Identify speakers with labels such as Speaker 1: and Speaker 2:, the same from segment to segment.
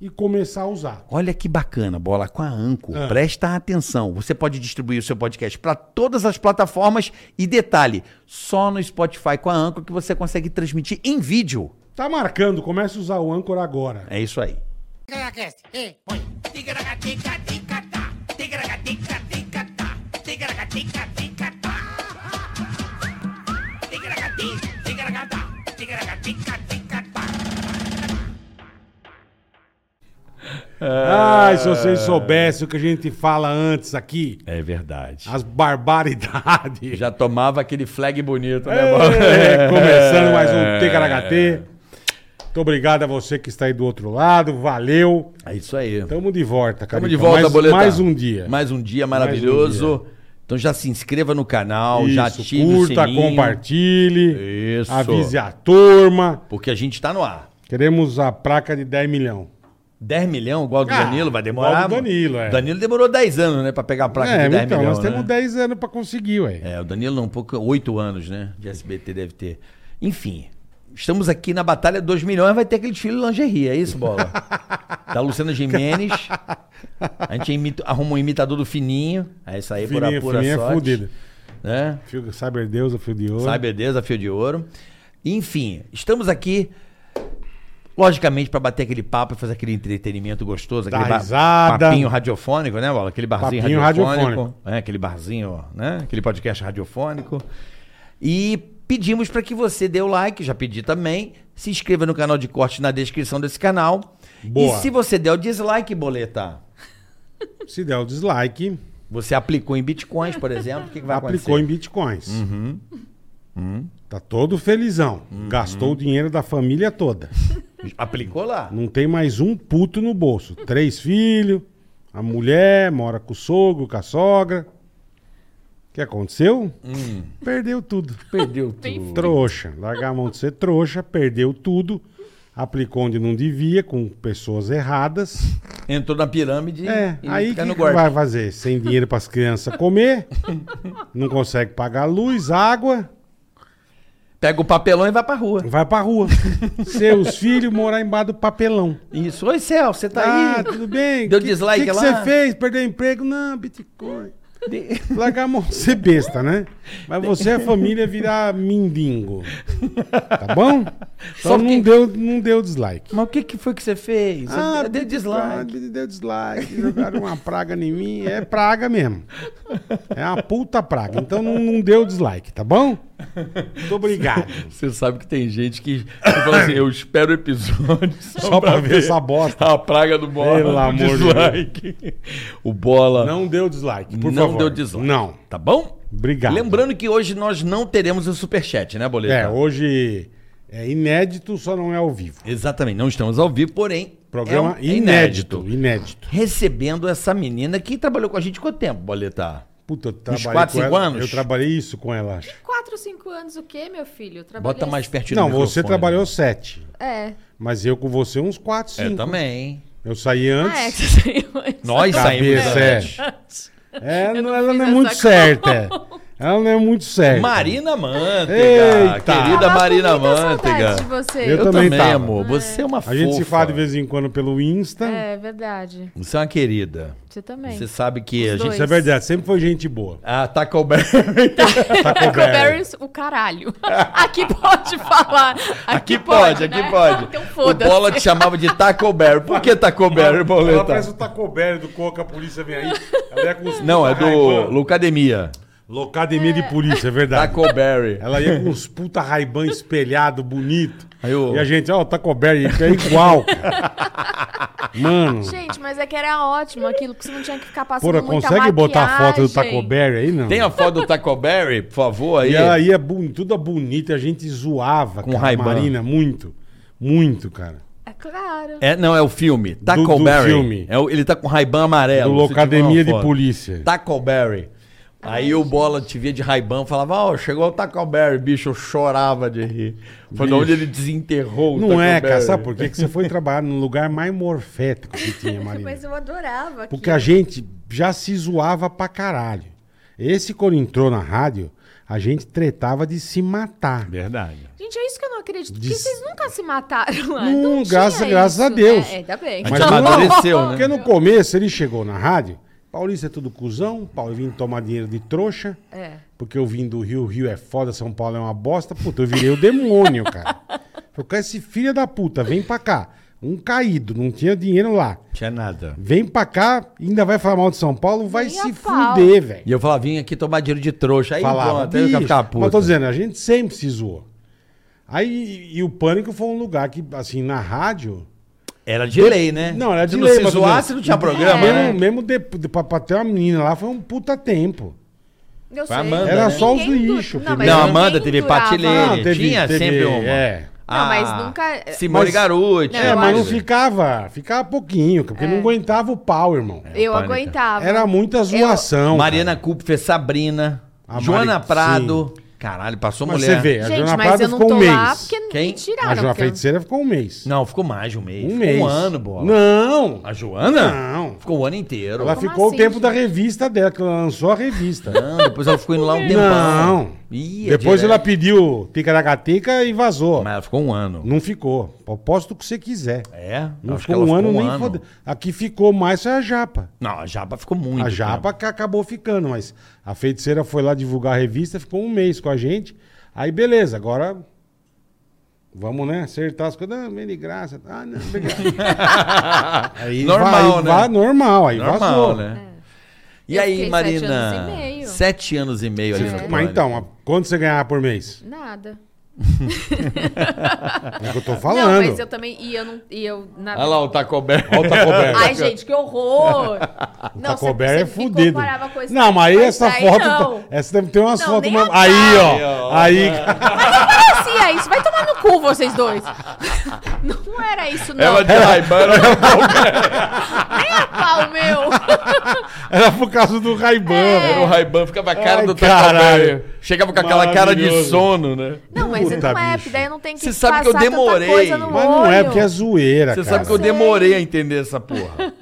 Speaker 1: e começar a usar.
Speaker 2: Olha que bacana, bola com a Anco.
Speaker 1: Ah.
Speaker 2: Presta atenção. Você pode distribuir o seu podcast para todas as plataformas e detalhe, só no Spotify com a Anco que você consegue transmitir em vídeo.
Speaker 1: Tá marcando, comece a usar o Anchor agora.
Speaker 2: É isso aí.
Speaker 3: Ticaracast, ei, põe. Ticaracatica, ticatá. Ticaracatica, ticatá. Ticaracatica, ticatá. Ticaracati, ticaracatá. Ticaracatica, ticatá.
Speaker 2: É.
Speaker 1: Ai, se vocês soubessem o que a gente fala antes aqui,
Speaker 2: É verdade.
Speaker 1: as barbaridades.
Speaker 2: Já tomava aquele flag bonito, né, bola?
Speaker 1: É, começando mais um TKHT. Muito obrigado a você que está aí do outro lado. Valeu.
Speaker 2: É isso aí.
Speaker 1: Tamo de volta, cara.
Speaker 2: Estamos de volta,
Speaker 1: Então, mais,
Speaker 2: Boletar.
Speaker 1: Mais um dia.
Speaker 2: Mais um dia maravilhoso. Então já se inscreva no canal, já
Speaker 1: Isso,
Speaker 2: ative
Speaker 1: curta,
Speaker 2: o um sininho.
Speaker 1: compartilhe.
Speaker 2: Isso.
Speaker 1: Avise a turma.
Speaker 2: Porque a gente tá no ar.
Speaker 1: Queremos a placa de 10 milhão.
Speaker 2: 10 milhões, igual do
Speaker 1: Ah,
Speaker 2: Danilo, vai demorar.
Speaker 1: igual do Danilo, é.
Speaker 2: Danilo demorou 10 anos, né, pra pegar a placa
Speaker 1: é,
Speaker 2: de 10
Speaker 1: então,
Speaker 2: milhões.
Speaker 1: nós temos
Speaker 2: né?
Speaker 1: 10 anos pra conseguir, ué.
Speaker 2: É, o Danilo não, um pouco, 8 anos, né, de SBT deve ter. Enfim, estamos aqui na Batalha 2 milhões, vai ter aquele desfile de lingerie, é isso, Bola? da Luciana Jimenez. A gente imita- arruma um imitador do Fininho, é isso aí, por
Speaker 1: Fininho,
Speaker 2: pura
Speaker 1: Fininho é
Speaker 2: sorte.
Speaker 1: fudido.
Speaker 2: Né?
Speaker 1: Fio- Cyber Deus, o fio de ouro.
Speaker 2: Cyber Deus, Fio é de Ouro. Enfim, estamos aqui, logicamente, para bater aquele papo e fazer aquele entretenimento gostoso,
Speaker 1: Dar
Speaker 2: aquele ba-
Speaker 1: risada.
Speaker 2: papinho radiofônico, né, Bola? Aquele barzinho
Speaker 1: Papinho
Speaker 2: radiofônico.
Speaker 1: radiofônico.
Speaker 2: né? Aquele barzinho, né? Aquele podcast radiofônico. E pedimos para que você dê o like, já pedi também. Se inscreva no canal de corte na descrição desse canal.
Speaker 1: Boa.
Speaker 2: E se você der o dislike, boleta,
Speaker 1: Se der o dislike,
Speaker 2: você aplicou em bitcoins, por exemplo, o que, que vai
Speaker 1: aplicou em
Speaker 2: acontecer?
Speaker 1: bitcoins.
Speaker 2: Uhum.
Speaker 1: Tá todo felizão. Gastou o dinheiro da família toda.
Speaker 2: Aplicou lá.
Speaker 1: Não tem mais um puto no bolso. Três filhos, a mulher, mora com o sogro, com a sogra. O que aconteceu?
Speaker 2: Hum.
Speaker 1: Perdeu tudo.
Speaker 2: Perdeu tudo.
Speaker 1: Trouxa. Largar a mão de ser trouxa, perdeu tudo. Aplicou onde não devia, com pessoas erradas.
Speaker 2: Entrou na pirâmide
Speaker 1: É,
Speaker 2: e
Speaker 1: aí o
Speaker 2: fica
Speaker 1: que,
Speaker 2: no
Speaker 1: que
Speaker 2: guarda.
Speaker 1: vai fazer? Sem dinheiro para as crianças comer, não consegue pagar luz, água,
Speaker 2: Pega o papelão e vai pra rua.
Speaker 1: vai pra rua. Seus filhos morar embaixo do papelão.
Speaker 2: Isso. Oi, Céu, você tá
Speaker 1: ah,
Speaker 2: aí?
Speaker 1: tudo bem?
Speaker 2: Deu
Speaker 1: Que-
Speaker 2: dislike
Speaker 1: que que
Speaker 2: lá?
Speaker 1: você fez? Perdeu o emprego? Não, Bitcoin.
Speaker 2: De-
Speaker 1: Largar a mão de ser besta, né? Mas você e a família virar mindingo. Tá bom?
Speaker 2: Só
Speaker 1: Então não,
Speaker 2: que-
Speaker 1: deu, não deu dislike.
Speaker 2: Mas o que, que foi que você fez?
Speaker 1: Ah,
Speaker 2: Eu dei dislike.
Speaker 1: Bitcoin, Deu dislike. Jogaram uma praga em mim. É praga mesmo. É uma puta praga. Então não, não deu dislike, tá bom? Muito obrigado.
Speaker 2: Você sabe que tem gente que que fala assim, eu espero episódios só,
Speaker 1: Só pra ver essa bosta.
Speaker 2: a praga do Bola.
Speaker 1: Pelo
Speaker 2: o
Speaker 1: amor de
Speaker 2: dislike. O Bola não,
Speaker 1: Não deu dislike, por favor.
Speaker 2: deu dislike.
Speaker 1: Não.
Speaker 2: Tá bom?
Speaker 1: Obrigado.
Speaker 2: Lembrando que hoje nós não teremos o superchat, né, Boleta?
Speaker 1: É, hoje é inédito, só não é ao vivo.
Speaker 2: Exatamente, não estamos ao vivo, porém...
Speaker 1: Programa
Speaker 2: é um- é
Speaker 1: inédito. Inédito.
Speaker 2: Recebendo essa menina que trabalhou com a gente quanto tempo, Boleta?
Speaker 1: Puta, eu trabalhei
Speaker 2: quatro,
Speaker 1: com
Speaker 2: cinco
Speaker 1: ela-
Speaker 2: anos?
Speaker 1: Eu trabalhei isso com ela, acho.
Speaker 4: 4, 5 anos o quê, meu filho? Eu Trabalhei...
Speaker 2: Bota mais pertinho
Speaker 1: Não,
Speaker 2: do
Speaker 1: você
Speaker 2: microfone.
Speaker 1: trabalhou sete.
Speaker 4: É.
Speaker 1: Mas eu com você uns quatro,
Speaker 2: É,
Speaker 1: cinco.
Speaker 2: também.
Speaker 1: Eu saí antes.
Speaker 4: Ah, é que você
Speaker 5: um
Speaker 4: saiu antes.
Speaker 2: Nós saímos
Speaker 1: Cabeça, é.
Speaker 2: antes.
Speaker 1: É,
Speaker 4: Eu
Speaker 1: não,
Speaker 4: não
Speaker 1: ela
Speaker 4: fiz
Speaker 1: não é
Speaker 4: essa
Speaker 1: muito
Speaker 4: conta.
Speaker 1: certa. é. Ela não é muito certa.
Speaker 2: Marina Mantega,
Speaker 1: Eita.
Speaker 2: querida
Speaker 4: Tava com
Speaker 2: Marina
Speaker 4: muita saudade
Speaker 2: Mantega.
Speaker 4: de você.
Speaker 1: Eu
Speaker 2: Eu
Speaker 1: também
Speaker 2: também,
Speaker 1: tava.
Speaker 2: amor. Você é uma
Speaker 1: A gente se
Speaker 2: fofa.
Speaker 1: fala de vez em quando pelo Insta.
Speaker 4: É verdade.
Speaker 2: Você é uma querida.
Speaker 4: Você também.
Speaker 2: Você sabe que a
Speaker 4: Os
Speaker 2: gente...
Speaker 4: dois.
Speaker 1: Isso é verdade, sempre foi gente boa.
Speaker 2: Ah, Taco Bell.
Speaker 4: Tá.
Speaker 2: tá
Speaker 1: Taco
Speaker 4: Taco Berry,
Speaker 1: Bell.
Speaker 4: o caralho. Aqui pode falar.
Speaker 2: Aqui pode,
Speaker 4: né?
Speaker 2: aqui pode.
Speaker 4: Então
Speaker 2: o
Speaker 4: foda-se.
Speaker 2: Bola te chamava de Taco Bell. Por que Taco Bell,
Speaker 1: Ela
Speaker 2: Boleta?
Speaker 1: parece o Taco Bell do Coca, a polícia vem aí. Ela é com os
Speaker 2: Não, é
Speaker 1: Raiban.
Speaker 2: do Lucademia.
Speaker 1: Locademia de polícia, é verdade.
Speaker 2: Taco Berry.
Speaker 1: Ela ia com uns puta raibã espelhado, bonito.
Speaker 2: Aí eu-
Speaker 1: E a gente, ó, tá coberto, é igual. cara. Mano,
Speaker 6: Gente, mas é que era ótimo aquilo, porque você não tinha que ficar passando
Speaker 1: porra,
Speaker 6: muita
Speaker 1: consegue botar a foto do Taco Berry aí, não?
Speaker 2: Tem a foto do Taco Berry, por favor, aí?
Speaker 1: E ela ia bu- toda bonita, a gente zoava
Speaker 2: Com
Speaker 1: cara,
Speaker 2: Ray-Ban.
Speaker 1: Marina, muito. Muito, cara.
Speaker 6: É claro.
Speaker 2: É, não, é o filme. Taco
Speaker 1: do
Speaker 2: Berry.
Speaker 1: filme.
Speaker 2: É o- ele tá com Ray-Ban amarelo.
Speaker 1: Do
Speaker 2: se tiver uma
Speaker 1: Locademia de
Speaker 2: foto. Tá
Speaker 1: Polícia.
Speaker 2: Taco Berry. Aí o Bola te via de Ray-Ban falava, ó, chegou o Taco Berry, bicho, eu chorava de rir. Foi de
Speaker 1: Bicho.
Speaker 2: onde ele desenterrou o Tá
Speaker 1: Não
Speaker 2: Taco
Speaker 1: é, cara,
Speaker 2: Berry.
Speaker 1: sabe por quê? Que você foi trabalhar no lugar mais morfético que tinha,
Speaker 5: Tipo,
Speaker 1: Marina.
Speaker 6: Mas eu adorava aquilo.
Speaker 1: Porque a gente já se zoava pra caralho. Esse quando entrou na rádio, a gente tretava de se matar.
Speaker 7: Verdade.
Speaker 5: Gente, é isso que eu não acredito. Porque
Speaker 1: Diz-
Speaker 5: vocês nunca se mataram lá.
Speaker 1: Não,
Speaker 5: Não,
Speaker 1: graças-
Speaker 5: tinha
Speaker 1: graças
Speaker 5: isso,
Speaker 1: a Deus.
Speaker 5: Né? É, ainda bem.
Speaker 2: A
Speaker 1: Mas
Speaker 2: gente
Speaker 1: não-
Speaker 2: amadureceu, né?
Speaker 1: Porque no começo ele chegou na rádio, Paulista é tudo cuzão, Paulo vim tomar dinheiro de trouxa,
Speaker 5: É.
Speaker 1: porque eu vim do Rio, Rio é foda, São Paulo é uma bosta, puta, eu virei o demônio, cara. Falei, "Cara, esse filho da puta, vem pra cá. Um caído, não tinha dinheiro lá.
Speaker 7: Tinha nada.
Speaker 1: Vem pra cá, ainda vai falar mal de São Paulo, vai
Speaker 5: Nem
Speaker 1: se
Speaker 5: a pau.
Speaker 1: fuder, velho.
Speaker 2: E eu falava, vim aqui tomar dinheiro de trouxa. Aí
Speaker 1: falava.
Speaker 2: pronto, aí eu
Speaker 1: "Bicho",
Speaker 2: ficava puto.
Speaker 1: Mas tô dizendo, a gente sempre se zoou. Aí, e o Pânico foi um lugar que, assim, na rádio...
Speaker 2: Era de lei, né?
Speaker 1: Não, era de
Speaker 2: Se
Speaker 1: lei,
Speaker 2: não
Speaker 1: mas
Speaker 2: se
Speaker 1: tô
Speaker 2: zoasse,
Speaker 1: dizendo,
Speaker 2: não tinha programa,
Speaker 1: mesmo,
Speaker 2: né?
Speaker 1: Mesmo de, de- pra, pra ter uma menina lá, foi um puta tempo.
Speaker 6: Eu
Speaker 2: Foi
Speaker 6: sei.
Speaker 2: a Amanda,
Speaker 1: Era
Speaker 2: né?
Speaker 1: só os
Speaker 5: Ninguém du-
Speaker 1: lixos.
Speaker 5: Não,
Speaker 1: filho.
Speaker 5: Mas
Speaker 2: não,
Speaker 5: ninguém
Speaker 2: Amanda teve
Speaker 5: durava.
Speaker 2: Patilene.
Speaker 1: Não, Ah, teve-
Speaker 2: tinha
Speaker 1: teve-
Speaker 2: sempre uma.
Speaker 1: é.
Speaker 2: Ah,
Speaker 5: mas nunca-
Speaker 2: Simone
Speaker 1: Mas-
Speaker 2: Garuti.
Speaker 5: Não,
Speaker 1: É,
Speaker 5: eu
Speaker 1: mas não
Speaker 5: acho- É.
Speaker 1: ficava, ficava pouquinho, porque não aguentava o pau, irmão.
Speaker 5: Eu
Speaker 2: Pânico.
Speaker 5: aguentava.
Speaker 1: Era muita zoação.
Speaker 2: Mariana Kupfer, Sabrina,
Speaker 1: A Mari-
Speaker 2: Joana Prado. Caralho, passou
Speaker 1: Mas
Speaker 2: mulher.
Speaker 1: você vê, a
Speaker 5: Gente,
Speaker 1: Joana
Speaker 5: mas
Speaker 1: Prado
Speaker 5: eu não
Speaker 1: ficou
Speaker 5: tô
Speaker 1: um mês.
Speaker 5: lá porque
Speaker 2: Quem?
Speaker 5: me
Speaker 1: A
Speaker 5: tiraram.
Speaker 1: Joana
Speaker 5: porque eu-
Speaker 1: Feiticeira ficou um mês.
Speaker 2: Não, ficou mais de um mês.
Speaker 1: um
Speaker 2: ficou
Speaker 1: mês.
Speaker 2: um ano, bola.
Speaker 1: Não.
Speaker 2: A Joana?
Speaker 1: Não.
Speaker 2: Ficou o ano inteiro.
Speaker 1: Ela
Speaker 5: Como
Speaker 1: ficou o
Speaker 5: assim,
Speaker 1: tempo da
Speaker 5: gente?
Speaker 1: revista dela, que ela lançou a revista.
Speaker 2: Não, depois ela ficou indo lá um tempão.
Speaker 1: Não.
Speaker 2: Ia
Speaker 1: Depois
Speaker 2: direto.
Speaker 1: ela pediu tica-tacatica e vazou.
Speaker 2: Mas ela ficou um ano.
Speaker 1: Não ficou. Aposto o que você quiser.
Speaker 2: É?
Speaker 1: Não
Speaker 2: Acho que
Speaker 1: ficou
Speaker 2: ela
Speaker 1: um ano nem foda. Aqui ficou mais foi a japa.
Speaker 2: Não, a Japa ficou muito.
Speaker 1: a japa que acabou ficando, mas a feiticeira foi lá divulgar a revista, ficou um mês com a gente. Aí beleza, agora vamos, né, acertar as coisas. Ah, vem de graça. Ah, não, obrigado. aí
Speaker 2: Normal,
Speaker 1: vai,
Speaker 2: né?
Speaker 1: vai normal, aí
Speaker 2: Normal,
Speaker 1: vazou.
Speaker 2: né? E
Speaker 5: Eu
Speaker 2: aí,
Speaker 5: fiquei
Speaker 2: Marina?
Speaker 5: sete anos e meio.
Speaker 2: Sete anos e meio ali no
Speaker 1: Mas
Speaker 2: Pânico.
Speaker 1: então, a- quanto você ganhava por mês?
Speaker 5: Nada.
Speaker 1: É o que eu tô
Speaker 5: Não,
Speaker 1: falando.
Speaker 5: mas eu também. E eu não. E eu, na...
Speaker 2: Olha lá o Taco Bell.
Speaker 1: Olha o Taco Bell.
Speaker 5: Ai, gente, que horror!
Speaker 1: O
Speaker 5: Não,
Speaker 1: Taco
Speaker 5: você-
Speaker 1: Bell
Speaker 5: você
Speaker 1: é
Speaker 5: ficou,
Speaker 1: fudido.
Speaker 5: comparava com esse- então.
Speaker 1: Não, mas aí essa
Speaker 5: aí
Speaker 1: foto.
Speaker 5: não.
Speaker 1: Essa deve ter umas
Speaker 5: Não,
Speaker 1: fotos.
Speaker 5: nem
Speaker 1: mesmo.
Speaker 5: a
Speaker 1: Aí,
Speaker 2: pau.
Speaker 1: ó. Aí.
Speaker 5: Parecia assim, é isso. Vai tomar no cu, vocês dois. Não era isso, não.
Speaker 2: Ela de né? Raibana.
Speaker 5: Nem a pau, meu.
Speaker 1: Era por causa do Raiban.
Speaker 5: É,
Speaker 2: Era o Raiban, ficava a cara
Speaker 1: Ai,
Speaker 2: do Taco
Speaker 1: caralho.
Speaker 2: Bell. Chegava com aquela cara de
Speaker 1: Maravilhoso.
Speaker 2: sono, né?
Speaker 5: Não, mas
Speaker 1: Puta,
Speaker 5: não é,
Speaker 1: bicho.
Speaker 5: porque daí eu não tem que
Speaker 2: Você sabe que eu
Speaker 5: passar tanta
Speaker 2: demorei.
Speaker 5: coisa no
Speaker 1: Mas não é,
Speaker 5: olho.
Speaker 1: porque é zoeira,
Speaker 2: Você
Speaker 1: cara.
Speaker 2: sabe que eu demorei a entender essa porra.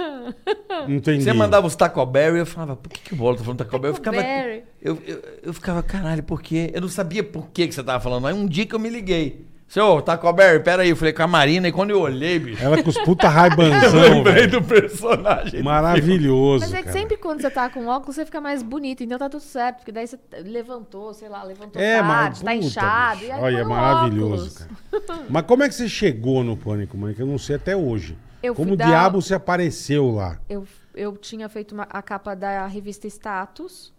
Speaker 1: Não entendi.
Speaker 2: Você mandava os Taco Bell e eu falava, por que, que o Bola tá falando Taco Bell? Eu
Speaker 5: Taco
Speaker 2: ficava,
Speaker 5: Berry.
Speaker 2: eu, eu, eu ficava, caralho, por quê? Eu não sabia por que, que você tava falando. Aí um dia que eu me liguei. Seu Taco Bell, pera aí. Eu falei com a Marina e quando eu olhei, bicho,
Speaker 1: Ela com os puta
Speaker 2: eu
Speaker 1: raibanzão.
Speaker 2: lembrei
Speaker 1: velho.
Speaker 2: do personagem.
Speaker 1: Maravilhoso.
Speaker 5: Mas é que
Speaker 1: cara.
Speaker 5: sempre quando você tá com óculos, você fica mais bonito, então tá tudo certo. Porque daí você t- levantou, sei lá, levantou
Speaker 1: É, mas.
Speaker 5: tarde, tá
Speaker 1: puta,
Speaker 5: inchado.
Speaker 1: bicho.
Speaker 5: E aí
Speaker 1: Olha, é
Speaker 5: põe o
Speaker 1: maravilhoso,
Speaker 5: óculos.
Speaker 1: cara. Mas como é que você chegou no Pânico, mãe? Que eu não sei até hoje.
Speaker 5: Eu fui
Speaker 1: como
Speaker 5: dar-
Speaker 1: diabo você apareceu lá?
Speaker 5: Eu, eu tinha feito uma- a capa da revista Status.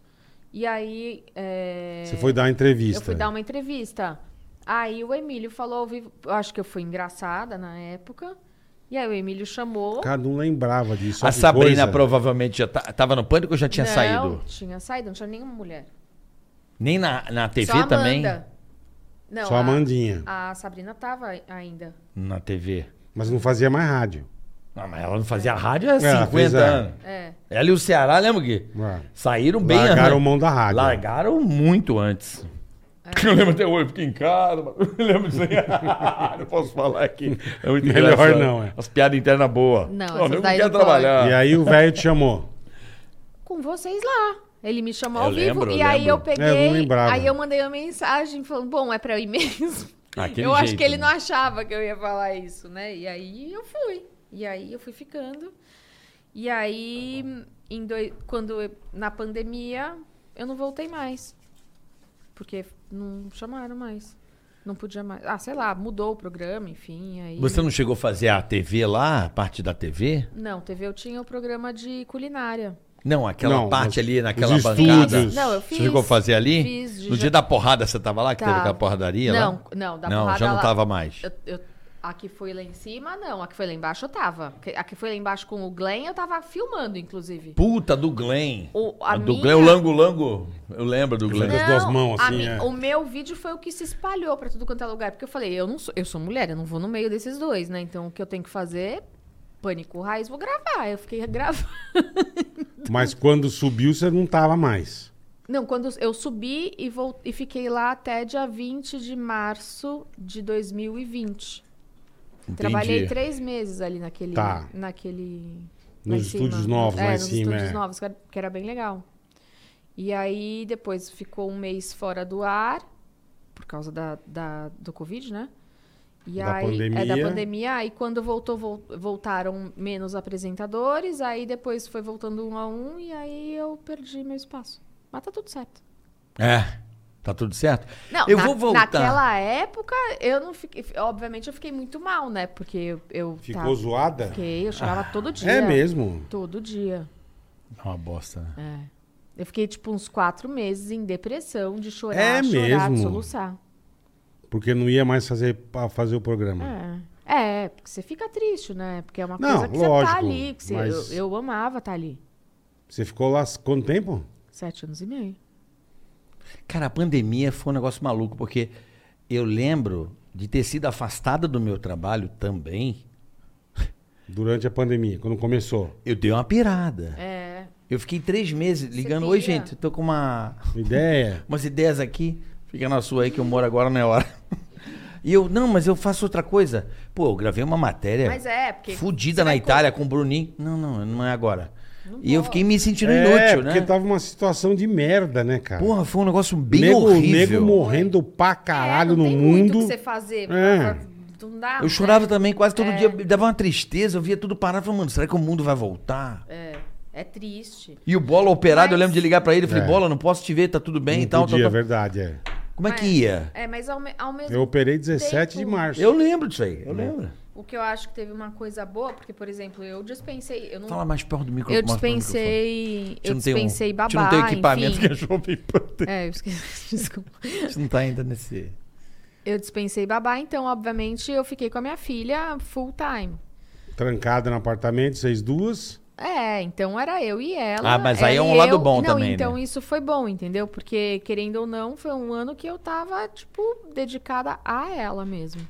Speaker 5: E aí. é,
Speaker 1: Você foi dar uma entrevista. né?
Speaker 5: Eu fui dar uma entrevista. Aí o Emílio falou ao vivo. eu Acho que eu fui engraçada na época. E aí o Emílio chamou.
Speaker 1: Cara, não lembrava disso.
Speaker 2: A
Speaker 1: olha que
Speaker 2: Sabrina
Speaker 1: coisa.
Speaker 2: provavelmente já tá- tava no pânico ou já tinha
Speaker 5: não,
Speaker 2: saído?
Speaker 5: Tinha saído, não tinha nenhuma mulher.
Speaker 2: Nem na, na TV
Speaker 5: Só a Amanda.
Speaker 2: também?
Speaker 5: Não,
Speaker 1: Só a Amandinha.
Speaker 5: A Sabrina tava ainda.
Speaker 2: Na TV.
Speaker 1: Mas não fazia mais rádio.
Speaker 2: Ah, mas ela não fazia rádio há
Speaker 1: Ela
Speaker 2: 50
Speaker 1: fez a-
Speaker 2: anos.
Speaker 5: É.
Speaker 2: Ela e o Ceará, lembra, Gui?
Speaker 1: É.
Speaker 2: Saíram bem
Speaker 1: Largaram
Speaker 2: antes.
Speaker 1: mão da rádio.
Speaker 2: Largaram muito antes.
Speaker 5: É.
Speaker 2: Eu lembro até hoje, fiquei em casa, mas eu lembro disso aí. Ah, não posso falar aqui. É muito
Speaker 1: Melhor
Speaker 2: engraçado.
Speaker 1: não, é.
Speaker 2: As piadas internas boas.
Speaker 5: Não,
Speaker 2: Ó,
Speaker 5: essas
Speaker 2: eu não
Speaker 5: daí
Speaker 2: quero
Speaker 5: não pode.
Speaker 2: trabalhar.
Speaker 1: E aí o velho te chamou.
Speaker 5: Com vocês lá. Ele me chamou
Speaker 2: Eu
Speaker 5: ao vivo
Speaker 2: lembro, eu
Speaker 5: e aí
Speaker 2: lembro.
Speaker 5: eu peguei.
Speaker 1: É, eu não lembrava.
Speaker 5: aí eu mandei uma mensagem falando, bom, é pra eu ir mesmo.
Speaker 2: Aquele
Speaker 5: eu acho
Speaker 2: jeito,
Speaker 5: que ele
Speaker 2: né?
Speaker 5: não achava que eu ia falar isso, né? E aí eu fui. E aí eu fui ficando. E aí, em doi- quando eu- na pandemia, eu não voltei mais. Porque não chamaram mais. Não podia mais. Ah, sei lá, mudou o programa, enfim. Aí...
Speaker 2: Você não chegou a fazer a TV lá, a parte da TV?
Speaker 5: Não, TV eu tinha o programa de culinária.
Speaker 2: Não, aquela
Speaker 1: Não, mas
Speaker 2: parte ali, naquela
Speaker 1: os
Speaker 2: bancada.
Speaker 1: estúdios.
Speaker 5: Não, eu
Speaker 2: Você
Speaker 5: fiz.
Speaker 2: chegou a fazer ali?
Speaker 5: Fiz, de
Speaker 2: no
Speaker 5: ja-
Speaker 2: dia da porrada você tava lá, que teve
Speaker 5: Tava.
Speaker 2: aquela porradaria lá?
Speaker 5: Não, não, da
Speaker 2: Não,
Speaker 5: porrada
Speaker 2: já não
Speaker 5: lá-
Speaker 2: tava mais.
Speaker 5: Eu, eu- a que foi lá em cima, não. A que foi lá embaixo, eu tava. Que- A que foi lá embaixo com o Glenn, eu tava filmando, inclusive.
Speaker 2: Puta do Glenn.
Speaker 5: O- a
Speaker 2: do
Speaker 5: minha- né?
Speaker 2: Glenn, o Lango Lango. Eu lembro do
Speaker 1: Não,
Speaker 2: Glenn.
Speaker 1: as duas mãos,
Speaker 5: a
Speaker 1: assim,
Speaker 5: mi-
Speaker 1: é.
Speaker 5: O meu vídeo foi o que se espalhou pra tudo quanto é lugar. Porque eu falei, eu, não sou, eu sou mulher, eu não vou no meio desses dois, né? Então o que eu tenho que fazer, pânico raiz, vou gravar. Eu fiquei gravando.
Speaker 1: Mas quando subiu, você não tava mais.
Speaker 5: Não, quando eu subi e, vol- e fiquei lá até dia 20 de março de 2020.
Speaker 2: Entendi.
Speaker 5: Trabalhei três meses ali naquele.
Speaker 1: Tá.
Speaker 5: naquele
Speaker 1: Nos
Speaker 5: lá em cima.
Speaker 1: estúdios novos
Speaker 5: é,
Speaker 1: lá em
Speaker 5: nos
Speaker 1: cima,
Speaker 5: Estúdios
Speaker 1: é.
Speaker 5: novos, que era- que era bem legal. E aí depois ficou um mês fora do ar, por causa da, da- do Covid, né? E
Speaker 1: Da
Speaker 5: aí, É,
Speaker 1: pandemia.
Speaker 5: da pandemia. Aí quando voltou, vol- voltaram menos apresentadores. Aí depois foi voltando um a um. E aí eu perdi meu espaço. Mas tá tudo certo.
Speaker 2: É. Tá tudo certo?
Speaker 5: Não,
Speaker 2: eu
Speaker 5: na-
Speaker 2: vou voltar.
Speaker 5: Naquela época, eu não fiquei. Obviamente, eu fiquei muito mal, né? Porque eu. eu
Speaker 1: Ficou
Speaker 5: tava-
Speaker 1: zoada?
Speaker 5: Fiquei, eu chorava todo dia.
Speaker 1: É mesmo.
Speaker 5: Todo dia.
Speaker 2: É uma bosta, né?
Speaker 5: É. Eu fiquei, tipo, uns quatro meses em depressão, de chorar,
Speaker 1: É
Speaker 5: chorar,
Speaker 1: mesmo?
Speaker 5: de soluçar.
Speaker 1: Porque não ia mais fazer, pra fazer o programa.
Speaker 5: É. É, porque você fica triste, né? Porque é uma
Speaker 1: Não,
Speaker 5: coisa que
Speaker 1: lógico,
Speaker 5: você tá ali. Que você-
Speaker 1: mas-
Speaker 5: eu, eu amava estar ali.
Speaker 1: Você ficou lá quanto tempo?
Speaker 5: Sete anos e meio. É.
Speaker 2: Cara, a pandemia foi um negócio maluco, porque eu lembro de ter sido afastada do meu trabalho também.
Speaker 1: Durante a pandemia, quando começou.
Speaker 2: Eu dei uma pirada.
Speaker 5: É.
Speaker 2: Eu fiquei três meses ligando.
Speaker 5: pira?
Speaker 2: Oi, gente, eu tô com uma,
Speaker 1: Ideia.
Speaker 2: umas ideias aqui. Fica na sua aí que eu moro agora, não é hora. E eu, não, mas eu faço outra coisa. Pô, eu gravei uma matéria
Speaker 5: Mas é, porque.
Speaker 2: fudida na Itália com o Bruninho. Não, não, não é agora. e eu fiquei me sentindo
Speaker 1: é,
Speaker 2: inútil,
Speaker 1: porque
Speaker 2: né?
Speaker 1: tava uma situação de merda, né, cara?
Speaker 2: Porra, foi um negócio bem
Speaker 1: nego,
Speaker 2: horrível.
Speaker 1: nego morrendo pra caralho
Speaker 5: é, não
Speaker 1: no
Speaker 5: tem
Speaker 1: mundo.
Speaker 5: Muito o que você fazer.
Speaker 1: É.
Speaker 5: Não dá,
Speaker 2: Eu chorava
Speaker 5: né?
Speaker 2: também quase todo dia, dava uma tristeza, eu via tudo parar, falando, mano, será que o mundo vai voltar?
Speaker 5: É. É triste.
Speaker 2: E o Bola operado, eu
Speaker 5: Mas-
Speaker 2: lembro de ligar pra ele, eu falei,
Speaker 1: É.
Speaker 2: Bola, não posso te ver, tá tudo bem e
Speaker 1: não
Speaker 2: tal,
Speaker 1: podia, é
Speaker 2: tal, tal.
Speaker 1: verdade, é.
Speaker 2: Como é que ia?
Speaker 5: É, mas ao, me- ao mesmo
Speaker 1: Eu operei 17
Speaker 5: Tempo.
Speaker 1: de março.
Speaker 2: Eu lembro disso aí, eu lembro.
Speaker 5: O que eu acho que teve uma coisa boa, porque, por exemplo, eu dispensei. Eu não.
Speaker 2: Fala mais perto do micro-
Speaker 5: eu
Speaker 2: mais perto do microfone.
Speaker 5: dispensei.
Speaker 2: A gente
Speaker 5: Eu
Speaker 2: não tem um-
Speaker 5: dispensei
Speaker 2: A
Speaker 5: babá.
Speaker 2: gente não tem o equipamento
Speaker 5: enfim.
Speaker 2: que a Jovem Pan tem.
Speaker 5: É, eu esqueci. Desculpa.
Speaker 2: A gente não tá ainda nesse...
Speaker 5: Eu dispensei babá, então, obviamente, eu fiquei com a minha filha full time.
Speaker 1: Trancada no apartamento, vocês duas.
Speaker 5: É, então era eu e ela.
Speaker 2: Ah, mas aí
Speaker 5: ela
Speaker 2: é um
Speaker 5: e
Speaker 2: lado
Speaker 5: eu.
Speaker 2: bom
Speaker 5: não,
Speaker 2: também,
Speaker 5: Então
Speaker 2: né?
Speaker 5: isso foi bom, entendeu? Porque, querendo ou não, foi um ano que eu tava, tipo, dedicada a ela mesmo.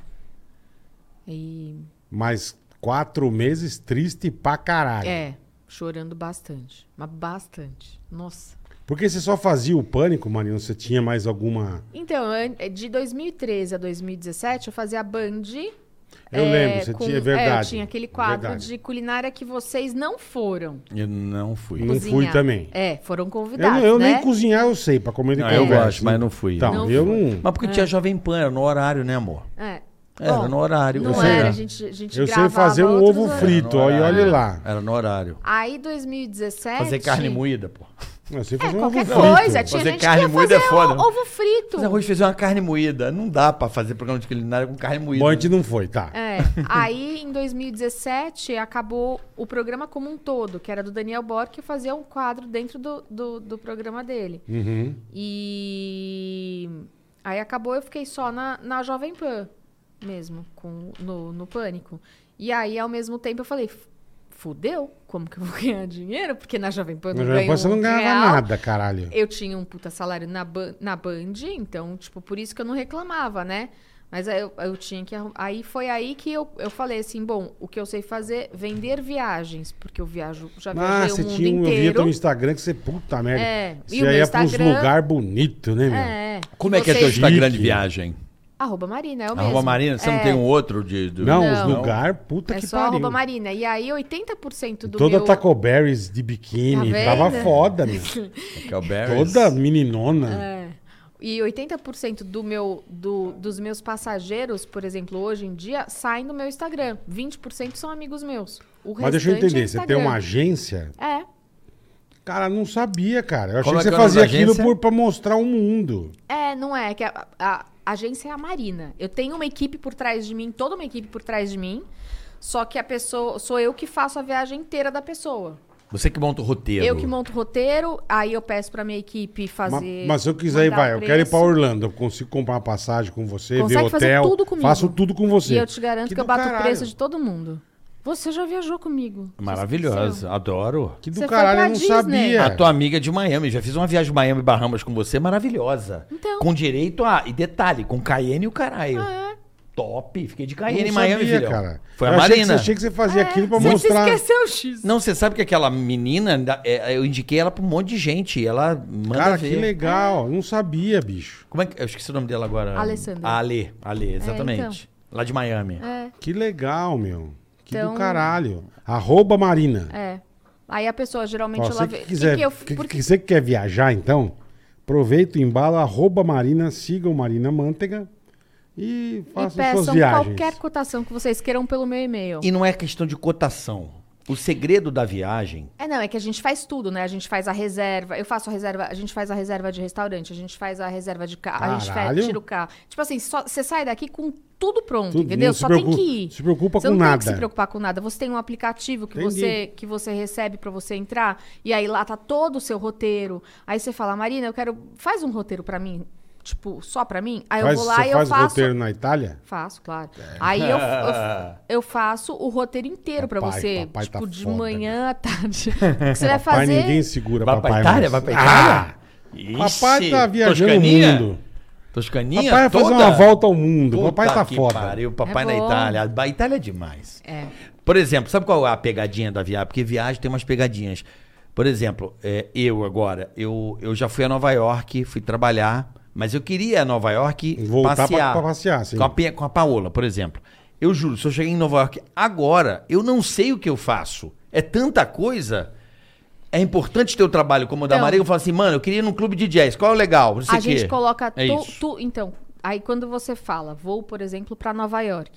Speaker 5: E.
Speaker 1: Mas quatro meses triste pra caralho.
Speaker 5: É, chorando bastante. Mas bastante. Nossa.
Speaker 1: Porque você só fazia o pânico, Marina? Você tinha mais alguma.
Speaker 5: Então, an- de 2013 a 2017, eu fazia Band.
Speaker 1: Eu lembro, você tinha- é verdade,
Speaker 5: eu tinha aquele quadro
Speaker 1: verdade.
Speaker 5: de culinária que vocês não foram.
Speaker 2: Eu não fui.
Speaker 1: Não
Speaker 5: cozinhar.
Speaker 1: fui também.
Speaker 5: É, foram
Speaker 1: Eu,
Speaker 5: convidados,
Speaker 1: eu
Speaker 5: né?
Speaker 1: nem cozinhar eu sei, pra comer de
Speaker 2: Não, eu
Speaker 1: conversa.
Speaker 2: gosto, mas não fui.
Speaker 1: Então,
Speaker 5: Não
Speaker 1: eu
Speaker 5: fui.
Speaker 1: não.
Speaker 2: Mas porque tinha Jovem Pan, era no horário, né, amor?
Speaker 5: É.
Speaker 2: Era
Speaker 5: Bom,
Speaker 2: no horário.
Speaker 5: Não
Speaker 2: você
Speaker 5: era,
Speaker 2: era.
Speaker 5: a gente, a gente
Speaker 1: Eu sei
Speaker 5: gravava
Speaker 1: fazer um
Speaker 5: outros
Speaker 1: ovo
Speaker 5: horários.
Speaker 1: frito. ó, e olha lá.
Speaker 2: Era no horário.
Speaker 5: Aí, 2017...
Speaker 2: Fazer carne moída, pô.
Speaker 1: Eu sei
Speaker 5: É,
Speaker 1: fazer um ovo
Speaker 5: qualquer
Speaker 1: frito.
Speaker 5: coisa. tipo, Tinha
Speaker 2: Fazer
Speaker 5: gente
Speaker 2: carne
Speaker 5: que ia
Speaker 2: moída
Speaker 5: fazer
Speaker 2: é foda, né?
Speaker 5: o- ovo frito.
Speaker 2: Fazer arroz fazer uma carne moída. Não dá pra fazer programa de culinária com carne moída.
Speaker 1: Bom, a gente não foi, tá.
Speaker 5: É. Aí, em 2017, acabou o programa como um todo, que era do Daniel Borg, que fazia um quadro dentro do, do, do programa dele.
Speaker 1: Uhum.
Speaker 5: E aí acabou, eu fiquei só na, na Jovem Pan mesmo, com, no, no pânico. E aí, ao mesmo tempo, eu falei, "F- fudeu, como que eu vou ganhar dinheiro? Porque na Jovem Pan eu não
Speaker 1: Mas depois
Speaker 5: ganho
Speaker 1: você não
Speaker 5: um
Speaker 1: ganhava
Speaker 5: real.
Speaker 1: nada, caralho.
Speaker 5: Eu tinha um puta salário na, ban- na Band, então, tipo, por isso que eu não reclamava, né? Mas aí eu, eu tinha que. arrum- Aí foi aí que eu, eu falei assim: bom, o que eu sei fazer? Vender viagens. Porque eu viajo, já
Speaker 1: Ah,
Speaker 5: viajei
Speaker 1: você
Speaker 5: o mundo
Speaker 1: tinha um. Eu via
Speaker 5: inteiro.
Speaker 1: teu Instagram que você, puta merda.
Speaker 5: É, e o
Speaker 1: Você
Speaker 5: meu
Speaker 1: ia pra uns
Speaker 5: Instagram-
Speaker 1: lugares bonitos, né, meu?
Speaker 5: É.
Speaker 2: Como é que é
Speaker 5: Vocês-
Speaker 2: teu Instagram de
Speaker 1: Chique.
Speaker 2: viagem?
Speaker 5: Arroba Marina, é o mesmo.
Speaker 2: Arroba Marina, você não
Speaker 5: É,
Speaker 2: tem um outro de. do-
Speaker 1: Não, os
Speaker 5: Não.
Speaker 1: lugares, puta
Speaker 5: É
Speaker 1: que
Speaker 5: só
Speaker 1: pariu.
Speaker 5: arroba Marina. E aí, 80% do
Speaker 1: Toda
Speaker 5: meu...
Speaker 1: Taco Berries de biquíni,
Speaker 5: Tá vendo?
Speaker 1: tava foda, meu.
Speaker 2: Que é o Barry's.
Speaker 1: Toda meninona.
Speaker 5: É. E 80% do meu, do, dos meus passageiros, por exemplo, hoje em dia, saem do meu Instagram. 20% são amigos meus. O
Speaker 1: Mas deixa eu
Speaker 5: restante é
Speaker 1: entender, você tem uma
Speaker 5: Instagram.
Speaker 1: agência?
Speaker 5: É.
Speaker 1: Cara, não sabia, cara. Eu achei
Speaker 2: Como
Speaker 1: que
Speaker 2: é
Speaker 1: você
Speaker 2: que é o nome
Speaker 1: fazia
Speaker 2: da
Speaker 1: aquilo
Speaker 2: agência?
Speaker 1: por, pra mostrar o mundo.
Speaker 5: É, não é. é Que a, a- a agência é a Marina. Eu tenho uma equipe por trás de mim, toda uma equipe por trás de mim. Só que a pessoa. Sou eu que faço a viagem inteira da pessoa.
Speaker 2: Você que monta o roteiro.
Speaker 5: Eu que monto o roteiro, aí eu peço pra minha equipe
Speaker 1: Ma-
Speaker 5: fazer.
Speaker 1: Mas, se eu quiser ir,
Speaker 5: mandar
Speaker 1: vai,
Speaker 5: o
Speaker 1: eu quero ir pra
Speaker 5: preço.
Speaker 1: Orlando. Eu consigo comprar uma passagem com você,
Speaker 5: Consegue
Speaker 1: ver
Speaker 5: fazer
Speaker 1: hotel.
Speaker 5: tudo comigo.
Speaker 1: Faço tudo com você.
Speaker 5: E eu te garanto que, eu
Speaker 1: do
Speaker 5: bato o
Speaker 1: caralho.
Speaker 5: preço de todo mundo. Você já viajou comigo. Você
Speaker 2: Maravilhosa, adoro.
Speaker 1: Que do
Speaker 5: Você foi
Speaker 1: caralho, eu
Speaker 5: pra
Speaker 1: não
Speaker 5: Disney.
Speaker 1: sabia.
Speaker 2: A tua amiga é de Miami, já fiz uma viagem Miami Bahamas com você, maravilhosa.
Speaker 5: Então.
Speaker 2: Com direito a. E detalhe, com Cayenne e o caralho.
Speaker 5: Ah,
Speaker 2: Top. Fiquei de
Speaker 1: Eu não
Speaker 2: Cayenne em Miami,
Speaker 1: sabia,
Speaker 2: filhão.
Speaker 1: cara.
Speaker 2: Foi
Speaker 1: eu
Speaker 2: a
Speaker 1: achei que
Speaker 2: Marina.
Speaker 1: você- achei que você fazia aquilo pra
Speaker 5: É, Você
Speaker 1: mostrar.
Speaker 5: esqueceu o X.
Speaker 2: Não, você sabe que aquela menina, da- é, eu indiquei ela pra um monte de gente. e Ela manda
Speaker 1: Cara,
Speaker 2: ver.
Speaker 1: que
Speaker 5: É.
Speaker 1: legal. Eu Não sabia, bicho.
Speaker 2: Como é que. Eu esqueci o nome dela agora.
Speaker 5: Alessandra. então.
Speaker 2: A Ale. Ale, exatamente. Lá de Miami.
Speaker 5: É,
Speaker 1: Que legal, meu. Que
Speaker 5: Então-
Speaker 1: do caralho. Arroba Marina.
Speaker 5: é. Aí a pessoa geralmente
Speaker 1: Ó,
Speaker 5: ela
Speaker 1: você
Speaker 5: vê.
Speaker 1: que quiser,
Speaker 5: eu-
Speaker 1: que-
Speaker 5: por
Speaker 1: que- você que quer viajar, então, aproveita o embalo, arroba Marina, sigam Marina Manteiga e
Speaker 5: E
Speaker 1: façam suas
Speaker 5: peçam
Speaker 1: viagens.
Speaker 5: qualquer cotação que vocês queiram pelo meu e-mail.
Speaker 2: E não é questão de cotação. O segredo da viagem.
Speaker 5: É, não, é que a gente faz tudo, né? A gente faz a reserva, eu faço a reserva, a gente faz a reserva de restaurante, a gente faz a reserva de carro, a gente
Speaker 1: Caralho.
Speaker 5: faz, tira o carro. Tipo assim, só- você sai daqui com tudo pronto,
Speaker 1: Tudo,
Speaker 5: entendeu?
Speaker 1: não se
Speaker 5: Só
Speaker 1: preocupa-
Speaker 5: tem que ir.
Speaker 1: se preocupa
Speaker 5: você
Speaker 1: com
Speaker 5: não
Speaker 1: nada.
Speaker 5: tem que se preocupar com nada. Você tem um aplicativo que,
Speaker 1: Entendi.
Speaker 5: você, que você recebe pra você entrar, e aí lá tá todo o seu roteiro. Aí você fala, Marina, eu quero, faz um roteiro pra mim, tipo, só pra mim. Aí
Speaker 1: Faz,
Speaker 5: eu vou lá
Speaker 1: você
Speaker 5: e eu
Speaker 1: faz
Speaker 5: faço
Speaker 1: roteiro na Itália?
Speaker 5: Faço, claro.
Speaker 1: É.
Speaker 5: Aí eu, eu, eu faço o roteiro inteiro pra
Speaker 1: Papai,
Speaker 5: você.
Speaker 1: papai tá
Speaker 5: tipo, de
Speaker 1: foda,
Speaker 5: manhã à tarde. O que você vai
Speaker 1: Papai,
Speaker 5: fazer?
Speaker 1: ninguém segura
Speaker 2: Vai pra
Speaker 1: papai.
Speaker 2: Itália?
Speaker 1: mas-
Speaker 2: Vai pra Itália? Ixi,
Speaker 1: Ah, papai tá viajando o
Speaker 2: Toscaninha?
Speaker 1: mundo.
Speaker 2: Toscaninha?
Speaker 1: Papai vai fazer
Speaker 2: toda?
Speaker 1: uma volta ao mundo. papai
Speaker 2: Puta
Speaker 1: tá
Speaker 2: que
Speaker 1: foda.
Speaker 2: Pariu, papai
Speaker 5: É
Speaker 2: na
Speaker 5: bom.
Speaker 2: Itália. A Itália é demais.
Speaker 5: É.
Speaker 2: Por exemplo, sabe qual é a pegadinha da viagem? Porque viagem tem umas pegadinhas. Por exemplo, é, eu agora, eu, eu já fui a Nova York, fui trabalhar, mas eu queria a Nova York
Speaker 1: Voltar pra-
Speaker 2: passear.
Speaker 1: pra passear, sim.
Speaker 2: Com a, Pe- com a Paola, por exemplo. Eu juro, se eu cheguei em Nova York agora, eu não sei o que eu faço. É tanta coisa. É importante ter o trabalho como o da
Speaker 5: Então-
Speaker 2: Maria. Eu falo assim, mano, eu queria ir num clube de jazz. Qual é o legal? Não sei
Speaker 5: a
Speaker 2: o quê.
Speaker 5: gente coloca
Speaker 2: É
Speaker 5: tu,
Speaker 2: isso.
Speaker 5: tu- então aí quando você fala vou por exemplo para Nova York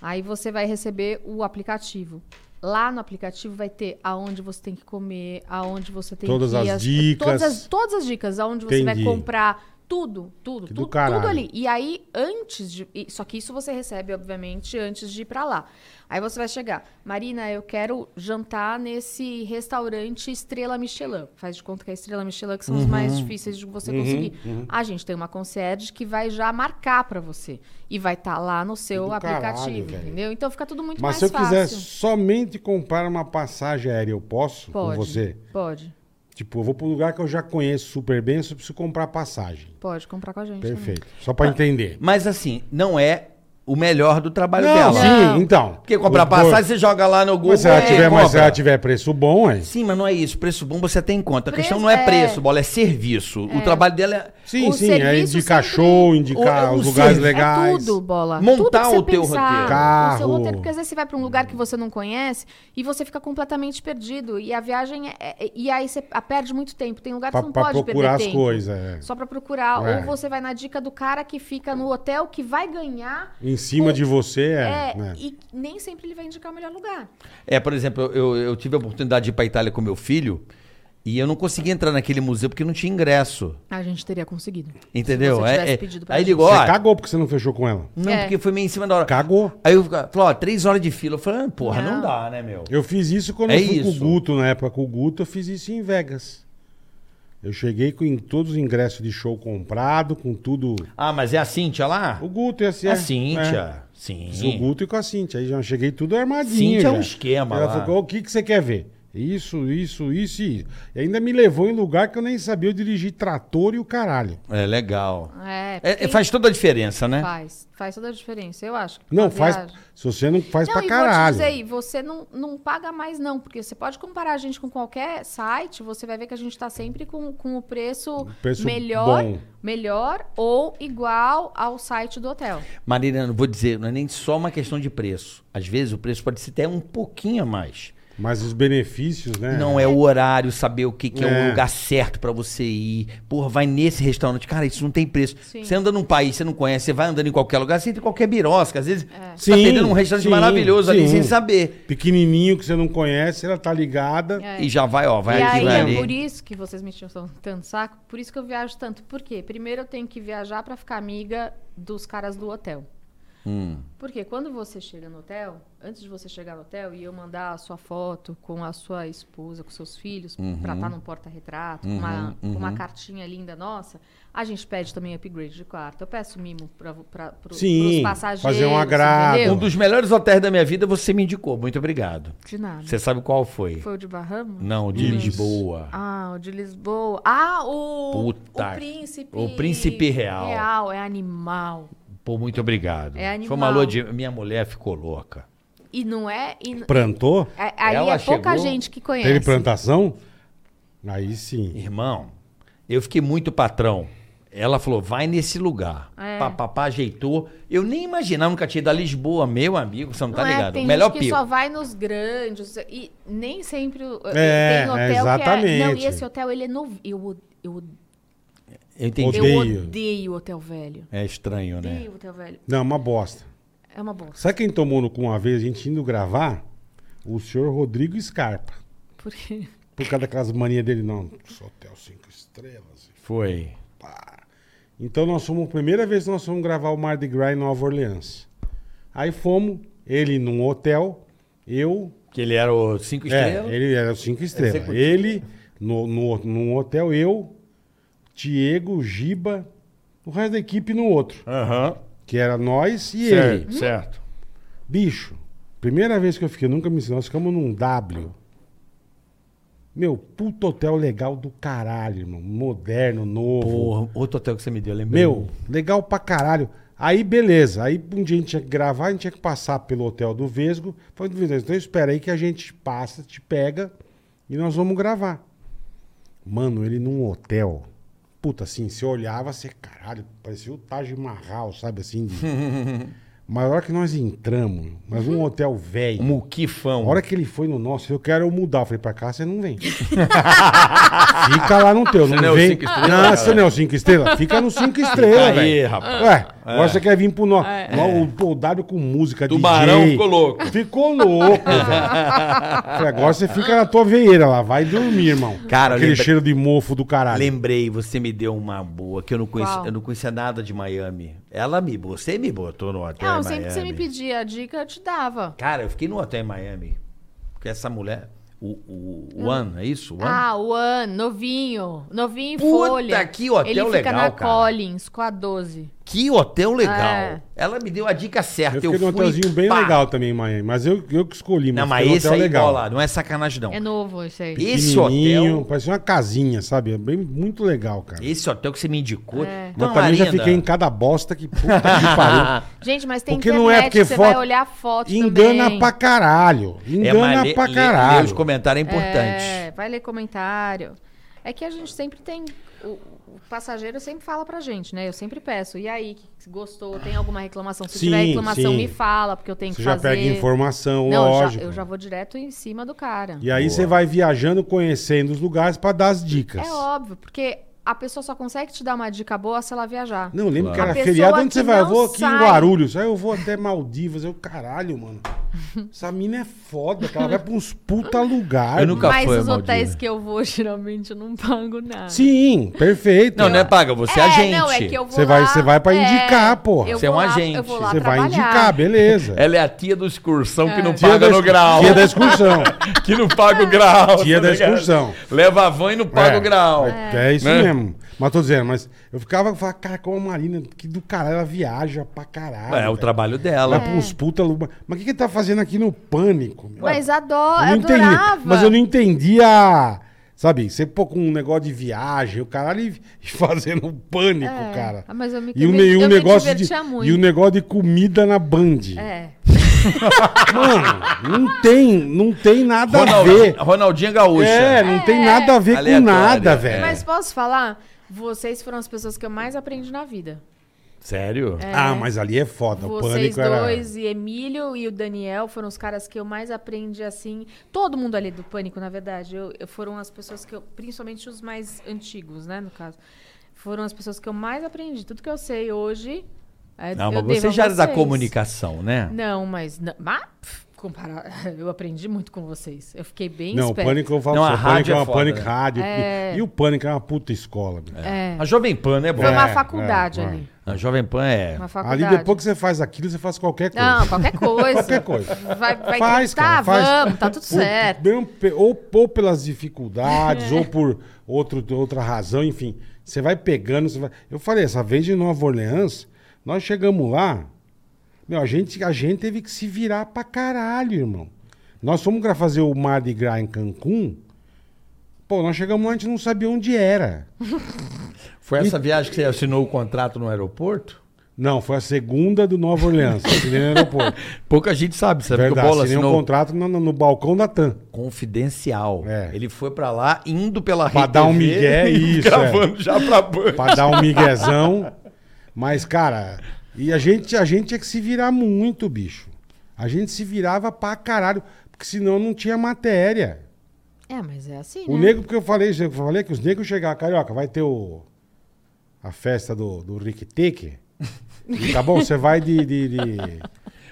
Speaker 5: aí você vai receber o aplicativo lá no aplicativo vai ter aonde você tem que comer aonde você tem
Speaker 1: Todas
Speaker 5: que ir,
Speaker 1: as dicas.
Speaker 5: todas as, todas as dicas aonde você
Speaker 1: Entendi.
Speaker 5: vai comprar tudo tudo
Speaker 1: Que do
Speaker 5: tudo,
Speaker 1: caralho.
Speaker 5: tudo ali e aí antes de e- só que isso você recebe obviamente antes de ir para lá aí você vai chegar Marina eu quero jantar nesse restaurante Estrela Michelin faz de conta que é Estrela Michelin que são
Speaker 1: Uhum.
Speaker 5: os mais difíceis de você conseguir. A gente tem uma concierge que vai já marcar pra você e vai estar lá no seu
Speaker 1: Do caralho,
Speaker 5: aplicativo,
Speaker 1: velho.
Speaker 5: entendeu? Então fica tudo
Speaker 1: Mas
Speaker 5: muito mais
Speaker 1: se eu
Speaker 5: fácil.
Speaker 1: quiser somente comprar uma passagem aérea, eu posso
Speaker 5: pode,
Speaker 1: com você?
Speaker 5: Pode,
Speaker 1: Tipo, eu vou pra um lugar que eu já conheço super bem, eu só preciso comprar passagem.
Speaker 5: pode comprar com a gente. também.
Speaker 1: Perfeito. Só pra entender.
Speaker 2: Mas assim, não é o melhor do trabalho
Speaker 1: Não,
Speaker 2: dela.
Speaker 1: sim,
Speaker 5: Não.
Speaker 1: então.
Speaker 2: Porque comprar
Speaker 1: O-
Speaker 2: passagem, você joga lá no Google.
Speaker 1: Mas se ela
Speaker 2: e
Speaker 5: é
Speaker 1: tiver, mas se
Speaker 2: compra.
Speaker 1: ela tiver preço bom, é.
Speaker 2: Sim, mas não é isso. Preço bom você tem em conta. A
Speaker 5: Preço-
Speaker 2: questão não é
Speaker 5: é.
Speaker 2: preço, bola, é serviço. O trabalho dela é.
Speaker 1: Sim,
Speaker 5: O
Speaker 1: sim, é
Speaker 5: serviço
Speaker 1: indicar
Speaker 5: sempre-
Speaker 1: show, indicar
Speaker 2: o- o
Speaker 1: os lugares
Speaker 2: serviço-
Speaker 1: legais.
Speaker 5: É tudo, bola.
Speaker 2: Montar
Speaker 5: tudo que você
Speaker 2: o teu
Speaker 5: pensar,
Speaker 2: roteiro.
Speaker 5: O
Speaker 1: Carro.
Speaker 5: seu roteiro, porque às vezes você vai pra um lugar que você não conhece e você fica completamente perdido. E a viagem é, é- e aí você a- perde muito tempo. Tem lugar que
Speaker 1: Pra-
Speaker 5: você não
Speaker 1: pra
Speaker 5: pode
Speaker 1: procurar
Speaker 5: perder
Speaker 1: as
Speaker 5: tempo.
Speaker 1: coisas, é.
Speaker 5: Só pra procurar.
Speaker 1: É.
Speaker 5: Ou você vai na dica do cara que fica no hotel que vai ganhar.
Speaker 1: Em cima
Speaker 5: com-
Speaker 1: de você, é.
Speaker 5: É,
Speaker 1: né?
Speaker 5: e nem sempre ele vai indicar o melhor lugar.
Speaker 2: É, por exemplo, eu, eu tive a oportunidade de ir pra Itália com meu filho e eu não consegui entrar naquele museu porque não tinha ingresso.
Speaker 5: A gente teria conseguido.
Speaker 2: Entendeu?
Speaker 5: Se você tivesse
Speaker 2: É, é.
Speaker 5: pedido pra
Speaker 2: Aí
Speaker 5: gente.
Speaker 2: ligou,
Speaker 1: Você
Speaker 2: ó.
Speaker 1: cagou porque você não fechou com ela.
Speaker 2: Não,
Speaker 5: É.
Speaker 2: porque foi meio em cima da hora.
Speaker 1: Cagou.
Speaker 2: Aí eu falei, ó, três horas de fila. Eu falei, ah, porra, não.
Speaker 5: Não.
Speaker 2: dá, né, meu?
Speaker 1: Eu fiz isso quando
Speaker 2: É
Speaker 1: eu fui
Speaker 2: isso.
Speaker 1: com o Guto, na época com o Guto, eu fiz isso em Vegas. Eu cheguei com em todos os ingressos de show comprado, com tudo.
Speaker 2: Ah, mas é a Cíntia lá?
Speaker 1: O Guto e assim,
Speaker 2: A
Speaker 1: é, é.
Speaker 2: Cíntia. Ah, Sim.
Speaker 1: Fiz o Guto e com a Cintia. Aí já cheguei tudo armadinho.
Speaker 2: Cíntia é um
Speaker 1: já.
Speaker 2: esquema
Speaker 1: Ela
Speaker 2: lá.
Speaker 1: falou: o que, que você quer ver? Isso, isso, isso e isso. E ainda me levou em lugar que eu nem sabia. Eu dirigi trator e o caralho.
Speaker 2: É legal.
Speaker 5: É,
Speaker 2: É, é, faz toda a diferença, né?
Speaker 5: faz. Faz toda a diferença, eu acho. que
Speaker 1: Não,
Speaker 5: pra
Speaker 1: faz.
Speaker 5: viagem.
Speaker 1: Se você não faz
Speaker 5: Tá Não,
Speaker 1: pra
Speaker 5: e vou te
Speaker 1: caralho.
Speaker 5: dizer aí, você não, não paga mais não, porque você pode comparar a gente com qualquer site, você vai ver que a gente tá sempre com, com o preço,
Speaker 1: Um preço
Speaker 5: melhor,
Speaker 1: bom.
Speaker 5: melhor ou igual ao site do hotel.
Speaker 2: Marina, eu vou dizer, não é nem só uma questão de preço. Às vezes o preço pode ser até um pouquinho a mais.
Speaker 1: Mas os benefícios, né?
Speaker 2: Não é o horário, saber o que, que é,
Speaker 1: É.
Speaker 2: o lugar certo pra você ir. Porra, vai nesse restaurante. Cara, isso não tem preço.
Speaker 5: Sim.
Speaker 2: Você anda num país, você não conhece, você vai andando em qualquer lugar, você entra em qualquer birosca. Às
Speaker 5: É.
Speaker 2: vezes você tá
Speaker 1: Sim,
Speaker 2: perdendo um restaurante
Speaker 1: sim,
Speaker 2: maravilhoso ali
Speaker 1: sim.
Speaker 2: sem saber.
Speaker 1: Pequenininho que você não conhece, ela tá ligada.
Speaker 5: É.
Speaker 2: E já vai, ó, vai
Speaker 5: e
Speaker 2: aqui,
Speaker 5: aí,
Speaker 2: vai
Speaker 5: é
Speaker 2: ali.
Speaker 5: por isso que vocês me tinham tanto saco, por isso que eu viajo tanto. Por quê? Primeiro eu tenho que viajar pra ficar amiga dos caras do hotel.
Speaker 2: Hum.
Speaker 5: Porque quando você chega no hotel, antes de você chegar no hotel e eu mandar a sua foto com a sua esposa, com seus filhos,
Speaker 1: Uhum.
Speaker 5: pra estar num porta-retrato, com uma, com uma cartinha linda nossa, a gente pede também upgrade de quarto. Eu peço mimo pra, pra, pro,
Speaker 1: Sim,
Speaker 5: pros passageiros.
Speaker 1: fazer um agrado.
Speaker 2: Um
Speaker 5: entendeu?
Speaker 2: dos melhores hotéis da minha vida você me indicou. Muito obrigado.
Speaker 5: De nada.
Speaker 2: Você sabe qual foi?
Speaker 5: Foi o de Bahamas?
Speaker 2: Não, de
Speaker 1: Isso.
Speaker 2: Lisboa.
Speaker 5: Ah, o de Lisboa. Ah, o.
Speaker 2: Puta.
Speaker 5: O príncipe.
Speaker 2: O príncipe real.
Speaker 5: Real, é animal.
Speaker 2: Pô, muito obrigado.
Speaker 5: É animal.
Speaker 2: Foi uma lua de. Minha mulher ficou louca.
Speaker 5: E não é. e-
Speaker 1: Plantou?
Speaker 5: é- aí
Speaker 2: Ela
Speaker 5: é pouca
Speaker 2: chegou-
Speaker 5: gente que conhece.
Speaker 1: Teve plantação? Aí sim.
Speaker 2: Irmão, eu fiquei muito patrão. Ela falou, vai nesse lugar.
Speaker 5: É.
Speaker 2: Papapá ajeitou. Eu nem imaginava, nunca tinha ido a Lisboa, meu amigo, você não, tá
Speaker 5: Não é,
Speaker 2: ligado.
Speaker 5: Tem
Speaker 2: Melhor
Speaker 5: gente que
Speaker 2: pico.
Speaker 5: só vai nos grandes e nem sempre o-
Speaker 1: É,
Speaker 5: eh, tem
Speaker 1: é,
Speaker 5: hotel que é. Não,
Speaker 1: exatamente.
Speaker 5: e esse hotel ele é novo. Eu, od- eu, od-
Speaker 2: Eu entendi.
Speaker 5: eu
Speaker 1: Odeio.
Speaker 5: odeio hotel velho.
Speaker 2: É estranho, né?
Speaker 5: Odeio hotel velho.
Speaker 1: Não, é uma bosta.
Speaker 5: É uma bosta.
Speaker 1: Sabe quem tomou no cu uma vez, a gente indo gravar? O senhor Rodrigo Scarpa.
Speaker 5: Porque
Speaker 1: Por causa daquelas manias dele, não. Só hotel cinco estrelas.
Speaker 2: Foi.
Speaker 1: Então nós fomos, a primeira vez que nós fomos gravar o Mardi Gras em Nova Orleans. Aí fomos, ele num hotel, eu.
Speaker 2: Que ele era o cinco estrelas.
Speaker 1: É, ele era cinco estrelas.
Speaker 2: Executivo.
Speaker 1: Ele no, no, num hotel, eu, Diego, Giba, o resto da equipe no outro.
Speaker 2: Aham.
Speaker 1: Que era nós e ele.
Speaker 5: Hum?
Speaker 2: Certo, certo.
Speaker 1: Bicho, primeira vez que eu fiquei, nunca me ensinou, nós ficamos num W. Meu, puto hotel legal do caralho, irmão. Moderno, novo.
Speaker 2: Porra, outro hotel que você me deu, eu lembrei.
Speaker 1: Meu, legal pra caralho. Aí, beleza. Aí um dia a gente tinha que gravar, a gente tinha que passar pelo hotel do Vesgo. Falei, do Vesgo, então espera aí que a gente passa, te pega e nós vamos gravar. Mano, ele num hotel. Puta, assim, você olhava, você, caralho, parecia o Taj Mahal, sabe assim? De... Mas a hora que nós entramos, mas um hotel velho. A
Speaker 2: Muquifão.
Speaker 1: hora que ele foi no nosso, eu quero mudar. Eu falei, pra cá você não vem. fica lá no teu, não,
Speaker 2: não é o
Speaker 1: vem.
Speaker 2: cinco estrelas,
Speaker 1: não,
Speaker 2: cara.
Speaker 1: você não é o 5 estrelas. Fica no 5 estrelas,
Speaker 2: Fica aí,
Speaker 1: velho.
Speaker 2: rapaz. É.
Speaker 1: Ué, agora você quer vir pro nó. Nó, O Poldário com música,
Speaker 2: Tubarão
Speaker 1: DJ.
Speaker 2: ficou louco.
Speaker 1: Ficou louco, velho. Falei, agora você fica na tua veieira lá. Vai dormir, irmão.
Speaker 2: Cara, eu
Speaker 1: Aquele
Speaker 2: lembrei-
Speaker 1: cheiro de mofo do caralho.
Speaker 2: Lembrei, você me deu uma boa, que eu não conhecia,
Speaker 5: Qual?
Speaker 2: eu não conhecia nada de Miami. Ela me, você me botou no hotel
Speaker 5: não,
Speaker 2: em
Speaker 5: Ah, sempre que você me
Speaker 2: é Miami.
Speaker 5: pedia a dica eu te dava.
Speaker 2: Cara, eu fiquei no hotel em Miami. Com essa mulher. O, o, o One, é isso? O One?
Speaker 5: Ah, o An, novinho, novinho em
Speaker 2: Puta,
Speaker 5: folha.
Speaker 2: que hotel
Speaker 5: Ele fica
Speaker 2: legal,
Speaker 5: na
Speaker 2: cara.
Speaker 5: Collins com a 12.
Speaker 2: Que hotel legal.
Speaker 5: É.
Speaker 2: Ela me deu a dica certa.
Speaker 1: Eu
Speaker 2: Eu,
Speaker 1: fiquei num
Speaker 2: fui,
Speaker 1: hotelzinho bem
Speaker 2: pá.
Speaker 1: legal também em Miami. Mas um eu, eu que escolhi,
Speaker 2: Não, mas
Speaker 1: fiquei num
Speaker 2: esse aí, bola, não é sacanagem, não.
Speaker 5: É novo esse aí.
Speaker 2: Esse
Speaker 1: Pequenininho,
Speaker 2: hotel,
Speaker 1: Parecia uma casinha, sabe? É bem, muito legal, cara.
Speaker 2: esse hotel que você me indicou. É.
Speaker 1: Mas também já fiquei em cada bosta que puta que pariu.
Speaker 5: Gente, mas tem
Speaker 1: Porque
Speaker 5: internet,
Speaker 1: não é porque
Speaker 5: você
Speaker 1: foto-
Speaker 5: vai olhar a foto
Speaker 1: Engana
Speaker 5: também.
Speaker 1: pra caralho.
Speaker 2: É,
Speaker 1: Engana
Speaker 2: mas le-
Speaker 1: pra
Speaker 2: le-
Speaker 1: caralho.
Speaker 2: ler os comentários é importante.
Speaker 5: É, vai ler comentário. É que a gente sempre tem. O, o passageiro sempre fala pra gente, né? Eu sempre peço. E aí, que gostou? Tem alguma reclamação? Se
Speaker 1: Sim,
Speaker 5: tiver reclamação,
Speaker 1: sim.
Speaker 5: me fala, porque eu tenho
Speaker 1: Você
Speaker 5: que
Speaker 1: já
Speaker 5: fazer.
Speaker 1: pega informação,
Speaker 5: Não, eu já-
Speaker 1: lógico.
Speaker 5: eu já vou direto em cima do cara.
Speaker 1: E aí você vai viajando, conhecendo os lugares pra dar as dicas.
Speaker 5: É óbvio, porque a pessoa só consegue te dar uma dica boa se ela viajar.
Speaker 1: Não, lembro que
Speaker 5: Claro.
Speaker 1: era
Speaker 5: A
Speaker 1: feriado.
Speaker 5: pessoa
Speaker 1: Onde você
Speaker 5: que
Speaker 1: vai? Eu
Speaker 5: não
Speaker 1: vou aqui em
Speaker 5: sai.
Speaker 1: Guarulhos. Aí eu vou até Maldivas. Eu, caralho, mano. Essa mina é foda, cara. Ela vai pra uns puta lugar.
Speaker 2: Eu nunca
Speaker 5: Mas
Speaker 2: foi,
Speaker 5: os hotéis
Speaker 2: Maldivas.
Speaker 5: que eu vou, geralmente, eu não pago nada.
Speaker 1: Sim, perfeito.
Speaker 2: Não, não é paga, você é, a gente.
Speaker 5: não, é que eu vou
Speaker 1: Você vai-
Speaker 5: lá-
Speaker 1: você vai pra
Speaker 5: é,
Speaker 1: indicar, porra.
Speaker 5: eu
Speaker 2: Você é
Speaker 5: vou
Speaker 2: um
Speaker 5: lá-
Speaker 2: agente.
Speaker 5: Eu vou lá
Speaker 1: Você vai
Speaker 5: trabalhar.
Speaker 1: indicar, beleza.
Speaker 2: Ela é a tia do excursão que
Speaker 5: É.
Speaker 2: não
Speaker 1: Dia
Speaker 2: paga
Speaker 1: da
Speaker 2: no
Speaker 1: excu-
Speaker 2: grau.
Speaker 1: Dia da excursão.
Speaker 2: Que não paga o grau.
Speaker 1: Dia
Speaker 2: tá
Speaker 1: da
Speaker 2: ligado?
Speaker 1: excursão.
Speaker 2: Leva a van e não paga
Speaker 1: É,
Speaker 2: o grau.
Speaker 1: É, é isso
Speaker 2: Né?
Speaker 1: mesmo. Mas tô dizendo, mas eu ficava falando, cara, como a Marina, que do caralho, ela viaja pra caralho.
Speaker 2: É, o
Speaker 1: velho.
Speaker 2: trabalho
Speaker 1: Ela
Speaker 2: dela.
Speaker 1: pra uns puta lugar. Mas o que, que ele tá fazendo aqui no pânico? meu?
Speaker 5: É. Mas
Speaker 1: Eu
Speaker 5: adoro,
Speaker 1: não entendi.
Speaker 5: adorava.
Speaker 1: Mas eu não entendi a. Sabe, você pô com um negócio de viagem, o caralho e e fazendo um pânico,
Speaker 5: É.
Speaker 1: cara.
Speaker 5: Ah, Mas eu me,
Speaker 1: E o,
Speaker 5: eu
Speaker 1: ne- e
Speaker 5: me,
Speaker 1: o
Speaker 5: eu me
Speaker 1: negócio de,
Speaker 5: divertia muito.
Speaker 1: e o negócio de comida na Band.
Speaker 5: É.
Speaker 1: Mano, não tem, não tem nada a
Speaker 2: Ronald-
Speaker 1: ver.
Speaker 2: Ronaldinho Gaúcho.
Speaker 1: É, não tem nada a ver com
Speaker 2: Aleatório,
Speaker 1: nada,
Speaker 2: é.
Speaker 1: velho.
Speaker 5: Mas posso falar? Vocês foram as pessoas que eu mais aprendi na vida.
Speaker 2: Sério?
Speaker 1: Ah, mas ali é foda. o
Speaker 5: Vocês
Speaker 1: pânico era.
Speaker 5: dois e Emílio e o Daniel foram os caras que eu mais aprendi assim. Todo mundo ali do pânico, na verdade, eu, eu- foram as pessoas que eu, principalmente os mais antigos, né, no caso, foram as pessoas que eu mais aprendi. Tudo que eu sei hoje. É,
Speaker 2: Não,
Speaker 5: eu
Speaker 2: mas
Speaker 5: devo
Speaker 2: você
Speaker 5: a
Speaker 2: já era da
Speaker 5: vocês.
Speaker 2: comunicação, né?
Speaker 5: Não, mas, na- mas pff, comparar, eu aprendi muito com vocês. Eu fiquei bem
Speaker 1: Não, o
Speaker 5: esperta.
Speaker 1: pânico eu falo
Speaker 2: Não,
Speaker 1: pra
Speaker 2: a
Speaker 1: você, o pânico
Speaker 2: rádio
Speaker 1: é
Speaker 2: é
Speaker 1: uma
Speaker 2: foda,
Speaker 1: pânico
Speaker 2: né?
Speaker 1: rádio. E, e o pânico é uma puta escola, meu.
Speaker 5: É.
Speaker 2: A Jovem Pan, né,
Speaker 5: Foi
Speaker 2: Bola?
Speaker 5: uma
Speaker 1: É,
Speaker 5: faculdade
Speaker 1: é,
Speaker 5: ali.
Speaker 2: A Jovem Pan é.
Speaker 4: Uma faculdade.
Speaker 1: Ali depois que você faz aquilo, você faz qualquer coisa.
Speaker 4: Não, qualquer coisa.
Speaker 1: Qualquer coisa.
Speaker 4: Vai, vai
Speaker 1: Faz,
Speaker 4: gritar,
Speaker 1: cara, faz.
Speaker 4: vamos, tá tudo
Speaker 1: Por-
Speaker 4: certo. É.
Speaker 1: mesmo pe- ou, ou pelas dificuldades, ou por outro, outra razão, enfim. Você vai pegando. Você vai... Eu falei, essa vez de Nova Orleans, nós chegamos lá. Meu, a gente, a gente teve que se virar pra caralho, irmão. Nós fomos gra- fazer o Mardi Gras em Cancún. Pô, nós chegamos lá, a gente não sabia onde era.
Speaker 2: Foi essa viagem que você assinou o contrato no aeroporto?
Speaker 1: Não, foi a segunda do Nova Orleans, assinei no aeroporto.
Speaker 2: Pouca gente sabe, sabe que o
Speaker 1: Verdade,
Speaker 2: Bola
Speaker 1: assinei um
Speaker 2: assinou
Speaker 1: contrato no, no- no balcão da TAM.
Speaker 2: confidencial.
Speaker 1: É.
Speaker 2: Ele foi pra lá indo pela
Speaker 1: Pra dar um migué,
Speaker 2: e
Speaker 1: isso, é.
Speaker 2: Gravando já pra Band.
Speaker 1: pra dar um miguezão. Mas, cara, e a gente, a gente tinha que se virar muito, bicho. A gente se virava pra caralho, porque senão não tinha matéria.
Speaker 4: É, mas é assim,
Speaker 1: O
Speaker 4: né?
Speaker 1: negro, porque eu falei, eu falei que os negros chegavam, carioca, vai ter o, a festa do, do Rick Take. Tá bom? Você vai de. de, de-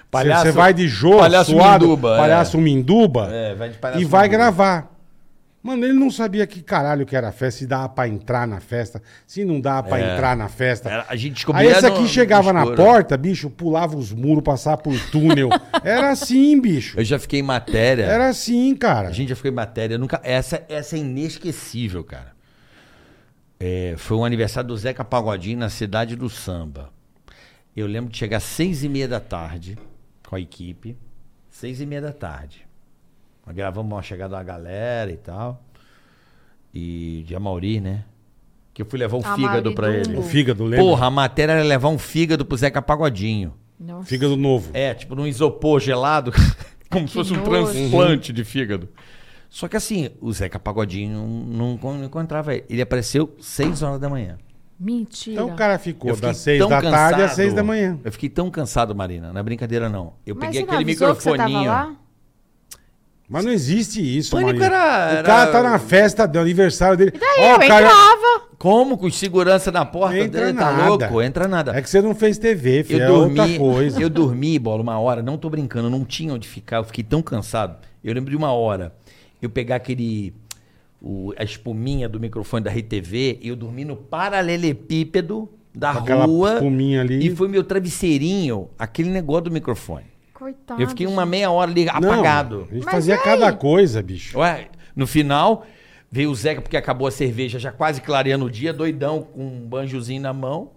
Speaker 2: Palhaço-
Speaker 1: você vai de jogo,
Speaker 2: Palhaço
Speaker 1: suado,
Speaker 2: Minduba, é.
Speaker 1: palhaço Minduba
Speaker 2: É, vai de palhaço
Speaker 1: e vai
Speaker 2: Minduba.
Speaker 1: gravar. Mano, ele não sabia que caralho que era a festa, se dava pra entrar na festa, se não dava pra
Speaker 2: É.
Speaker 1: entrar na festa.
Speaker 2: Era- a gente
Speaker 1: Aí
Speaker 2: descobria
Speaker 1: esse
Speaker 2: no-
Speaker 1: aqui
Speaker 2: no
Speaker 1: chegava na
Speaker 2: escuro.
Speaker 1: porta, bicho, pulava os muros, passava por túnel. Era assim, bicho.
Speaker 2: Eu já fiquei em matéria.
Speaker 1: Era assim, cara.
Speaker 2: É. A gente já ficou em matéria. Nunca... Essa, essa é inesquecível, cara. É, foi um aniversário do Zeca Pagodinho na cidade do samba. Eu lembro de chegar às seis e meia da tarde com a equipe. Seis e meia da tarde. Nós gravamos uma chegada da galera e tal. E de Amauri, né? Que eu fui levar um
Speaker 4: Amauri
Speaker 2: fígado pra
Speaker 4: Dumbo.
Speaker 2: ele.
Speaker 1: O fígado, lembra?
Speaker 2: Porra, a matéria era levar um fígado pro Zeca Pagodinho.
Speaker 4: Nossa.
Speaker 1: Fígado novo.
Speaker 2: É, tipo num isopor gelado, como se fosse um
Speaker 4: nojo.
Speaker 1: Uhum.
Speaker 2: transplante de fígado. Só que assim, o Zeca Pagodinho não, não encontrava ele. Ele apareceu 6 horas da manhã.
Speaker 4: Mentira.
Speaker 1: Então o cara ficou
Speaker 2: Eu fiquei
Speaker 1: das seis
Speaker 2: tão
Speaker 1: da tarde às
Speaker 2: cansado.
Speaker 1: seis da manhã.
Speaker 2: Eu fiquei tão cansado, Marina. Não é brincadeira, não. Eu
Speaker 4: Mas
Speaker 2: peguei
Speaker 4: você não
Speaker 2: aquele
Speaker 4: avisou que você tava
Speaker 2: microfoninho.
Speaker 4: lá?
Speaker 1: Mas não existe isso,
Speaker 2: Pânico
Speaker 1: Marina.
Speaker 2: era-
Speaker 1: O cara
Speaker 2: era-
Speaker 1: tá na festa do aniversário dele.
Speaker 4: Aí
Speaker 1: Ó,
Speaker 4: eu
Speaker 1: o cara-
Speaker 4: entrava.
Speaker 2: Como? Com segurança na porta?
Speaker 1: Entra
Speaker 2: Ele tá
Speaker 1: nada.
Speaker 2: louco? Entra nada.
Speaker 1: É que você não fez TV, filho.
Speaker 2: eu
Speaker 1: é outra
Speaker 2: dormi,
Speaker 1: coisa.
Speaker 2: eu dormi, bola, uma hora, não tô brincando, não tinha onde ficar, eu fiquei tão cansado. Eu lembro de uma hora, eu pegar aquele o- a espuminha do microfone da RTV e eu dormi no paralelepípedo da
Speaker 1: Com aquela
Speaker 2: rua.
Speaker 1: espuminha ali.
Speaker 2: E foi meu travesseirinho, aquele negócio do microfone.
Speaker 4: Coitado.
Speaker 5: Ah,
Speaker 2: Eu fiquei uma meia hora ali
Speaker 1: Não,
Speaker 2: apagado.
Speaker 1: A gente
Speaker 4: Mas
Speaker 1: fazia
Speaker 4: e aí?
Speaker 1: cada coisa, bicho.
Speaker 2: Ué, no final, veio o Zeca porque acabou a cerveja, já quase clareando o dia, doidão, com um banjozinho na mão,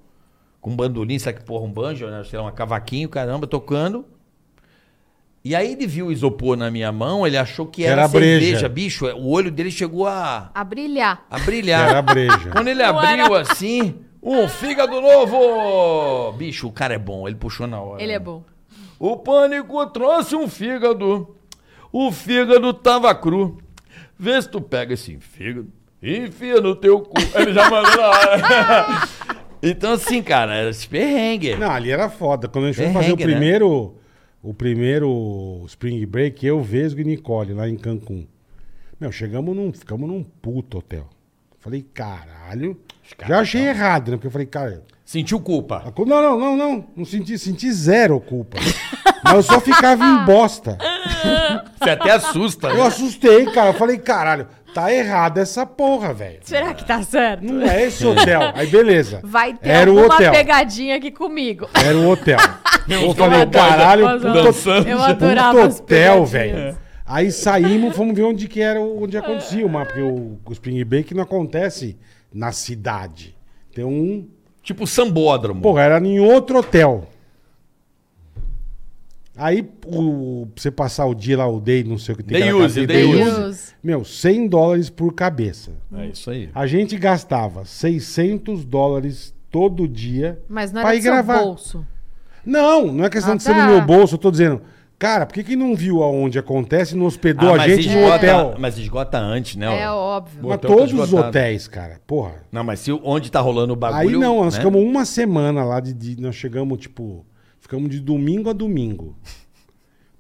Speaker 2: com um bandolim, será que porra, um banjo, né? sei lá, uma cavaquinho, caramba, tocando. E aí ele viu o isopor na minha mão, ele achou que era,
Speaker 1: Era
Speaker 2: cerveja,
Speaker 1: breja.
Speaker 2: bicho, o olho dele chegou a,
Speaker 4: A brilhar. Ah.
Speaker 2: a
Speaker 1: Era
Speaker 2: brilhar.
Speaker 1: breja.
Speaker 2: Quando ele abriu assim, um fígado novo! Bicho, o cara é bom, ele puxou na hora.
Speaker 4: Ele é bom.
Speaker 2: O pânico trouxe um fígado. O fígado tava cru. Vê se tu pega esse fígado e enfia no teu cu. Ele já mandou na hora. então, assim, cara, era esse perrengue.
Speaker 1: Não, ali era foda. Quando a gente foi
Speaker 4: É
Speaker 2: Perrengue,
Speaker 1: fazer o
Speaker 2: né?
Speaker 1: primeiro, o primeiro Spring Break, eu, Vesgo e Nicole, lá em Cancún. Meu, chegamos num, ficamos num puto hotel. Falei, caralho. Já achei errado, né? Porque eu falei, cara,
Speaker 2: Sentiu culpa.
Speaker 1: a cu- não, não, não, não. Não senti, senti zero culpa. Mas eu só ficava em bosta.
Speaker 2: Você até assusta. né?
Speaker 1: Eu assustei, cara. Eu falei, caralho, tá errado essa porra, velho.
Speaker 4: Será que tá certo?
Speaker 1: Não é esse hotel. Aí, beleza.
Speaker 4: Vai ter
Speaker 1: Era o
Speaker 4: alguma
Speaker 1: hotel.
Speaker 4: pegadinha aqui comigo.
Speaker 1: Era um hotel. eu
Speaker 2: Deus,
Speaker 1: falei,
Speaker 2: eu adoro,
Speaker 1: caralho,
Speaker 4: eu
Speaker 1: puta-
Speaker 2: dançando.
Speaker 4: Eu adorava
Speaker 1: puta
Speaker 4: as
Speaker 1: hotel,
Speaker 4: pegadinhas.
Speaker 1: velho. Aí saímos, fomos ver onde que era, onde acontecia o mapa, porque o, o Spring Break não acontece na cidade. Tem um...
Speaker 2: Tipo sambódromo.
Speaker 1: Porra, era em outro hotel. Aí, o, pra você passar o dia lá, o day, não sei o que tem.
Speaker 2: Day
Speaker 1: aquela
Speaker 2: use,
Speaker 1: casa-
Speaker 2: day
Speaker 1: day
Speaker 2: use.
Speaker 1: Meu, 100 dólares por cabeça.
Speaker 2: É isso aí.
Speaker 1: A gente gastava 600 dólares todo dia
Speaker 4: Mas não
Speaker 1: pra
Speaker 4: era
Speaker 1: ir
Speaker 4: do seu
Speaker 1: gravar.
Speaker 4: bolso.
Speaker 1: Não, não é questão
Speaker 4: Ah,
Speaker 1: de ser
Speaker 4: tá.
Speaker 1: no meu bolso, eu tô dizendo. Cara, por que, que não viu aonde acontece e não hospedou
Speaker 2: Ah,
Speaker 1: a gente no
Speaker 2: esgota-
Speaker 1: hotel?
Speaker 2: Mas esgota antes, né?
Speaker 4: É
Speaker 2: ó.
Speaker 4: óbvio.
Speaker 2: o
Speaker 1: Mas
Speaker 2: hotel tá
Speaker 1: todos os
Speaker 2: esgotado.
Speaker 1: hotéis, cara. Porra.
Speaker 2: Não, mas se o- onde tá rolando o bagulho.
Speaker 1: Aí não, nós
Speaker 2: né?
Speaker 1: ficamos uma semana lá de, de- Nós chegamos, tipo. Ficamos de domingo a domingo.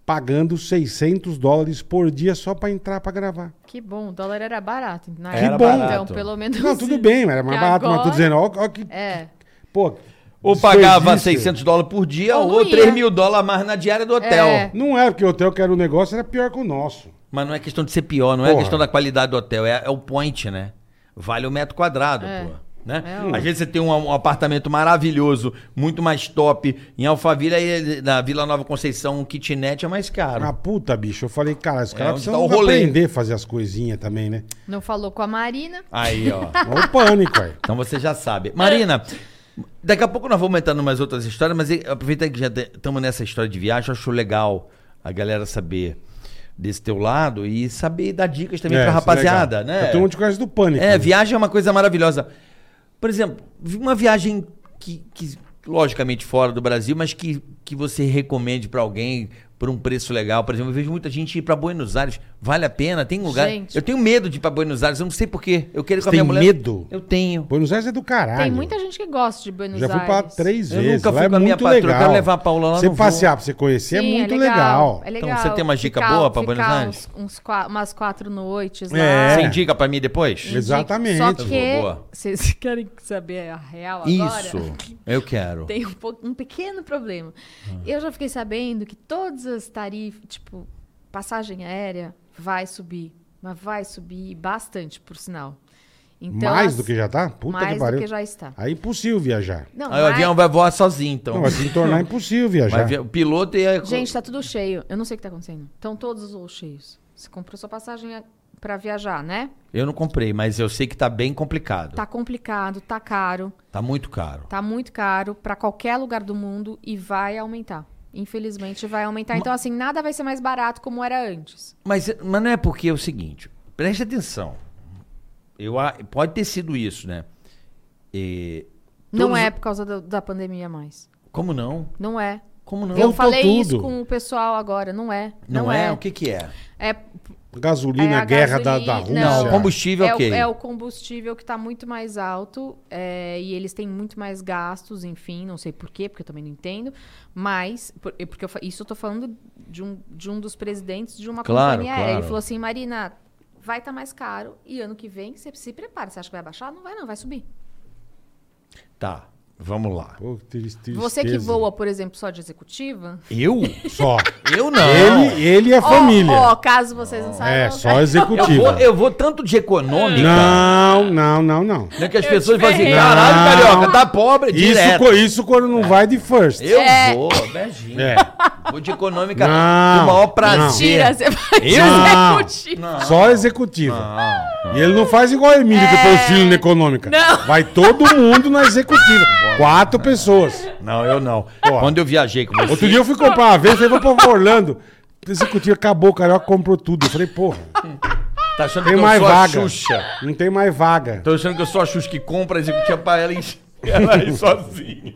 Speaker 1: pagando 600 dólares por dia só pra entrar pra gravar.
Speaker 4: Que bom, o dólar era barato. Na
Speaker 2: Era
Speaker 4: época,
Speaker 1: barato.
Speaker 4: Então, pelo menos.
Speaker 1: Não, tudo bem, era mais
Speaker 4: Que
Speaker 1: barato, mas tô
Speaker 4: agora-
Speaker 1: dizendo, ó, ó que.
Speaker 4: É.
Speaker 1: Pô.
Speaker 2: Ou pagava
Speaker 1: desperdício.
Speaker 2: 600 dólares por dia
Speaker 4: Ou
Speaker 2: ou,
Speaker 4: não ia.
Speaker 2: 3 mil dólares a mais na diária do hotel.
Speaker 4: É.
Speaker 1: Não era, porque o hotel que era o negócio era pior que o nosso.
Speaker 2: Mas não é questão de ser pior, não é
Speaker 1: Porra.
Speaker 2: questão da qualidade do hotel, é, é o point, né? Vale o metro quadrado, pô. Né?
Speaker 5: É, ó.
Speaker 2: Às vezes você tem um, um apartamento maravilhoso, muito mais top. Em Alphaville, aí, na Vila Nova Conceição, um kitnet é mais caro.
Speaker 1: Na Ah, puta, bicho, eu falei, cara, os caras
Speaker 2: onde tá
Speaker 1: precisam
Speaker 2: o rolê.
Speaker 1: aprender a fazer as coisinhas também, né?
Speaker 5: Não falou com a Marina.
Speaker 2: Aí, ó.
Speaker 1: Olha o pânico, aí.
Speaker 2: Então você já sabe. Marina, daqui a pouco nós vamos entrar em umas outras histórias, mas eh, aproveita que já estamos nessa história de viagem, eu acho legal a galera saber desse teu lado e saber dar dicas também
Speaker 1: É,
Speaker 2: pra
Speaker 1: isso é
Speaker 2: rapaziada,
Speaker 1: legal.
Speaker 2: né?
Speaker 1: Eu tenho um de coisa do pânico.
Speaker 2: É,
Speaker 1: né?
Speaker 2: viagem é uma coisa maravilhosa. Por exemplo, vi- uma viagem que, que, logicamente fora do Brasil, mas que, que você recomende pra alguém por um preço legal. Por exemplo, eu vejo muita gente ir pra Buenos Aires. Vale a pena? Tem lugar.
Speaker 5: Gente.
Speaker 2: Eu tenho medo de ir pra Buenos Aires, eu não sei porquê. Eu quero ir com a
Speaker 1: Você
Speaker 2: minha
Speaker 1: tem
Speaker 2: mulher.
Speaker 1: medo?
Speaker 2: Eu tenho.
Speaker 1: Buenos Aires é do caralho.
Speaker 5: Tem muita gente que gosta de Buenos
Speaker 1: Já
Speaker 5: Aires.
Speaker 1: fui pra lá três
Speaker 2: Eu
Speaker 1: vezes.
Speaker 2: nunca fui
Speaker 1: lá é
Speaker 2: com a minha
Speaker 1: muito
Speaker 2: patroa, eu
Speaker 1: legal.
Speaker 2: quero levar a Paula lá,
Speaker 1: Você
Speaker 2: não vou.
Speaker 1: passear pra você conhecer
Speaker 5: Sim,
Speaker 1: é muito legal.
Speaker 5: É
Speaker 2: Então,
Speaker 5: legal.
Speaker 2: você tem uma dica boa pra Buenos
Speaker 5: ficar
Speaker 2: Aires?
Speaker 5: Uns, uns qua- umas quatro noites lá.
Speaker 1: É.
Speaker 2: Você indica pra mim depois?
Speaker 5: Indica-
Speaker 1: Exatamente.
Speaker 5: Só
Speaker 1: Tá
Speaker 2: bom,
Speaker 5: que,
Speaker 2: boa.
Speaker 5: vocês querem saber a real agora?
Speaker 2: Isso. Eu quero.
Speaker 5: Tem um, po- um pequeno problema.
Speaker 2: Ah.
Speaker 5: Eu já fiquei sabendo que todas as tarifas, tipo, passagem aérea vai subir. Mas vai subir bastante, por sinal. Então,
Speaker 1: mais
Speaker 5: as-
Speaker 1: do que já tá? Puta
Speaker 5: mais
Speaker 1: que
Speaker 5: do
Speaker 1: pariu.
Speaker 5: que já tá. está.
Speaker 1: Aí é impossível viajar.
Speaker 5: Não,
Speaker 2: Aí o
Speaker 5: mas-
Speaker 2: avião vai voar sozinho, então.
Speaker 1: Não, vai se tornar impossível viajar.
Speaker 2: Vai ver- o piloto e a...
Speaker 5: Gente, tá tudo cheio. Eu não sei o que tá acontecendo. Estão todos os voos cheios. Você comprou sua passagem a- pra viajar, né?
Speaker 2: Eu não comprei, mas eu sei que tá bem complicado.
Speaker 5: Tá complicado, tá caro,
Speaker 2: Tá muito caro.
Speaker 5: tá muito caro pra qualquer lugar do mundo e vai aumentar. Infelizmente vai aumentar. Então, assim, nada vai ser mais barato como era antes.
Speaker 2: Mas, mas não é porque é o seguinte, preste atenção. Eu, a- pode ter sido isso, né? E-
Speaker 5: Não
Speaker 2: todos-
Speaker 5: é por causa do- da pandemia mais.
Speaker 2: Como não?
Speaker 5: Não é.
Speaker 2: Como não?
Speaker 5: Eu
Speaker 1: Voltou
Speaker 5: falei isso
Speaker 1: tudo.
Speaker 5: com o pessoal agora. Não é.
Speaker 2: Não,
Speaker 5: Não,
Speaker 2: é?
Speaker 5: é.
Speaker 2: O que que é?
Speaker 5: É,
Speaker 1: Gasolina,
Speaker 5: É a
Speaker 1: guerra da, da Rússia.
Speaker 5: gasolina.
Speaker 2: Não, combustível,
Speaker 5: é,
Speaker 2: ok.
Speaker 5: o, é o combustível que tá muito mais alto é, e eles têm muito mais gastos, enfim, não sei porquê, porque eu também não entendo, mas, por- porque eu fa- isso eu tô falando de um, de um dos presidentes de uma
Speaker 2: Claro,
Speaker 5: companhia aérea.
Speaker 2: claro.
Speaker 5: Ele falou assim, Marina, vai estar mais caro e ano que vem você se prepara. Você acha que vai baixar? Não vai não, vai subir.
Speaker 2: Tá, vamos lá.
Speaker 1: Pô, que tris- tristeza.
Speaker 5: Você que voa, por exemplo, só de executiva...
Speaker 2: Eu?
Speaker 1: Só.
Speaker 2: Eu não.
Speaker 1: Ele, ele e a família.
Speaker 5: Ó, ó, caso vocês não, saibam...
Speaker 1: é, só
Speaker 2: Eu,
Speaker 1: executivo.
Speaker 2: vou, eu vou tanto de econômica.
Speaker 1: Não, não, não, não.
Speaker 2: Né, que as pessoas falam assim,
Speaker 5: ferrei.
Speaker 2: caralho,
Speaker 1: Não.
Speaker 2: carioca, tá pobre,
Speaker 1: Isso,
Speaker 2: direto.
Speaker 1: co- isso quando não vai de first.
Speaker 2: Eu
Speaker 5: É.
Speaker 2: vou, beijinho.
Speaker 1: É.
Speaker 2: Vou de econômica
Speaker 1: Não,
Speaker 2: do maior prazer.
Speaker 5: Tira, você vai de
Speaker 1: Não.
Speaker 5: executiva.
Speaker 1: Só executivo.
Speaker 2: Ah, É.
Speaker 1: E ele não faz igual a Emília, que põe o filho na econômica.
Speaker 5: Não.
Speaker 1: Vai todo mundo na executiva. Quatro pessoas.
Speaker 2: não, eu não.
Speaker 1: Ó.
Speaker 2: Quando eu viajei com você...
Speaker 1: Outro dia eu fui comprar uma vez, falei, vou pra Orlando. O executivo acabou, o carioca comprou tudo. Eu falei, porra,
Speaker 2: Tá achando
Speaker 1: tem
Speaker 2: que
Speaker 1: mais
Speaker 2: eu sou
Speaker 1: vaga.
Speaker 2: a Xuxa.
Speaker 1: Não tem mais vaga.
Speaker 2: Tô achando que eu sou a Xuxa que compra executiva pra ela e ela aí sozinha.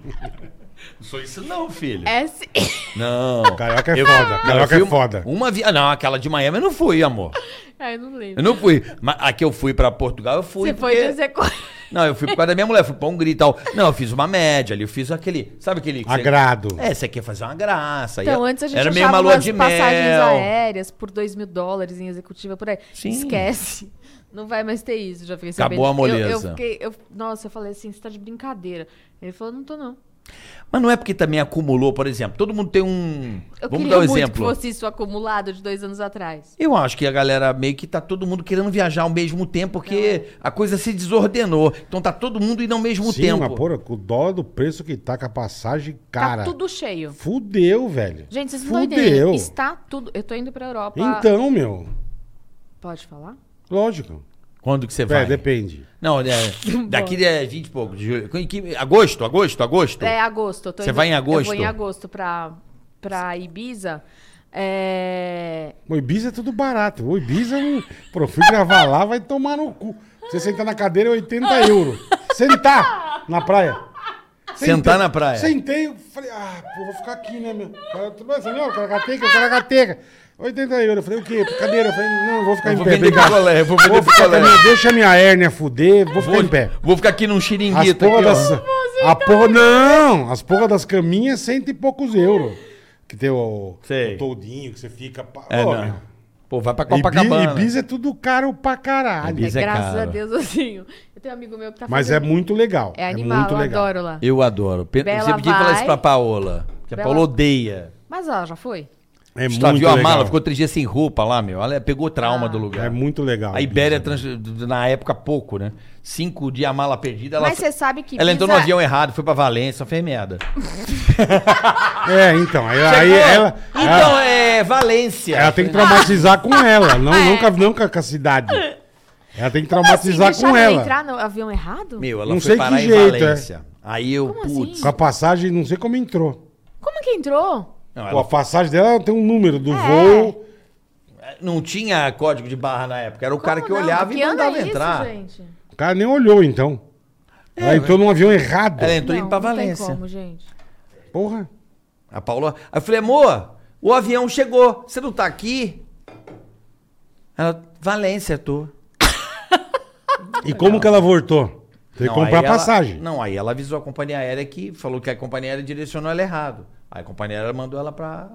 Speaker 2: Não sou isso não, filho.
Speaker 5: É, sim.
Speaker 2: Não.
Speaker 1: Carioca é
Speaker 2: Eu-
Speaker 1: foda.
Speaker 2: Não, eu
Speaker 1: Carioca
Speaker 2: fui
Speaker 1: é
Speaker 2: um-
Speaker 1: foda.
Speaker 2: Uma via... Não, aquela de Miami eu não fui, amor.
Speaker 5: Ah, eu não lembro.
Speaker 2: Eu não fui. Mas a que eu fui pra Portugal, eu fui.
Speaker 5: Você foi de
Speaker 2: porque-
Speaker 5: executiva.
Speaker 2: Não, eu fui por causa da minha mulher, fui pra Hungria e tal. Não, eu fiz uma média ali, eu fiz aquele. Sabe aquele. que você-
Speaker 1: Agrado.
Speaker 2: É, você quer fazer uma graça.
Speaker 5: Então,
Speaker 2: e-
Speaker 5: antes a gente
Speaker 2: é- Era
Speaker 5: achava
Speaker 2: meio uma lua
Speaker 5: umas
Speaker 2: de
Speaker 5: passagens
Speaker 2: mel.
Speaker 5: aéreas por 2 mil dólares em executiva por aí.
Speaker 2: Sim.
Speaker 5: Esquece. Não vai mais ter isso, já fiquei sabendo.
Speaker 2: Acabou a
Speaker 5: Eu- Eu,
Speaker 2: moleza.
Speaker 5: fiquei, eu- nossa, eu falei assim, você tá de brincadeira. Ele falou, não tô não.
Speaker 2: Mas não é porque também acumulou, por exemplo. Todo mundo tem um.
Speaker 5: Eu
Speaker 2: Vamos
Speaker 5: queria
Speaker 2: dar um
Speaker 5: muito que
Speaker 2: exemplo.
Speaker 5: fosse isso acumulado de dois anos atrás.
Speaker 2: Eu acho que a galera meio que tá todo mundo querendo viajar ao mesmo tempo, porque a coisa se desordenou. Então tá todo mundo indo ao mesmo
Speaker 1: Sim,
Speaker 2: tempo.
Speaker 1: mas porra, com o dólar do preço que tá com a passagem, cara.
Speaker 5: Tá tudo cheio.
Speaker 1: Fudeu, velho.
Speaker 5: Gente, vocês não estão
Speaker 1: Fudeu.
Speaker 5: entendendo. Está tudo... Eu tô indo pra Europa.
Speaker 1: Então, meu.
Speaker 5: Pode falar?
Speaker 1: Lógico.
Speaker 2: Quando que você vai?
Speaker 1: É, depende.
Speaker 2: Não, é, daqui é 20 e pouco de julho. Em que- Agosto, agosto, agosto?
Speaker 5: É agosto. eu tô
Speaker 2: Você
Speaker 5: indo-
Speaker 2: vai em agosto?
Speaker 5: Eu vou em agosto pra, pra Ibiza. É...
Speaker 1: O Ibiza é tudo barato. O Ibiza, um... pô, eu fui gravar lá, vai tomar no cu. Você sentar na cadeira é 80 euros. Sentar na praia.
Speaker 2: Sentar na praia.
Speaker 1: Sentei, falei, ah, pô, vou ficar aqui, né, meu? Cara, tudo bem, senhor? Caracateca, caracateca. 80 euros. Eu falei, o quê? Cadeira? Eu falei, não, eu vou ficar
Speaker 2: Eu
Speaker 1: em
Speaker 2: vou
Speaker 1: pé.
Speaker 2: vender
Speaker 1: Obrigado.
Speaker 2: picolé, eu vou vender
Speaker 1: ficar
Speaker 2: picolé.
Speaker 1: também, Deixa minha hérnia fuder, vou ficar em pé.
Speaker 2: Vou ficar aqui num
Speaker 1: As
Speaker 2: xiringuito
Speaker 1: porra
Speaker 2: aqui,
Speaker 1: das.
Speaker 2: ó.
Speaker 1: A
Speaker 5: então.
Speaker 1: porra, não! As porra das caminhas, cento e poucos euros. Que tem o,
Speaker 2: Sei.
Speaker 1: o toldinho que você fica. pa-
Speaker 2: É,
Speaker 1: Ô,
Speaker 2: não.
Speaker 1: meu.
Speaker 2: Pô, vai pra
Speaker 1: Ibiza,
Speaker 2: Copacabana.
Speaker 1: Ibiza é tudo caro pra caralho.
Speaker 2: Ibiza é
Speaker 5: graças
Speaker 2: caro.
Speaker 5: a Deus, assim. Eu tenho um amigo meu que tá
Speaker 1: Mas é
Speaker 5: fazendo-
Speaker 1: muito legal.
Speaker 5: É animal,
Speaker 1: muito
Speaker 5: eu
Speaker 1: legal.
Speaker 5: adoro lá.
Speaker 2: Eu adoro. Pe-
Speaker 5: Bela
Speaker 2: Você podia falar
Speaker 5: vai.
Speaker 2: isso pra Paola. Que a
Speaker 5: Bela-
Speaker 2: Paola odeia.
Speaker 5: Mas ela já foi?
Speaker 1: É
Speaker 2: Extraviou tá, a
Speaker 1: muito
Speaker 2: mala,
Speaker 1: legal.
Speaker 2: ficou três dias sem roupa lá, meu. Ela pegou o trauma
Speaker 5: Ah.
Speaker 2: do lugar.
Speaker 1: É muito legal.
Speaker 2: A Ibéria, trans- na época, pouco, né? Cinco dias a mala perdida. Ela,
Speaker 5: Mas você sabe que
Speaker 2: ela entrou no
Speaker 5: Ibiza-
Speaker 2: avião errado, foi pra Valência, fez merda.
Speaker 1: É, então. Aí, aí
Speaker 2: Chegou.
Speaker 1: ela,
Speaker 2: Então,
Speaker 1: ela,
Speaker 2: é Valência.
Speaker 1: ela
Speaker 5: é.
Speaker 1: tem que traumatizar com ela. Não, nunca, nunca com a cidade. Ela tem que traumatizar
Speaker 5: assim,
Speaker 1: com
Speaker 5: deixaram
Speaker 1: ela.
Speaker 5: entrar no avião errado?
Speaker 2: Meu, ela
Speaker 1: Não
Speaker 2: foi
Speaker 1: sei que
Speaker 2: parar em
Speaker 1: jeito, é.
Speaker 2: Valência. Aí eu,
Speaker 5: Como
Speaker 2: putz.
Speaker 5: assim?
Speaker 1: Com a passagem, não sei como entrou.
Speaker 5: Como que entrou?
Speaker 2: Não,
Speaker 1: Com a
Speaker 2: ela
Speaker 1: passagem dela tem um número do
Speaker 5: É.
Speaker 1: voo.
Speaker 2: não tinha código de barra na época. Era o cara
Speaker 5: Como
Speaker 2: que
Speaker 5: não?
Speaker 2: olhava
Speaker 5: Que
Speaker 2: e
Speaker 5: ano
Speaker 2: mandava
Speaker 5: é isso,
Speaker 2: entrar.
Speaker 5: gente?
Speaker 1: O cara nem olhou, então.
Speaker 5: É,
Speaker 1: ela entrou num avião errado.
Speaker 2: Ela entrou
Speaker 5: não,
Speaker 2: indo pra
Speaker 5: não
Speaker 2: Valência.
Speaker 5: tem como, gente.
Speaker 1: Porra.
Speaker 2: A Paula. Aí eu falei, amor, o avião chegou. Você não tá aqui? Ela, Valência, tô.
Speaker 1: E como que ela voltou? Tem
Speaker 2: Não,
Speaker 1: que comprar
Speaker 2: aí ela-
Speaker 1: passagem.
Speaker 2: não, aí ela avisou a companhia aérea que falou que a companhia aérea direcionou ela errado. Aí a companhia aérea mandou ela pra.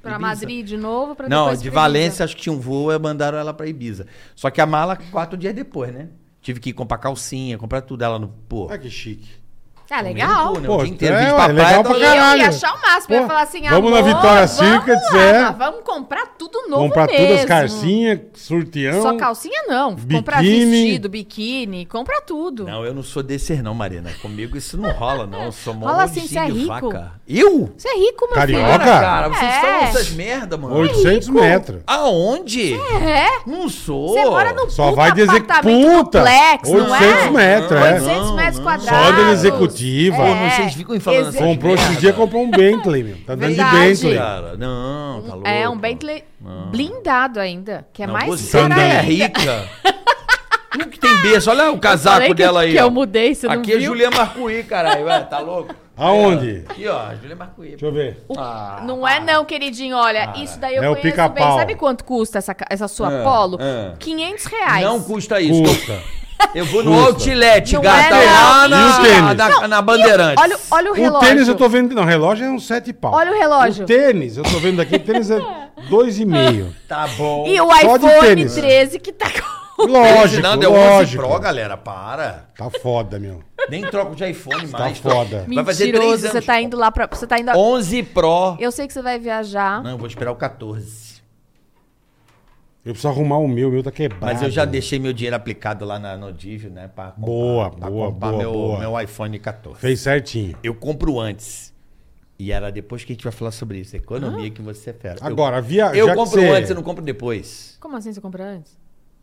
Speaker 5: Pra
Speaker 2: Ibiza.
Speaker 5: Madrid de novo, pra
Speaker 2: Não,
Speaker 5: depois
Speaker 2: de
Speaker 5: pra Ibiza.
Speaker 2: Valência acho que tinha um voo e mandaram ela pra Ibiza. Só que a mala quatro dias depois, né? Tive que comprar calcinha, comprar tudo. Ela no. Pô.
Speaker 1: Ah, que chique.
Speaker 5: Ah, legal.
Speaker 2: Pô, né?
Speaker 1: Pô,
Speaker 2: o dia inteiro,
Speaker 1: é,
Speaker 2: vim de tá
Speaker 1: ué,
Speaker 2: papai,
Speaker 1: legal pra
Speaker 2: tava-
Speaker 5: E
Speaker 1: caralho.
Speaker 5: eu ia achar o máximo. eu
Speaker 1: Pô,
Speaker 5: ia falar assim,
Speaker 1: vamos na
Speaker 5: amor,
Speaker 1: Vitória
Speaker 5: vamos
Speaker 1: Secret,
Speaker 5: lá,
Speaker 1: é.
Speaker 5: mas vamos comprar tudo novo
Speaker 1: comprar
Speaker 5: mesmo.
Speaker 1: todas as carcinhas, surteão.
Speaker 5: Só calcinha não. Comprar
Speaker 1: biquíni.
Speaker 5: vestido, biquíni, compra tudo.
Speaker 2: Não, eu não sou descer não, Marina. Comigo isso não rola, não. Eu sou mó
Speaker 5: Rola sim, você é
Speaker 2: ursinho
Speaker 5: rico.
Speaker 2: vaca. Eu?
Speaker 5: Você é rico, meu
Speaker 1: Carioca?
Speaker 2: Para,
Speaker 5: filho.
Speaker 2: cara. Vocês
Speaker 5: É.
Speaker 2: falam essas merda, mano.
Speaker 1: 800 metros.
Speaker 2: Aonde?
Speaker 5: É?
Speaker 2: Não sou.
Speaker 5: Você mora num
Speaker 1: Só
Speaker 5: puta
Speaker 1: vai de exec-
Speaker 5: apartamento
Speaker 1: puta,
Speaker 5: duplex, não
Speaker 1: 800
Speaker 5: é?
Speaker 1: metros, é.
Speaker 5: 800
Speaker 2: Não,
Speaker 5: metros
Speaker 2: não.
Speaker 5: quadrados. É.
Speaker 1: Só de executiva.
Speaker 2: Pô, não, vocês ficam falando
Speaker 5: Exe-
Speaker 2: essas
Speaker 1: Comprou
Speaker 2: merda.
Speaker 1: esse dia, comprou um Bentley, meu. Tá dando de
Speaker 5: Verdade.
Speaker 1: Bentley.
Speaker 2: Cara, não, tá louco. Ah.
Speaker 5: É, um Bentley blindado ainda, que é
Speaker 2: Não,
Speaker 5: mais
Speaker 2: você
Speaker 5: caro
Speaker 2: não é
Speaker 5: ainda.
Speaker 2: rica. Não que tem berço. Olha o
Speaker 5: Falei
Speaker 2: casaco
Speaker 5: que-
Speaker 2: dela aí.
Speaker 5: que
Speaker 2: ó.
Speaker 5: eu mudei, você não
Speaker 2: Aqui é
Speaker 5: viu?
Speaker 2: Julia Marcuí, caralho. ué, Tá louco?
Speaker 1: Aonde?
Speaker 2: Aqui, ó. Julia Marcuí.
Speaker 1: Deixa eu ver.
Speaker 5: Não é não, queridinho. Olha, isso daí eu
Speaker 1: É o
Speaker 5: conheço bem.
Speaker 1: pica-pau.
Speaker 5: Sabe quanto custa essa, ca- essa sua
Speaker 2: É,
Speaker 5: Polo?
Speaker 2: é.
Speaker 5: 500 reais.
Speaker 2: Não custa isso.
Speaker 1: Custa.
Speaker 2: Eu vou no
Speaker 1: Custa.
Speaker 2: outlet,
Speaker 5: Não
Speaker 2: gata,
Speaker 5: é, não.
Speaker 2: lá
Speaker 1: E o tênis?
Speaker 2: na, na, na Bandeirantes.
Speaker 5: Olha, olha o
Speaker 1: O
Speaker 5: relógio.
Speaker 1: tênis eu tô vendo. Não, relógio é uns 7 pau.
Speaker 5: Olha o relógio.
Speaker 1: O tênis, eu tô vendo aqui, o tênis é 2,5.
Speaker 2: Tá bom.
Speaker 5: E o
Speaker 1: Só de
Speaker 5: iPhone
Speaker 1: tênis.
Speaker 5: 13 que tá com...
Speaker 1: Lógico,
Speaker 2: Ferdinando é 11
Speaker 1: lógico.
Speaker 2: Pro, galera, para.
Speaker 1: Tá foda, meu.
Speaker 2: Nem troco de iPhone
Speaker 1: Tá
Speaker 2: mais.
Speaker 1: foda.
Speaker 2: Vai fazer
Speaker 5: Mentiroso,
Speaker 2: três
Speaker 5: você
Speaker 2: anos,
Speaker 5: tá
Speaker 2: pô.
Speaker 5: indo lá pra... Você tá indo...
Speaker 2: 11 Pro.
Speaker 5: Eu sei que você vai viajar.
Speaker 2: Não, eu vou esperar o 14.
Speaker 1: Eu preciso arrumar o meu, o meu tá quebrado.
Speaker 2: Mas eu já deixei meu dinheiro aplicado lá na Nodívio, né? Pra comprar,
Speaker 1: Boa,
Speaker 2: pra
Speaker 1: boa,
Speaker 2: comprar
Speaker 1: boa,
Speaker 2: meu,
Speaker 1: boa.
Speaker 2: meu iPhone 14.
Speaker 1: Fez certinho.
Speaker 2: Eu compro antes. E era depois que a gente vai falar sobre isso.
Speaker 5: Ah.
Speaker 2: Economia que você é fera. Eu-
Speaker 1: Agora, via.
Speaker 2: Eu,
Speaker 1: já que
Speaker 2: compro
Speaker 1: você-
Speaker 2: antes, eu não compro depois.
Speaker 5: Como assim você compra antes?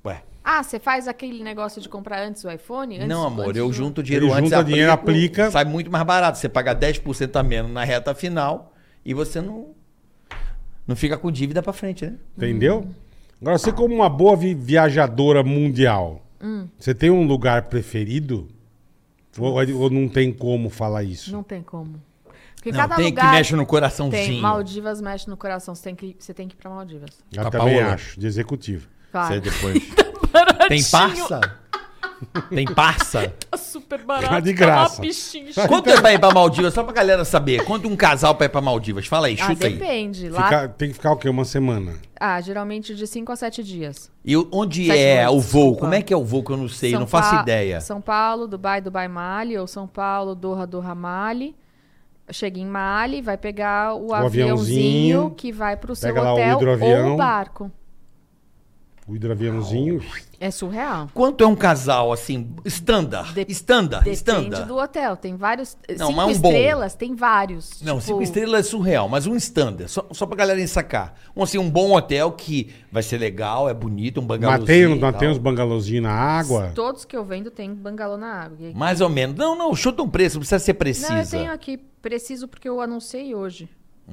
Speaker 2: Ué.
Speaker 5: Ah, você faz aquele negócio de comprar antes o iPhone? Antes-
Speaker 2: não, amor,
Speaker 5: antes
Speaker 2: eu
Speaker 5: do-
Speaker 2: junto o dinheiro
Speaker 1: Ele
Speaker 2: antes.
Speaker 1: junta dinheiro, aplica.
Speaker 2: Sai muito mais barato. Você paga 10% a menos na reta final e você não. Não fica com dívida pra frente, né?
Speaker 1: Entendeu? Agora, você como uma boa vi- viajadora mundial,
Speaker 5: Hum.
Speaker 1: você tem um lugar preferido? Ou, ou não tem como falar isso?
Speaker 5: Não tem como. Porque
Speaker 2: não, tem que mexe no coraçãozinho.
Speaker 5: Tem, Maldivas mexe no coração. Você tem que, você tem que ir pra Maldivas.
Speaker 1: Eu
Speaker 2: Tá,
Speaker 1: também
Speaker 2: Paola?
Speaker 1: acho, de executivo.
Speaker 2: Você
Speaker 5: Claro.
Speaker 2: depois. Tem parça? Tem parça?
Speaker 5: Tá super barato.
Speaker 1: Tá de graça.
Speaker 5: uma pichincha.
Speaker 2: Quanto é pra ir pra Maldivas? Só pra galera saber. Quanto um casal pra ir pra Maldivas? Fala aí,
Speaker 5: Ah,
Speaker 2: chuta aí.
Speaker 5: depende. Lá,
Speaker 1: Fica- tem que ficar o quê? Uma semana?
Speaker 5: ah, geralmente de 5 a 7 dias.
Speaker 2: E o- onde
Speaker 5: Sete
Speaker 2: é
Speaker 5: noites,
Speaker 2: o voo?
Speaker 5: desculpa.
Speaker 2: Como é que é o voo que eu não sei?
Speaker 5: São
Speaker 2: não faço
Speaker 5: Pa-
Speaker 2: ideia.
Speaker 5: São Paulo, Dubai, Dubai Mali, ou São Paulo, Doha, Doha Mali. Chega em Mali, vai pegar o, aviãozinho,
Speaker 1: aviãozinho,
Speaker 5: que vai pro seu
Speaker 1: pega lá o
Speaker 5: hotel ou
Speaker 1: hidroavião.
Speaker 5: o barco.
Speaker 1: O hidroaviãozinho.
Speaker 5: É surreal.
Speaker 2: Quanto é um casal, assim, standard?
Speaker 5: Dep-
Speaker 2: standard,
Speaker 5: Depende
Speaker 2: standard.
Speaker 5: do hotel. Tem vários.
Speaker 2: Não,
Speaker 5: cinco
Speaker 2: mas um bom.
Speaker 5: estrelas, tem vários.
Speaker 2: Não,
Speaker 5: tipo,
Speaker 2: cinco estrelas é surreal, mas um standard, só, só pra galera sacar. Um, assim, um bom hotel que vai ser legal, é bonito, um
Speaker 1: Mas
Speaker 2: bangalôzinho
Speaker 1: tem,
Speaker 2: e
Speaker 1: mas
Speaker 2: tal.
Speaker 1: tem uns bangalôzinhos na água?
Speaker 5: Todos que eu vendo tem bangalô na água. E aí-
Speaker 2: Mais ou menos. Não, não, chuta um preço, não precisa ser
Speaker 5: Não, eu
Speaker 2: precisa. Hum.
Speaker 5: tenho aqui. Preciso porque eu anunciei hoje.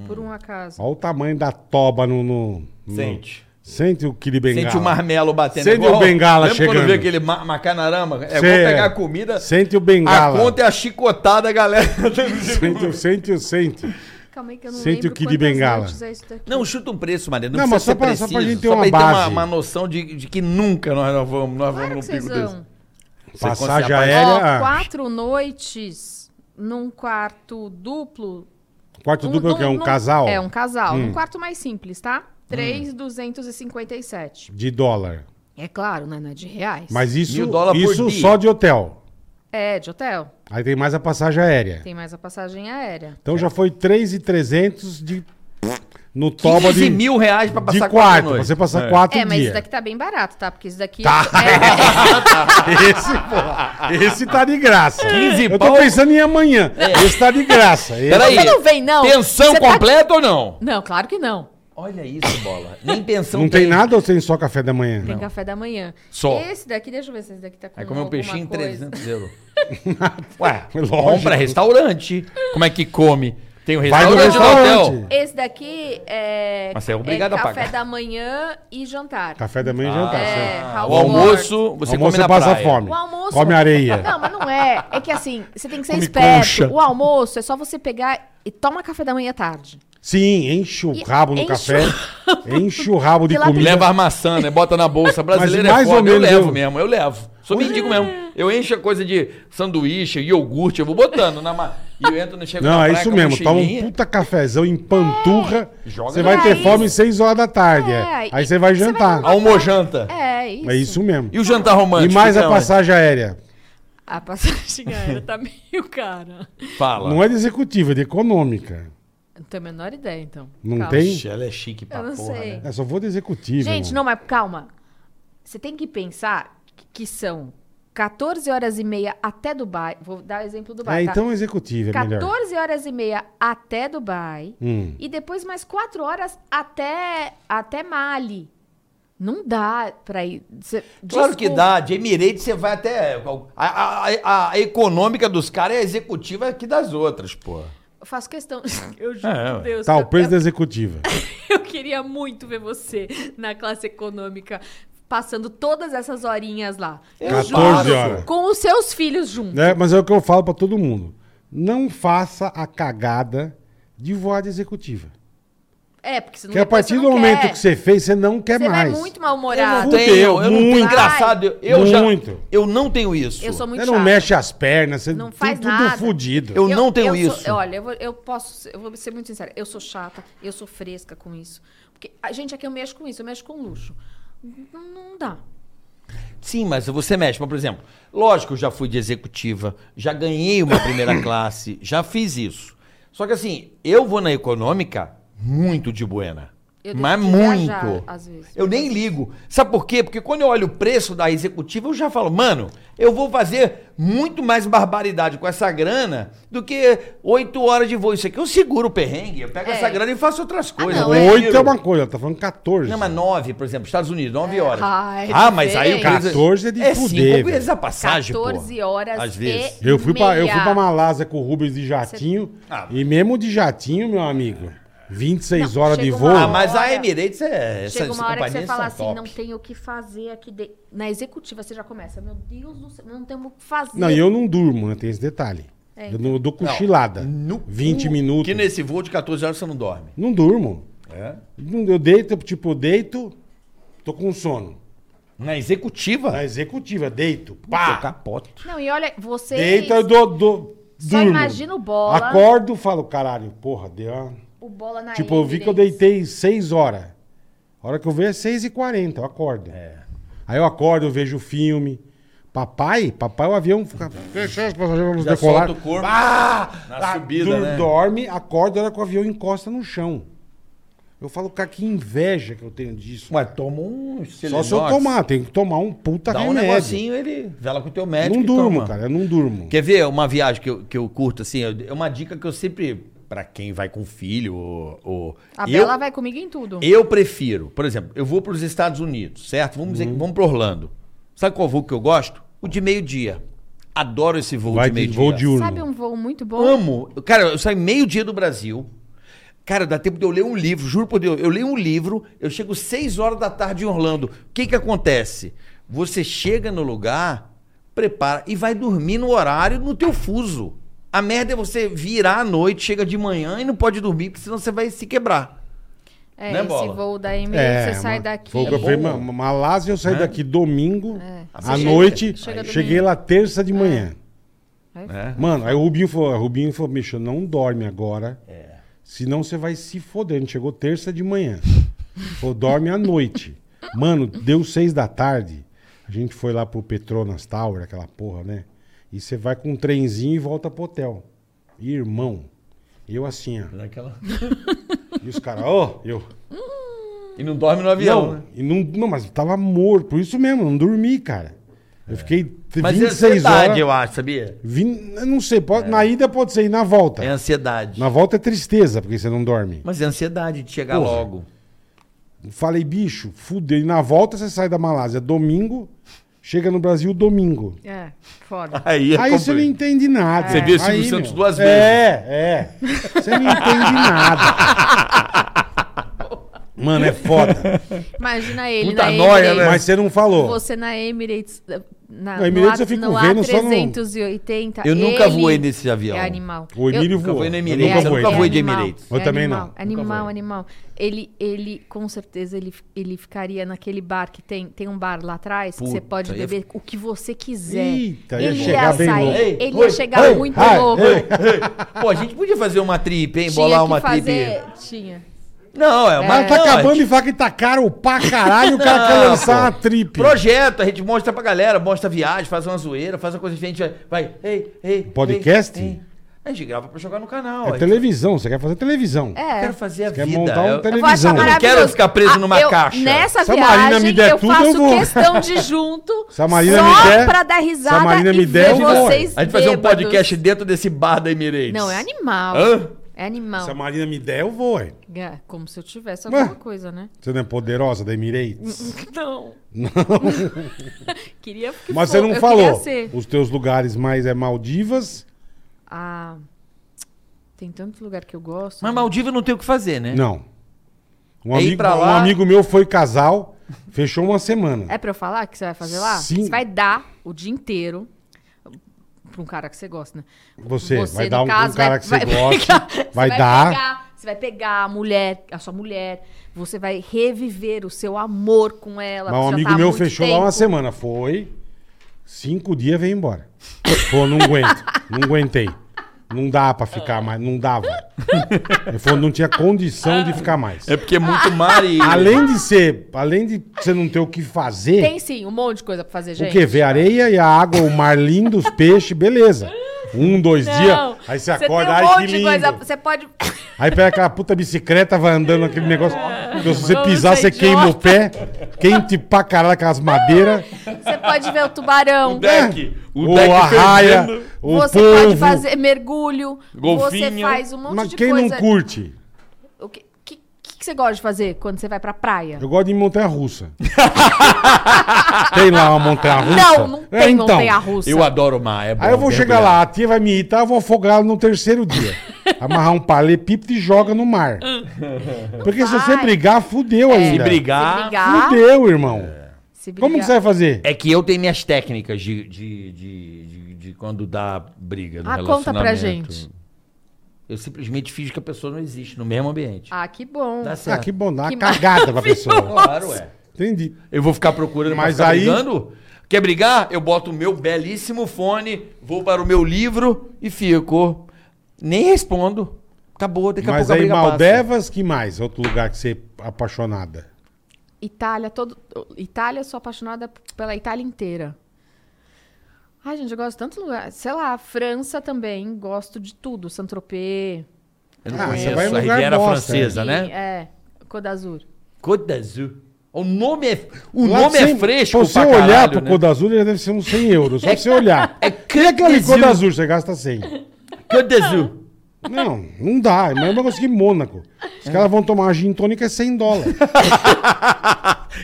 Speaker 5: Por um acaso.
Speaker 1: Olha o tamanho da toba no... no, no-
Speaker 2: Sente.
Speaker 1: Sente o quilibengala.
Speaker 2: Sente o marmelo batendo.
Speaker 1: Sente o bengala
Speaker 2: lembra
Speaker 1: chegando.
Speaker 2: quando vê aquele ma macanarama? É,
Speaker 1: Cê-
Speaker 2: vou pegar a comida,
Speaker 1: Sente o
Speaker 2: a
Speaker 1: bengala.
Speaker 2: conta é a chicotada, galera.
Speaker 1: Sente, o- sente, o- sente.
Speaker 5: Calma aí que eu não
Speaker 1: Sente
Speaker 5: lembro
Speaker 1: o Kid
Speaker 5: quantas
Speaker 1: Bengala.
Speaker 5: noites é isso daqui.
Speaker 2: Não, chuta um preço, Maria. Não,
Speaker 1: Não,
Speaker 2: precisa
Speaker 1: mas só
Speaker 2: ser
Speaker 1: pra-
Speaker 2: preciso.
Speaker 1: só pra gente ter uma
Speaker 2: gente
Speaker 1: base.
Speaker 2: uma, uma noção de, de que nunca nós, nós vamos, nós
Speaker 5: claro que
Speaker 2: vamos num
Speaker 5: vocês
Speaker 2: pico desse.
Speaker 5: vão.
Speaker 2: Você
Speaker 1: Passagem
Speaker 2: consegue apagar-
Speaker 1: aérea.
Speaker 5: Ó,
Speaker 1: ah,
Speaker 5: quatro noites num quarto duplo.
Speaker 1: Quarto duplo é o quê? Um
Speaker 5: num-
Speaker 1: casal? Hum.
Speaker 5: É, um casal. Num quarto mais simples, tá? 3,257.
Speaker 1: De dólar.
Speaker 5: É claro, né? Não é de reais.
Speaker 1: Mas isso,
Speaker 2: Mil dólar por
Speaker 1: isso
Speaker 2: dia.
Speaker 1: só de hotel.
Speaker 5: É, de hotel.
Speaker 1: Aí tem mais a passagem aérea.
Speaker 5: Tem mais a passagem aérea.
Speaker 1: Então já foi 3,300 de no toba
Speaker 2: 15
Speaker 1: de,
Speaker 2: mil reais pra
Speaker 1: de
Speaker 2: passar
Speaker 1: quarto.
Speaker 2: quatro noites.
Speaker 1: Você passar
Speaker 2: É.
Speaker 1: quatro
Speaker 5: É, mas
Speaker 1: dias.
Speaker 5: isso daqui tá bem barato, tá? Porque isso daqui
Speaker 1: Tá.
Speaker 5: é,
Speaker 1: Esse, porra, esse tá de graça.
Speaker 2: 15
Speaker 1: Eu tô
Speaker 2: pau. É.
Speaker 1: pensando em amanhã. Esse tá de graça. Esse-
Speaker 2: Peraí.
Speaker 5: Você não vem, não?
Speaker 2: Pensão
Speaker 5: Você tá-
Speaker 2: completa ou não?
Speaker 5: Não, claro que não.
Speaker 2: Olha isso, bola. Nem pensão
Speaker 1: Não tem nada ou tem só café da manhã?
Speaker 5: Tem café da manhã.
Speaker 2: Só.
Speaker 5: Esse daqui, deixa eu ver se esse daqui tá com
Speaker 2: Aí comeu um
Speaker 5: alguma
Speaker 2: peixinho em
Speaker 5: coisa.
Speaker 2: 300 euros.
Speaker 1: Ué,
Speaker 2: Compra restaurante. Como é que come? Tem o
Speaker 1: Vai
Speaker 2: restaurante,
Speaker 1: no
Speaker 2: do
Speaker 1: restaurante.
Speaker 2: hotel.
Speaker 5: Esse daqui é.
Speaker 2: Mas você é obrigado a
Speaker 5: café
Speaker 2: pagar.
Speaker 5: da manhã e jantar.
Speaker 1: Café da manhã e jantar.
Speaker 5: É,
Speaker 1: certo.
Speaker 2: Ah, O
Speaker 5: Howard.
Speaker 2: almoço, você
Speaker 1: Almoço
Speaker 2: come na
Speaker 1: passa
Speaker 2: praia.
Speaker 1: fome.
Speaker 5: O almoço. é-
Speaker 1: Come areia.
Speaker 5: Não, mas não é. É que assim, você tem que ser
Speaker 2: Come
Speaker 5: esperto.
Speaker 2: concha.
Speaker 5: O almoço é só você pegar e toma café da manhã à tarde.
Speaker 1: Sim, enche o
Speaker 5: E-
Speaker 1: rabo no
Speaker 5: enche
Speaker 1: café. Enche o rabo de
Speaker 5: Porque lá tem-
Speaker 1: comida.
Speaker 2: Leva a maçã, né? Bota na bolsa. Brasileiro é
Speaker 1: mais ou
Speaker 2: foda. Eu
Speaker 1: menos
Speaker 2: levo
Speaker 1: eu- é.
Speaker 2: mesmo, eu levo. Sou mendigo mesmo. Eu encho a coisa de sanduíche, iogurte, eu vou botando na ma... E eu entro, chego
Speaker 1: Não,
Speaker 2: na
Speaker 1: é
Speaker 2: praia
Speaker 1: isso
Speaker 2: com a
Speaker 1: mesmo. Toma um
Speaker 2: mochilinha.
Speaker 1: puta cafezão
Speaker 5: É.
Speaker 1: em panturra.
Speaker 2: Joga
Speaker 1: Você
Speaker 2: no
Speaker 1: vai ter
Speaker 5: nariz.
Speaker 1: fome 6 horas da tarde. é.
Speaker 5: É,
Speaker 1: Aí você
Speaker 5: e-
Speaker 1: vai
Speaker 5: você vai
Speaker 1: jantar.
Speaker 5: tomar-
Speaker 2: Almojanta.
Speaker 5: É isso.
Speaker 1: É isso mesmo.
Speaker 2: E o então? jantar
Speaker 1: E
Speaker 2: romântico?
Speaker 1: mais a
Speaker 2: fica onde?
Speaker 1: passagem aérea.
Speaker 5: A passagem aérea tá meio cara.
Speaker 2: Fala.
Speaker 1: Não é de executiva, é de econômica.
Speaker 5: Não tenho a menor ideia, então.
Speaker 1: Não
Speaker 5: Calma.
Speaker 1: tem?
Speaker 2: Ixi, ela é chique pra
Speaker 5: Eu não
Speaker 2: porra,
Speaker 5: sei.
Speaker 2: né?
Speaker 1: É, só vou de executiva.
Speaker 5: Gente, não, mas calma. Você tem que pensar que- que são 14 horas e meia até Dubai. Vou dar o exemplo
Speaker 1: É,
Speaker 5: do Dubai. tá?
Speaker 1: então executiva é melhor.
Speaker 5: 14 horas e meia até Dubai.
Speaker 1: Hum.
Speaker 5: E depois mais 4 horas até, até Mali. Não dá pra ir. Cê-
Speaker 2: Claro que
Speaker 5: desculpa.
Speaker 2: dá, de Emirates você vai até. A, a- a- a econômica dos caras é executiva aqui das outras, pô.
Speaker 5: Eu faço questão. Eu juro
Speaker 2: É,
Speaker 5: por
Speaker 2: ué.
Speaker 5: Deus.
Speaker 1: Tá,
Speaker 5: eu,
Speaker 1: o preço é- da executiva.
Speaker 5: eu queria muito ver você na classe econômica passando todas essas horinhas lá. Eu
Speaker 1: 14
Speaker 5: juro.
Speaker 1: horas.
Speaker 5: Com os seus filhos juntos.
Speaker 1: né? Mas é o que eu falo pra todo mundo. Não faça a cagada de voar de executiva.
Speaker 5: É, porque senão
Speaker 1: Porque a
Speaker 5: depois
Speaker 1: partir
Speaker 5: você
Speaker 1: do
Speaker 5: não
Speaker 1: momento
Speaker 5: quer.
Speaker 1: que você fez, você não quer
Speaker 5: Você vai
Speaker 1: mais.
Speaker 5: muito
Speaker 2: Eu não
Speaker 5: mal-humorado.
Speaker 1: Fudeu,
Speaker 2: tenho, eu não tenho.
Speaker 1: muito.
Speaker 2: Engraçado, eu, eu já.
Speaker 1: Muito.
Speaker 2: Eu não tenho isso.
Speaker 5: Eu sou muito
Speaker 1: Você Né, não
Speaker 5: chata.
Speaker 1: mexe as pernas, você
Speaker 5: Não
Speaker 1: tem
Speaker 5: faz
Speaker 1: tudo
Speaker 5: nada.
Speaker 1: fudido.
Speaker 2: Eu- não tenho
Speaker 5: sou-
Speaker 2: isso.
Speaker 5: olha, eu, vou, eu posso, ser- eu vou ser muito sincera. Eu sou chata, eu sou fresca com isso. Porque a gente aqui eu mexo com isso, eu mexo com luxo. Não, não dá.
Speaker 2: Sim, mas você mexe. Mas, por exemplo, lógico, eu já fui de executiva, já ganhei uma primeira classe, já fiz isso. Só que assim, eu vou na econômica muito de buena.
Speaker 5: Eu deixo
Speaker 2: mas
Speaker 5: de
Speaker 2: muito.
Speaker 5: viajar, às vezes.
Speaker 2: eu nem ligo. Sabe por quê? Porque quando eu olho o preço da executiva, eu já falo, mano, eu vou fazer muito mais barbaridade com essa grana do que oito horas de voo. Isso aqui eu seguro o perrengue, eu pego
Speaker 5: É.
Speaker 2: essa grana e faço outras coisas.
Speaker 5: não,
Speaker 2: Eu
Speaker 5: é-
Speaker 1: Oito
Speaker 2: tiro.
Speaker 1: é uma coisa, ela tá falando 14.
Speaker 2: Não, mas nove, por exemplo, Estados Unidos, nove horas.
Speaker 5: Ah, é
Speaker 2: ah, mas aí o
Speaker 5: diferente.
Speaker 2: preço-
Speaker 1: 14 é de
Speaker 2: É
Speaker 1: fuder,
Speaker 2: cinco
Speaker 1: velho.
Speaker 2: vezes a passagem,
Speaker 5: 14
Speaker 2: pô.
Speaker 5: horas
Speaker 2: Às vezes.
Speaker 5: e
Speaker 1: eu, fui pra, eu
Speaker 5: meia.
Speaker 1: fui pra Malásia com o Rubens de jatinho.
Speaker 2: Ah,
Speaker 1: e mesmo de jatinho, meu amigo, 26 horas de
Speaker 5: chega
Speaker 1: voo.
Speaker 5: uma
Speaker 2: Ah, mas a
Speaker 5: Olha,
Speaker 2: Emirates é. Essas
Speaker 5: Chega uma hora que
Speaker 2: companhias
Speaker 5: você fala assim,
Speaker 2: são top.
Speaker 5: não tem o que fazer aqui de... na executiva, você já começa. Meu Deus do céu, não tem o que É. fazer.
Speaker 1: Não, e eu não durmo, né? Tem esse detalhe. Eu não eu dou cochilada.
Speaker 2: No
Speaker 1: 20
Speaker 2: cu,
Speaker 1: minutos.
Speaker 2: Que nesse voo de 14 horas você não dorme.
Speaker 1: Não durmo.
Speaker 2: É?
Speaker 1: Não- Eu deito, tipo, eu deito, tô com sono.
Speaker 2: Na executiva,
Speaker 1: Na executiva, deito,
Speaker 2: eu
Speaker 1: pá.
Speaker 2: capoto.
Speaker 5: Não, e olha, você.
Speaker 1: Deito, eu dou, dou,
Speaker 5: Só
Speaker 1: durmo.
Speaker 5: imagina o bola.
Speaker 1: Acordo, falo, caralho, porra, deu uma...
Speaker 5: O bola na
Speaker 1: Tipo, eu vi que eu
Speaker 5: Emirates.
Speaker 1: deitei 6 horas. A hora que eu vejo é 6 e 40 eu acordo.
Speaker 2: É.
Speaker 1: Aí eu acordo, eu vejo o filme. Papai, papai, o avião fica. Fechou os passageiros, vamos
Speaker 2: Já
Speaker 1: decolar.
Speaker 2: solta o corpo
Speaker 1: Ah!
Speaker 2: na
Speaker 1: Ah,
Speaker 2: subida,
Speaker 1: dur-
Speaker 2: né?
Speaker 1: Dorme, acorda, a hora que o avião encosta no chão. Eu falo, cara, que inveja que eu tenho disso.
Speaker 2: Ué, toma um
Speaker 1: Só se eu
Speaker 2: Celenox,
Speaker 1: tomar, tem que tomar um puta
Speaker 2: Dá um
Speaker 1: remédio.
Speaker 2: negocinho, ele vela com o teu médico.
Speaker 1: não
Speaker 2: e
Speaker 1: durmo,
Speaker 2: toma.
Speaker 1: cara, eu não durmo.
Speaker 2: Quer ver uma viagem que eu, que eu curto, assim? eu- É uma dica que eu sempre. Pra quem vai com filho ou. ou
Speaker 5: A
Speaker 2: eu,
Speaker 5: Bela vai comigo em tudo.
Speaker 2: Eu prefiro, por exemplo, eu vou para os Estados Unidos, certo? Vamos dizer que
Speaker 1: Uhum.
Speaker 2: vamos para Orlando. Sabe qual voo que eu gosto? O de meio-dia. Adoro esse voo
Speaker 1: Vai
Speaker 2: de
Speaker 1: de
Speaker 2: meio-dia.
Speaker 1: voo diurno.
Speaker 5: Sabe um voo muito bom?
Speaker 2: Amo. Cara, eu saio meio-dia do Brasil. Cara, dá tempo de eu ler um livro, juro por Deus. Eu leio um livro, eu chego 6 horas da tarde em Orlando. O que que acontece? Você chega no lugar, prepara e vai dormir no horário no teu fuso. A merda é você virar à noite, chega de manhã e não pode dormir, porque senão você vai se quebrar.
Speaker 5: É,
Speaker 2: Né,
Speaker 5: esse
Speaker 2: Bola?
Speaker 5: voo da Emirates, você sai
Speaker 1: uma-
Speaker 5: daqui. É.
Speaker 1: Foi o que eu
Speaker 2: É
Speaker 1: fui,
Speaker 2: bom.
Speaker 1: Ma- Ma- Malásia, eu saí
Speaker 2: Né?
Speaker 1: daqui domingo,
Speaker 2: Você
Speaker 1: à
Speaker 2: chega-
Speaker 1: noite,
Speaker 5: chega domingo. É.
Speaker 1: cheguei lá terça de manhã.
Speaker 2: né?
Speaker 1: Mano, aí o Rubinho falou, o Rubinho falou, bicho, não dorme agora,
Speaker 2: É.
Speaker 1: senão você vai se foder. A gente chegou terça de manhã, falou, dorme à noite. Mano, deu seis da tarde, a gente foi lá pro Petronas Tower, aquela porra, né? E você vai com um trenzinho e volta pro hotel. Irmão, eu assim, ó.
Speaker 2: Naquela...
Speaker 1: E os caras, ó, eu.
Speaker 2: E não dorme no avião, né?
Speaker 1: não, e não, não, mas tava morto, por isso mesmo, não dormi, cara. Eu fiquei t-
Speaker 2: É. Mas
Speaker 1: 26
Speaker 2: é ansiedade,
Speaker 1: horas.
Speaker 2: eu acho, sabia?
Speaker 1: vin- eu não sei, pode- na ida pode ser, e na volta.
Speaker 2: É ansiedade.
Speaker 1: Tá. Na volta é tristeza, porque você não dorme.
Speaker 2: Mas é ansiedade de chegar
Speaker 1: Porra.
Speaker 2: logo.
Speaker 1: Falei, bicho, fudeu. E na volta você sai da Malásia domingo, chega no Brasil domingo.
Speaker 5: É, foda.
Speaker 2: Aí, é
Speaker 1: aí você
Speaker 2: complicado.
Speaker 1: não entende nada.
Speaker 2: Você viu o Silvio
Speaker 1: Aí,
Speaker 2: Santos
Speaker 1: meu,
Speaker 2: duas
Speaker 1: É, é. Você não entende nada. Mano, é foda.
Speaker 5: Imagina ele
Speaker 2: Puta
Speaker 5: na
Speaker 2: nóia,
Speaker 5: Emirates.
Speaker 2: né?
Speaker 1: Mas você não falou.
Speaker 5: Você na Emirates. eh, Na,
Speaker 1: Na Emirates
Speaker 5: no
Speaker 1: eu fico
Speaker 5: no
Speaker 1: vendo só no-
Speaker 5: A380.
Speaker 2: Eu nunca
Speaker 5: ele
Speaker 2: voei nesse avião.
Speaker 5: É animal.
Speaker 1: O
Speaker 5: Eu-
Speaker 1: Emílio
Speaker 2: Nunca
Speaker 1: voou.
Speaker 2: voei no É
Speaker 1: Eu
Speaker 2: Emirates,
Speaker 1: nunca
Speaker 2: eu
Speaker 1: voei.
Speaker 2: nunca voei de
Speaker 5: animal,
Speaker 2: Emirates.
Speaker 1: Eu também
Speaker 5: É animal,
Speaker 1: não.
Speaker 2: Nunca
Speaker 5: Animal,
Speaker 2: voei.
Speaker 5: animal. Ele, ele, com certeza, ele, ele ficaria naquele bar que tem, tem um bar lá atrás, que você
Speaker 2: Puta, é
Speaker 5: pode
Speaker 2: ia-
Speaker 5: beber o que você quiser.
Speaker 1: Eita, ia
Speaker 5: ele
Speaker 1: chegar bem
Speaker 5: sair,
Speaker 1: louco.
Speaker 5: ele
Speaker 2: Oi,
Speaker 5: ia chegar
Speaker 1: oi,
Speaker 5: é muito
Speaker 1: ai,
Speaker 5: louco.
Speaker 1: ei.
Speaker 2: Pô, a gente podia fazer uma trip, hein?
Speaker 5: Tinha
Speaker 2: Bolar uma
Speaker 5: que fazer.
Speaker 2: trip.
Speaker 5: Tinha.
Speaker 2: Não, é uma.
Speaker 1: Mas tá
Speaker 2: não,
Speaker 1: acabando
Speaker 2: gente-
Speaker 1: de falar que tá caro pra caralho, o cara quer
Speaker 2: Não,
Speaker 1: lançar
Speaker 2: pô.
Speaker 1: uma trip.
Speaker 2: Projeto, a gente mostra pra galera, mostra a viagem, faz uma zoeira, faz uma coisa diferente. Vai, ei, ei.
Speaker 1: Podcast?
Speaker 2: ei, ei. A gente grava pra jogar no canal.
Speaker 1: É
Speaker 2: aí.
Speaker 1: televisão, você quer fazer televisão.
Speaker 2: Eu
Speaker 5: É.
Speaker 2: quero fazer a
Speaker 1: Quer
Speaker 2: vida.
Speaker 1: montar um
Speaker 2: eu-
Speaker 1: tele-
Speaker 5: Eu vou achar
Speaker 1: televisão. Eu não quero
Speaker 5: maravilhoso. Ah,
Speaker 2: ficar preso numa
Speaker 5: eu-
Speaker 2: caixa.
Speaker 5: Nessa
Speaker 1: Se a
Speaker 5: viagem,
Speaker 1: Marina me der
Speaker 5: eu
Speaker 1: tudo,
Speaker 5: faço
Speaker 1: eu vou.
Speaker 5: questão de junto.
Speaker 1: Se a Marina
Speaker 5: só
Speaker 1: me der-
Speaker 5: pra
Speaker 1: se
Speaker 5: dar
Speaker 1: a
Speaker 5: risada.
Speaker 1: Marina
Speaker 5: e
Speaker 1: me der,
Speaker 5: ver
Speaker 1: eu vou.
Speaker 5: É vocês
Speaker 2: A gente fazer um
Speaker 5: bêbados.
Speaker 2: podcast dentro desse bar da Emirates.
Speaker 5: Não, é animal.
Speaker 2: Hã?
Speaker 5: É animal.
Speaker 1: Se a Marina me der, eu vou. ué.
Speaker 5: É, como se eu tivesse
Speaker 1: Ué.
Speaker 5: alguma coisa, né?
Speaker 1: Você não é poderosa da Emirates?
Speaker 5: Não. queria que
Speaker 1: Mas
Speaker 5: fo-
Speaker 1: você não
Speaker 5: eu
Speaker 1: falou.
Speaker 5: queria ser.
Speaker 1: Os teus lugares mais é Maldivas?
Speaker 5: Ah, tem tanto lugar que eu gosto.
Speaker 2: Mas Maldiva não tem o que fazer,
Speaker 5: É.
Speaker 2: né?
Speaker 1: Não. Um
Speaker 2: É ir
Speaker 1: amigo,
Speaker 2: pra
Speaker 1: um
Speaker 2: lá-
Speaker 1: amigo meu foi casal, fechou uma semana.
Speaker 5: É pra eu falar que você vai fazer lá?
Speaker 1: Sim.
Speaker 5: Você vai dar o dia inteiro pra um cara que você gosta, né?
Speaker 1: Você, vai
Speaker 5: no
Speaker 1: dar um, um
Speaker 5: caso,
Speaker 1: cara
Speaker 5: vai-
Speaker 1: que você
Speaker 5: vai
Speaker 1: gosta,
Speaker 5: pegar- você
Speaker 1: vai dar.
Speaker 5: pegar- você vai pegar a mulher, a sua mulher, você vai reviver o seu amor com ela.
Speaker 1: Mas um
Speaker 5: você já
Speaker 1: amigo
Speaker 5: tá há
Speaker 1: meu
Speaker 5: muito
Speaker 1: fechou lá uma
Speaker 5: tempo.
Speaker 1: semana. Foi. Cinco dias veio embora. Pô, não aguento. Não aguentei. Não dá pra ficar mais. Não dava. Ele falou, não tinha condição
Speaker 5: Ah.
Speaker 1: de ficar mais.
Speaker 2: É porque é muito mar e.
Speaker 1: Além de ser. Além de você não ter o que fazer.
Speaker 5: Tem sim, um monte de coisa pra fazer, gente.
Speaker 1: O quê? Ver a areia e a água, o mar lindo, os peixes, beleza. Um, dois
Speaker 5: Não,
Speaker 1: dias, aí você acorda,
Speaker 5: tem um
Speaker 1: ai
Speaker 5: monte
Speaker 1: que
Speaker 5: de
Speaker 1: lindo.
Speaker 5: coisa. Você pode.
Speaker 1: Aí pega aquela puta bicicleta, vai andando naquele negócio. Porque se você
Speaker 5: Vamos
Speaker 1: pisar,
Speaker 5: ser
Speaker 1: você queima o pé. Quente pra caralho aquelas madeiras.
Speaker 5: Você pode ver o tubarão.
Speaker 2: deck. O
Speaker 1: O,
Speaker 2: deck
Speaker 1: né? a raia,
Speaker 2: fervendo.
Speaker 1: É, o
Speaker 5: você
Speaker 1: polvo.
Speaker 5: pode fazer mergulho. Você
Speaker 2: Golfinho.
Speaker 5: faz um monte
Speaker 1: Mas
Speaker 5: de
Speaker 1: quem
Speaker 5: coisa.
Speaker 1: não curte?
Speaker 5: O que, que, que você gosta de fazer quando você vai pra praia?
Speaker 1: Eu gosto de montanha-russa. tem lá uma montanha-russa?
Speaker 5: Não, não tem
Speaker 1: É, então.
Speaker 5: montanha-russa.
Speaker 2: Eu adoro o mar, é bom.
Speaker 1: Aí eu vou
Speaker 2: mergulhar.
Speaker 1: chegar lá, a tia vai me irritar, eu vou afogar ela no terceiro dia. Amarrar um paralelepípedo e joga no mar. Porque se você
Speaker 5: vai.
Speaker 1: brigar, fudeu
Speaker 2: Se
Speaker 1: ainda.
Speaker 5: Se
Speaker 2: É. brigar.
Speaker 5: brigar,
Speaker 1: Fudeu, irmão.
Speaker 5: se brigar.
Speaker 1: Como que você vai fazer?
Speaker 2: É que eu tenho minhas técnicas de, de, de, de, de quando dá briga no
Speaker 5: Ah,
Speaker 2: relacionamento.
Speaker 5: conta pra gente.
Speaker 2: Eu simplesmente fiz que a pessoa não existe no mesmo ambiente.
Speaker 5: Ah, que bom.
Speaker 2: Dá
Speaker 1: Ah,
Speaker 2: certo.
Speaker 1: que bom, dá uma
Speaker 5: Que
Speaker 1: cagada pra pessoa.
Speaker 2: Claro, é.
Speaker 1: Entendi.
Speaker 2: Eu vou ficar procurando pra
Speaker 1: Mas
Speaker 2: ficar
Speaker 1: aí-
Speaker 2: brigando? Quer brigar? Eu boto o meu belíssimo fone, vou para o meu livro e fico. Nem respondo. Acabou, daqui a
Speaker 1: Mas
Speaker 2: pouco a
Speaker 1: aí,
Speaker 2: briga passa.
Speaker 1: Maldevas, que mais? Outro lugar que você é apaixonada.
Speaker 5: Itália, todo... Itália, eu sou apaixonada pela Itália inteira. Ai, gente, eu gosto de tantos lugares. Sei lá, França também, gosto de tudo. Saint-Tropez.
Speaker 2: Eu não
Speaker 1: Ah, você
Speaker 2: conheço
Speaker 1: vai em
Speaker 2: a
Speaker 1: lugar
Speaker 2: Riviera
Speaker 1: bosta,
Speaker 2: Francesa,
Speaker 5: Sim,
Speaker 2: né?
Speaker 5: É, Côte d'Azur.
Speaker 2: Côte d'Azur. O nome é, o
Speaker 1: Lá
Speaker 2: nome
Speaker 1: sem-
Speaker 2: é fresco
Speaker 1: Se você
Speaker 2: pra
Speaker 1: olhar
Speaker 2: caralho,
Speaker 1: pro
Speaker 2: né?
Speaker 1: Coda Azul, já deve ser uns 100 euros. Só pra você olhar.
Speaker 2: É
Speaker 1: E aquele
Speaker 2: Côte
Speaker 1: Coda
Speaker 2: d'Azur.
Speaker 1: Azul, você gasta 100.
Speaker 2: Côte d'Azur.
Speaker 1: Não, não dá. É o mesmo negócio que Mônaco. Os caras vão tomar uma gin tônica é 100 dólares.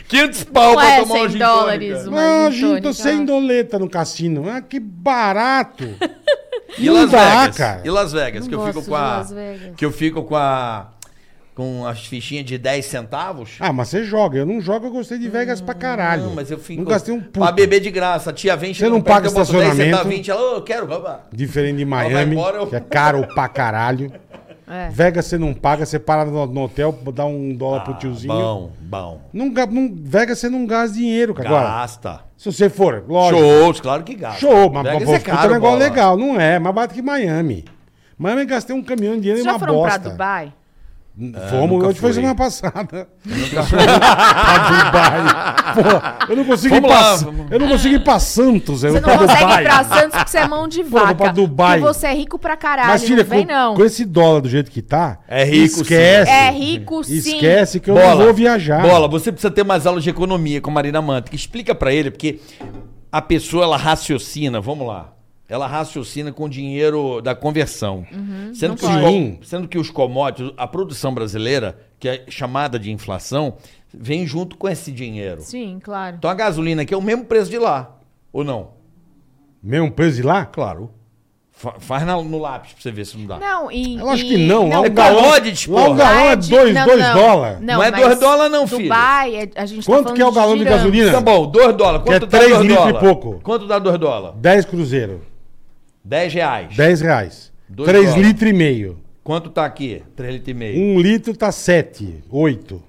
Speaker 2: 500 pau
Speaker 5: Não
Speaker 2: pra
Speaker 5: é
Speaker 2: tomar um
Speaker 5: 100
Speaker 2: gin
Speaker 5: dólares,
Speaker 2: tônica.
Speaker 5: uma
Speaker 1: Ah,
Speaker 5: gin
Speaker 1: gente, tô
Speaker 5: tônica.
Speaker 1: sem doleta no cassino. Ah, que barato.
Speaker 2: E
Speaker 1: Não
Speaker 2: Las
Speaker 1: dá,
Speaker 2: Vegas.
Speaker 1: cara.
Speaker 2: E Las Vegas,
Speaker 5: Não
Speaker 2: que eu
Speaker 5: gosto
Speaker 2: fico
Speaker 5: de
Speaker 2: com a
Speaker 5: Las Vegas.
Speaker 2: que eu fico com a com as fichinhas de 10 centavos.
Speaker 1: Ah, mas você joga. Eu não jogo, eu gostei de Vegas pra caralho.
Speaker 2: Não, mas eu fico.
Speaker 1: Não gastei um
Speaker 2: Pra
Speaker 1: puto.
Speaker 2: beber de graça. A tia vem,
Speaker 1: não
Speaker 2: perto,
Speaker 1: paga
Speaker 2: eu boto 10, você dá
Speaker 1: estacionamento.
Speaker 2: 20, ela, "Ô, eu quero, babá.
Speaker 1: Diferente de
Speaker 2: vai
Speaker 1: Miami,
Speaker 2: embora, eu-
Speaker 1: que é caro pra caralho.
Speaker 5: É.
Speaker 1: Vegas você não paga, você para no, no hotel, dá um dólar pro tiozinho.
Speaker 2: Ah, Bom, bom.
Speaker 1: Não, ga- não, Vegas você não gasta dinheiro, cara. Agora,
Speaker 2: Gasta.
Speaker 1: se você for, lógico.
Speaker 2: Shows, claro que gasta.
Speaker 1: Show, mas
Speaker 2: Vegas
Speaker 1: pô,
Speaker 2: é
Speaker 1: puta
Speaker 2: caro,
Speaker 1: negócio
Speaker 2: bola.
Speaker 1: é legal, não é? Mais barato que Miami. Miami eu gastei um caminhão de dinheiro
Speaker 5: Vocês
Speaker 1: e uma
Speaker 5: já foram
Speaker 1: bosta.
Speaker 5: pra Dubai?
Speaker 1: Fomos,
Speaker 2: Ah, nunca
Speaker 1: hoje foi
Speaker 2: fui.
Speaker 1: semana passada. pra Dubai. Porra, eu não consigo
Speaker 2: Vamos
Speaker 1: ir
Speaker 2: lá,
Speaker 1: pra,
Speaker 2: vamos.
Speaker 1: Eu não consigo ir pra Santos. Eu
Speaker 5: Você
Speaker 1: vou
Speaker 5: não
Speaker 1: pra
Speaker 5: consegue
Speaker 1: Dubai.
Speaker 5: ir pra Santos porque você é mão de
Speaker 1: Pô, vou
Speaker 5: vaca.
Speaker 1: pra Dubai.
Speaker 5: Porque você é rico pra caralho,
Speaker 1: Mas, filha,
Speaker 5: não vem
Speaker 1: com,
Speaker 5: não.
Speaker 1: com esse dólar do jeito que tá,
Speaker 2: É rico, sim.
Speaker 1: esquece.
Speaker 5: É rico sim.
Speaker 1: Esquece que eu não vou viajar.
Speaker 2: Bola, você precisa ter mais aulas de economia com a Marina Manta. Que explica pra ele, porque a pessoa ela raciocina, vamos lá. Ela raciocina com o dinheiro da conversão. sendo,
Speaker 5: não
Speaker 2: que os
Speaker 1: pode.
Speaker 2: co-
Speaker 1: Sim.
Speaker 2: sendo que os commodities, a produção brasileira, que é chamada de inflação, vem junto com esse dinheiro.
Speaker 5: Sim, claro.
Speaker 2: Então a gasolina aqui é o mesmo preço de lá, ou não?
Speaker 1: Mesmo preso um de lá?
Speaker 2: Claro. Fa- faz na- no lápis pra você ver se não dá.
Speaker 5: Não, e.
Speaker 1: Eu acho
Speaker 5: e-
Speaker 1: que não. Lá
Speaker 2: É
Speaker 1: o galão,
Speaker 2: commodities,
Speaker 1: lá o
Speaker 2: porra.
Speaker 1: galão é 2
Speaker 5: não, não.
Speaker 1: dólares.
Speaker 2: Não é
Speaker 5: mas
Speaker 2: dois dólar não, filho.
Speaker 5: Dubai, é- a gente tá
Speaker 1: Quanto que é o galão
Speaker 5: falando
Speaker 1: de
Speaker 5: girando.
Speaker 1: gasolina?
Speaker 2: Tá bom, 2 dólares.
Speaker 1: Que é
Speaker 2: Quanto dá
Speaker 1: três
Speaker 2: 2
Speaker 1: litros e
Speaker 2: dólares?
Speaker 1: pouco.
Speaker 2: Quanto dá 2 dólares?
Speaker 1: 10 cruzeiro.
Speaker 2: 10 reais.
Speaker 1: 10 reais.
Speaker 2: Dois
Speaker 1: 3
Speaker 2: dólares.
Speaker 1: litros e meio.
Speaker 2: Quanto tá aqui? 3 litros e meio.
Speaker 1: 1 um litro tá 7, 8.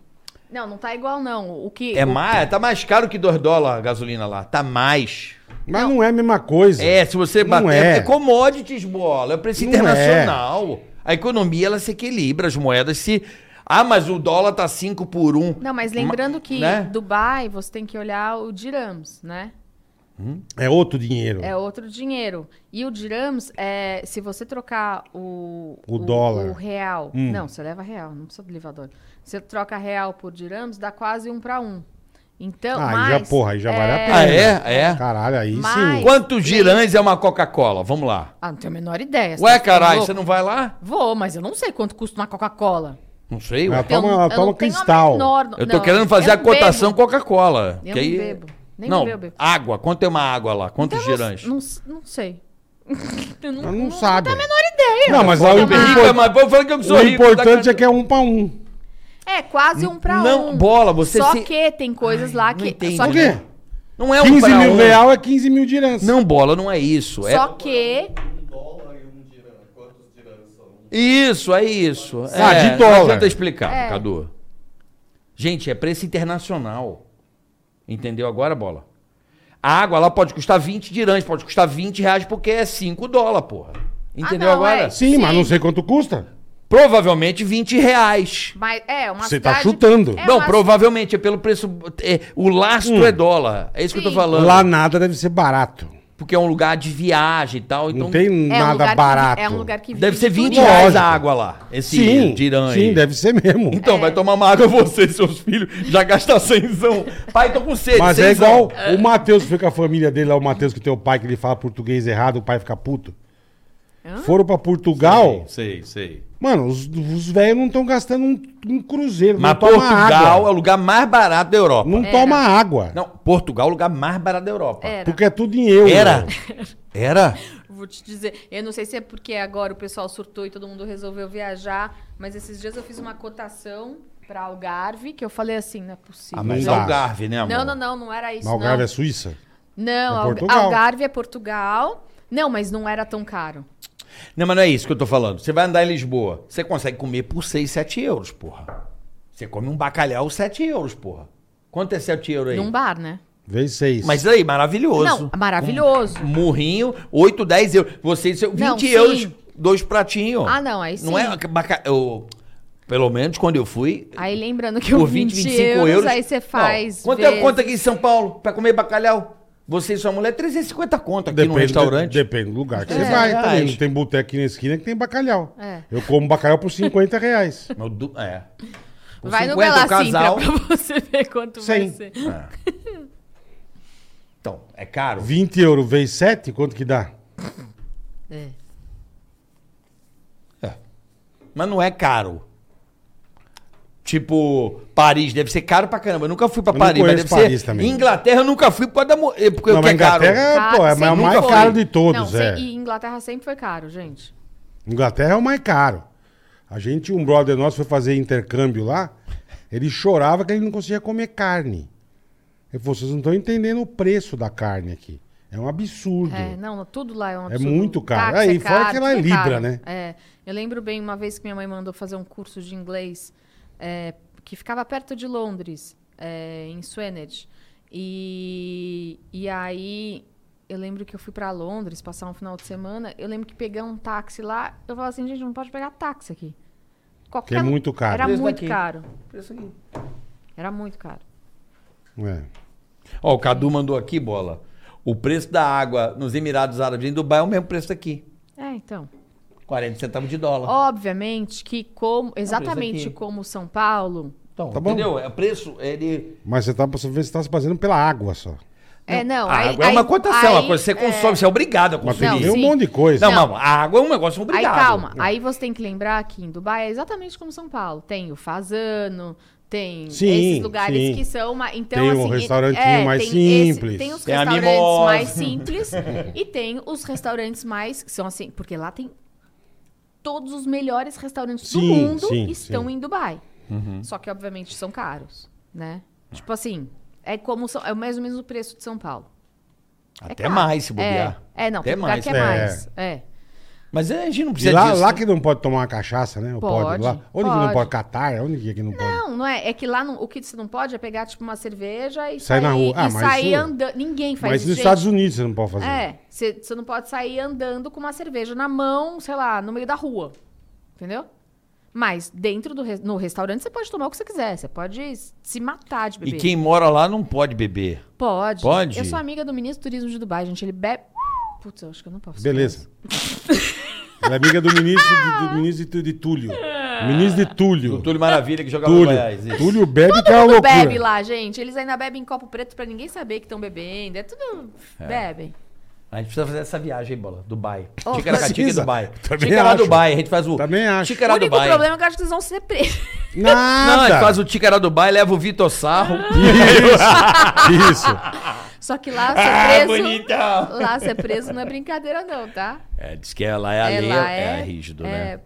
Speaker 5: Não, não tá igual, não. O que.
Speaker 2: É mais, tá mais caro que 2 dólares a gasolina lá. Tá mais.
Speaker 1: Mas não. é a mesma coisa.
Speaker 2: É, se você
Speaker 1: Não
Speaker 2: bater.
Speaker 1: é.
Speaker 2: É commodities, bola. É preço
Speaker 1: Não
Speaker 2: internacional. A economia ela se equilibra, as moedas se. Ah, mas o dólar tá 5 por 1. Um.
Speaker 5: Não, mas lembrando que
Speaker 2: né?
Speaker 5: Dubai, você tem que olhar o dirhams, né?
Speaker 1: É outro dinheiro.
Speaker 5: É outro dinheiro. E o dirhams, é, se você trocar o...
Speaker 1: O dólar. Hum.
Speaker 5: O real. Não, você leva real, não precisa levar dólar. Você troca real por dirhams, dá quase um pra um. Então,
Speaker 1: Ah, aí
Speaker 5: mas...
Speaker 1: já, porra, aí já vale a pena.
Speaker 2: Ah, é? É.
Speaker 1: Caralho, aí
Speaker 5: Mas-
Speaker 1: sim.
Speaker 2: Quantos girãs é uma Coca-Cola? Vamos lá.
Speaker 5: Ah, não tenho a menor ideia.
Speaker 2: Ué,
Speaker 5: tá ficando
Speaker 2: caralho,
Speaker 5: louco?
Speaker 2: você não vai lá?
Speaker 5: Vou, mas eu não sei quanto custa uma Coca-Cola.
Speaker 2: Não sei,
Speaker 1: Ela
Speaker 2: ué.
Speaker 1: toma,
Speaker 5: eu,
Speaker 1: ela
Speaker 5: eu
Speaker 1: toma
Speaker 5: não tenho a
Speaker 1: cristal.
Speaker 5: menor-
Speaker 2: Eu tô
Speaker 5: não, é um
Speaker 2: querendo fazer
Speaker 5: eu
Speaker 2: a
Speaker 5: não
Speaker 2: cotação
Speaker 5: bebo.
Speaker 2: Coca-Cola.
Speaker 5: Eu
Speaker 2: que
Speaker 5: não
Speaker 2: aí- é-
Speaker 5: bebo. Nem
Speaker 2: não,
Speaker 5: bebo, eu bebo.
Speaker 2: água. Quanto é uma água lá? Quantos
Speaker 5: Eu não-
Speaker 2: girãs?
Speaker 5: Não, não sei. Eu
Speaker 1: Ela não sabe.
Speaker 5: tenho a menor ideia.
Speaker 1: Não, mas lá o,
Speaker 2: Eu sou rico,
Speaker 1: impor-
Speaker 2: mas vou falar que eu sou
Speaker 1: o
Speaker 2: rico. tá
Speaker 1: importante é que é um pra um.
Speaker 5: É, quase um pra
Speaker 2: Não,
Speaker 5: um.
Speaker 2: bola, você
Speaker 5: Só
Speaker 2: se-
Speaker 5: que tem coisas lá
Speaker 2: não
Speaker 5: que.
Speaker 2: entendo,
Speaker 5: só
Speaker 1: né? Por
Speaker 5: que,
Speaker 1: quê?
Speaker 2: Não é um
Speaker 1: 15
Speaker 2: pra
Speaker 1: mil
Speaker 2: um.
Speaker 1: real é 15 mil dirhams.
Speaker 2: Não, bola, não é isso.
Speaker 5: só
Speaker 2: É...
Speaker 5: que.
Speaker 2: Isso, é isso.
Speaker 1: Ah,
Speaker 2: é,
Speaker 1: de
Speaker 2: Não
Speaker 1: dólar.
Speaker 2: adianta explicar,
Speaker 5: É.
Speaker 2: Cadu. Gente, é preço internacional. Entendeu agora, bola? A água lá pode custar 20 dirãs, pode custar 20 reais porque é 5 dólares, porra. Entendeu
Speaker 5: não,
Speaker 2: agora?
Speaker 5: é.
Speaker 1: Sim, mas
Speaker 5: Sim.
Speaker 1: não sei quanto custa.
Speaker 2: Provavelmente 20 reais.
Speaker 5: Mas é, uma
Speaker 1: Você tá
Speaker 5: cidade.
Speaker 1: chutando.
Speaker 5: É
Speaker 2: não,
Speaker 5: uma-
Speaker 2: provavelmente é pelo preço. é, o lastro é dólar. É isso que eu tô
Speaker 5: Sim.
Speaker 2: falando.
Speaker 1: Hum. Lá nada deve ser barato.
Speaker 2: Porque é um lugar de viagem e tal. Então
Speaker 1: não tem
Speaker 5: é um
Speaker 1: nada
Speaker 5: lugar que-
Speaker 1: barato.
Speaker 5: É um lugar que
Speaker 2: deve ser 20
Speaker 5: tudo.
Speaker 1: Lógico.
Speaker 2: reais a água lá. Esse
Speaker 1: Sim,
Speaker 2: dirão aí.
Speaker 1: sim, deve ser mesmo.
Speaker 5: É.
Speaker 2: Então, vai tomar uma água você e seus filhos. Já gastar cenzão. Pai, tô com sede.
Speaker 1: Mas é
Speaker 2: cenzão.
Speaker 1: igual o Matheus que foi com a família dele lá, o Matheus que tem o pai que ele fala português errado, o pai fica puto. Foram pra Portugal,
Speaker 2: Sei, sei.
Speaker 1: mano, os, os velhos não estão gastando um, um cruzeiro.
Speaker 2: Mas
Speaker 1: não toma
Speaker 2: Portugal é o
Speaker 1: água.
Speaker 2: lugar mais barato da Europa.
Speaker 1: Não toma água.
Speaker 2: Não, Portugal é o lugar mais barato da Europa.
Speaker 5: Era.
Speaker 1: Porque é tudo em euro.
Speaker 2: Era? Era?
Speaker 5: Vou te dizer. Eu não sei se é porque agora o pessoal surtou e todo mundo resolveu viajar, mas esses dias eu fiz uma cotação pra Algarve, que eu falei assim, não é possível.
Speaker 2: Ah, mas é
Speaker 1: Não dá.
Speaker 2: Algarve, né, amor?
Speaker 5: Não, não, não, não era isso.
Speaker 1: Mas Algarve
Speaker 5: não.
Speaker 1: é Suíça?
Speaker 5: Não,
Speaker 1: É
Speaker 5: Alga-
Speaker 1: Portugal.
Speaker 5: Algarve é Portugal. Não, mas não era tão caro.
Speaker 2: Não, mas não é isso que eu tô falando. Você vai andar em Lisboa, você consegue comer por 6, 7 euros, porra. Você come um bacalhau 7 euros, porra. Quanto é 7 euros aí?
Speaker 5: Num bar, né?
Speaker 1: Vez seis.
Speaker 2: Mas aí, maravilhoso.
Speaker 5: Não, maravilhoso.
Speaker 2: Um murrinho, 8, 10 euros. Vocês, seu- 20
Speaker 5: Não, sim.
Speaker 2: euros, dois pratinhos.
Speaker 5: Ah, não, aí sim.
Speaker 2: Não é baca... eu- Pelo menos quando eu fui.
Speaker 5: Aí lembrando que
Speaker 2: por
Speaker 5: o
Speaker 2: 20,
Speaker 5: 20,
Speaker 2: 25
Speaker 5: euros,
Speaker 2: euros.
Speaker 5: aí você faz.
Speaker 2: Não, Quanto é a
Speaker 5: vezes-
Speaker 2: conta aqui em São Paulo pra comer bacalhau? Você e sua mulher, 350 conto aqui no
Speaker 1: do-
Speaker 2: restaurante.
Speaker 1: depende do lugar que você
Speaker 2: É,
Speaker 1: vai
Speaker 2: reais.
Speaker 1: também. Não tem boteco aqui na esquina que tem bacalhau.
Speaker 5: É.
Speaker 1: Eu como bacalhau por 50 reais.
Speaker 2: Mas du- É. Com
Speaker 5: Vai
Speaker 2: 50
Speaker 5: no
Speaker 2: o
Speaker 5: Bela Sintra pra você ver quanto vai
Speaker 1: Sim.
Speaker 5: ser.
Speaker 2: Então, é caro.
Speaker 1: 20 euros vezes 7, quanto que dá?
Speaker 5: É.
Speaker 2: É. Mas não é caro. Tipo, Paris deve ser caro pra caramba. Eu nunca fui pra
Speaker 1: Eu não
Speaker 2: Paris, mas
Speaker 1: conheço
Speaker 2: deve
Speaker 1: Paris
Speaker 2: ser.
Speaker 1: também.
Speaker 2: Inglaterra eu nunca fui por causa da mo- eh, porque o que
Speaker 1: mas
Speaker 2: é caro.
Speaker 1: Inglaterra, pô, é
Speaker 5: Caro,
Speaker 1: a
Speaker 5: sempre
Speaker 1: mais
Speaker 2: foi.
Speaker 1: caro de
Speaker 5: Não,
Speaker 1: todos,
Speaker 5: sem-
Speaker 1: é.
Speaker 5: e Inglaterra sempre foi caro, gente.
Speaker 1: Inglaterra é o mais caro. A gente, um brother nosso foi fazer intercâmbio lá, ele chorava que ele não conseguia comer carne. Ele falou, vocês não estão entendendo o preço da carne aqui. É um absurdo.
Speaker 5: É, não, tudo lá é um absurdo.
Speaker 1: muito caro.
Speaker 5: Táxi
Speaker 1: Aí, fora que ela é
Speaker 5: tudo
Speaker 1: libra,
Speaker 5: caro.
Speaker 1: né?
Speaker 5: É. Eu lembro bem uma vez que minha mãe mandou fazer um curso de inglês é, que ficava perto de Londres, é, em Swanage. E, e aí eu lembro que eu fui pra Londres passar um final de semana. Eu lembro que pegar um táxi lá, eu falava assim, gente, não pode pegar táxi aqui. Qualquer
Speaker 1: Que é muito caro.
Speaker 5: Era
Speaker 2: Preço
Speaker 5: muito
Speaker 2: daqui.
Speaker 5: caro.
Speaker 2: Preço aqui.
Speaker 5: Era muito caro.
Speaker 1: É.
Speaker 2: Ó, o Cadu mandou aqui, bola. O preço da água nos Emirados Árabes e em Dubai é o mesmo preço daqui.
Speaker 5: É, então.
Speaker 2: 40 centavos de dólar.
Speaker 5: Obviamente que como exatamente
Speaker 2: aqui.
Speaker 5: como São Paulo,
Speaker 2: então,
Speaker 1: tá bom.
Speaker 2: Entendeu? É preço, ele...
Speaker 1: Mas você tá, você vê- você tá se fazendo pela água só.
Speaker 5: é não,
Speaker 2: a
Speaker 5: aí-
Speaker 2: água é
Speaker 5: aí-
Speaker 2: uma cotação,
Speaker 5: aí-
Speaker 2: uma coisa que você consome, você é obrigado a
Speaker 1: Mas tem que
Speaker 5: Não,
Speaker 2: consumir.
Speaker 1: ver um
Speaker 5: sim.
Speaker 1: monte de coisa.
Speaker 2: Não, mas a água é um negócio
Speaker 5: Aí
Speaker 2: obrigado.
Speaker 5: calma, aí você tem que lembrar que em Dubai é exatamente como São Paulo. Tem o Fazano, tem
Speaker 1: Sim,
Speaker 5: esses lugares
Speaker 1: sim.
Speaker 5: que são uma, então
Speaker 1: Tem um
Speaker 5: assim, e-
Speaker 1: restaurantinho mais
Speaker 5: tem
Speaker 1: simples.
Speaker 5: tem os
Speaker 2: Tem a
Speaker 5: restaurantes
Speaker 2: mimosa.
Speaker 5: mais simples e tem os restaurantes mais que são assim, porque lá tem todos os melhores restaurantes do
Speaker 1: Sim,
Speaker 5: mundo
Speaker 1: sim,
Speaker 5: estão
Speaker 1: sim.
Speaker 5: em Dubai.
Speaker 2: Uhum.
Speaker 5: Só que obviamente são caros, né? Tipo assim, é como são- é mais ou menos o preço de São Paulo. É
Speaker 2: Até
Speaker 5: caro.
Speaker 2: mais, se bobear.
Speaker 5: É, é não,
Speaker 2: Até
Speaker 5: tem lugar
Speaker 2: mais.
Speaker 5: que é,
Speaker 1: É.
Speaker 5: mais. É.
Speaker 2: Mas a gente não
Speaker 1: E
Speaker 2: precisa
Speaker 1: lá,
Speaker 2: disso.
Speaker 1: lá
Speaker 2: né?
Speaker 1: que não pode tomar uma cachaça, né? Ou
Speaker 5: Pode,
Speaker 1: lá. Onde que não
Speaker 5: pode.
Speaker 1: pode? Catar? Onde que, que não pode?
Speaker 5: Não, não é. É que lá não- o que você não pode é pegar, tipo, uma cerveja e
Speaker 1: Sai
Speaker 5: sair,
Speaker 1: na rua. Ah,
Speaker 5: e
Speaker 1: mas
Speaker 5: sair
Speaker 1: isso-
Speaker 5: andando. Ninguém faz
Speaker 1: Mas
Speaker 5: isso.
Speaker 1: nos
Speaker 5: gente.
Speaker 1: Estados Unidos você não pode fazer.
Speaker 5: É, você, você não pode sair andando com uma cerveja na mão, sei lá, no meio da rua. Entendeu? Mas dentro do res- no restaurante você pode tomar o que você quiser. Você pode se matar de
Speaker 2: E
Speaker 5: beber.
Speaker 2: quem mora lá não pode beber.
Speaker 5: Pode.
Speaker 2: Pode?
Speaker 5: Eu sou amiga do ministro do turismo de Dubai, gente. Ele bebe. Putz, eu acho que eu não posso. falar
Speaker 1: Beleza. Ela é amiga do ministro de, do ministro de, Tu- de Túlio. Ministro de Túlio.
Speaker 2: O Túlio Maravilha que jogava no
Speaker 1: Túlio.
Speaker 2: Goiás. isso.
Speaker 1: Túlio bebe que é uma
Speaker 5: Todo mundo
Speaker 1: loucura.
Speaker 5: bebe lá, gente. Eles ainda bebem em copo preto pra ninguém saber que estão bebendo. É tudo. Bebem.
Speaker 2: A gente precisa fazer essa viagem, bola. Dubai.
Speaker 5: Oh,
Speaker 2: Ticaracatica e
Speaker 1: precisa.
Speaker 2: Dubai.
Speaker 1: Também
Speaker 2: Ticará
Speaker 1: acho.
Speaker 2: Dubai. A gente faz o.
Speaker 1: Também acho.
Speaker 2: Ticará
Speaker 5: o único
Speaker 2: Dubai.
Speaker 5: problema é que eu acho que eles vão ser presos.
Speaker 2: Não, a
Speaker 1: Nada.
Speaker 2: gente faz o Ticará Dubai, leva o Vitor Sarro.
Speaker 5: Ah.
Speaker 1: Isso. Isso.
Speaker 5: Só que lá ser preso.
Speaker 2: bonita!
Speaker 5: Lá ser preso não é brincadeira, não, tá?
Speaker 2: É, diz que ela é a lei,
Speaker 5: Ela
Speaker 2: é, rígido, né?
Speaker 5: é-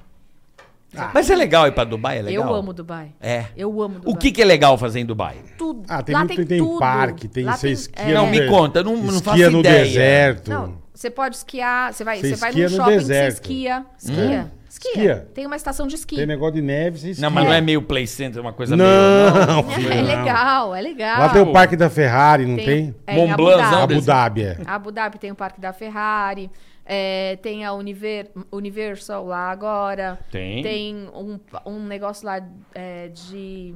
Speaker 5: Ah.
Speaker 2: Mas é legal ir pra Dubai, é legal.
Speaker 5: Eu amo Dubai.
Speaker 2: É.
Speaker 5: Eu amo
Speaker 2: O
Speaker 5: Dubai.
Speaker 2: que, que é legal fazer em Dubai?
Speaker 5: Tudo.
Speaker 1: Ah, tem
Speaker 5: lá
Speaker 1: muito-
Speaker 5: tem,
Speaker 1: tem
Speaker 5: tudo.
Speaker 1: parque, tem-
Speaker 5: Lá
Speaker 1: você esquia
Speaker 5: é.
Speaker 2: Não, me
Speaker 1: de-
Speaker 2: conta, não, não faço
Speaker 1: Esquia
Speaker 2: ideia.
Speaker 1: no deserto.
Speaker 5: Não, você pode esquiar, você vai,
Speaker 1: Você
Speaker 5: você vai
Speaker 1: esquia
Speaker 5: num
Speaker 1: no
Speaker 5: shopping, você
Speaker 1: deserto. Hum?
Speaker 5: esquia. Esquia. esquia.
Speaker 1: Esquia.
Speaker 5: Tem uma estação de esqui. É
Speaker 1: Tem negócio de neve, você esquia.
Speaker 2: Não, mas não é meio play center, é uma coisa meio...
Speaker 1: Não,
Speaker 5: É,
Speaker 1: filho,
Speaker 5: é
Speaker 1: não.
Speaker 5: legal, é legal.
Speaker 1: Lá tem o parque da Ferrari, não tem?
Speaker 5: é, em
Speaker 2: Mont
Speaker 5: Abu
Speaker 2: Blancão
Speaker 5: Dhabi.
Speaker 1: Abu Dhabi, é.
Speaker 5: A Abu Dhabi tem o Parque da Ferrari, é, tem a Univer- Universal lá agora.
Speaker 2: Tem.
Speaker 5: Tem um, um negócio lá é, de,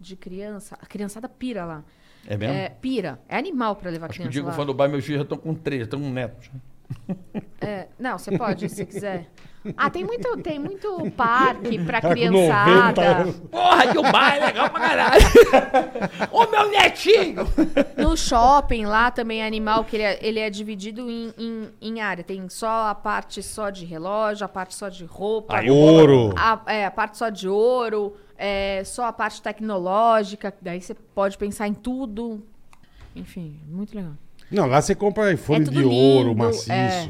Speaker 5: de criança. A criançada pira lá.
Speaker 2: É mesmo?
Speaker 5: É, pira. É animal pra levar
Speaker 2: Acho que o
Speaker 5: criança
Speaker 2: Diego
Speaker 5: lá.
Speaker 2: foi no Dubai, meus filhos já estão com três, estão com netos.
Speaker 5: É, não, você pode, se quiser. Ah, tem muito, tem muito parque pra
Speaker 1: com 90
Speaker 5: criançada.
Speaker 1: anos.
Speaker 2: Porra, Dubai é legal pra caralho. Ô, meu netinho!
Speaker 5: No shopping lá também é animal, que ele é, ele é dividido em, em, em área. Tem só a parte só de relógio, a parte só de roupa.
Speaker 2: Aí
Speaker 1: Ouro.
Speaker 5: A, é, a parte só de ouro, é, só a parte tecnológica, que daí você pode pensar em tudo. Enfim, muito legal.
Speaker 1: Não, lá você compra iPhone
Speaker 5: É tudo
Speaker 1: de ouro,
Speaker 5: lindo,
Speaker 1: maciço.
Speaker 5: é.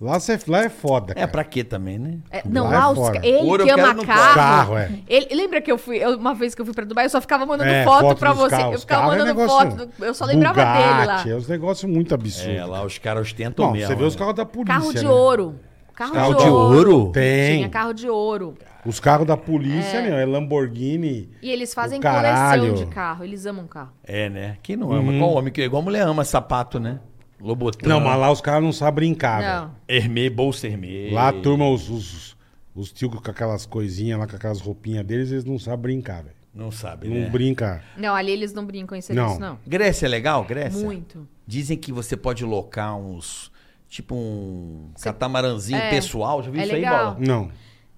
Speaker 1: Lá, você, lá é foda,
Speaker 2: É,
Speaker 1: cara.
Speaker 2: pra quê também, né?
Speaker 5: É, não,
Speaker 1: Lá
Speaker 5: lá,
Speaker 1: é
Speaker 5: os,
Speaker 1: fora.
Speaker 5: ele
Speaker 2: Ouro eu
Speaker 5: que
Speaker 2: quero,
Speaker 5: ama
Speaker 2: não
Speaker 5: carro.
Speaker 2: posso.
Speaker 1: Carro, é.
Speaker 5: Ele- lembra que eu fui, eu- uma vez que eu fui pra Dubai, eu só ficava mandando
Speaker 1: É,
Speaker 5: foto, pra
Speaker 1: dos
Speaker 5: você.
Speaker 1: carros.
Speaker 5: Eu ficava
Speaker 1: Carro é
Speaker 5: mandando
Speaker 1: negócio-
Speaker 5: foto, do- eu só lembrava dele lá.
Speaker 1: Bugatti, É uns negócios muito absurdos.
Speaker 2: É, lá os caras ostentam
Speaker 1: Bom,
Speaker 2: mesmo.
Speaker 1: você vê os
Speaker 2: né?
Speaker 1: carros da polícia.
Speaker 5: Carro de
Speaker 1: né?
Speaker 5: ouro. Carro,
Speaker 2: Carro de ouro?
Speaker 5: Tinha
Speaker 1: Tem.
Speaker 5: carro de ouro.
Speaker 1: Os carros da polícia, né? É Lamborghini.
Speaker 5: E eles fazem
Speaker 1: Do caralho.
Speaker 5: coleção de carro, eles amam carro.
Speaker 2: É, né? Quem não ama? Qual homem que é? igual mulher ama sapato, né? Lobotão.
Speaker 1: Uhum. Não, mas lá os caras não sabem brincar, Ah, velho.
Speaker 5: Não.
Speaker 2: Hermê, bolsa Hermê.
Speaker 1: Lá a turma, os, os, os tio com aquelas coisinhas lá, com aquelas roupinhas deles, eles não sabem brincar, velho.
Speaker 2: Não sabe, né?
Speaker 1: Não brinca.
Speaker 5: Não, ali eles não brincam em
Speaker 1: Não.
Speaker 5: serviço, não.
Speaker 2: Grécia é legal, Grécia?
Speaker 5: Muito.
Speaker 2: Dizem que você pode locar uns. Tipo um catamaranzinho
Speaker 5: É.
Speaker 2: pessoal. Já viu
Speaker 5: É
Speaker 2: isso aí,
Speaker 5: legal.
Speaker 2: Bola?
Speaker 1: Não.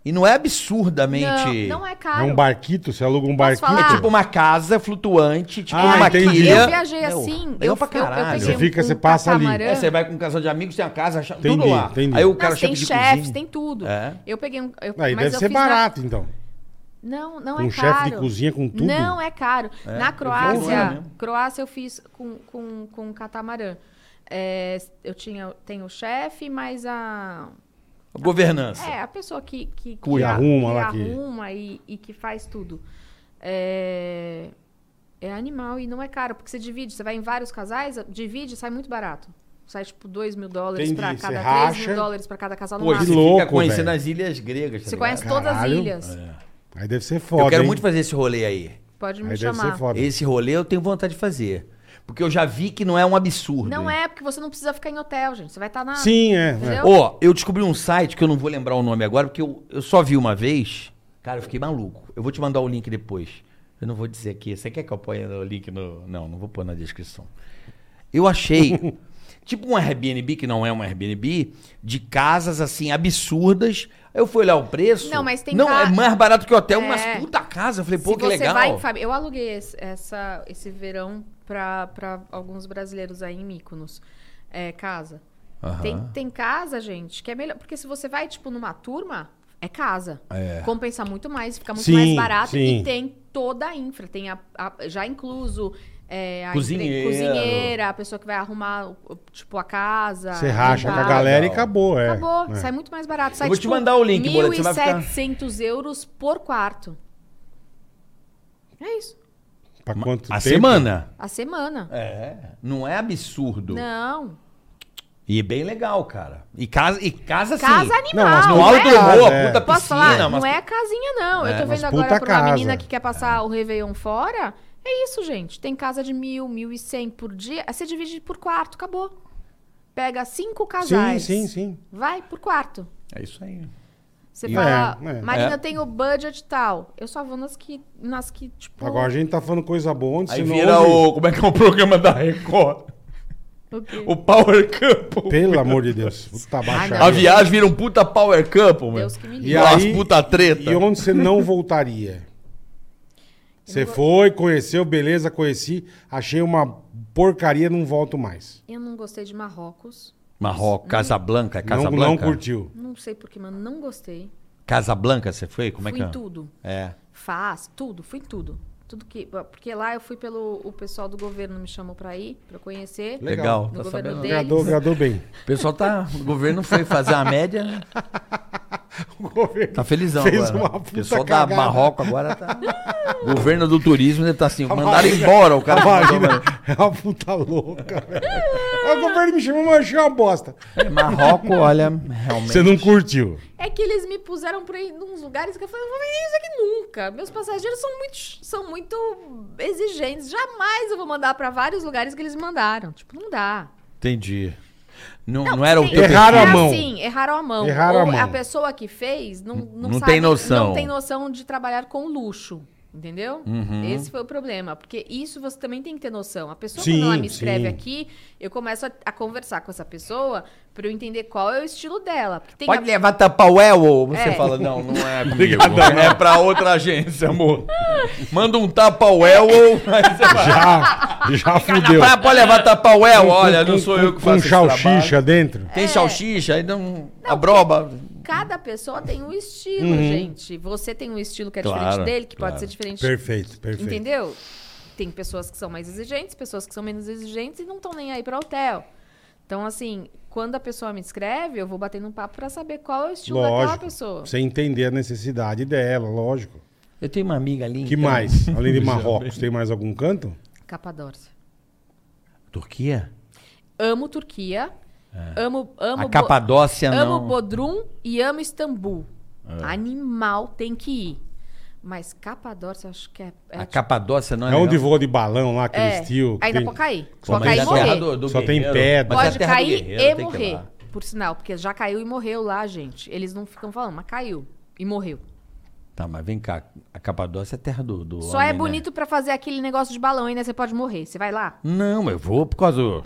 Speaker 2: E não é absurdamente.
Speaker 5: Não, não é
Speaker 1: É
Speaker 5: caro.
Speaker 1: um barquito, você aluga um
Speaker 5: Posso
Speaker 1: barquito.
Speaker 5: falar?
Speaker 2: Tipo uma casa flutuante, tipo
Speaker 1: Ah,
Speaker 2: uma
Speaker 1: entendi.
Speaker 2: quilha.
Speaker 5: Eu viajei
Speaker 2: Meu,
Speaker 5: assim.
Speaker 2: Legal
Speaker 5: Eu,
Speaker 2: pra
Speaker 5: eu- eu
Speaker 2: caralho.
Speaker 5: peguei um
Speaker 1: Você fica, você passa ali.
Speaker 5: catamarã.
Speaker 2: É, você vai com um casal de amigos, tem uma casa, cha- tudo
Speaker 1: Entendi,
Speaker 2: lá.
Speaker 1: entendi.
Speaker 2: Aí o
Speaker 5: Não,
Speaker 2: cara
Speaker 5: tem
Speaker 2: chega de
Speaker 5: chefes,
Speaker 2: cozinha.
Speaker 5: tem tudo.
Speaker 2: É.
Speaker 5: Eu peguei um. eu-
Speaker 1: Aí
Speaker 5: mas
Speaker 1: deve
Speaker 5: eu
Speaker 1: ser
Speaker 5: fiz na-
Speaker 1: barato, então.
Speaker 5: Não, não
Speaker 1: Com
Speaker 5: é
Speaker 1: um
Speaker 5: caro.
Speaker 1: chefe de cozinha, com tudo?
Speaker 5: Não é caro.
Speaker 2: É, eu
Speaker 5: Na
Speaker 2: vi que não era
Speaker 5: Croácia,
Speaker 2: mesmo.
Speaker 5: Croácia eu fiz com, com, com catamarã. É, eu tinha, tenho o chefe, mas a
Speaker 2: Governança.
Speaker 5: é a pessoa que que,
Speaker 1: Que arruma lá, que-
Speaker 5: arruma e, e que faz tudo é, é animal e não é caro porque você divide, você vai em vários casais, divide, sai muito barato. Sai tipo 2 mil dólares
Speaker 1: Entendi,
Speaker 5: para
Speaker 1: você
Speaker 5: cada
Speaker 1: racha.
Speaker 5: 3 mil dólares para cada casal no
Speaker 2: Pô,
Speaker 5: máximo.
Speaker 2: você
Speaker 1: que louco,
Speaker 2: fica conhecendo
Speaker 1: velho.
Speaker 2: as ilhas gregas. tá
Speaker 5: Você
Speaker 2: ligado?
Speaker 5: conhece todas as
Speaker 1: Caralho. É.
Speaker 5: ilhas.
Speaker 1: Aí deve ser foda.
Speaker 2: Eu quero
Speaker 1: hein?
Speaker 2: muito fazer esse rolê aí.
Speaker 5: Pode me
Speaker 1: Aí deve
Speaker 5: chamar.
Speaker 1: ser foda.
Speaker 2: Esse rolê eu tenho vontade de fazer. Porque eu já vi que não é um absurdo.
Speaker 5: Não é, porque você não precisa ficar em hotel, gente. Você vai estar na.
Speaker 1: Sim, é. é.
Speaker 5: Entendeu?
Speaker 2: Ó, eu descobri um site que eu não vou lembrar o nome agora, porque eu, eu só vi uma vez. Cara, eu fiquei maluco. Eu vou te mandar o link depois. Eu não vou dizer aqui. Você quer que eu ponha o link no. Não, não vou pôr na descrição. Eu achei. tipo um Airbnb, que não é um Airbnb, de casas assim absurdas. Eu fui olhar o preço.
Speaker 5: Não, mas tem
Speaker 2: Não,
Speaker 5: ca-
Speaker 2: é mais barato que o hotel, mas
Speaker 5: É.
Speaker 2: puta casa. Eu falei, pô,
Speaker 5: Se
Speaker 2: que
Speaker 5: você
Speaker 2: legal.
Speaker 5: vai em família- eu aluguei esse, essa- esse verão pra, pra alguns brasileiros aí em Mykonos. É, casa.
Speaker 2: Aham.
Speaker 5: Tem, tem casa, gente, que é melhor. Porque se você vai, tipo, numa turma, é casa.
Speaker 2: É.
Speaker 5: Compensa muito mais, fica muito
Speaker 1: Sim,
Speaker 5: mais barato.
Speaker 1: sim.
Speaker 5: E tem toda a infra. Tem a, a- já incluso é, a
Speaker 2: Cozinheiro.
Speaker 5: empre- cozinheira, a pessoa que vai arrumar, o- o- tipo, a casa.
Speaker 1: Você racha com
Speaker 5: limpar.
Speaker 1: a galera e
Speaker 2: Legal.
Speaker 1: acabou, é.
Speaker 5: Acabou,
Speaker 1: É.
Speaker 5: sai muito mais barato. Sai, tipo,
Speaker 2: vou te mandar o link, Boleto, você vai ficar-
Speaker 5: 1.700 euros por quarto. É isso.
Speaker 1: Pra quanto
Speaker 2: A
Speaker 1: tempo?
Speaker 2: semana.
Speaker 5: A semana.
Speaker 2: É. Não é absurdo.
Speaker 5: Não.
Speaker 2: E é bem legal, cara. E casa, e casa assim.
Speaker 5: Casa animal.
Speaker 1: Não, mas
Speaker 2: No
Speaker 1: não
Speaker 2: alto
Speaker 5: é?
Speaker 2: do morro,
Speaker 1: é.
Speaker 2: puta piscina.
Speaker 5: Posso falar? Não,
Speaker 2: mas-
Speaker 5: é casinha, não.
Speaker 2: É,
Speaker 5: Eu tô
Speaker 1: mas
Speaker 5: vendo agora
Speaker 1: puta
Speaker 5: pra uma
Speaker 1: casa.
Speaker 5: menina que quer passar o Réveillon fora. É isso, gente. Tem casa de mil, mil e cem por dia. Aí Você divide por quarto, acabou. Pega cinco
Speaker 1: Sim,
Speaker 5: casais.
Speaker 1: sim, sim.
Speaker 5: Vai por quarto.
Speaker 2: É isso aí.
Speaker 5: Você
Speaker 1: É,
Speaker 5: fala,
Speaker 1: é.
Speaker 5: Marina,
Speaker 2: É.
Speaker 5: tem o budget tal. Eu só vou nas que, nas que tipo...
Speaker 1: Agora a gente tá falando coisa boa onde
Speaker 2: Aí
Speaker 1: você não
Speaker 2: vira
Speaker 1: ouve.
Speaker 2: o. Como é que é o programa da Record?
Speaker 5: o quê?
Speaker 2: O Power Couple.
Speaker 1: Pelo amor de Deus. Puta baixada.
Speaker 2: A viagem vira um puta Power Couple, mano.
Speaker 5: Deus que me
Speaker 1: E
Speaker 5: livre.
Speaker 2: Aquelas
Speaker 1: aí-
Speaker 2: puta treta.
Speaker 1: E onde você não voltaria? Você foi, conheceu, beleza, conheci. Achei uma porcaria, não volto mais.
Speaker 5: Eu não gostei de Marrocos. Hum.
Speaker 2: Marrocos, Casablanca, é
Speaker 1: Não,
Speaker 2: Casablanca.
Speaker 1: não curtiu.
Speaker 5: Não sei por que, mano. Não gostei.
Speaker 2: Casablanca você foi? Como é
Speaker 5: Fui
Speaker 2: que
Speaker 5: em
Speaker 2: é?
Speaker 5: tudo.
Speaker 2: É.
Speaker 5: Faz, tudo, fui em tudo. Tudo que. Porque lá eu fui pelo. O pessoal do governo me chamou pra ir, pra eu conhecer.
Speaker 2: Legal,
Speaker 5: No
Speaker 2: tá
Speaker 5: governo
Speaker 2: sabendo.
Speaker 5: dele.
Speaker 1: Gradou,
Speaker 5: Deles.
Speaker 1: gradou bem.
Speaker 2: O pessoal tá. O governo foi fazer a média, né?
Speaker 1: O governo
Speaker 2: Tá felizão
Speaker 1: fez
Speaker 2: agora.
Speaker 1: uma
Speaker 2: o
Speaker 1: puta
Speaker 2: pessoal
Speaker 1: cagada.
Speaker 2: da Marrocos agora tá. O governo do turismo deve tá assim. Mandaram
Speaker 1: Marina-
Speaker 2: embora o cara.
Speaker 1: A
Speaker 2: que mandou,
Speaker 1: Marina
Speaker 2: mano.
Speaker 1: é uma puta louca, velho. Aí O governo me chamou, mas eu achei uma bosta.
Speaker 2: É, Marrocos, olha, realmente.
Speaker 1: Você não curtiu.
Speaker 5: É que eles me puseram pra ir nos lugares que eu falei, eu não vou fazer isso aqui nunca. Meus passageiros são muito, são muito exigentes. Jamais eu vou mandar pra vários lugares que eles me mandaram. Tipo, não dá.
Speaker 2: Entendi. Não, não era o
Speaker 5: sim,
Speaker 2: teu
Speaker 1: Erraram
Speaker 2: perfil.
Speaker 1: a mão.
Speaker 5: Sim, erraram a mão.
Speaker 1: Erraram a
Speaker 5: Ou
Speaker 1: mão.
Speaker 5: pessoa que fez não, não,
Speaker 2: não
Speaker 5: sabe-
Speaker 2: tem noção.
Speaker 5: Não tem noção de trabalhar com luxo. Entendeu?
Speaker 2: Uhum.
Speaker 5: Esse foi o problema. Porque isso você também tem que ter noção. A pessoa,
Speaker 1: Sim,
Speaker 5: quando ela me escreve
Speaker 1: sim.
Speaker 5: aqui, eu começo a, a conversar com essa pessoa pra eu entender qual é o estilo dela. Porque tem
Speaker 2: Pode
Speaker 5: a-
Speaker 2: levar tapaué ou você
Speaker 5: É.
Speaker 2: fala, não, não é comigo. é pra outra agência, amor. Manda um tapaué ou.
Speaker 1: Já, já fudeu.
Speaker 2: Ah, pode levar tapaué,
Speaker 1: Com-
Speaker 2: olha,
Speaker 1: com-
Speaker 2: não sou
Speaker 1: com-
Speaker 2: eu que faço
Speaker 1: Com
Speaker 2: esse trabalho. É.
Speaker 1: salsicha dentro.
Speaker 2: Tem salsicha, aí dá um. Abroba.
Speaker 5: Cada pessoa tem um estilo, gente. Você tem um estilo que é
Speaker 2: Uhum. Claro,
Speaker 5: diferente dele, que
Speaker 2: claro.
Speaker 5: pode ser diferente.
Speaker 1: Perfeito, perfeito.
Speaker 5: Entendeu? Tem pessoas que são mais exigentes, pessoas que são menos exigentes e não estão nem aí para hotel. Então, assim, quando a pessoa me escreve, eu vou batendo um papo para saber qual é o estilo daquela
Speaker 1: Lógico.
Speaker 5: pessoa.
Speaker 1: Você entender a necessidade dela, lógico.
Speaker 2: Eu tenho uma amiga ali. então.
Speaker 1: Que mais? Além de Marrocos, tem mais algum canto?
Speaker 5: Capadócia.
Speaker 2: Turquia?
Speaker 5: Amo Turquia. Amo, amo,
Speaker 2: É. a
Speaker 5: Bo-
Speaker 2: Capadócia
Speaker 5: amo
Speaker 2: não. É.
Speaker 5: Bodrum e amo Istambul. Animal tem que ir. Mas Capadócia, eu acho que é. é
Speaker 2: A
Speaker 5: tipo-
Speaker 2: Capadócia não é.
Speaker 1: É onde
Speaker 2: legal?
Speaker 1: voa de balão lá, aquele
Speaker 5: É,
Speaker 1: estilo. que
Speaker 5: ainda
Speaker 1: tem-
Speaker 5: pode cair.
Speaker 1: Só
Speaker 5: Pode
Speaker 1: tem
Speaker 5: cair
Speaker 2: Mas
Speaker 5: e
Speaker 2: é a terra
Speaker 5: morrer.
Speaker 2: do- do
Speaker 1: Só tem
Speaker 2: guerreiro.
Speaker 1: pedra.
Speaker 2: Mas é a
Speaker 5: Pode
Speaker 2: terra do
Speaker 5: cair
Speaker 2: guerreiro, tem
Speaker 5: e
Speaker 2: que ir
Speaker 5: morrer.
Speaker 2: lá.
Speaker 5: Por sinal, porque já caiu e morreu lá, gente. Eles não ficam falando, mas caiu e morreu.
Speaker 2: Tá, mas vem cá. A Capadócia é terra do. do
Speaker 5: Só
Speaker 2: homem,
Speaker 5: é
Speaker 2: né?
Speaker 5: bonito pra fazer aquele negócio de balão, ainda você pode morrer. Você vai lá?
Speaker 2: Não, eu vou por causa do,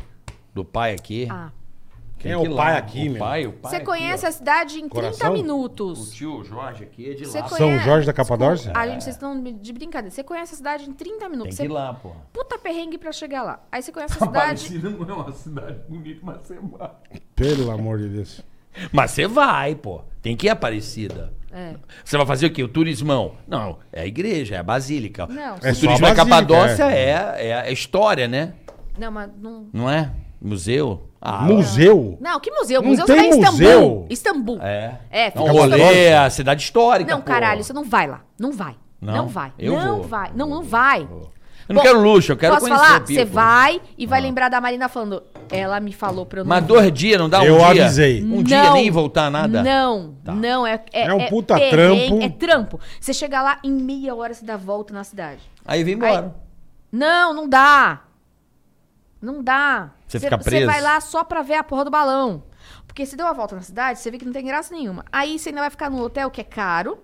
Speaker 2: do pai aqui.
Speaker 5: Ah.
Speaker 1: Quem
Speaker 2: Tem
Speaker 1: é
Speaker 2: que ir
Speaker 1: o
Speaker 2: lá.
Speaker 1: pai aqui,
Speaker 2: o
Speaker 1: meu?
Speaker 2: Pai, o É. pai
Speaker 5: Você
Speaker 2: aqui,
Speaker 5: conhece a cidade em 30
Speaker 1: Coração?
Speaker 2: ó. O
Speaker 5: minutos.
Speaker 2: tio Jorge aqui é de
Speaker 5: Você
Speaker 2: lá.
Speaker 5: conhece...
Speaker 1: São Jorge da Capadócia?
Speaker 5: A gente, vocês estão de brincadeira. Você conhece a cidade em 30
Speaker 2: Tem
Speaker 5: minutos.
Speaker 2: que ir
Speaker 5: Você
Speaker 2: lá, porra.
Speaker 5: puta perrengue pra chegar lá. Aí você conhece a cidade.
Speaker 2: Tá não é uma cidade bonita, mas você vai.
Speaker 1: Pelo amor de Deus.
Speaker 2: Mas você vai, pô. Tem que ir Aparecida.
Speaker 5: É.
Speaker 2: Você vai fazer o quê? O turismão? Não, é a igreja, é a basílica.
Speaker 5: Não,
Speaker 2: o
Speaker 5: É
Speaker 1: só
Speaker 2: turismo
Speaker 1: a
Speaker 2: da
Speaker 1: basílica,
Speaker 2: Capadócia é, é, é história, né?
Speaker 5: Não, mas não.
Speaker 2: Não é? Museu? Ah,
Speaker 1: Museu?
Speaker 5: Não, que museu?
Speaker 1: Não
Speaker 5: museu
Speaker 1: tem
Speaker 5: você vai em
Speaker 1: museu.
Speaker 5: Istambul. Istambul.
Speaker 2: É.
Speaker 5: É,
Speaker 2: Não,
Speaker 5: fica em Istambul.
Speaker 2: rolê, a cidade histórica.
Speaker 5: Não,
Speaker 2: pô.
Speaker 5: caralho, você não vai lá. Não vai.
Speaker 2: Não?
Speaker 5: Não, vai.
Speaker 2: Eu
Speaker 5: não
Speaker 2: vou.
Speaker 5: vai. Não, não vai.
Speaker 2: Eu não
Speaker 5: Bom,
Speaker 2: quero luxo, eu quero
Speaker 5: Posso
Speaker 2: conhecer
Speaker 5: falar?
Speaker 2: o
Speaker 5: Você
Speaker 2: Pipo. Ah.
Speaker 5: vai e vai lembrar da Marina falando. Ela me falou pra eu não.
Speaker 2: Mas
Speaker 5: ir."
Speaker 2: dois dias, não dá um
Speaker 1: Eu
Speaker 2: dia?
Speaker 1: avisei.
Speaker 2: Um
Speaker 5: Não,
Speaker 2: dia nem voltar nada?
Speaker 5: Não,
Speaker 2: Tá.
Speaker 5: não. É, é,
Speaker 1: É um puta
Speaker 5: perrengue,
Speaker 1: trampo.
Speaker 5: É trampo. Você chega lá em meia hora você dá volta na cidade.
Speaker 2: Aí vem embora.
Speaker 5: Não, não dá. Não dá.
Speaker 2: Você
Speaker 5: Cê-
Speaker 2: fica
Speaker 5: cê
Speaker 2: preso?
Speaker 5: vai lá só pra ver a porra do balão. Porque você deu a volta na cidade, você vê que não tem graça nenhuma. Aí você ainda vai ficar num hotel que é caro.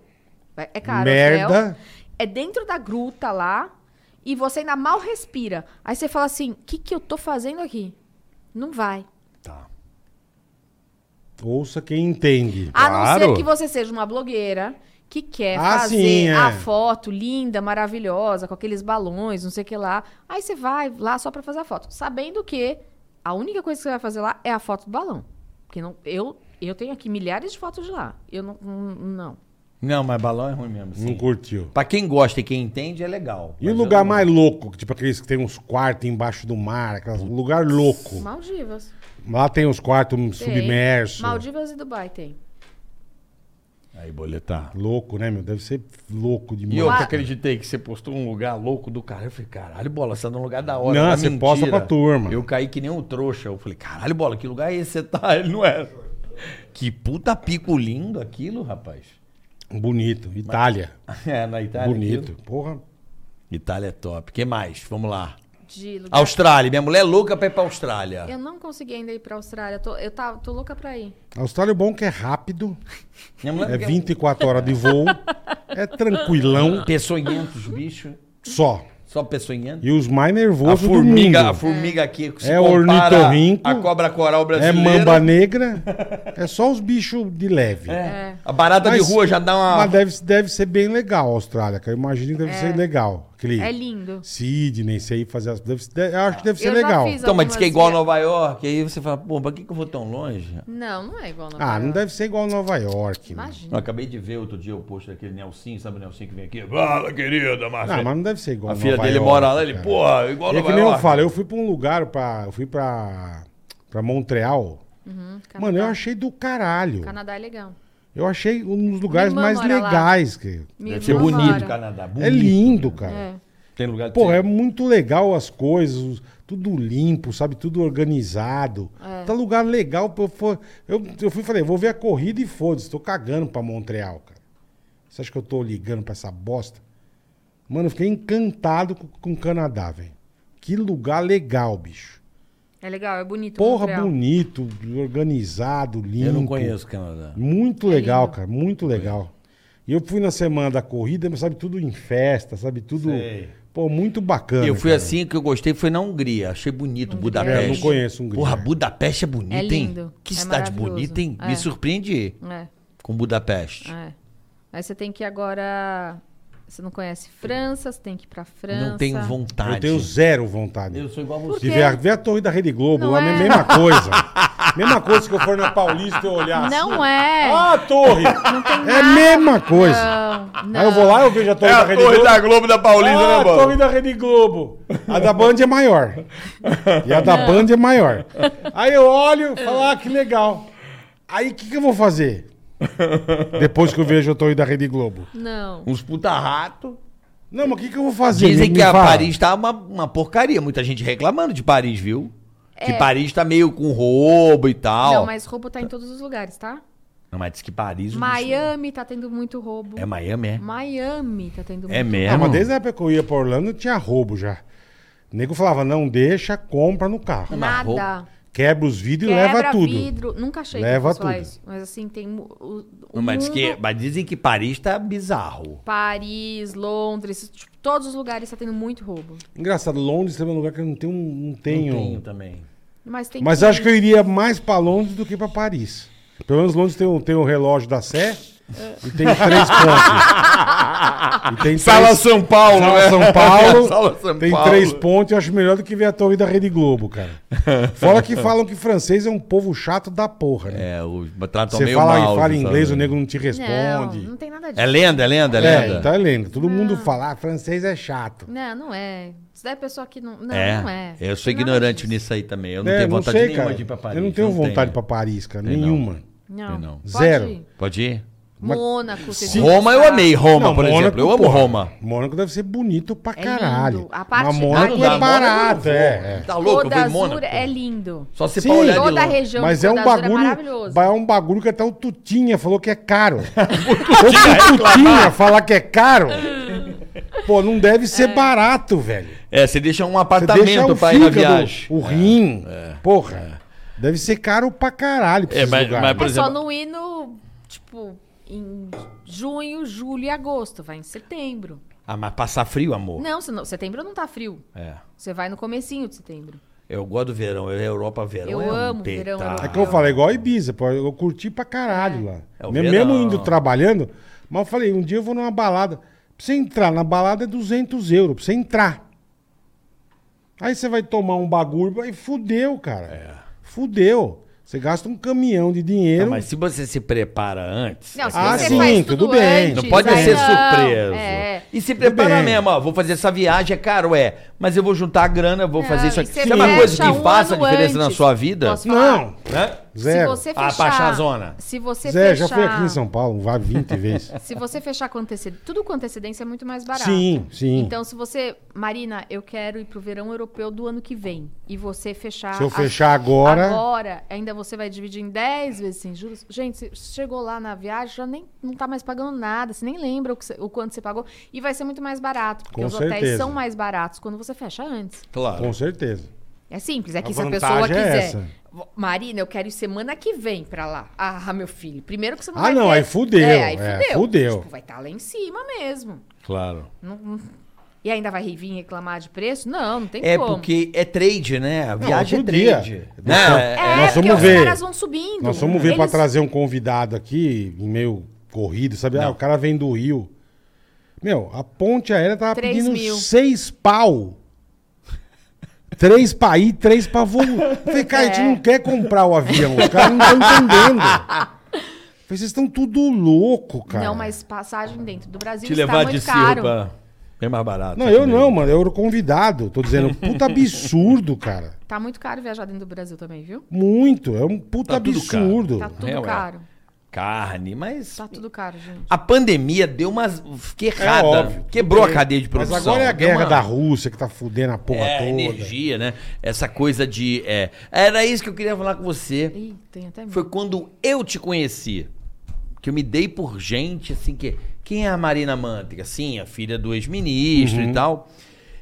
Speaker 5: É caro. o hotel.
Speaker 1: Merda.
Speaker 5: É dentro da gruta lá e você ainda mal respira. Aí você fala assim: o que, que eu tô fazendo aqui? Não vai.
Speaker 1: Tá. Ouça quem entende.
Speaker 5: A não
Speaker 1: Claro.
Speaker 5: ser que você seja uma blogueira que quer
Speaker 1: Ah,
Speaker 5: fazer
Speaker 1: sim, é.
Speaker 5: a foto linda, maravilhosa, com aqueles balões, não sei o que lá. Aí você vai lá só pra fazer a foto. Sabendo que a única coisa que você vai fazer lá é a foto do balão. Porque não, eu, eu tenho aqui milhares de fotos de lá. Eu não. não- Não.
Speaker 2: Não, mas balão é ruim mesmo.
Speaker 1: Não
Speaker 2: Sim.
Speaker 1: curtiu.
Speaker 2: Pra quem gosta e quem entende, é legal.
Speaker 1: E
Speaker 2: Mas
Speaker 1: o lugar
Speaker 2: eu não-
Speaker 1: mais louco? Tipo aqueles que tem uns quartos embaixo do mar, aquelas, lugar louco.
Speaker 5: Maldivas.
Speaker 1: Lá tem uns quartos
Speaker 5: Tem.
Speaker 1: submersos.
Speaker 5: Maldivas e Dubai tem.
Speaker 2: Aí, boletar.
Speaker 1: Louco, né, meu? Deve ser louco demais.
Speaker 2: E eu que
Speaker 5: Lá-
Speaker 2: acreditei que você postou um lugar louco do cara. Eu falei, caralho, bola, você tá num lugar da hora.
Speaker 1: Não,
Speaker 2: tá
Speaker 1: você
Speaker 2: mentira.
Speaker 1: posta pra turma.
Speaker 2: Eu caí que nem um trouxa. Eu falei, caralho, bola, que lugar é esse? Você tá? Ele não era. Que puta pico lindo aquilo, rapaz.
Speaker 1: Bonito. Itália.
Speaker 2: É, na Itália.
Speaker 1: Bonito.
Speaker 2: aquilo.
Speaker 1: Porra.
Speaker 2: Itália é top. que mais? Vamos lá.
Speaker 5: De lugar...
Speaker 2: Austrália. Minha mulher é louca pra ir pra Austrália.
Speaker 5: Eu não consegui ainda ir pra Austrália. Tô- eu tá, tô louca pra ir.
Speaker 1: A Austrália é bom que é rápido.
Speaker 2: Minha mulher
Speaker 1: É 24 horas de voo. É tranquilão
Speaker 2: Peçonhentos, bicho.
Speaker 1: só.
Speaker 2: Só peçonhentos.
Speaker 1: E os mais
Speaker 2: A
Speaker 1: nervosos do
Speaker 2: formiga, a
Speaker 1: mundo.
Speaker 2: formiga aqui se
Speaker 1: É
Speaker 2: compara
Speaker 1: ornitorrinco.
Speaker 2: A cobra coral
Speaker 1: É
Speaker 2: brasileira.
Speaker 1: mamba negra. É só os bichos de leve.
Speaker 2: É. A barata
Speaker 1: Mas-
Speaker 2: de rua já dá uma.
Speaker 1: Mas deve, deve ser bem legal a Austrália, que eu imagino que deve ser legal. Aquele
Speaker 5: É lindo.
Speaker 1: Sydney, sei fazer as. Deve, deve- eu acho que deve ser
Speaker 5: Eu já
Speaker 1: legal.
Speaker 5: fiz
Speaker 2: Então, mas diz que é igual
Speaker 5: algumas
Speaker 2: a
Speaker 5: via-
Speaker 2: Nova York, aí você fala, pô, pra que, que eu vou tão longe?
Speaker 5: Não, não é igual Nova
Speaker 1: Ah, não
Speaker 5: York.
Speaker 1: deve ser igual Nova York. né?
Speaker 5: Imagina.
Speaker 2: Eu acabei de ver outro dia o post daquele Nelsinho, sabe o Nelsinho que vem aqui? Fala, querida,
Speaker 1: Ah,
Speaker 2: Marcelo.
Speaker 1: mas não deve ser igual
Speaker 2: a filha
Speaker 1: Nova
Speaker 2: dele
Speaker 1: York,
Speaker 2: mora lá, ele,
Speaker 1: cara.
Speaker 2: porra, igual
Speaker 1: E é
Speaker 2: Nova
Speaker 1: que nem eu
Speaker 2: York.
Speaker 1: falo, eu fui pra um lugar, pra, eu fui pra, pra Montreal.
Speaker 2: Uhum.
Speaker 1: Mano, eu achei do caralho.
Speaker 5: Canadá é legal.
Speaker 1: Eu achei um dos lugares
Speaker 5: irmã
Speaker 1: mais
Speaker 5: mora lá.
Speaker 1: legais. Que...
Speaker 5: Minha
Speaker 2: Deve ser
Speaker 5: irmã
Speaker 2: bonito
Speaker 5: mora.
Speaker 2: o Canadá. Bonito,
Speaker 1: É lindo,
Speaker 2: né?
Speaker 1: cara.
Speaker 5: É.
Speaker 2: Tem lugar
Speaker 1: Pô,
Speaker 2: ser-
Speaker 1: é muito legal as coisas, os- tudo limpo, sabe? Tudo organizado.
Speaker 5: É.
Speaker 1: Tá lugar legal. pra Eu, for- eu, eu fui e falei, vou ver a corrida e foda-se. Tô cagando pra Montreal, cara. Você acha que eu tô ligando pra essa bosta? Mano, eu fiquei encantado com, com o Canadá, velho. Que lugar legal, bicho.
Speaker 5: É legal, é bonito.
Speaker 1: Porra,
Speaker 5: Montreal.
Speaker 1: bonito, organizado, limpo.
Speaker 2: Eu não conheço o Canadá.
Speaker 1: Muito legal, cara, muito legal. E eu fui na semana da corrida, mas sabe, tudo em festa, sabe, tudo...
Speaker 2: Sei.
Speaker 1: Pô, muito bacana.
Speaker 2: Eu fui
Speaker 1: cara.
Speaker 2: assim, que eu gostei foi na Hungria. Achei bonito Budapeste.
Speaker 1: né? É, eu não conheço Hungria.
Speaker 2: Porra, Budapeste é bonita,
Speaker 5: É
Speaker 2: hein?
Speaker 5: lindo,
Speaker 2: Que
Speaker 5: é
Speaker 2: cidade
Speaker 5: maravilhoso.
Speaker 2: bonita, hein? Me
Speaker 5: É.
Speaker 2: surpreende
Speaker 5: É,
Speaker 2: com Budapeste.
Speaker 5: é. Aí você tem que ir agora. Você não conhece França, você tem que ir pra França.
Speaker 2: Não tenho vontade.
Speaker 1: Eu tenho zero vontade.
Speaker 2: Eu sou igual a
Speaker 5: Por
Speaker 2: você.
Speaker 1: De
Speaker 5: quê?
Speaker 1: ver a, ver a torre da Rede Globo,
Speaker 5: Não
Speaker 1: lá,
Speaker 5: é.
Speaker 1: é. mesma coisa. mesma coisa que eu for na Paulista e eu olhar assim.
Speaker 5: Não é!
Speaker 1: Ah, a torre! é a mesma coisa.
Speaker 2: ah,
Speaker 5: Não,
Speaker 1: Aí eu
Speaker 5: não.
Speaker 1: vou lá, eu vejo É a torre da Rede Globo.
Speaker 2: Globo É da
Speaker 1: Ah, a torre da Rede Globo. A da Band é maior. E a da Band é maior. Aí eu olho e falo, ah, que legal. Aí o que, que eu vou fazer? Depois que eu vejo a torre da Rede Globo.
Speaker 5: Não.
Speaker 2: Uns puta rato.
Speaker 1: Não, mas o que, que eu vou fazer?
Speaker 2: Dizem
Speaker 1: Me-
Speaker 2: que
Speaker 1: me
Speaker 2: a
Speaker 1: fala.
Speaker 2: Paris tá uma, uma porcaria. Muita gente reclamando de Paris, viu? Que Paris tá meio com roubo e tal.
Speaker 5: É. Não, mas roubo tá em todos os lugares, tá?
Speaker 2: Não, mas diz que Paris... o bicho-
Speaker 5: Miami tá tendo muito roubo.
Speaker 2: É Miami, é?
Speaker 5: Miami tá tendo muito
Speaker 2: É
Speaker 1: Ah,
Speaker 2: mesmo?
Speaker 1: mas desde a época que eu ia pra Orlando, tinha roubo já. O nego falava, não deixa, compra no carro.
Speaker 2: Mas
Speaker 5: Nada.
Speaker 2: roubo-
Speaker 1: Quebra os vidros e
Speaker 5: Quebra
Speaker 1: leva tudo.
Speaker 5: vidro. Nunca achei
Speaker 1: Leva
Speaker 5: que eu fosse falar
Speaker 1: tudo.
Speaker 5: isso. Mas assim, tem mu- o, o
Speaker 2: Não, mas, diz
Speaker 5: mundo,
Speaker 2: que, é mas dizem que Paris tá bizarro.
Speaker 5: Paris, Londres, tipo, todos os lugares tá tendo muito roubo.
Speaker 1: Engraçado, Londres também é um lugar que eu não tenho... Não tenho,
Speaker 2: Não tenho também.
Speaker 5: Mas tem
Speaker 1: Mas
Speaker 5: tudo.
Speaker 1: acho que eu iria mais pra Londres do que pra Paris. Pelo menos Londres tem o tem o relógio da Sé e tem três pontos. E tem três-
Speaker 2: São Paulo, né?
Speaker 1: Sala São Paulo.
Speaker 2: Sala São
Speaker 1: tem
Speaker 2: Paulo.
Speaker 1: três pontos, eu acho melhor do que ver a torre da Rede Globo, cara. Fora que falam que francês é um povo chato da porra, né?
Speaker 2: É, o, tratam
Speaker 1: Você
Speaker 2: meio
Speaker 1: fala
Speaker 2: mal.
Speaker 1: e fala
Speaker 2: sabe?
Speaker 1: inglês, o nego não te
Speaker 5: Não,
Speaker 1: responde.
Speaker 5: não tem nada disso.
Speaker 2: É lenda, é lenda, é
Speaker 1: É,
Speaker 2: lenda.
Speaker 1: então é lenda. Todo mundo fala, ah, francês é chato.
Speaker 5: Não, não é. Isso daí é pessoa que não. Não,
Speaker 2: É,
Speaker 5: não é.
Speaker 2: eu sou
Speaker 5: Tem nada
Speaker 2: ignorante
Speaker 5: disso.
Speaker 2: nisso aí também. Eu não
Speaker 1: É,
Speaker 2: tenho vontade
Speaker 1: sei,
Speaker 2: nenhuma
Speaker 1: cara.
Speaker 2: de ir pra Paris.
Speaker 1: Eu não tenho vontade
Speaker 2: tenho.
Speaker 1: pra Paris, cara.
Speaker 2: Tem não.
Speaker 1: nenhuma.
Speaker 5: Não.
Speaker 2: Tem não.
Speaker 5: Pode
Speaker 1: Zero.
Speaker 5: ir.
Speaker 2: Pode ir?
Speaker 1: Mas-
Speaker 5: Mônaco, Tá. vocês vão
Speaker 2: Roma eu
Speaker 5: gostar.
Speaker 2: amei, Roma, por exemplo. Eu amo
Speaker 1: é porra,
Speaker 2: Roma.
Speaker 1: Mônaco deve ser bonito pra
Speaker 5: É
Speaker 1: caralho.
Speaker 5: lindo. A parte-
Speaker 1: Mas
Speaker 5: Ah,
Speaker 1: Mônaco
Speaker 5: não dá,
Speaker 1: é
Speaker 5: Mônaco eu
Speaker 1: barato, é. é.
Speaker 2: Tá louco, eu
Speaker 5: Côte
Speaker 2: vi
Speaker 5: d'Azur
Speaker 2: Mônaco.
Speaker 5: é lindo.
Speaker 2: Só se
Speaker 1: Sim.
Speaker 2: pra olhar de
Speaker 5: Toda a
Speaker 2: longe.
Speaker 5: região
Speaker 1: Mas
Speaker 5: de
Speaker 1: é um
Speaker 5: Côte d'Azur
Speaker 1: bagulho,
Speaker 5: maravilhoso.
Speaker 1: é um bagulho que até o Tutinha falou que é caro. o Tutinha falar que é caro, pô, não deve ser
Speaker 5: É.
Speaker 1: barato, velho.
Speaker 2: É, você deixa um
Speaker 1: Você deixa
Speaker 2: apartamento
Speaker 1: o
Speaker 2: pra ir na
Speaker 1: fígado,
Speaker 2: viagem.
Speaker 1: o rim, porra, deve ser caro pra caralho pra
Speaker 2: É,
Speaker 1: esses
Speaker 2: mas-
Speaker 1: lugares.
Speaker 2: mas, por
Speaker 5: é
Speaker 2: exemplo-
Speaker 5: só não ir no. Tipo, em junho, julho e agosto. Vai em setembro.
Speaker 2: Ah, mas passar frio, amor.
Speaker 5: Não, senão- setembro não tá frio.
Speaker 2: É.
Speaker 5: Você vai no comecinho de setembro.
Speaker 2: Eu gosto do verão. Eu, Europa, verão.
Speaker 5: Eu
Speaker 2: é um
Speaker 5: amo verão,
Speaker 2: petardo.
Speaker 5: Europa.
Speaker 1: É que eu falei, igual a Ibiza, pô. Eu curti pra caralho lá.
Speaker 2: Ah, É o
Speaker 1: Me-
Speaker 2: verão.
Speaker 1: mesmo indo trabalhando, mas eu falei, um dia eu vou numa balada. Pra você entrar na balada é 200 euros, pra você entrar. Aí você vai tomar um bagulho, aí fudeu, cara.
Speaker 2: É.
Speaker 1: Fudeu. Você gasta um caminhão de dinheiro.
Speaker 2: Não, É, mas se você se prepara antes. é
Speaker 5: Não, se
Speaker 1: Ah,
Speaker 5: você
Speaker 1: sim,
Speaker 5: faz
Speaker 1: tudo
Speaker 5: tudo
Speaker 1: bem.
Speaker 5: antes,
Speaker 2: Não pode
Speaker 5: aí
Speaker 2: ser
Speaker 5: não.
Speaker 2: surpreso.
Speaker 5: É.
Speaker 2: E se prepara
Speaker 1: bem.
Speaker 2: mesmo, ó. Vou fazer essa viagem, é caro, é. Mas eu vou juntar a grana, vou
Speaker 5: Não,
Speaker 2: fazer isso
Speaker 5: e
Speaker 2: aqui.
Speaker 5: você
Speaker 2: Isso é uma coisa
Speaker 5: fecha
Speaker 2: que
Speaker 5: um
Speaker 2: faça
Speaker 5: ano
Speaker 2: diferença na
Speaker 5: antes.
Speaker 2: sua vida?
Speaker 5: Posso falar?
Speaker 1: Não,
Speaker 2: Né?
Speaker 5: Se
Speaker 1: zero.
Speaker 5: você
Speaker 2: Ah,
Speaker 5: fechar...
Speaker 2: baixar a zona.
Speaker 5: Se você
Speaker 1: Zé,
Speaker 5: fechar...
Speaker 1: já fui aqui em São Paulo, vá 20 vezes.
Speaker 5: Se você fechar com antecedência... Tudo com antecedência é muito mais barato.
Speaker 1: Sim, sim.
Speaker 5: Então, se você... Marina, eu quero ir pro verão europeu do ano que vem. E você fechar...
Speaker 1: Se eu
Speaker 5: a-
Speaker 1: fechar agora,
Speaker 5: Agora, ainda você vai dividir em 10 vezes sem juros. Gente, você chegou lá na viagem, já nem não tá mais pagando nada, você nem lembra o, que você- o quanto você pagou. E vai ser muito mais barato, porque
Speaker 1: Com
Speaker 5: os
Speaker 1: certeza.
Speaker 5: hotéis são mais baratos quando você fecha antes.
Speaker 2: Claro.
Speaker 1: com certeza.
Speaker 5: É simples, é que
Speaker 1: A
Speaker 5: se a pessoa
Speaker 1: vantagem é
Speaker 5: quiser.
Speaker 1: essa.
Speaker 5: "Vo- Marina, eu quero ir semana que vem pra lá. Ah, meu filho, primeiro que você não
Speaker 1: Ah,
Speaker 5: vai
Speaker 1: não,
Speaker 5: ter-
Speaker 1: aí fudeu,
Speaker 5: É, aí
Speaker 1: é,
Speaker 5: fudeu.
Speaker 1: fudeu.
Speaker 5: Tipo, vai estar lá em cima mesmo.
Speaker 2: Claro.
Speaker 5: Não- não- E ainda vai vir reclamar de preço? Não, não tem
Speaker 2: É
Speaker 5: como.
Speaker 2: porque é trade, né? A viagem
Speaker 1: outro
Speaker 2: é
Speaker 1: dia.
Speaker 2: trade.
Speaker 1: Nós
Speaker 2: Né?
Speaker 1: fomos-
Speaker 2: É,
Speaker 5: É,
Speaker 1: Nós
Speaker 5: porque
Speaker 1: vamos
Speaker 5: os
Speaker 1: ver.
Speaker 5: caras vão subindo.
Speaker 1: Nós vamos ver pra
Speaker 5: Eles-
Speaker 1: trazer um convidado aqui, meio corrido, sabe? Ah,
Speaker 2: Não.
Speaker 1: o cara vem do Rio. Meu, a ponte aérea tava
Speaker 5: 3
Speaker 1: pedindo
Speaker 5: mil.
Speaker 1: seis pau. Três pra ir, três pra voltar. Falei, cara,
Speaker 5: É.
Speaker 1: a gente não quer comprar o avião. Os caras não estão entendendo. Falei, vocês estão tudo louco, cara.
Speaker 5: Não, mas passagem dentro do Brasil
Speaker 2: Te
Speaker 5: está
Speaker 2: levar
Speaker 5: tá muito
Speaker 2: de
Speaker 5: caro.
Speaker 2: cirpa. É mais barato.
Speaker 1: Não, eu
Speaker 2: entendeu?
Speaker 1: não, mano. Eu era o convidado. Tô dizendo, puta absurdo, cara.
Speaker 5: Tá muito caro viajar dentro do Brasil também, viu?
Speaker 1: Muito. É um puta
Speaker 2: Tá tudo caro.
Speaker 1: absurdo.
Speaker 5: Tá tudo
Speaker 2: Real, é. Ah,
Speaker 5: caro.
Speaker 2: Carne, mas.
Speaker 5: Tá tudo caro, gente.
Speaker 2: A pandemia deu uma. Fiquei errada.
Speaker 1: É óbvio,
Speaker 2: Quebrou a cadeia de
Speaker 1: Mas
Speaker 2: produção.
Speaker 1: agora é a
Speaker 2: Deu
Speaker 1: guerra
Speaker 2: uma-
Speaker 1: da Rússia que tá fudendo a porra
Speaker 2: é,
Speaker 1: toda.
Speaker 2: energia, né? Essa coisa de. é, Era isso que eu queria falar com você.
Speaker 5: Ih, tem até medo.
Speaker 2: Foi quando eu te conheci. Que eu me dei por gente, assim, que. Quem é a Marina Mântica? Sim, a filha do ex-ministro e tal.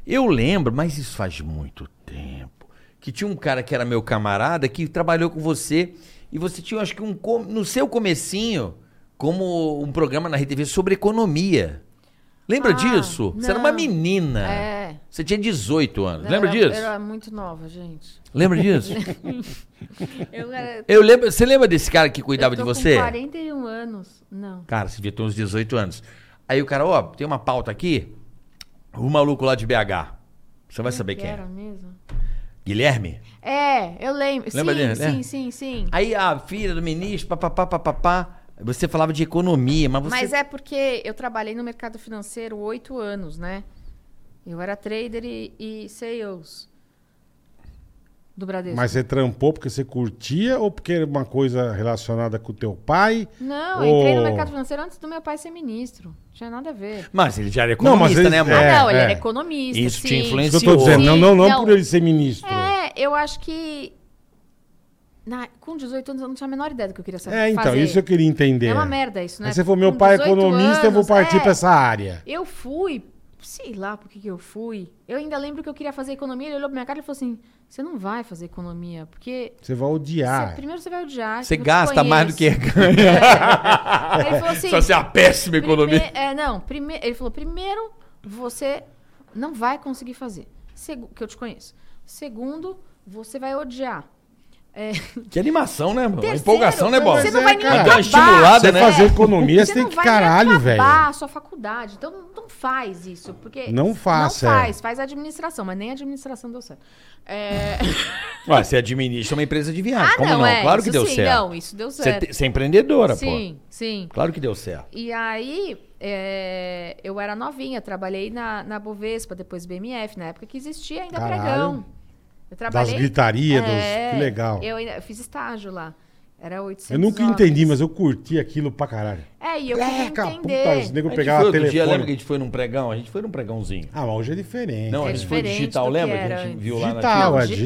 Speaker 2: Eu lembro, mas isso faz muito tempo. Que tinha um cara que era meu camarada que trabalhou com você. E você tinha, acho que, um. com- No seu comecinho, como um programa na RTV sobre economia. Lembra
Speaker 5: Ah,
Speaker 2: disso? Você era uma
Speaker 5: não.
Speaker 2: menina.
Speaker 5: É.
Speaker 2: Você tinha 18 anos.
Speaker 5: Não,
Speaker 2: Lembra
Speaker 5: eu
Speaker 2: disso?
Speaker 5: Era, eu era muito nova, gente.
Speaker 2: Lembra disso?
Speaker 5: Eu era.
Speaker 2: Eu é, lembro, você lembra desse cara que cuidava
Speaker 5: eu tô
Speaker 2: de você?
Speaker 5: Com 41 anos. Não.
Speaker 2: Cara, você devia ter uns 18 anos. Aí o cara, ó, tem uma pauta aqui. O maluco lá de BH. Você vai saber
Speaker 5: que
Speaker 2: quem é.
Speaker 5: Era mesmo?
Speaker 2: Guilherme?
Speaker 5: É, eu lembro.
Speaker 2: Lembra
Speaker 5: sim,
Speaker 2: dele,
Speaker 5: sim,
Speaker 2: né?
Speaker 5: sim, sim.
Speaker 2: Aí a filha do ministro, papapá, papapá. Você falava de economia, mas você.
Speaker 5: Mas é porque eu trabalhei no mercado financeiro oito anos, né? Eu era trader e, e sales do Bradesco.
Speaker 1: Mas você trampou porque você curtia ou porque era uma coisa relacionada com o teu pai?
Speaker 5: Não, eu entrei no
Speaker 1: Ô.
Speaker 5: mercado financeiro antes do meu pai ser ministro. Não tinha nada a ver.
Speaker 2: Mas ele já era
Speaker 1: Não, mas
Speaker 2: economista,
Speaker 1: ele-
Speaker 2: né, amor?
Speaker 1: É,
Speaker 5: ah, não, ele era
Speaker 1: é.
Speaker 5: economista.
Speaker 2: Isso te
Speaker 5: sim.
Speaker 2: influenciou.
Speaker 1: Isso eu tô dizendo, não, não, não,
Speaker 5: Não.
Speaker 1: por ele ser ministro. É,
Speaker 5: É, eu acho que. na- com 18 anos eu não tinha a menor ideia do que eu queria saber.
Speaker 1: então,
Speaker 5: fazer.
Speaker 1: isso eu queria entender.
Speaker 5: É uma merda isso, né?
Speaker 1: Aí você falou, meu
Speaker 5: Com
Speaker 1: pai é
Speaker 5: 18
Speaker 1: economista, eu vou
Speaker 5: anos,
Speaker 1: partir
Speaker 5: é.
Speaker 1: pra essa área.
Speaker 5: Eu fui, sei lá por que que eu fui. Eu ainda lembro que eu queria fazer economia. Ele olhou pra minha cara e falou assim: Você não vai fazer economia, porque.
Speaker 1: Você vai
Speaker 5: você-
Speaker 1: odiar.
Speaker 5: primeiro você vai odiar.
Speaker 2: Você
Speaker 5: eu te
Speaker 2: gasta mais do que É.
Speaker 5: conheço."
Speaker 2: ganha.
Speaker 5: Aí Ele falou assim:
Speaker 2: Você é uma péssima economista.
Speaker 5: Prime- É, não. Prime... Ele falou: primeiro, você não vai conseguir fazer. Segu... Que eu te conheço. Segundo, você vai odiar. É,
Speaker 2: Que animação, né, mano?
Speaker 5: Terceiro,
Speaker 2: Empolgação, né, Bola?
Speaker 5: Você
Speaker 1: Mas
Speaker 5: não
Speaker 1: é,
Speaker 5: vai nem
Speaker 1: cara.
Speaker 2: Dá uma
Speaker 5: acabar.
Speaker 2: estimulada,
Speaker 1: Você
Speaker 2: né?
Speaker 1: fazer economia, você,
Speaker 5: Você
Speaker 1: tem
Speaker 5: não
Speaker 1: que
Speaker 5: vai
Speaker 1: caralho,
Speaker 5: nem
Speaker 1: velho.
Speaker 5: acabar a sua faculdade. Então não faz isso, porque...
Speaker 1: Não faça, é.
Speaker 5: Não faz, faz administração, mas nem a administração deu certo. É...
Speaker 2: Ué, você administra uma empresa de viagem.
Speaker 5: ah,
Speaker 2: Como não?
Speaker 5: não, é.
Speaker 2: claro
Speaker 5: isso
Speaker 2: que deu
Speaker 5: sim,
Speaker 2: certo.
Speaker 5: Não, isso deu
Speaker 2: Você,
Speaker 5: certo.
Speaker 2: te- você é empreendedora, pô.
Speaker 5: sim, sim.
Speaker 2: Claro que deu certo.
Speaker 5: E aí, é, eu era novinha, trabalhei na, na Bovespa, depois BMF, na época que existia ainda
Speaker 1: Caralho.
Speaker 5: pregão. Eu
Speaker 1: Das
Speaker 5: trabalhei...
Speaker 1: gritarias,
Speaker 5: É,
Speaker 1: dos... que legal. Eu,
Speaker 5: Eu, ainda- eu fiz estágio lá. Era 800
Speaker 1: nunca
Speaker 5: horas.
Speaker 1: entendi, mas eu curti aquilo pra caralho.
Speaker 5: É, e eu queria
Speaker 1: Caraca, puta,
Speaker 5: entender.
Speaker 1: os
Speaker 2: A
Speaker 1: negros
Speaker 2: gente
Speaker 1: pegavam
Speaker 2: foi
Speaker 1: o
Speaker 2: outro dia, lembra que a
Speaker 1: telefone.
Speaker 2: gente foi num pregão? A gente foi num pregãozinho.
Speaker 1: Ah, mas hoje é diferente.
Speaker 2: Não,
Speaker 5: É
Speaker 2: a gente foi
Speaker 5: diferente
Speaker 2: digital,
Speaker 5: do que
Speaker 2: lembra? Que
Speaker 5: era
Speaker 2: a gente
Speaker 5: antes.
Speaker 2: viu lá na
Speaker 1: Digital,
Speaker 5: Não,
Speaker 1: é,
Speaker 5: digital.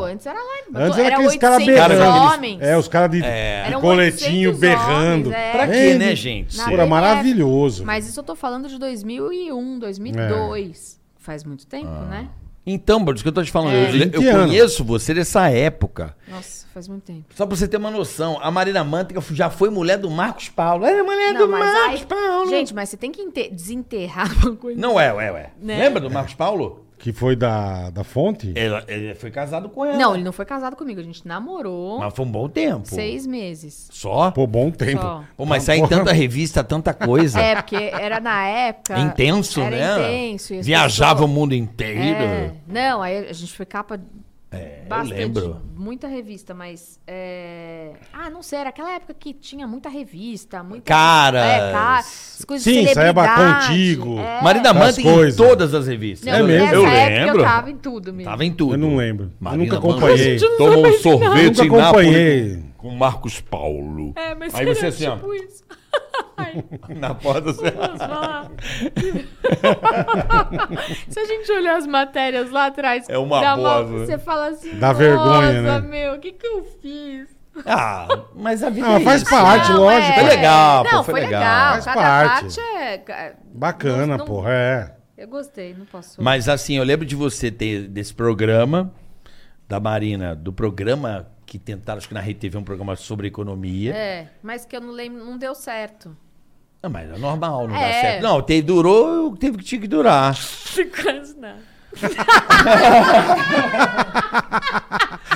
Speaker 1: digital.
Speaker 5: Antes era lá.
Speaker 1: Antes era, aqueles caras
Speaker 5: 800
Speaker 1: berrando.
Speaker 5: homens.
Speaker 1: É, os caras de
Speaker 2: É.
Speaker 1: de
Speaker 5: Eram
Speaker 1: coletinho
Speaker 5: 800
Speaker 1: berrando.
Speaker 5: homens, é.
Speaker 2: Pra
Speaker 5: Pra
Speaker 2: quê,
Speaker 1: Ei,
Speaker 2: né, gente?
Speaker 5: Na-
Speaker 2: Cê-
Speaker 1: Era maravilhoso.
Speaker 5: um,
Speaker 1: Ah.
Speaker 5: Mas isso eu tô falando de 2001, 2002. Faz muito tempo, né?
Speaker 2: Então, Bruno, isso que eu tô te falando.
Speaker 5: É.
Speaker 2: Eu, eu
Speaker 1: 20 anos.
Speaker 2: conheço você dessa época.
Speaker 5: Nossa, faz muito tempo.
Speaker 2: Só pra você ter uma noção, a Marina Manteiga já foi mulher do Marcos Paulo. Era
Speaker 1: É
Speaker 2: mulher
Speaker 5: Não,
Speaker 2: do
Speaker 5: mas
Speaker 2: Marcos
Speaker 5: aí-
Speaker 2: Paulo.
Speaker 5: Gente, mas você tem que inte- desenterrar uma coisa.
Speaker 2: Não é, ué, ué.
Speaker 5: Né?
Speaker 2: Lembra do Marcos Paulo?
Speaker 1: Que foi da, da fonte?
Speaker 2: Ela- ele foi casado com ela.
Speaker 5: Não, ele não foi casado comigo. A gente namorou
Speaker 2: Mas foi um bom tempo.
Speaker 5: seis meses.
Speaker 2: Só?
Speaker 1: Pô, tá bom tempo.
Speaker 5: Só.
Speaker 2: Pô, mas sai em tanta revista, tanta coisa. É
Speaker 5: É, porque era na época.
Speaker 2: intenso,
Speaker 5: era
Speaker 2: né?
Speaker 5: Intenso. e as
Speaker 2: Viajava
Speaker 5: pessoas-
Speaker 2: o mundo inteiro.
Speaker 5: É. Não, aí a gente foi capa.
Speaker 2: É,
Speaker 5: bastante,
Speaker 2: eu lembro.
Speaker 5: muita revista, mas. é, Ah, não sei, era aquela época que tinha muita revista, muita.
Speaker 2: Caras.
Speaker 5: É, cara, as coisas
Speaker 1: Sim,
Speaker 5: de
Speaker 1: saía ba-
Speaker 5: celebridade,
Speaker 1: contigo.
Speaker 5: É.
Speaker 2: Marina
Speaker 1: As
Speaker 2: Manteiga em
Speaker 1: coisas.
Speaker 2: todas as revistas.
Speaker 5: Não,
Speaker 1: É mesmo?
Speaker 5: nessa
Speaker 2: Eu
Speaker 5: época
Speaker 2: lembro.
Speaker 5: eu tava em tudo mesmo.
Speaker 2: Tava em tudo.
Speaker 1: Eu não lembro.
Speaker 2: Marina
Speaker 1: Nunca
Speaker 2: Manteiga
Speaker 1: acompanhei.
Speaker 2: Toma um sorvete
Speaker 1: Nunca
Speaker 2: em Nápoles
Speaker 1: acompanhei.
Speaker 2: com Marcos Paulo.
Speaker 5: É, mas
Speaker 2: Aí
Speaker 5: era
Speaker 2: você assim, ó.
Speaker 5: tipo isso. Ai,
Speaker 2: Na porta você...
Speaker 5: Deus, vá. Se a gente olhar as matérias lá atrás,
Speaker 2: É uma
Speaker 5: dá
Speaker 2: bosta, né?
Speaker 5: você fala assim,
Speaker 1: Dá vergonha,
Speaker 5: nossa,
Speaker 1: né?
Speaker 5: meu, o que que eu fiz?
Speaker 2: Ah, mas a vida é
Speaker 1: Ah, faz
Speaker 2: isso.
Speaker 1: parte,
Speaker 5: Não, é,
Speaker 1: lógico.
Speaker 2: Foi legal, pô,
Speaker 5: Não,
Speaker 2: foi
Speaker 5: foi,
Speaker 2: legal.
Speaker 5: legal.
Speaker 1: Faz
Speaker 5: Cada
Speaker 1: parte.
Speaker 5: parte, é... ca-
Speaker 1: Bacana,
Speaker 5: não-
Speaker 1: porra, é.
Speaker 5: Eu gostei, não posso...
Speaker 2: Mas assim, eu lembro de você ter desse programa, da Marina, do programa que tentaram, acho que na Rede TV, um programa sobre economia.
Speaker 5: É, mas que eu não lembro, não deu certo.
Speaker 2: Não, mas é normal, não dá
Speaker 5: É.
Speaker 2: certo. Não, te durou, teve que tinha que durar.
Speaker 5: Quase nada.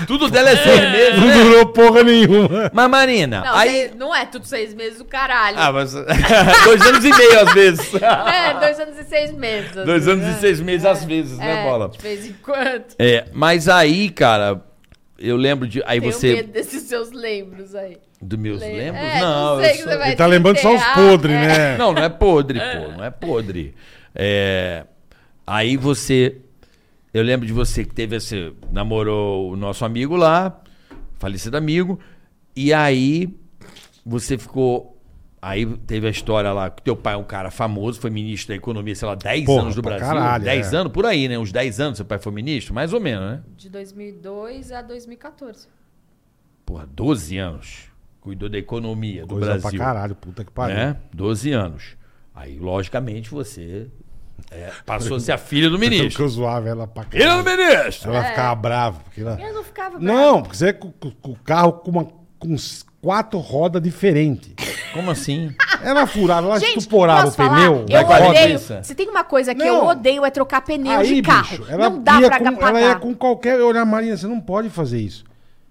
Speaker 2: Tudo dela é seis meses,
Speaker 1: Não
Speaker 2: né?
Speaker 1: durou porra nenhuma.
Speaker 2: Mas Marina,
Speaker 5: Não,
Speaker 2: aí...
Speaker 5: seis- não é tudo seis meses do caralho.
Speaker 2: Ah, mas... Dois anos e meio, às vezes.
Speaker 5: É, dois anos e seis meses.
Speaker 2: Ah. Dois
Speaker 5: assim,
Speaker 2: anos
Speaker 5: né?
Speaker 2: e seis meses, às vezes, né,
Speaker 5: É,
Speaker 2: Bola?
Speaker 5: De vez em quando.
Speaker 2: É, mas aí, cara, eu lembro de... Aí
Speaker 5: Tenho
Speaker 2: você...
Speaker 5: medo desses seus lembros aí.
Speaker 2: Dos meus
Speaker 5: Lembro.
Speaker 2: lembros?
Speaker 5: É,
Speaker 2: não,
Speaker 5: não sei
Speaker 2: eu
Speaker 5: que
Speaker 2: sou-
Speaker 5: você vai
Speaker 1: Ele tá lembrando só os
Speaker 5: enterrar,
Speaker 1: podres,
Speaker 5: é.
Speaker 1: né?
Speaker 2: Não, não é podre, pô. Não é podre. É, aí você. Eu lembro de você que teve esse. Namorou o nosso amigo lá, falecido amigo. E aí você ficou. Aí teve a história lá que teu pai é um cara famoso, foi ministro da Economia, sei lá, 10
Speaker 1: Porra,
Speaker 2: anos do
Speaker 1: pra
Speaker 2: Brasil.
Speaker 1: caralho,
Speaker 2: 10
Speaker 1: é.
Speaker 2: anos, por aí, né? Uns 10 anos seu pai foi ministro, mais ou menos, né?
Speaker 5: De 2002 a 2014.
Speaker 2: Porra, 12 anos. Cuidou da economia do
Speaker 1: Coisa
Speaker 2: Brasil.
Speaker 1: pra caralho, puta que pariu.
Speaker 2: né? 12 anos. Aí, logicamente, você é, passou a ser a filha do
Speaker 1: Porque
Speaker 2: ministro.
Speaker 1: eu zoava ela pra
Speaker 2: Filha do
Speaker 1: caralho.
Speaker 2: ministro!
Speaker 1: Ela ficava brava. Porque ela...
Speaker 5: É. Eu não ficava
Speaker 1: Não, porque você é com com- com o carro com, uma, com uns quatro rodas diferentes.
Speaker 2: Como assim?
Speaker 1: Ela furava, ela
Speaker 5: Gente,
Speaker 1: estuporava
Speaker 5: posso
Speaker 1: o pneu.
Speaker 5: falar?
Speaker 1: vai com a
Speaker 5: Eu
Speaker 2: roda.
Speaker 5: odeio.
Speaker 2: Isso.
Speaker 5: Se tem uma coisa que
Speaker 1: Não.
Speaker 5: eu odeio é trocar pneu de carro.
Speaker 1: ela
Speaker 5: não dá
Speaker 1: ia
Speaker 5: pra
Speaker 1: com,
Speaker 5: pagar.
Speaker 1: Ela é com qualquer... Olha, Marina, você não pode fazer isso.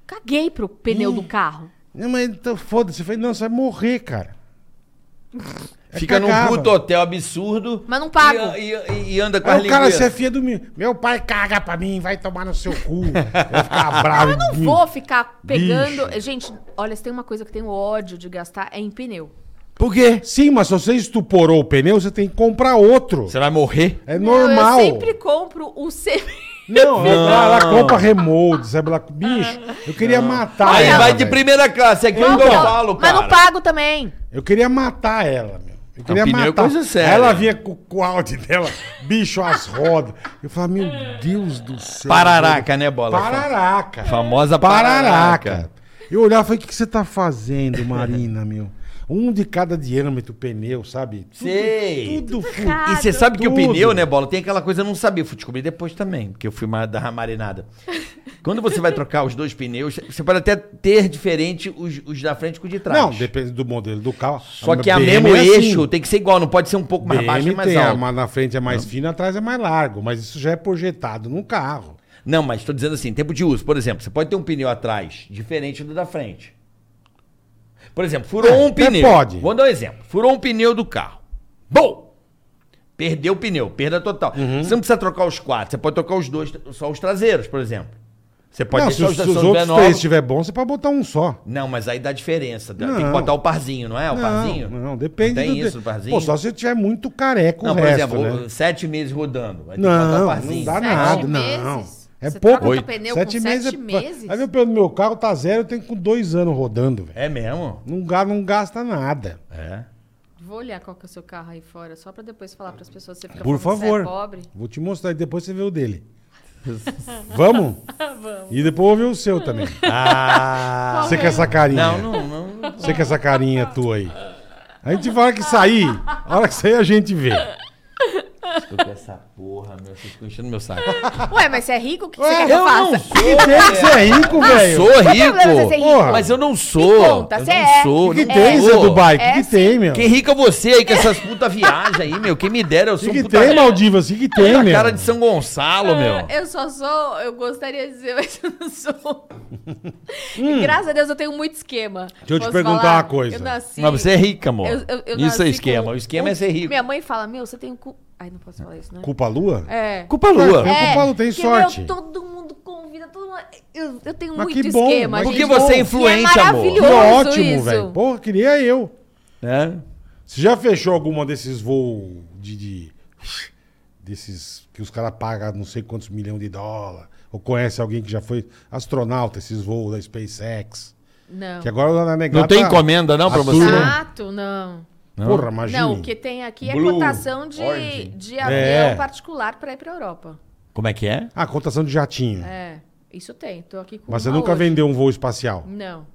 Speaker 5: Caguei pro pneu do carro.
Speaker 1: Não, mas então, foda-se. Eu falei, não, você vai morrer, cara. É
Speaker 2: Fica num
Speaker 1: cagava.
Speaker 2: puto hotel absurdo.
Speaker 5: Mas não pago.
Speaker 2: E, e- e anda com
Speaker 1: Aí
Speaker 2: as
Speaker 1: o cara,
Speaker 2: linguiças.
Speaker 1: você é filha do meu. Meu pai caga pra mim, vai tomar no seu cu. Vai ficar bravo.
Speaker 5: Eu não
Speaker 1: de mim.
Speaker 5: vou ficar pegando. Gente, olha, se tem uma coisa que eu tenho ódio de gastar é em pneu.
Speaker 2: Por quê?
Speaker 1: Sim, mas se você estuporou o pneu, você tem que comprar outro.
Speaker 2: Você vai morrer?
Speaker 1: É normal.
Speaker 5: Eu sempre compro o C.
Speaker 1: Não, Ela, ela compra remote, sabe? Ela... Bicho, eu queria matar
Speaker 2: Aí
Speaker 1: ela.
Speaker 2: vai de
Speaker 1: velho.
Speaker 2: primeira classe, é aquilo que eu falo,
Speaker 5: mas
Speaker 2: cara.
Speaker 5: não pago também.
Speaker 1: Eu queria matar ela, meu. Eu queria
Speaker 2: pneu é
Speaker 1: matar.
Speaker 2: coisa séria.
Speaker 1: Aí Ela vinha com o áudio dela, bicho, as rodas. Eu falava, meu Deus do céu.
Speaker 2: Pararaca, né, Bola?
Speaker 1: Pararaca.
Speaker 2: Famosa
Speaker 1: Pararaca.
Speaker 2: Pararaca.
Speaker 1: Eu olhava e falei, o que, que você tá fazendo, Marina, meu? Um de cada diâmetro, pneu, sabe? Tudo-
Speaker 2: Sei.
Speaker 1: Tudo, fu-
Speaker 2: E você sabe que o
Speaker 1: Tudo.
Speaker 2: pneu, né, Bola, tem aquela coisa, eu não sabia, eu fui descobrir depois também, porque eu fui ma- da marinada. Quando você vai trocar os dois pneus, você pode até ter diferente os, os da frente com os de trás.
Speaker 1: Não, depende do modelo do carro.
Speaker 2: Só que a
Speaker 1: BM
Speaker 2: mesmo
Speaker 1: é assim.
Speaker 2: eixo tem que ser igual, não pode ser um pouco mais
Speaker 1: BM
Speaker 2: baixo e mais
Speaker 1: tem,
Speaker 2: alto.
Speaker 1: a- na frente é mais fino, atrás é mais largo. Mas isso já é projetado no carro.
Speaker 2: Não, mas estou dizendo assim, tempo de uso. Por exemplo, você pode ter um pneu atrás diferente do da frente. Por exemplo, furou
Speaker 1: É,
Speaker 2: um
Speaker 1: até
Speaker 2: pneu.
Speaker 1: pode.
Speaker 2: Vou dar um exemplo. Furou um pneu do carro. Bom! Perdeu o pneu, perda total.
Speaker 1: Uhum.
Speaker 2: Você não precisa trocar os quatro, você pode trocar os dois, só os traseiros, por exemplo. Você pode
Speaker 1: não,
Speaker 2: ter
Speaker 1: se,
Speaker 2: só os,
Speaker 1: os, se
Speaker 2: só
Speaker 1: os
Speaker 2: os
Speaker 1: outros
Speaker 2: novos.
Speaker 1: três estiver bom, você pode botar um só.
Speaker 2: Não, mas aí dá diferença. Tem que
Speaker 1: Não.
Speaker 2: botar o parzinho, não é? O
Speaker 1: não,
Speaker 2: parzinho?
Speaker 1: não, depende.
Speaker 2: Não tem
Speaker 1: do-
Speaker 2: isso, o parzinho?
Speaker 1: Pô, só se eu tiver muito careco
Speaker 2: não,
Speaker 1: o
Speaker 2: por
Speaker 1: resto,
Speaker 2: exemplo,
Speaker 1: né?
Speaker 2: sete meses rodando. Aí tem que botar o
Speaker 1: Não,
Speaker 2: parzinho.
Speaker 1: não dá
Speaker 5: Sete
Speaker 1: nada,
Speaker 5: meses?
Speaker 1: não. É
Speaker 5: Você
Speaker 1: pouco.
Speaker 5: troca
Speaker 2: Oito.
Speaker 5: o pneu
Speaker 1: sete
Speaker 5: com
Speaker 1: meses
Speaker 5: sete
Speaker 1: é-
Speaker 5: meses?
Speaker 1: Aí meu, pelo meu carro tá zero, eu tenho com dois anos rodando, velho.
Speaker 2: É mesmo?
Speaker 1: Não, ga- não gasta nada.
Speaker 2: É.
Speaker 5: Vou olhar qual que é o seu carro aí fora, só pra depois falar pras pessoas. Você fica
Speaker 1: Por
Speaker 5: falando que você
Speaker 1: favor.
Speaker 5: é pobre.
Speaker 1: Vou te mostrar e depois você vê o dele. Vamos? Vamos. E depois eu vou ver o seu também.
Speaker 2: Ah!
Speaker 5: é
Speaker 1: Você com essa carinha.
Speaker 2: Não, não, não.
Speaker 1: Você com essa carinha tua aí. A gente fala que sair, a hora que sair a gente vê.
Speaker 2: Tô com essa porra, meu. Vocês ficam enchendo meu saco.
Speaker 5: Ué, mas você é rico? O que você quer que eu
Speaker 2: não
Speaker 5: faça?
Speaker 2: sou,
Speaker 1: Que tem que ser rico, velho?
Speaker 2: sou
Speaker 5: problema você ser
Speaker 2: rico.
Speaker 5: rico?
Speaker 1: Porra.
Speaker 2: Mas eu não sou.
Speaker 5: conta,
Speaker 2: eu
Speaker 5: você
Speaker 2: não
Speaker 5: é.
Speaker 2: sou.
Speaker 1: Que
Speaker 2: não
Speaker 1: tem, Zé
Speaker 2: sou.
Speaker 1: Dubai?
Speaker 5: É
Speaker 1: Que que tem, meu?
Speaker 2: Quem
Speaker 1: Que
Speaker 2: rica é você aí com essas puta viagem aí, meu. Quem me dera, eu sou um
Speaker 1: que
Speaker 2: puta
Speaker 1: tem, Maldivas? Que que tem,
Speaker 2: puta
Speaker 1: meu?
Speaker 2: cara de São Gonçalo, meu.
Speaker 5: Ah, É, Eu só sou, eu gostaria de dizer, mas eu não sou. E graças a Deus eu tenho muito esquema.
Speaker 1: Hum. Deixa eu te perguntar uma coisa.
Speaker 5: Eu nasci.
Speaker 2: Mas você é rica, amor.
Speaker 5: eu- eu- eu
Speaker 2: isso é
Speaker 5: nasci
Speaker 2: esquema.
Speaker 5: com-
Speaker 2: O esquema é ser rico.
Speaker 5: Minha mãe fala: Meu, você tem um cu. Ai, não posso falar isso, né?
Speaker 1: Culpa lua?
Speaker 5: É.
Speaker 2: Culpa lua.
Speaker 1: É. culpado, tem
Speaker 5: porque,
Speaker 1: sorte.
Speaker 5: Meu, todo mundo convida, todo mundo. Eu, eu tenho
Speaker 1: Mas
Speaker 5: muito
Speaker 1: que bom,
Speaker 5: esquema.
Speaker 1: mas
Speaker 2: Porque
Speaker 5: gente.
Speaker 2: você é
Speaker 5: E
Speaker 2: influente,
Speaker 1: Que
Speaker 2: amor.
Speaker 5: maravilhoso.
Speaker 1: ótimo,
Speaker 5: isso.
Speaker 1: velho. Porra, queria eu.
Speaker 2: Né?
Speaker 1: Você já fechou alguma desses voos de. de- desses que os caras pagam não sei quantos milhões de dólar? Ou conhece alguém que já foi astronauta, esses voos da SpaceX?
Speaker 5: Não.
Speaker 1: Que agora lá na negada.
Speaker 2: Não tem encomenda, não, pra
Speaker 1: a
Speaker 2: você?
Speaker 1: turma-
Speaker 5: Exato, não.
Speaker 2: Não.
Speaker 1: Porra, imagina.
Speaker 5: Não, o que tem aqui é
Speaker 2: Blue
Speaker 5: cotação de,
Speaker 2: Origin.
Speaker 5: de avião
Speaker 1: É.
Speaker 5: particular pra ir pra Europa.
Speaker 2: Como é que é?
Speaker 1: Ah, cotação de jatinho.
Speaker 5: É, isso tem. Tô aqui com
Speaker 1: Mas você
Speaker 5: uma
Speaker 1: nunca
Speaker 5: hoje.
Speaker 1: vendeu um voo espacial.
Speaker 5: Não.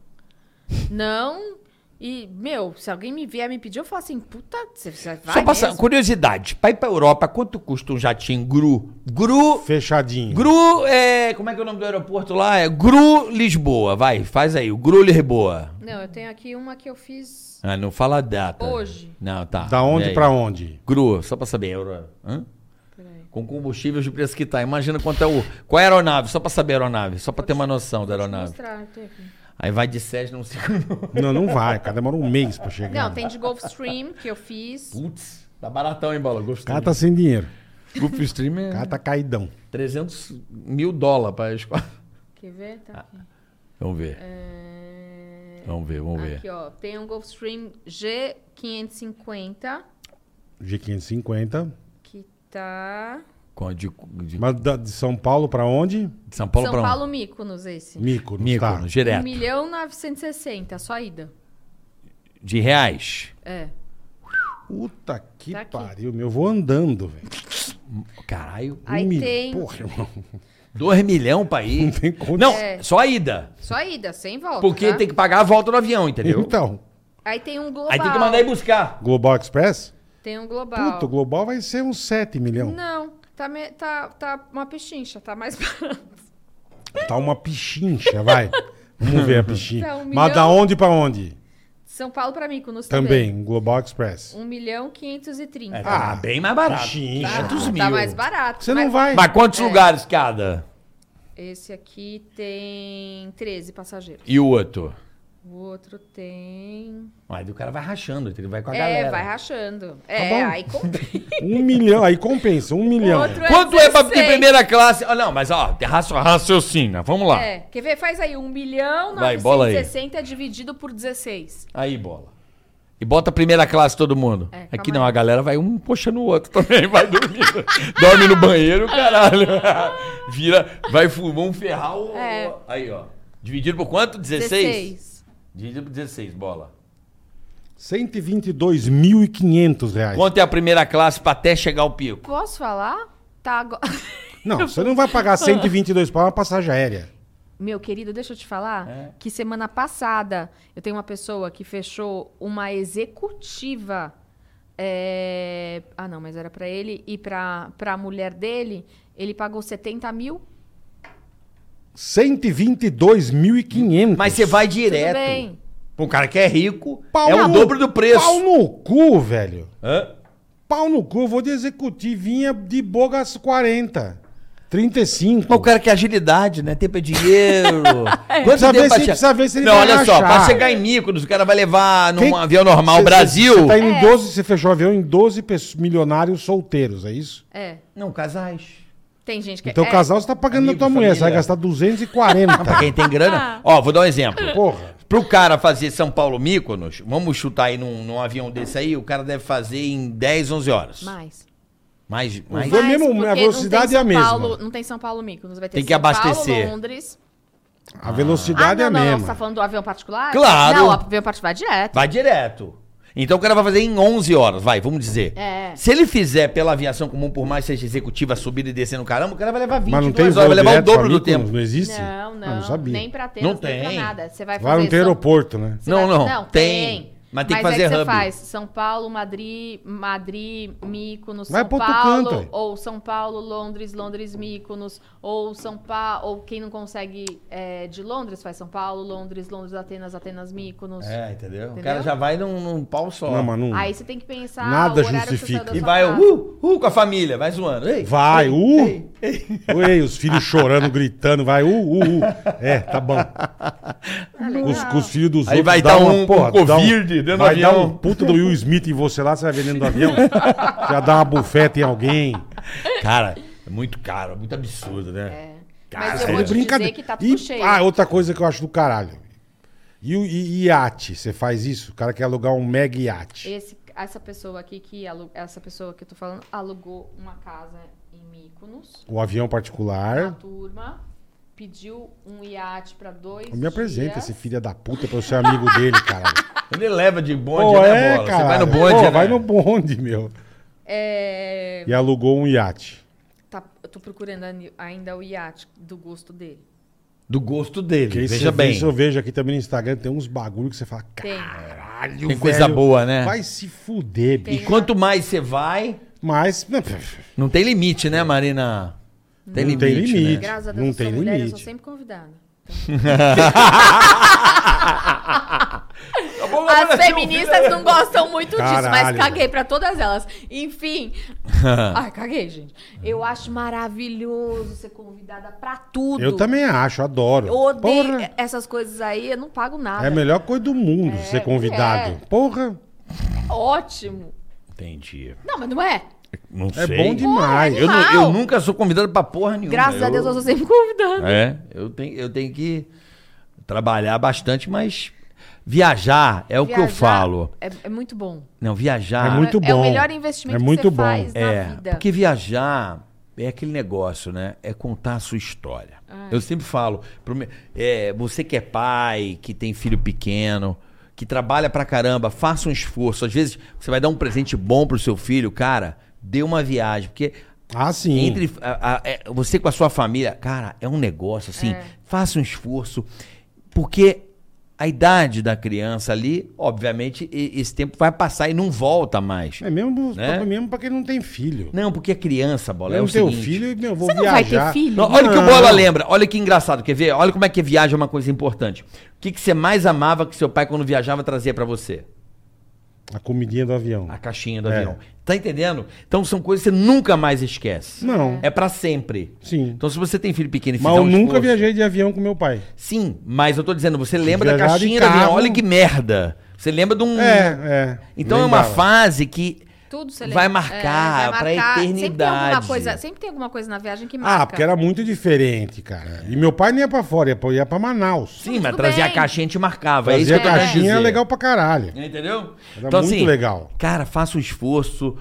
Speaker 5: Não. E, meu, se alguém me vier me pedir, eu falo assim, puta, você você vai
Speaker 2: Só passar,
Speaker 5: mesmo?
Speaker 2: curiosidade. Pra ir pra Europa, quanto custa um jatinho Gru? Gru.
Speaker 1: Fechadinho.
Speaker 2: Gru é. Como é que é o nome do aeroporto lá? É Gru Lisboa. Vai, faz aí. O Gru Lisboa.
Speaker 5: Não, eu tenho aqui uma que eu fiz.
Speaker 2: Ah, não fala a data.
Speaker 5: Hoje.
Speaker 2: Não, tá.
Speaker 1: Da
Speaker 2: E
Speaker 1: onde
Speaker 2: aí?
Speaker 1: pra onde?
Speaker 2: Gru, só pra saber. Euro. Hã?
Speaker 5: Peraí.
Speaker 2: Com combustíveis do preço que tá. Imagina quanto é o. Qual é a aeronave? Só pra saber a aeronave. Só pra ter uma noção da
Speaker 5: Vou te
Speaker 2: aeronave.
Speaker 5: mostrar, eu tenho aqui.
Speaker 2: Aí vai de SES, não sei como.
Speaker 1: Não, não vai. Cara, demora um mês pra chegar.
Speaker 5: Não, tem de Gulfstream que eu fiz.
Speaker 2: Putz, tá baratão, hein, Bola?
Speaker 1: O
Speaker 2: Gostei.
Speaker 1: cara tá sem dinheiro.
Speaker 2: Gulf Stream
Speaker 1: O
Speaker 2: é
Speaker 1: cara tá caidão.
Speaker 2: 300 mil dólares pra escola.
Speaker 5: Quer ver? Tá aqui.
Speaker 2: Vamos ver.
Speaker 5: É,
Speaker 2: Vamos ver, vamos ver.
Speaker 5: Aqui, ó. Tem um Gulfstream G550
Speaker 1: G550.
Speaker 5: que tá.
Speaker 2: Com a de, de-
Speaker 1: Mas da- de São Paulo pra onde?
Speaker 2: de São Paulo
Speaker 5: São
Speaker 2: pra onde?
Speaker 5: Paulo Mykonos, esse.
Speaker 1: Míconos, tá.
Speaker 2: Míconos, direto.
Speaker 5: 1 milhão 960, só a ida.
Speaker 2: De reais.
Speaker 5: É.
Speaker 1: Puta que
Speaker 5: Tá aqui.
Speaker 1: pariu, meu. Eu vou andando, velho.
Speaker 2: Caralho.
Speaker 5: Aí
Speaker 1: mil-
Speaker 5: tem
Speaker 1: Porra, irmão.
Speaker 2: 2 milhão pra ir. Não
Speaker 1: tem condição.
Speaker 2: Não,
Speaker 5: É.
Speaker 2: só a ida.
Speaker 5: só a ida, sem volta.
Speaker 2: Porque
Speaker 5: tá?
Speaker 2: tem que pagar a volta do avião, entendeu?
Speaker 1: Então,
Speaker 5: Aí tem um global.
Speaker 2: Aí tem que mandar ir buscar.
Speaker 1: Global Express?
Speaker 5: Tem um global.
Speaker 1: Puta, o Global vai ser uns 7 milhões.
Speaker 5: Não, tá, me- tá, tá uma pechincha, tá mais barato.
Speaker 1: Tá uma pichincha, vai. Vamos ver a pichincha.
Speaker 5: Tá, um Tá
Speaker 1: Mas da onde pra onde?
Speaker 5: São Paulo pra Mykonos também.
Speaker 1: Também, um Global Express.
Speaker 5: 1 milhão 530.
Speaker 2: É, tá
Speaker 1: Ah,
Speaker 2: bem mais barato.
Speaker 1: pichincha.
Speaker 2: 500 mil.
Speaker 5: tá mais barato.
Speaker 1: Ah,
Speaker 5: É.
Speaker 1: Você
Speaker 5: mas-
Speaker 1: não vai.
Speaker 2: Mas quantos lugares cada?
Speaker 5: Esse aqui tem 13 passageiros.
Speaker 2: E o outro?
Speaker 5: O outro tem.
Speaker 2: Aí o cara vai rachando, ele vai com a
Speaker 5: é,
Speaker 2: galera. Tá Então,
Speaker 5: vai rachando. É,
Speaker 1: bom.
Speaker 5: aí compensa.
Speaker 1: Um milhão, aí compensa, um milhão.
Speaker 5: outro
Speaker 2: Quanto é pra ter
Speaker 5: 16.
Speaker 2: primeira classe? Ah, não, mas ó, raço- raciocina. Vamos lá.
Speaker 5: É, quer ver? Faz aí 1 milhão
Speaker 2: Vai, bola aí.
Speaker 5: 960 dividido por 16.
Speaker 2: Aí, bola. E bota a primeira classe todo mundo.
Speaker 5: É,
Speaker 2: Aqui
Speaker 5: calma
Speaker 2: não,
Speaker 5: aí.
Speaker 2: a galera vai um puxando o outro também, vai dormindo. Dorme no banheiro, caralho. Vira, vai fumar um ferral.
Speaker 5: É.
Speaker 2: Aí, ó. Dividido por quanto? 16?
Speaker 5: 16.
Speaker 2: Dividido por 16, bola.
Speaker 1: 122.500 reais.
Speaker 2: Quanto é a primeira classe pra até chegar ao pico?
Speaker 5: Posso falar? Tá agora.
Speaker 1: Não, você não vai pagar 122 para uma passagem aérea.
Speaker 5: Meu querido, deixa eu te falar
Speaker 2: É.
Speaker 5: que semana passada eu tenho uma pessoa que fechou uma executiva. é, Ah, não, mas era pra ele e pra pra mulher dele. Ele pagou 70 mil.
Speaker 1: 122.500.
Speaker 2: Mas você vai
Speaker 5: Tudo
Speaker 2: direto.
Speaker 5: bem.
Speaker 2: Pra um cara que é rico,
Speaker 1: Pau
Speaker 2: é o
Speaker 1: no-
Speaker 2: dobro do preço.
Speaker 1: Pau no cu, velho.
Speaker 2: Hã?
Speaker 1: Pau no cu, eu vou de executivinha de boga às 40. 35.
Speaker 2: Mas o cara quer agilidade, né? Tempo é dinheiro.
Speaker 5: É.
Speaker 2: Quanto
Speaker 1: Precisa ver
Speaker 2: tempo pra
Speaker 1: se-
Speaker 2: che-
Speaker 1: precisa ver se ele
Speaker 2: Não,
Speaker 1: vai
Speaker 2: olha só,
Speaker 1: achar.
Speaker 2: pra chegar em Míconos, o cara vai levar num
Speaker 1: Quem-
Speaker 2: avião normal,
Speaker 1: Cê- cê-
Speaker 2: Brasil.
Speaker 1: Você tá indo
Speaker 5: É.
Speaker 1: em 12, você fechou o avião em 12 pesso- milionários solteiros, é isso?
Speaker 5: É.
Speaker 2: Não, casais.
Speaker 5: Tem gente que
Speaker 1: Então
Speaker 5: é.
Speaker 1: o casal você tá pagando
Speaker 2: Amigo,
Speaker 1: na tua mulher, você vai
Speaker 2: família.
Speaker 1: gastar
Speaker 2: Pra
Speaker 1: 240.
Speaker 2: quem tem grana. Ó, vou dar um exemplo.
Speaker 5: tá-
Speaker 1: Porra.
Speaker 2: Pro cara fazer São Paulo Míconos, vamos chutar aí num, num avião desse aí, o cara deve fazer em 10, 11 horas.
Speaker 5: Mais.
Speaker 2: Mais, mais.
Speaker 1: Foi dois-
Speaker 5: Mais,
Speaker 1: mesmo, a
Speaker 5: porque não tem
Speaker 1: velocidade é a
Speaker 5: São
Speaker 1: mesma.
Speaker 5: Paulo- não tem São Paulo Mykonos, vai ter
Speaker 2: Tem que
Speaker 5: São
Speaker 2: abastecer.
Speaker 5: Paulo, Londres.
Speaker 1: A velocidade
Speaker 5: ah, não,
Speaker 1: é a
Speaker 5: não,
Speaker 1: mesma.
Speaker 5: você tá falando do avião particular?
Speaker 2: Claro.
Speaker 5: Não, o avião particular é direto.
Speaker 2: Vai direto. Então o cara vai fazer em 11 horas, vai, vamos dizer.
Speaker 5: É.
Speaker 2: Se ele fizer pela aviação comum, por mais que seja executiva, subida e descendo, caramba, o cara vai levar 22
Speaker 1: Mas não tem
Speaker 2: horas,
Speaker 1: voo
Speaker 2: vai levar o
Speaker 1: direto
Speaker 2: dobro
Speaker 1: pra
Speaker 2: do
Speaker 1: Mykonos?
Speaker 2: tempo.
Speaker 1: Não existe?
Speaker 5: Não, não.
Speaker 1: Ah, não sabia.
Speaker 5: Nem pra ter,
Speaker 2: Não
Speaker 5: nem pra
Speaker 2: tem.
Speaker 5: nada. Você vai
Speaker 1: Agora
Speaker 5: fazer
Speaker 1: não tem
Speaker 5: São-
Speaker 1: aeroporto, né?
Speaker 5: Você
Speaker 2: Não,
Speaker 5: vai-
Speaker 2: não, tem.
Speaker 5: tem.
Speaker 2: Mas tem
Speaker 5: Mas
Speaker 2: que fazer
Speaker 5: é que
Speaker 2: hub.
Speaker 5: você faz São Paulo, Madrid, Madrid, Mykonos,
Speaker 1: Vai
Speaker 5: São
Speaker 1: pro outro
Speaker 5: Paulo,
Speaker 1: canto, aí.
Speaker 5: ou São Paulo, Londres, Londres, Mykonos, ou São Paulo, ou quem não consegue é, de Londres faz São Paulo, Londres, Londres, Atenas, Atenas, Mykonos.
Speaker 2: É, entendeu? O
Speaker 5: Entendeu?
Speaker 2: cara já vai num, num pau só.
Speaker 1: Não, mas não.
Speaker 5: Aí você tem que pensar
Speaker 1: Nada
Speaker 5: o horário que
Speaker 1: justifica.
Speaker 5: você saiu da
Speaker 2: E
Speaker 5: sua
Speaker 2: vai,
Speaker 5: casa.
Speaker 2: uh, uh, com a família, vai zoando. Ei,
Speaker 1: Vai,
Speaker 2: ei,
Speaker 1: uh.
Speaker 2: ei, ei.
Speaker 1: Oi, os filhos chorando, gritando, vai, uh, uh, uh. É, tá bom.
Speaker 5: É
Speaker 2: uh,
Speaker 1: Os, com os filhos dos
Speaker 2: Aí
Speaker 1: outros.
Speaker 2: vai
Speaker 1: dá
Speaker 2: dar
Speaker 1: uma,
Speaker 2: um- um
Speaker 1: porra, dá
Speaker 2: Covid dentro do
Speaker 1: Vai dar
Speaker 2: avião.
Speaker 1: um puta do Will Smith em você lá, você vai vendendo do avião. já dá uma bufeta em alguém.
Speaker 2: Cara, é muito caro, é muito absurdo, né? Cara,
Speaker 5: Mas eu
Speaker 1: É
Speaker 5: vou te
Speaker 1: brincadeira.
Speaker 5: dizer que tá
Speaker 1: E-
Speaker 5: tudo cheio.
Speaker 1: ah, outra coisa que eu acho do caralho. E o e- iate, você faz isso? O cara quer alugar um mega iate.
Speaker 5: Esse- essa pessoa aqui que alu- essa pessoa que eu tô falando alugou uma casa em Mykonos,
Speaker 1: O avião
Speaker 5: uma
Speaker 1: particular.
Speaker 5: turma, pediu um iate pra dois
Speaker 1: Me apresenta
Speaker 5: dias.
Speaker 1: esse filho da puta pra eu ser amigo dele, caralho.
Speaker 2: Ele leva de bonde,
Speaker 1: Pô, é,
Speaker 2: né, bola? Você vai no
Speaker 1: caralho.
Speaker 2: bonde,
Speaker 1: Pô,
Speaker 2: né?
Speaker 1: vai no bonde, meu.
Speaker 5: É,
Speaker 1: E alugou um iate.
Speaker 5: tá- eu tô procurando ani- ainda o iate do gosto dele.
Speaker 2: Do gosto dele,
Speaker 1: Que
Speaker 2: veja bem.
Speaker 1: eu vejo aqui também no Instagram, tem uns bagulho que você fala,
Speaker 5: Tem.
Speaker 1: caralho,
Speaker 2: Tem coisa
Speaker 1: velho,
Speaker 2: boa, né?
Speaker 1: Vai se fuder,
Speaker 2: E
Speaker 1: bicho.
Speaker 2: quanto mais você vai,
Speaker 1: Mas, né, pff,
Speaker 2: não tem limite, né, Marina? Tem né?
Speaker 1: Não tem limite.
Speaker 5: Graças a Deus,
Speaker 1: Não
Speaker 5: eu sou
Speaker 1: tem
Speaker 5: mulher, eu
Speaker 1: limite.
Speaker 5: sou sempre convidada.
Speaker 2: Acabou,
Speaker 5: As
Speaker 2: agora sim,
Speaker 5: feministas não gostam muito disso,
Speaker 1: Caralho.
Speaker 5: mas caguei pra todas elas. Enfim. Ai, caguei, gente. Eu acho maravilhoso ser convidada pra tudo.
Speaker 1: eu também acho, adoro.
Speaker 5: Eu odeio
Speaker 1: Porra,
Speaker 5: essas coisas aí, eu não pago nada.
Speaker 1: é a melhor coisa do mundo
Speaker 5: É,
Speaker 1: ser convidado. Porra,
Speaker 5: Ótimo.
Speaker 2: Entendi.
Speaker 5: Não, mas não é.
Speaker 2: Não
Speaker 1: é
Speaker 2: sei.
Speaker 1: bom demais.
Speaker 2: Eu, nu-
Speaker 5: Uau!
Speaker 2: eu nunca sou convidado pra porra nenhuma.
Speaker 5: Graças a Deus eu
Speaker 2: eu
Speaker 5: sou sempre convidada.
Speaker 2: É, eu tenho, eu tenho que trabalhar bastante, mas viajar é o que eu
Speaker 5: Viajar
Speaker 2: falo.
Speaker 5: É, é muito bom.
Speaker 2: Não, viajar.
Speaker 1: É muito
Speaker 5: É
Speaker 1: bom.
Speaker 5: o melhor investimento
Speaker 1: É muito
Speaker 5: que você
Speaker 1: bom.
Speaker 5: faz
Speaker 2: É,
Speaker 5: na vida.
Speaker 2: porque viajar é aquele negócio, né? É contar a sua história. Eu sempre falo, pro me- é, você que é pai, que tem filho pequeno, que trabalha pra caramba, faça um esforço. Às vezes você vai dar um presente bom pro seu filho, cara, dê uma viagem, porque
Speaker 1: Ah, sim.
Speaker 2: entre a- a- é, você com a sua família, cara, é um negócio assim. Faça um esforço, porque a idade da criança ali, obviamente, e- esse tempo vai passar e não volta mais.
Speaker 1: É mesmo,
Speaker 2: Né?
Speaker 1: pra- mesmo pra quem não tem filho.
Speaker 2: Não, porque é criança, bola. É
Speaker 1: eu
Speaker 2: o
Speaker 1: não tenho
Speaker 2: seguinte.
Speaker 1: filho e meu, eu vou
Speaker 5: Você não vai
Speaker 1: viajar.
Speaker 5: ter filho?
Speaker 2: Não, olha o que o
Speaker 1: Não.
Speaker 2: Bola lembra. Olha que engraçado, quer ver? Olha como é que viagem é uma coisa importante. O que, que você mais amava que seu pai, quando viajava, trazia pra você?
Speaker 1: A comidinha do avião.
Speaker 2: A caixinha do
Speaker 1: É.
Speaker 2: avião. Tá entendendo? Então são coisas que você nunca mais esquece.
Speaker 1: Não.
Speaker 2: É pra sempre.
Speaker 1: Sim.
Speaker 2: Então se você tem filho pequeno e
Speaker 1: Mas
Speaker 2: fizer
Speaker 1: eu
Speaker 2: um
Speaker 1: nunca
Speaker 2: esforço-
Speaker 1: viajei de avião com meu pai.
Speaker 2: Sim, mas eu tô dizendo, você lembra da
Speaker 1: Viajar de
Speaker 2: caixinha do avião.
Speaker 1: carro.
Speaker 2: Olha que merda. Você lembra de um...
Speaker 5: Hum.
Speaker 1: É, é.
Speaker 2: Então é uma
Speaker 1: Lembrava.
Speaker 2: fase que...
Speaker 5: Tudo você
Speaker 2: Vai
Speaker 5: lembra. É,
Speaker 2: marcar pra
Speaker 5: vai marcar. Sempre tem,
Speaker 2: eternidade.
Speaker 5: alguma coisa, sempre tem alguma coisa na viagem que marca.
Speaker 1: Ah, porque era muito diferente, cara. E meu pai nem ia pra fora, ia pra, ia pra Manaus.
Speaker 2: Sim,
Speaker 5: Tudo
Speaker 2: mas trazia a
Speaker 5: bem.
Speaker 2: caixinha e te marcava. é isso
Speaker 1: Fazia
Speaker 2: que eu tô querendo
Speaker 1: caixinha
Speaker 2: dizer. É,
Speaker 1: legal pra caralho.
Speaker 2: Entendeu? Então, assim,
Speaker 1: Era é muito legal.
Speaker 2: Cara, faça um esforço,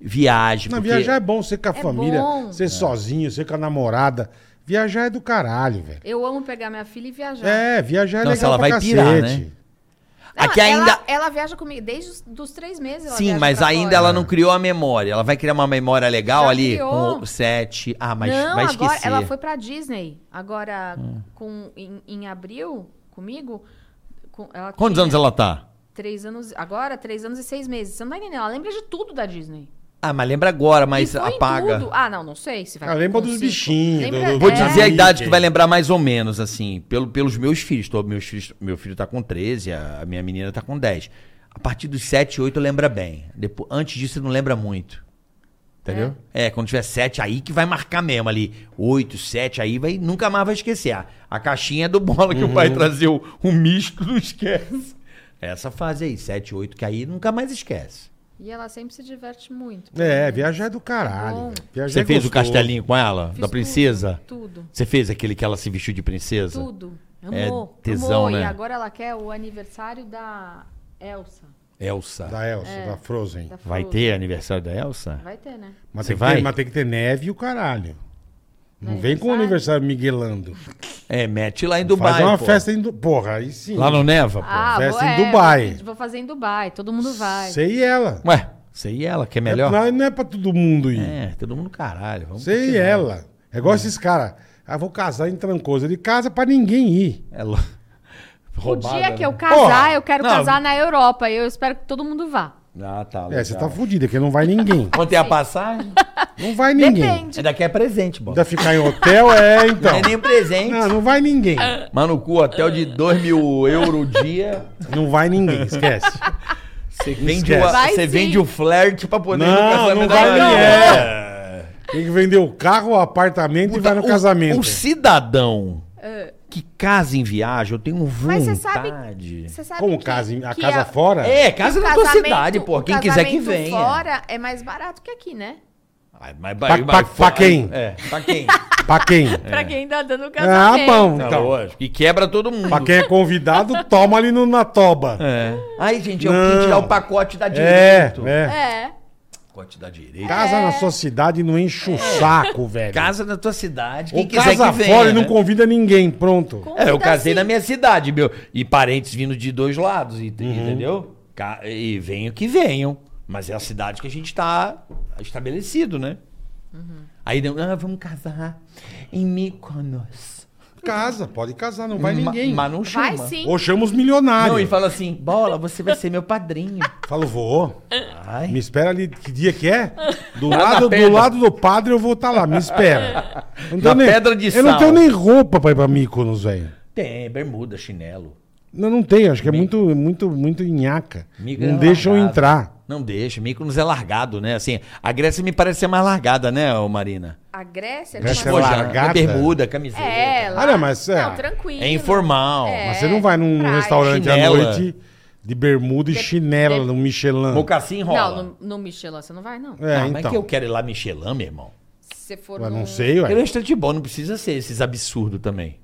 Speaker 2: viaje.
Speaker 1: Não,
Speaker 2: porque-
Speaker 1: viajar é bom, você com a
Speaker 5: É
Speaker 1: família,
Speaker 5: bom.
Speaker 1: você sozinho, você com a namorada. Viajar é do caralho, velho.
Speaker 5: Eu amo pegar minha filha e viajar.
Speaker 1: É, viajar é
Speaker 2: Nossa,
Speaker 1: legal
Speaker 2: ela
Speaker 1: pra
Speaker 2: vai
Speaker 1: cacete.
Speaker 2: pirar, né?
Speaker 5: Não,
Speaker 2: Aqui
Speaker 5: ela,
Speaker 2: assim, ainda.
Speaker 5: Ela viaja comigo desde os dos três meses. Ela
Speaker 2: Sim,
Speaker 5: viaja
Speaker 2: mas
Speaker 5: pra
Speaker 2: ainda
Speaker 5: fora.
Speaker 2: ela não criou a memória. Ela vai criar uma memória legal
Speaker 5: Já
Speaker 2: ali
Speaker 5: criou.
Speaker 2: com sete. Ah, mas
Speaker 5: não,
Speaker 2: vai
Speaker 5: agora
Speaker 2: esquecer. Hum.
Speaker 5: ela foi pra Disney. Agora, com, em, em abril, comigo. com- ela
Speaker 2: Quantos
Speaker 5: tinha
Speaker 2: anos ela tá?
Speaker 5: Três anos. Agora, três anos e seis meses. Você não tá entendendo? Ela lembra de tudo da Disney.
Speaker 2: Ah, mas lembra agora, mas
Speaker 5: E foi em
Speaker 2: apaga.
Speaker 5: tudo. Ah, não, não sei se vai.
Speaker 1: Ela lembra
Speaker 5: com
Speaker 1: dos
Speaker 5: cinco.
Speaker 1: bichinhos,
Speaker 5: Lembra-
Speaker 1: do- do-
Speaker 2: Vou
Speaker 5: é.
Speaker 2: dizer a idade que vai lembrar mais ou menos, assim, pelo, pelos meus filhos. Tô, meus filhos. Meu filho tá com 13, a a minha menina tá com 10. A partir dos 7, 8 lembra bem. Depois, antes disso, não lembra muito. Entendeu? É, quando tiver 7 aí que vai marcar mesmo ali. 8, 7 aí vai, nunca mais vai esquecer. A, a caixinha do bola que o pai trazer o, o misto não esquece. Essa fase aí, 7, 8, que aí nunca mais esquece.
Speaker 5: E ela sempre se diverte muito.
Speaker 1: É, viajar é do caralho.
Speaker 5: bom.
Speaker 1: velho. Viajar
Speaker 2: Você
Speaker 1: é
Speaker 2: fez o
Speaker 1: gostoso.
Speaker 2: castelinho com ela?
Speaker 5: Fiz
Speaker 2: da
Speaker 5: tudo,
Speaker 2: princesa?
Speaker 5: Tudo,
Speaker 2: Você fez aquele que ela se vestiu de princesa?
Speaker 5: tudo.
Speaker 2: É
Speaker 5: Amou.
Speaker 2: tesão,
Speaker 5: amou.
Speaker 2: né?
Speaker 5: E agora ela quer o aniversário da Elsa.
Speaker 2: Elsa.
Speaker 1: Da Elsa, da Frozen.
Speaker 5: É. da
Speaker 2: Vai
Speaker 5: Frozen.
Speaker 2: ter aniversário da Elsa?
Speaker 5: Vai ter, né?
Speaker 1: Mas,
Speaker 2: Você
Speaker 1: tem que
Speaker 2: vai?
Speaker 1: Ter, mas tem que ter neve e o caralho. Não
Speaker 5: No
Speaker 1: vem com o
Speaker 5: aniversário?
Speaker 1: aniversário miguelando.
Speaker 2: É, mete lá em Dubai.
Speaker 1: Faz uma
Speaker 2: pô.
Speaker 1: festa em... Du- Porra, aí sim.
Speaker 2: Lá no Neva, pô.
Speaker 5: Ah,
Speaker 1: festa
Speaker 5: vou-
Speaker 1: em
Speaker 5: é,
Speaker 1: Dubai.
Speaker 5: vou- Vou fazer em Dubai, todo mundo vai.
Speaker 1: Você e ela.
Speaker 2: Ué, você e ela, que é melhor?
Speaker 1: Não, não é pra todo mundo ir.
Speaker 2: É, todo mundo caralho. Vamos
Speaker 1: Você e
Speaker 2: continuar.
Speaker 1: ela. É igual esses caras. Ah, vou casar em Trancoso. Ele casa pra ninguém ir.
Speaker 2: É lo- roubada.
Speaker 5: o dia que eu
Speaker 2: né?
Speaker 5: casar, eu quero
Speaker 2: Não.
Speaker 5: casar na Europa. E eu espero que todo mundo vá.
Speaker 2: Ah, tá.
Speaker 1: É, você tá
Speaker 2: legal.
Speaker 1: fudido, porque não vai ninguém.
Speaker 2: Quanto é a passagem?
Speaker 1: Não vai ninguém.
Speaker 5: Depende.
Speaker 2: Ainda quer presente, bom.
Speaker 1: Ainda ficar em hotel, é,
Speaker 2: Não
Speaker 1: então.
Speaker 2: é nem presente.
Speaker 1: Não, não vai ninguém.
Speaker 2: Mas no cu, hotel de 2 mil euros o dia.
Speaker 1: Não vai ninguém, esquece.
Speaker 2: Você vende,
Speaker 1: esquece.
Speaker 2: o-
Speaker 5: Vai
Speaker 2: você
Speaker 5: sim.
Speaker 2: vender o flerte pra poder ir no
Speaker 1: Não,
Speaker 2: casamento
Speaker 1: não
Speaker 2: da
Speaker 1: vai
Speaker 2: galera.
Speaker 1: ninguém. É. Tem que vender o carro, o apartamento e
Speaker 2: Puta,
Speaker 1: vai no
Speaker 2: o-
Speaker 1: casamento.
Speaker 2: O cidadão que casa em viagem, eu tenho
Speaker 5: É.
Speaker 2: vontade.
Speaker 5: Mas você sabe- Você sabe
Speaker 1: Como
Speaker 5: que-
Speaker 1: casa, em- a
Speaker 5: que
Speaker 1: casa
Speaker 5: a-
Speaker 1: fora?
Speaker 2: É, casa
Speaker 5: o
Speaker 2: na tua
Speaker 5: casamento-
Speaker 2: cidade, pô.
Speaker 5: o
Speaker 2: Quem quiser que
Speaker 5: casamento
Speaker 2: venha.
Speaker 5: fora é mais barato que aqui, né?
Speaker 2: Ai, mas-
Speaker 1: Pra-
Speaker 2: mas-
Speaker 1: pra-
Speaker 2: mas-
Speaker 1: pra quem?
Speaker 2: É, pra quem?
Speaker 1: Pra quem?
Speaker 2: É.
Speaker 5: Pra quem tá dando
Speaker 1: Ah,
Speaker 5: casamento.
Speaker 1: bom,
Speaker 2: Não,
Speaker 1: então.
Speaker 2: lógico. E quebra todo mundo.
Speaker 1: Pra quem é convidado, toma ali no, na toba.
Speaker 2: É. Aí, gente, eu
Speaker 1: Não.
Speaker 2: quis tirar o pacote da
Speaker 1: É,
Speaker 2: direita.
Speaker 1: é.
Speaker 5: É.
Speaker 2: Pacote da direita.
Speaker 1: Casa na sua cidade e não enche o
Speaker 2: É.
Speaker 1: saco, velho.
Speaker 2: Casa na tua cidade, quem
Speaker 1: Ou
Speaker 2: quiser
Speaker 1: casa
Speaker 2: que venha.
Speaker 1: fora e não
Speaker 2: né?
Speaker 1: convida ninguém, pronto.
Speaker 2: É, eu casei
Speaker 5: assim.
Speaker 2: na minha cidade, meu. E parentes vindo de dois lados, e-
Speaker 1: Uhum.
Speaker 2: entendeu? Ca- E venham que venham. Mas é a cidade que a gente tá estabelecido, né?
Speaker 5: Uhum.
Speaker 2: Aí, deu, ah, vamos casar em Mykonos.
Speaker 1: Casa, pode casar, não vai ninguém.
Speaker 2: Ma- Mas não chama.
Speaker 5: Vai sim.
Speaker 1: Ou chama os milionários.
Speaker 2: Não, e fala assim, Bola, você vai ser meu padrinho.
Speaker 1: Falo, vou.
Speaker 2: Ai.
Speaker 1: Me espera ali, que dia que é? Do,
Speaker 2: Lá na
Speaker 1: lado, do
Speaker 2: pedra.
Speaker 1: lado do padre eu vou estar lá, me espera. Eu
Speaker 2: Na
Speaker 1: tenho nem-
Speaker 2: pedra de
Speaker 1: Eu
Speaker 2: sal.
Speaker 1: não tenho nem roupa pra ir pra Mykonos, velho.
Speaker 2: Tem, bermuda, chinelo.
Speaker 1: Não, não tenho, acho que é muito, muito, muito nhaca.
Speaker 2: Mico
Speaker 1: não
Speaker 2: é
Speaker 1: deixam
Speaker 2: largado.
Speaker 1: entrar.
Speaker 2: Não deixa, Mykonos é largado, né? Assim, a Grécia me parece ser mais largada, né, ô Marina?
Speaker 5: A Grécia,
Speaker 1: Grécia
Speaker 5: como
Speaker 1: é
Speaker 5: assim?
Speaker 1: lá. largada?
Speaker 2: bermuda, camiseta.
Speaker 5: É, lá.
Speaker 1: Ah, não, mas é-
Speaker 5: Não, tranquilo.
Speaker 2: É informal.
Speaker 5: É.
Speaker 1: Mas você não vai num
Speaker 5: praia.
Speaker 1: restaurante
Speaker 2: Chinela.
Speaker 1: à noite de bermuda e chinela no Michelin.
Speaker 2: Mocassim rola.
Speaker 5: Não, no, no Michelin você não vai, não.
Speaker 1: É,
Speaker 2: ah, mas
Speaker 1: então.
Speaker 2: que eu quero ir lá Michelin, meu irmão.
Speaker 5: Se você for
Speaker 1: Ué,
Speaker 5: num-
Speaker 1: não sei,
Speaker 2: Quero um
Speaker 1: ué.
Speaker 2: restaurante bom, não precisa ser esses absurdos também.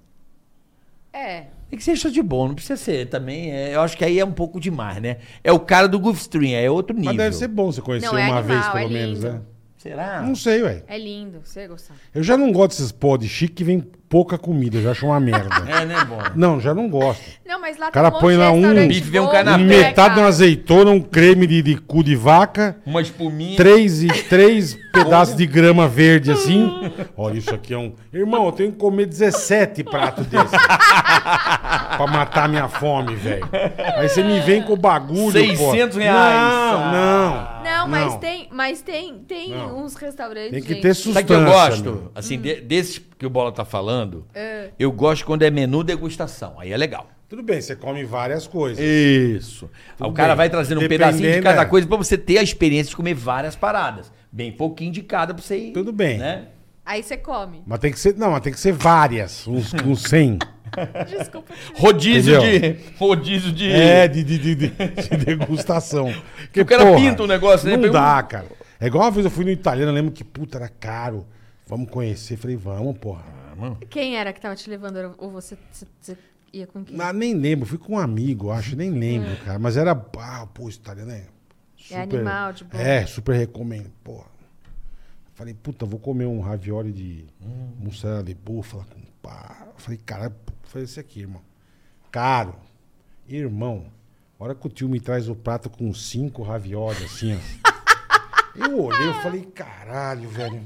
Speaker 5: É.
Speaker 2: Tem que ser restaurante bom, não precisa ser também. é, eu acho que aí é um pouco demais, né? É o cara do Goof Stream, é outro nível.
Speaker 1: Mas deve ser bom você conhecer
Speaker 5: Não, é
Speaker 1: uma
Speaker 5: animal,
Speaker 1: vez,
Speaker 5: é
Speaker 1: pelo
Speaker 5: lindo.
Speaker 1: menos, né?
Speaker 2: Será?
Speaker 1: Não sei, ué.
Speaker 5: É lindo, você ia gostar.
Speaker 1: Eu já não gosto desses pod chique que vem pouca comida, eu já acho uma merda.
Speaker 2: É, né, bom?
Speaker 1: Não, já não gosto.
Speaker 5: Não, mas lá
Speaker 1: cara põe lá um-
Speaker 2: Bife, vem um
Speaker 5: né,
Speaker 2: canapé.
Speaker 1: Metade de uma azeitona, um creme de, de cu de vaca,
Speaker 2: Uma espuminha.
Speaker 1: três, e, três pedaços de grama verde assim. Olha, isso aqui é um. Irmão, eu tenho que comer 17 pratos desses. pra matar minha fome, velho. Aí você me vem com o bagulho.
Speaker 2: 600
Speaker 1: pô.
Speaker 2: reais.
Speaker 1: Não,
Speaker 2: Ah.
Speaker 1: não.
Speaker 5: Não, mas
Speaker 1: Não.
Speaker 5: tem, mas tem, tem
Speaker 1: Não.
Speaker 5: uns restaurantes.
Speaker 1: Tem que
Speaker 5: gente.
Speaker 1: ter sustância.
Speaker 2: Sabe que eu gosto?
Speaker 1: meu.
Speaker 2: Assim, de- desses que o Bola tá falando, eu gosto quando é menu degustação. Aí é legal.
Speaker 1: Tudo bem, você come várias coisas.
Speaker 2: Isso. Aí o
Speaker 1: Tudo
Speaker 2: cara
Speaker 1: bem.
Speaker 2: vai trazendo um pedacinho de
Speaker 1: Dependendo,
Speaker 2: cada
Speaker 1: é.
Speaker 2: coisa pra você ter a experiência de comer várias paradas. Bem pouquinho de cada pra você ir.
Speaker 1: Tudo bem.
Speaker 2: Né?
Speaker 5: Aí você come.
Speaker 1: Mas tem que ser. Não, mas tem que ser várias. Uns, uns 100. É.
Speaker 5: Desculpa.
Speaker 2: Rodízio
Speaker 1: Entendeu?
Speaker 2: de. Rodízio de.
Speaker 1: É, de, de, de, de- de degustação. Porque,
Speaker 2: o cara pinta um negócio, né?
Speaker 1: Não
Speaker 2: Pega um-
Speaker 1: dá, cara. É igual uma vez eu fui no italiano, eu lembro que, puta, era caro. Vamos conhecer. Falei, vamos, porra.
Speaker 5: Quem era que tava te levando? Era- Ou você, você- você ia com quem? É.
Speaker 1: Ah, nem lembro, fui com um amigo, acho, nem lembro, cara. Mas era, ah, pô, esse italiano é...
Speaker 5: animal, de boa.
Speaker 1: É, super recomendo, porra. Falei, puta, vou comer um ravioli de mussarela de búfala com pá. Falei, cara, foi esse aqui, irmão. Caro. Irmão, a hora que o tio me traz o prato com cinco ravioli, assim, ó. Eu olhei, eu falei, caralho, velho.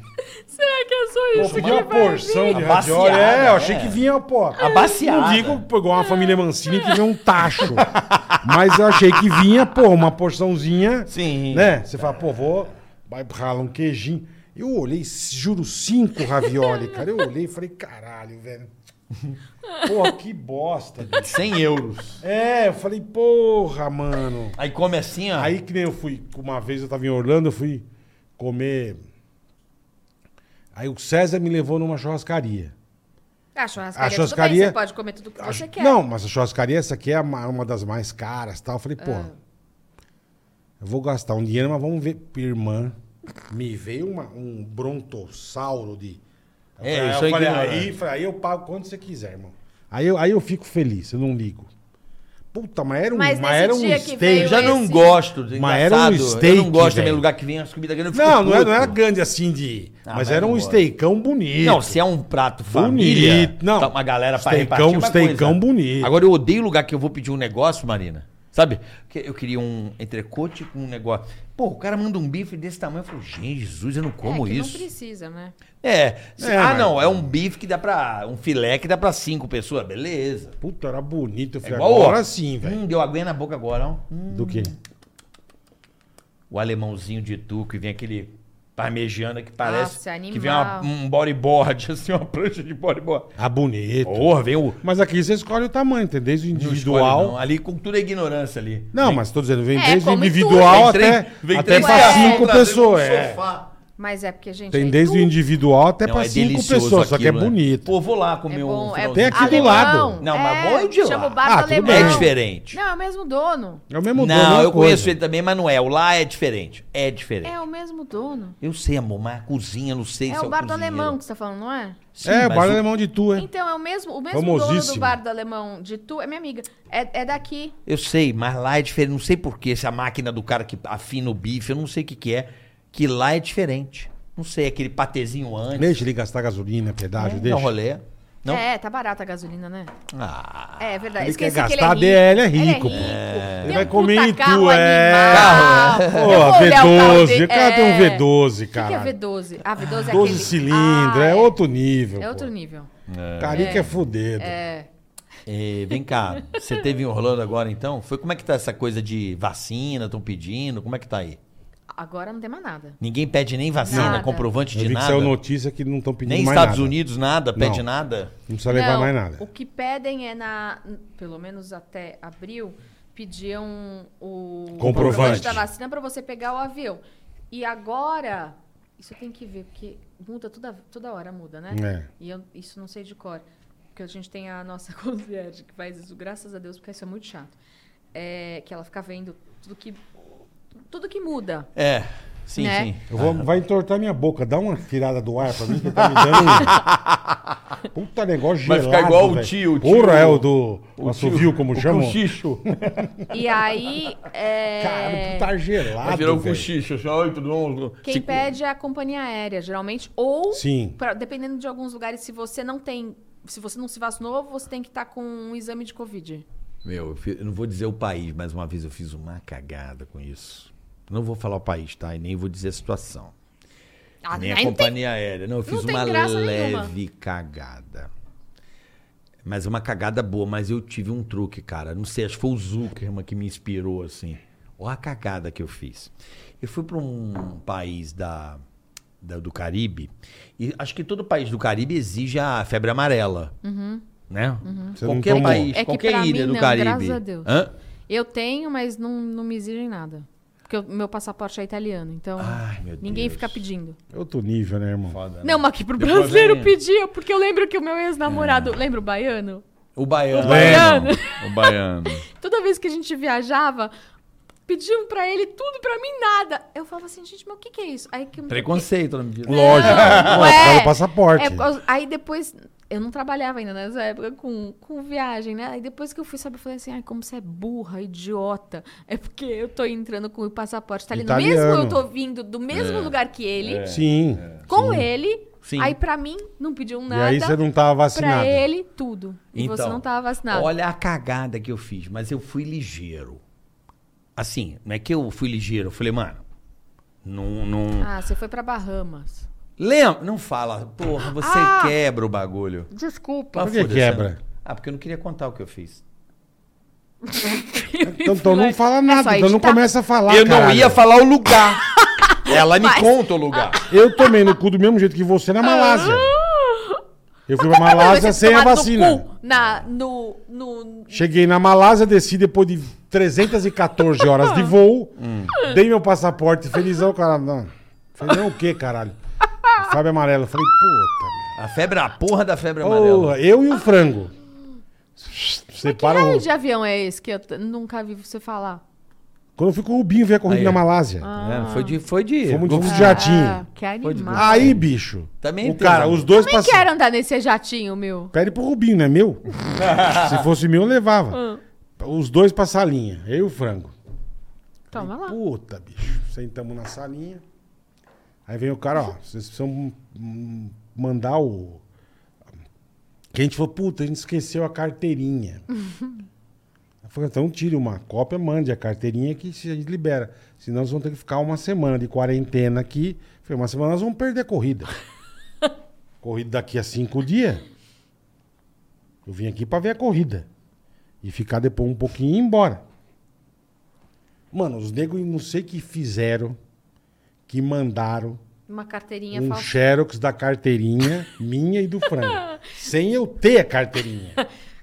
Speaker 5: Será que é só
Speaker 1: Eu
Speaker 5: isso?
Speaker 1: pedi uma porção de
Speaker 2: vir?
Speaker 1: ravioli.
Speaker 2: Abaciada,
Speaker 1: É, eu achei
Speaker 2: né?
Speaker 1: que vinha, pô.
Speaker 2: Abaciada.
Speaker 1: Não digo pô, igual uma família Mancini que vinha um tacho. mas eu achei que vinha, pô, uma porçãozinha.
Speaker 2: Sim.
Speaker 1: Né? Você fala, pô, vou. Vai ralar um queijinho. Eu olhei, juro, cinco ravioli, cara. Eu olhei e falei, caralho, velho. Pô, que bosta. bicho.
Speaker 2: 100 euros.
Speaker 1: É, eu falei, porra, mano.
Speaker 2: Aí come assim, ó.
Speaker 1: Aí que nem eu fui, uma vez eu tava em Orlando, eu fui comer. Aí o César me levou numa churrascaria.
Speaker 5: A churrascaria, é
Speaker 1: A
Speaker 5: tudo bem,
Speaker 1: churrascaria-
Speaker 5: você pode comer tudo que é. você
Speaker 1: Acho-
Speaker 5: quer.
Speaker 1: Não, mas a churrascaria, essa aqui é a ma- uma das mais caras tal. Eu falei, pô,
Speaker 5: Ah.
Speaker 1: eu vou gastar um dinheiro, mas vamos ver. Irmã, me veio uma- um brontossauro de. Eu
Speaker 2: É,
Speaker 1: falei,
Speaker 2: isso
Speaker 1: eu
Speaker 2: aí
Speaker 1: falei,
Speaker 2: que não é.
Speaker 1: aí, falei, aí eu pago quanto você quiser, irmão. Aí eu, aí eu fico feliz, eu não ligo. Puta, mas era um,
Speaker 5: Mas
Speaker 1: mas
Speaker 5: nesse
Speaker 1: era um
Speaker 5: dia que
Speaker 1: steak.
Speaker 2: Eu
Speaker 5: veio
Speaker 2: já não
Speaker 5: esse-
Speaker 2: gosto.
Speaker 1: Mas era um
Speaker 2: engraçado. Eu
Speaker 1: steak,
Speaker 2: não gosto também
Speaker 1: velho.
Speaker 2: lugar que vem as comidas grandes. eu fico
Speaker 1: Não, não era,
Speaker 2: puto.
Speaker 1: não era grande assim de.
Speaker 2: Ah,
Speaker 1: mas
Speaker 2: mas
Speaker 1: era
Speaker 2: eu
Speaker 1: um
Speaker 2: gosto.
Speaker 1: steakão bonito.
Speaker 2: Não, se é um prato família,
Speaker 1: Bonito, não.
Speaker 2: tá uma galera pra
Speaker 1: Steakão,
Speaker 2: repartir uma
Speaker 1: steakão
Speaker 2: coisa.
Speaker 1: bonito.
Speaker 2: Agora eu odeio lugar que eu vou pedir um negócio, Marina. Sabe? Que Eu queria um entrecote com um negócio. Pô, o cara manda um bife desse tamanho. Eu falo, gente, Jesus, eu não como
Speaker 5: é, que
Speaker 2: isso.
Speaker 5: Não precisa, né?
Speaker 2: É. se-
Speaker 1: É,
Speaker 2: ah,
Speaker 1: mas-
Speaker 2: não, é um bife que dá pra. Um filé que dá pra cinco pessoas. Beleza.
Speaker 1: Puta, era bonito.
Speaker 2: É
Speaker 1: Eu falei,
Speaker 2: igual, ó.
Speaker 1: agora sim, velho.
Speaker 2: Hum, deu aguinha na boca agora, ó. Hum.
Speaker 1: Do que?
Speaker 2: O alemãozinho de tuco e vem aquele parmegiana que parece.
Speaker 5: Nossa,
Speaker 2: que vem uma-
Speaker 5: animal.
Speaker 2: um bodyboard, assim, uma prancha de bodyboard.
Speaker 1: Ah, bonito.
Speaker 2: Porra, vem o.
Speaker 1: Mas aqui você escolhe o tamanho, tem desde o
Speaker 2: não escolhe,
Speaker 1: individual.
Speaker 2: não. Ali com tudo é ignorância ali.
Speaker 1: Não, mas tô dizendo, vem
Speaker 5: É,
Speaker 1: desde
Speaker 5: como em
Speaker 1: individual
Speaker 2: tudo. Vem
Speaker 1: até,
Speaker 2: três- vem
Speaker 1: até
Speaker 2: três
Speaker 1: pra
Speaker 5: pessoas,
Speaker 1: cinco
Speaker 2: né?
Speaker 1: pessoas.
Speaker 2: Vem um
Speaker 1: é.
Speaker 2: sofá.
Speaker 5: Mas é porque, gente.
Speaker 1: Tem
Speaker 5: aí
Speaker 1: desde o
Speaker 5: tudo-
Speaker 1: individual até
Speaker 2: Não,
Speaker 1: pra
Speaker 2: é
Speaker 1: cinco
Speaker 2: delicioso
Speaker 1: pessoas, só que é
Speaker 2: aquilo, né?
Speaker 1: bonito.
Speaker 2: Pô, vou lá comer
Speaker 5: É
Speaker 2: um
Speaker 5: bom, é
Speaker 2: finalzinho.
Speaker 1: Tem aqui do
Speaker 5: alemão.
Speaker 1: lado.
Speaker 2: Não, mas bom é o de lá.
Speaker 5: Chama o bar do
Speaker 1: Ah, tudo
Speaker 5: alemão.
Speaker 1: bem.
Speaker 2: É diferente.
Speaker 5: Não, é o mesmo dono.
Speaker 1: É o mesmo dono,
Speaker 2: não,
Speaker 1: mesma
Speaker 2: eu
Speaker 1: coisa.
Speaker 2: conheço ele também, mas não é. O lá é diferente. É diferente.
Speaker 5: É o mesmo dono.
Speaker 2: Eu sei, amor, mas a cozinha, não sei
Speaker 5: É
Speaker 2: se
Speaker 5: o bar do
Speaker 2: cozinheiro.
Speaker 5: alemão que você tá falando, não é?
Speaker 2: Sim,
Speaker 1: é, o
Speaker 2: mas
Speaker 1: bar alemão de tu, é.
Speaker 5: Então, é o mesmo, o mesmo dono
Speaker 1: Famosíssimo.
Speaker 5: do bar do alemão de tu, é minha amiga. É, é daqui.
Speaker 2: Eu sei, mas lá é diferente. Não sei porquê. Se a máquina do cara que afina o bife, eu não sei o que, que é. Que lá é diferente. Não sei, aquele patezinho antes.
Speaker 1: Deixa ele gastar gasolina, pedágio,
Speaker 2: Não,
Speaker 1: deixa.
Speaker 2: Não rolê. Não?
Speaker 5: É, tá barata a gasolina, né?
Speaker 2: Ah.
Speaker 5: É, é verdade.
Speaker 1: Ele quer
Speaker 5: Esqueci que ele é
Speaker 1: gastar
Speaker 5: rico. um
Speaker 1: DL, é rico, pô.
Speaker 5: Ele
Speaker 1: Ele vai comer em tu, é.
Speaker 2: né?
Speaker 5: Carro,
Speaker 1: Pô, V12, o cara tem um V12,
Speaker 5: O é. que que
Speaker 1: cara.
Speaker 5: é V12? Ah, V12 é aquele...
Speaker 1: 12 cilindros,
Speaker 5: Ah,
Speaker 1: é outro nível.
Speaker 5: É outro
Speaker 1: nível.
Speaker 5: nível.
Speaker 1: Carica é, fudido.
Speaker 2: É, vem cá, você teve em Orlando agora então? Foi como é que tá essa coisa de vacina? Estão pedindo? Como é que tá aí?
Speaker 5: Agora não tem mais nada.
Speaker 2: Ninguém pede nem vacina,
Speaker 5: Nada.
Speaker 2: comprovante
Speaker 1: Eu
Speaker 2: de
Speaker 1: vi que
Speaker 2: nada.
Speaker 1: saiu notícia que não estão pedindo
Speaker 2: Nem
Speaker 1: mais
Speaker 2: Estados
Speaker 1: nada.
Speaker 2: Unidos nada, pede
Speaker 1: Não.
Speaker 2: nada.
Speaker 1: Não precisa levar
Speaker 5: Não,
Speaker 1: mais nada.
Speaker 5: O que pedem é na... Pelo menos até abril, pediam o...
Speaker 1: Comprovante.
Speaker 5: da vacina pra você pegar o avião. E agora... Isso tem que ver, porque muda toda, toda hora, muda, né?
Speaker 1: É.
Speaker 5: E eu isso não sei de cor. Porque a gente tem a nossa concierge que faz isso, graças a Deus, porque isso é muito chato. É, que ela fica vendo tudo que, tudo que muda.
Speaker 2: É, sim,
Speaker 5: Né?
Speaker 2: sim.
Speaker 1: Eu vou- vai entortar minha boca. Dá uma tirada do ar pra mim que tá me dando. um Puta negócio
Speaker 2: Vai
Speaker 1: gelado.
Speaker 2: ficar igual o
Speaker 1: velho.
Speaker 2: tio, o tio-
Speaker 1: Porra, é o do o
Speaker 2: O
Speaker 1: assovio,
Speaker 2: tio-
Speaker 1: como
Speaker 2: o
Speaker 1: chamam.
Speaker 2: cochicho.
Speaker 5: E aí. é,
Speaker 1: Cara, puta tá gelado.
Speaker 2: Vai virar o
Speaker 1: velho.
Speaker 2: cochicho. assim, "Ai, tudo bom?" Tipo,
Speaker 5: quem
Speaker 2: Se-
Speaker 5: pede é a companhia aérea, geralmente. Ou,
Speaker 1: Sim.
Speaker 5: pra- dependendo de alguns lugares, se você não tem. Se você não se vacinou, você tem que estar com um exame de Covid.
Speaker 2: Meu, eu, fi- eu não vou dizer o país, mas uma vez eu fiz uma cagada com isso. Não vou falar o país, tá? E nem vou dizer a situação.
Speaker 5: Ah,
Speaker 2: Nem a
Speaker 5: nem tem-
Speaker 2: companhia aérea. Não, eu fiz
Speaker 5: tem
Speaker 2: uma
Speaker 5: graça
Speaker 2: leve
Speaker 5: nenhuma.
Speaker 2: cagada. Mas uma cagada boa, mas eu tive um truque, cara. Não sei, acho que foi o Zuckerman que me inspirou, assim. Olha a cagada que eu fiz. Eu fui para um país da, da- do Caribe, e acho que todo país do Caribe exige a febre amarela. Né?
Speaker 1: Você não
Speaker 2: Qualquer
Speaker 1: tomou.
Speaker 2: país,
Speaker 5: Uhum. É que
Speaker 2: qualquer
Speaker 5: pra
Speaker 2: ilha
Speaker 5: mim
Speaker 2: do
Speaker 5: não,
Speaker 2: Caribe.
Speaker 5: graças a Deus.
Speaker 2: Hã?
Speaker 5: Eu tenho, mas não, não me exigem nada. Porque o meu passaporte é italiano, então
Speaker 2: Ai, meu
Speaker 5: ninguém
Speaker 2: Deus. Tá
Speaker 5: fica pedindo.
Speaker 1: É outro nível, né, irmão?
Speaker 5: Não, mas que pro
Speaker 2: Depois
Speaker 5: brasileiro
Speaker 2: vem-
Speaker 5: pedia, porque eu lembro que o meu ex-namorado,
Speaker 2: É.
Speaker 5: lembra o baiano?
Speaker 2: O baiano.
Speaker 1: O baiano.
Speaker 2: O baiano.
Speaker 5: Toda vez que a gente viajava, pediam pra ele tudo, pra mim nada. Eu falava assim, gente, mas o que que é isso? Aí que
Speaker 2: Preconceito, né? não me diz.
Speaker 1: Lógico.
Speaker 5: Não,
Speaker 1: Ué,
Speaker 5: é-
Speaker 1: por causa do passaporte.
Speaker 5: É, por causa- aí depois, eu não trabalhava ainda nessa época com, com viagem, né? Aí depois que eu fui, sabe, eu falei assim, ai, como você é burra, idiota. É porque eu tô entrando com o passaporte italiano.
Speaker 1: Italiano.
Speaker 5: Mesmo eu tô vindo do mesmo lugar que ele,
Speaker 1: Sim.
Speaker 5: com ele,
Speaker 2: É, Sim.
Speaker 5: aí pra mim não pediam
Speaker 1: E
Speaker 5: nada.
Speaker 1: aí você não tava
Speaker 5: Pra
Speaker 1: vacinado.
Speaker 5: ele, tudo. E você não tava vacinado.
Speaker 2: Então, Olha a cagada que eu fiz, mas eu fui ligeiro. Assim, não é que eu fui ligeiro, eu falei, mano, não. não...
Speaker 5: Ah, você foi pra Bahamas.
Speaker 2: Lembra? Não fala, porra, você
Speaker 5: Ah!
Speaker 2: quebra o bagulho.
Speaker 5: Desculpa.
Speaker 2: Mas
Speaker 1: que
Speaker 2: foda-se,
Speaker 1: quebra?
Speaker 2: né? Ah, porque eu não queria contar o que eu fiz.
Speaker 1: Então, então não fala nada,
Speaker 5: É só
Speaker 1: então não
Speaker 5: editar.
Speaker 1: começa a falar,
Speaker 2: eu não
Speaker 1: caralho.
Speaker 2: ia falar o lugar. Ela me conta o lugar.
Speaker 1: Eu tomei no cu do mesmo jeito que você na Malásia.
Speaker 5: Ah.
Speaker 1: Eu fui pra Malásia sem a vacina.
Speaker 5: na, no, no...
Speaker 1: Cheguei na Malásia, desci depois de 314 horas de voo,
Speaker 2: Hum.
Speaker 1: dei meu passaporte felizão, cara. Não. Felizão o quê, caralho? O Fábio é Amarelo. Eu Falei, puta.
Speaker 2: A febre, a porra da febre
Speaker 1: meu. Porra,
Speaker 2: amarela. É,
Speaker 1: eu e o frango.
Speaker 5: Que
Speaker 1: Separa o...
Speaker 5: raio de avião é esse que eu t- nunca vi você falar?
Speaker 1: Quando eu fui com o Rubinho ver a corrida
Speaker 2: Aí,
Speaker 1: na
Speaker 2: ó.
Speaker 1: Malásia.
Speaker 2: É, foi de. Foi de.
Speaker 1: Fomos de um jatinho.
Speaker 5: Ah, que
Speaker 2: Pode
Speaker 5: animal.
Speaker 2: crer.
Speaker 1: Aí, bicho.
Speaker 2: Também
Speaker 1: o
Speaker 2: tem,
Speaker 1: cara,
Speaker 2: né?
Speaker 1: os dois
Speaker 5: Também
Speaker 1: passaram.
Speaker 5: quero andar nesse jatinho, meu.
Speaker 1: Pede pro Rubinho, não é meu? Se fosse meu, eu
Speaker 5: Ah.
Speaker 1: levava. Os dois pra salinha, eu e o frango.
Speaker 5: Toma lá.
Speaker 1: Puta, bicho. Sentamos na salinha. Aí vem o cara, ó, vocês precisam hum, mandar o. Que a gente falou, puta, a gente esqueceu a carteirinha. Eu falei, então tire uma cópia, mande a carteirinha que se a gente libera. Senão nós vamos ter que ficar uma semana de quarentena aqui. Eu Falei, uma semana nós vamos perder a corrida. corrida daqui a cinco dias. Eu vim aqui pra ver a corrida. E ficar depois um pouquinho e ir embora. Mano, os negros não sei o que fizeram, que mandaram
Speaker 5: Uma carteirinha
Speaker 1: um
Speaker 5: falsa.
Speaker 1: xerox da carteirinha minha e do Franco. sem eu ter a carteirinha.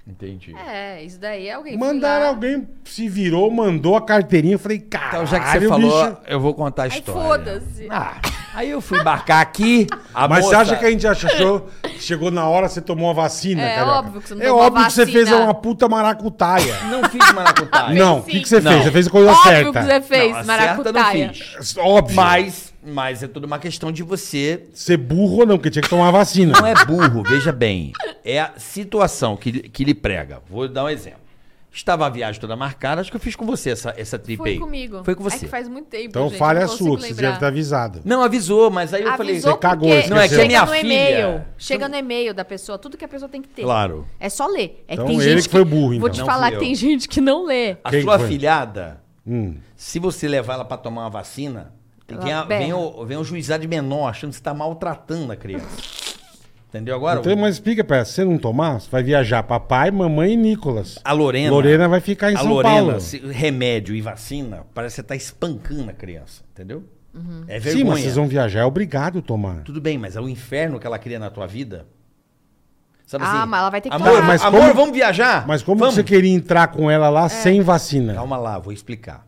Speaker 2: Entendi.
Speaker 5: É, isso daí é alguém. foi
Speaker 1: Mandaram
Speaker 5: lá.
Speaker 1: alguém, se virou, mandou a carteirinha. Eu falei, caralho,
Speaker 2: Então, já que você falou, eu vou contar a
Speaker 5: Aí
Speaker 2: história.
Speaker 5: foda-se.
Speaker 2: Ah, aí eu fui embarcar aqui. a
Speaker 1: Mas você
Speaker 2: moça-
Speaker 1: acha que a gente achou, chegou na hora, você tomou a vacina,
Speaker 5: É
Speaker 1: Carioca?
Speaker 5: óbvio que você não
Speaker 1: É
Speaker 5: tomou a
Speaker 1: óbvio que você
Speaker 5: vacina.
Speaker 1: fez uma puta maracutaia.
Speaker 2: Não fiz maracutaia.
Speaker 1: não, o
Speaker 5: sim.
Speaker 1: que, que você
Speaker 2: Não.
Speaker 1: fez? Você fez a coisa
Speaker 5: Óbvio
Speaker 1: certa.
Speaker 5: que você fez,
Speaker 2: Não, a certa eu não
Speaker 5: maracutaia.
Speaker 2: fiz.
Speaker 1: Óbvio.
Speaker 2: Mas, mas é tudo uma questão de você
Speaker 1: Ser burro ou não, porque tinha que tomar a vacina.
Speaker 2: não é burro, veja bem. É a situação que, que lhe prega. Vou dar um exemplo. Estava a viagem toda marcada, acho que eu fiz com você essa, essa trip
Speaker 5: Foi
Speaker 2: aí.
Speaker 5: comigo.
Speaker 2: Foi com
Speaker 5: É
Speaker 2: você.
Speaker 5: que faz muito tempo.
Speaker 1: então
Speaker 5: gente,
Speaker 1: falha
Speaker 5: não
Speaker 1: a sua,
Speaker 5: consigo
Speaker 1: que você
Speaker 5: lembrar.
Speaker 1: devia ter avisado.
Speaker 2: Não, avisou, mas aí eu falei.
Speaker 5: Avisou
Speaker 1: Você cagou,
Speaker 5: porque
Speaker 1: Não, é que é
Speaker 5: chega
Speaker 2: minha
Speaker 5: no
Speaker 2: filha.
Speaker 5: e-mail. Chega no e-mail da pessoa, tudo que a pessoa tem que ter.
Speaker 2: Claro.
Speaker 5: É só ler. É que
Speaker 1: Então
Speaker 5: tem
Speaker 1: ele
Speaker 5: gente
Speaker 1: que foi burro,
Speaker 5: Vou
Speaker 1: então.
Speaker 5: te
Speaker 2: Não
Speaker 5: falar
Speaker 2: fui
Speaker 5: que
Speaker 2: eu.
Speaker 5: tem gente que não lê.
Speaker 2: A
Speaker 1: Quem
Speaker 2: sua
Speaker 1: foi?
Speaker 2: filhada,
Speaker 1: Hum.
Speaker 2: se você levar ela pra tomar uma vacina, tem
Speaker 5: Ela
Speaker 2: quem a-
Speaker 5: berra.
Speaker 2: vem, o, vem o juizado de menor achando que você tá maltratando a criança. Entendeu agora?
Speaker 1: Então, mas explica pra ela, se você não tomar, você vai viajar papai, mamãe e Nicolas.
Speaker 2: A Lorena.
Speaker 1: Lorena vai ficar em
Speaker 2: a
Speaker 1: São
Speaker 2: Lorena,
Speaker 1: Paulo.
Speaker 2: se- remédio e vacina, parece que você tá espancando a criança, entendeu?
Speaker 5: Uhum.
Speaker 2: É
Speaker 1: Sim,
Speaker 2: vergonha.
Speaker 1: mas vocês vão viajar, é obrigado a tomar.
Speaker 2: Tudo bem, mas é o inferno que ela cria na tua vida. Sabe
Speaker 5: Ah,
Speaker 2: assim?
Speaker 5: mas ela vai ter que
Speaker 2: amor,
Speaker 5: tomar.
Speaker 2: Mas
Speaker 1: Mas
Speaker 2: amor,
Speaker 1: como-
Speaker 2: vamos viajar?
Speaker 1: Mas como
Speaker 2: vamos.
Speaker 1: você queria entrar com ela lá sem vacina?
Speaker 2: Calma lá, vou explicar.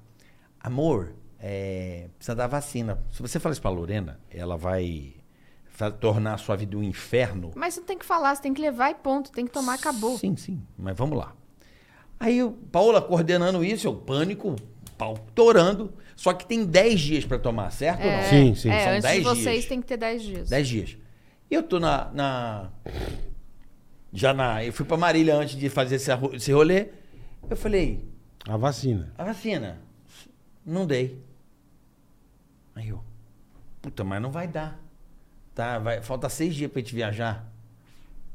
Speaker 2: Amor, é, precisa dar vacina. Se você falar isso pra Lorena, ela vai fa- tornar a sua vida um inferno.
Speaker 5: Mas você não tem que falar, você tem que levar e ponto. Tem que tomar, acabou.
Speaker 2: Sim, sim, mas vamos lá. Aí, o Paola coordenando isso, eu pânico, pau torando. Só que tem 10 dias pra tomar, certo ou não?
Speaker 1: Sim, sim.
Speaker 5: É,
Speaker 2: São
Speaker 5: antes de
Speaker 2: 10
Speaker 5: vocês
Speaker 2: dias.
Speaker 5: tem que ter 10 dias.
Speaker 2: 10 dias. E eu tô na, na- Já na. Eu fui pra Marília antes de fazer esse, arro- esse rolê. Eu falei,
Speaker 1: A vacina.
Speaker 2: a vacina? Não dei. Aí eu. Puta, mas não vai dar. Tá, vai, falta seis dias pra gente viajar.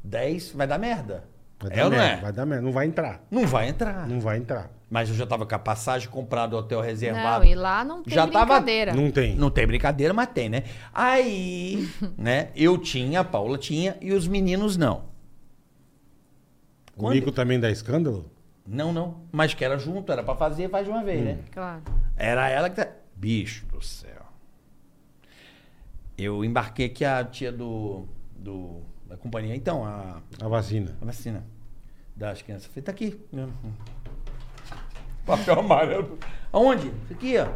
Speaker 2: 10 vai dar merda.
Speaker 1: Vai
Speaker 2: é
Speaker 1: dar
Speaker 2: ou não
Speaker 1: merda,
Speaker 2: é?
Speaker 1: Vai dar merda. Não vai entrar.
Speaker 2: Não vai entrar.
Speaker 1: Não vai entrar.
Speaker 2: Mas eu já tava com a passagem comprada, hotel reservado.
Speaker 5: Não, e lá não tem
Speaker 2: Já tava-
Speaker 5: brincadeira.
Speaker 1: Não tem.
Speaker 2: Não tem brincadeira, mas tem, né? Aí, né? Eu tinha, a Paula tinha e os meninos não.
Speaker 1: O Nico também dá escândalo?
Speaker 2: Não, não. Mas que era junto, era pra fazer, faz de uma vez, né?
Speaker 5: Claro.
Speaker 2: Era ela que. tá- Bicho do céu. Eu embarquei aqui a tia do. do da companhia. Então, a,
Speaker 1: A vacina.
Speaker 2: a vacina das crianças. Eu Falei, tá aqui. Papel amarelo. Aonde? Isso aqui, ó.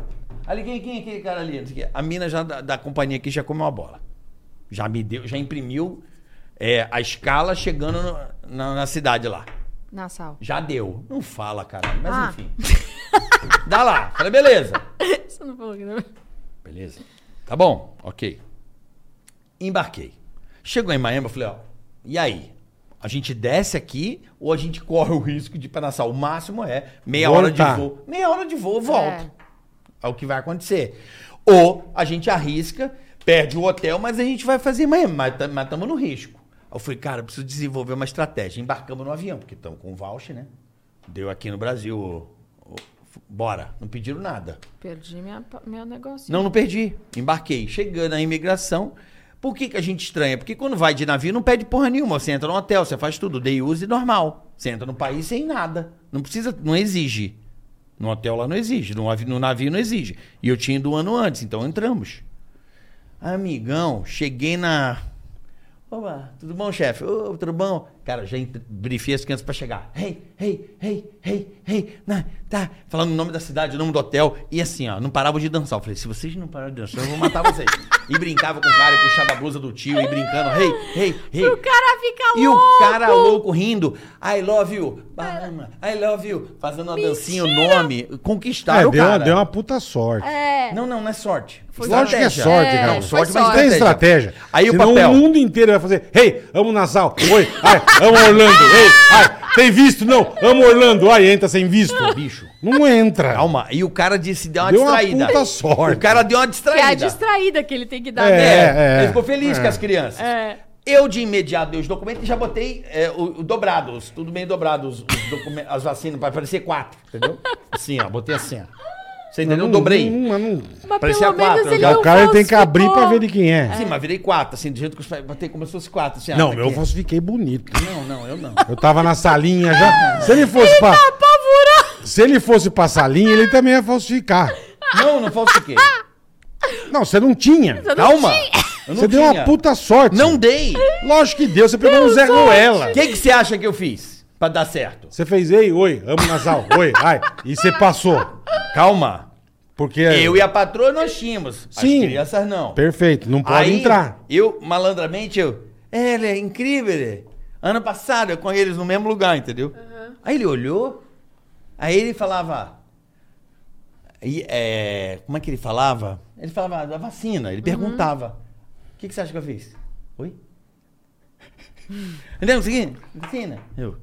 Speaker 2: Ali, quem, quem é aquele cara ali? Não sei o quê. A mina já da, da companhia aqui já comeu uma bola. Já me deu, já imprimiu é, a escala chegando no- na, na cidade lá.
Speaker 5: Na sala.
Speaker 2: Já deu. Não fala, caralho. Mas
Speaker 5: Ah.
Speaker 2: enfim. Dá lá. Falei, beleza.
Speaker 5: Você não falou que não.
Speaker 2: Beleza. Tá bom, ok. Embarquei. Chegou em Miami, eu falei, ó, e aí? A gente desce aqui ou a gente corre o risco de pedaçar? O máximo é meia hora de
Speaker 1: Voltar.
Speaker 2: voo. Meia hora de voo, eu volto.
Speaker 5: É.
Speaker 2: É o que vai acontecer. Ou a gente arrisca, perde o hotel, mas a gente vai fazer em Miami, mas tam- mas estamos no risco. Aí Eu falei, cara, eu preciso desenvolver uma estratégia. Embarcamos no avião, porque estamos com o voucher, né? Deu aqui no Brasil. ô, ô, f- bora. Não pediram nada.
Speaker 5: Perdi minha, meu negócio.
Speaker 2: Não, não perdi. Embarquei. Chegando na imigração. Por que, que a gente estranha? Porque quando vai de navio não pede porra nenhuma. Você entra no hotel, você faz tudo, day use normal. Você entra no país sem nada. Não precisa, não exige. No hotel lá não exige, no, avi- no navio não exige. E eu tinha ido um ano antes, então entramos. Amigão, cheguei na. Opa, tudo bom, chefe? Ô, tudo bom? Cara, já ent- briefei as crianças pra chegar. Hey, hey, hey, hey, hey. Na, tá. Falando o nome da cidade, o nome do hotel. E assim, ó, não parava de dançar. Eu falei, se vocês não pararem de dançar, eu vou matar vocês. e brincava com o cara, e puxava a blusa do tio, e brincando. Hey, hey, hey.
Speaker 5: O cara fica
Speaker 2: E
Speaker 5: louco.
Speaker 2: o cara louco rindo, I love you, Bahama, I love you, fazendo uma dancinha, o nome,
Speaker 1: É,
Speaker 2: conquistaram o
Speaker 1: deu, uma,
Speaker 2: cara.
Speaker 1: deu uma puta sorte.
Speaker 5: É.
Speaker 2: Não, não, não é sorte.
Speaker 5: Foi
Speaker 1: Lógico que é
Speaker 2: Estratégia.
Speaker 1: sorte,
Speaker 5: É,
Speaker 1: cara.
Speaker 5: não, sorte,
Speaker 1: mas
Speaker 5: mas
Speaker 1: tem
Speaker 2: estratégia.
Speaker 1: estratégia. um-
Speaker 2: Aí o
Speaker 1: Senão
Speaker 2: papel.
Speaker 1: o mundo inteiro vai fazer, hey, amo Nassau, oi, ai, amo Orlando, ei, ai, tem visto? Não, amo Orlando, ai, entra sem visto. Bicho, não entra.
Speaker 2: Calma, e o cara disse, deu uma
Speaker 1: Deu uma
Speaker 2: distraída.
Speaker 1: puta sorte.
Speaker 2: O cara deu uma
Speaker 5: Que é a
Speaker 2: distraída.
Speaker 5: distraída que ele tem que dar.
Speaker 1: É.
Speaker 5: né?
Speaker 2: Ele ficou feliz com as crianças.
Speaker 5: É.
Speaker 2: Eu, de imediato, dei os documentos e já botei é, o, o dobrado, os- tudo bem dobrado, os, os documen- as vacinas, para parecer quatro, entendeu? Assim, ó, botei assim, ó. Você entendeu?
Speaker 1: Não,
Speaker 2: Dobrei.
Speaker 1: não, não, não.
Speaker 5: Mas
Speaker 2: Parecia
Speaker 5: pelo menos
Speaker 2: quatro, né?
Speaker 5: ele
Speaker 2: já.
Speaker 5: não
Speaker 1: O cara tem que abrir pra
Speaker 5: falsificou.
Speaker 1: ver de quem é.
Speaker 2: Sim, mas virei quatro, assim, do jeito que os botei como se fosse quatro. Assim, ó,
Speaker 1: Não,
Speaker 2: tá
Speaker 1: meu eu
Speaker 2: aqui.
Speaker 1: falsifiquei bonito.
Speaker 2: Não, não, eu não.
Speaker 1: Eu tava na salinha já. Se ele fosse pra. Se ele fosse pra salinha, ele também ia falsificar.
Speaker 2: Não, não falsifiquei.
Speaker 1: Não, você não tinha.
Speaker 2: Calma. Eu não
Speaker 1: Você deu uma
Speaker 2: tinha.
Speaker 1: puta sorte.
Speaker 2: Não dei.
Speaker 1: Lógico que deu, você pegou um Zé Ruela.
Speaker 2: O que, que você acha que eu fiz pra dar certo?
Speaker 1: Você fez, ei, oi, amo nasal, oi, ai. E você passou.
Speaker 2: Calma.
Speaker 1: Porque.
Speaker 2: Eu e a patroa nós tínhamos.
Speaker 1: É. Sim.
Speaker 2: As crianças não.
Speaker 1: Perfeito, não pode
Speaker 2: Aí,
Speaker 1: entrar.
Speaker 2: Eu, malandramente, eu. É, ele é incrível. ele. Ano passado eu com eles no mesmo lugar, entendeu? Aí ele olhou, aí ele falava. e, é, como é que ele falava? Ele falava da vacina, ele perguntava. O que, que você acha que eu fiz? Oi? Entendeu o seguinte? Vacina. Eu.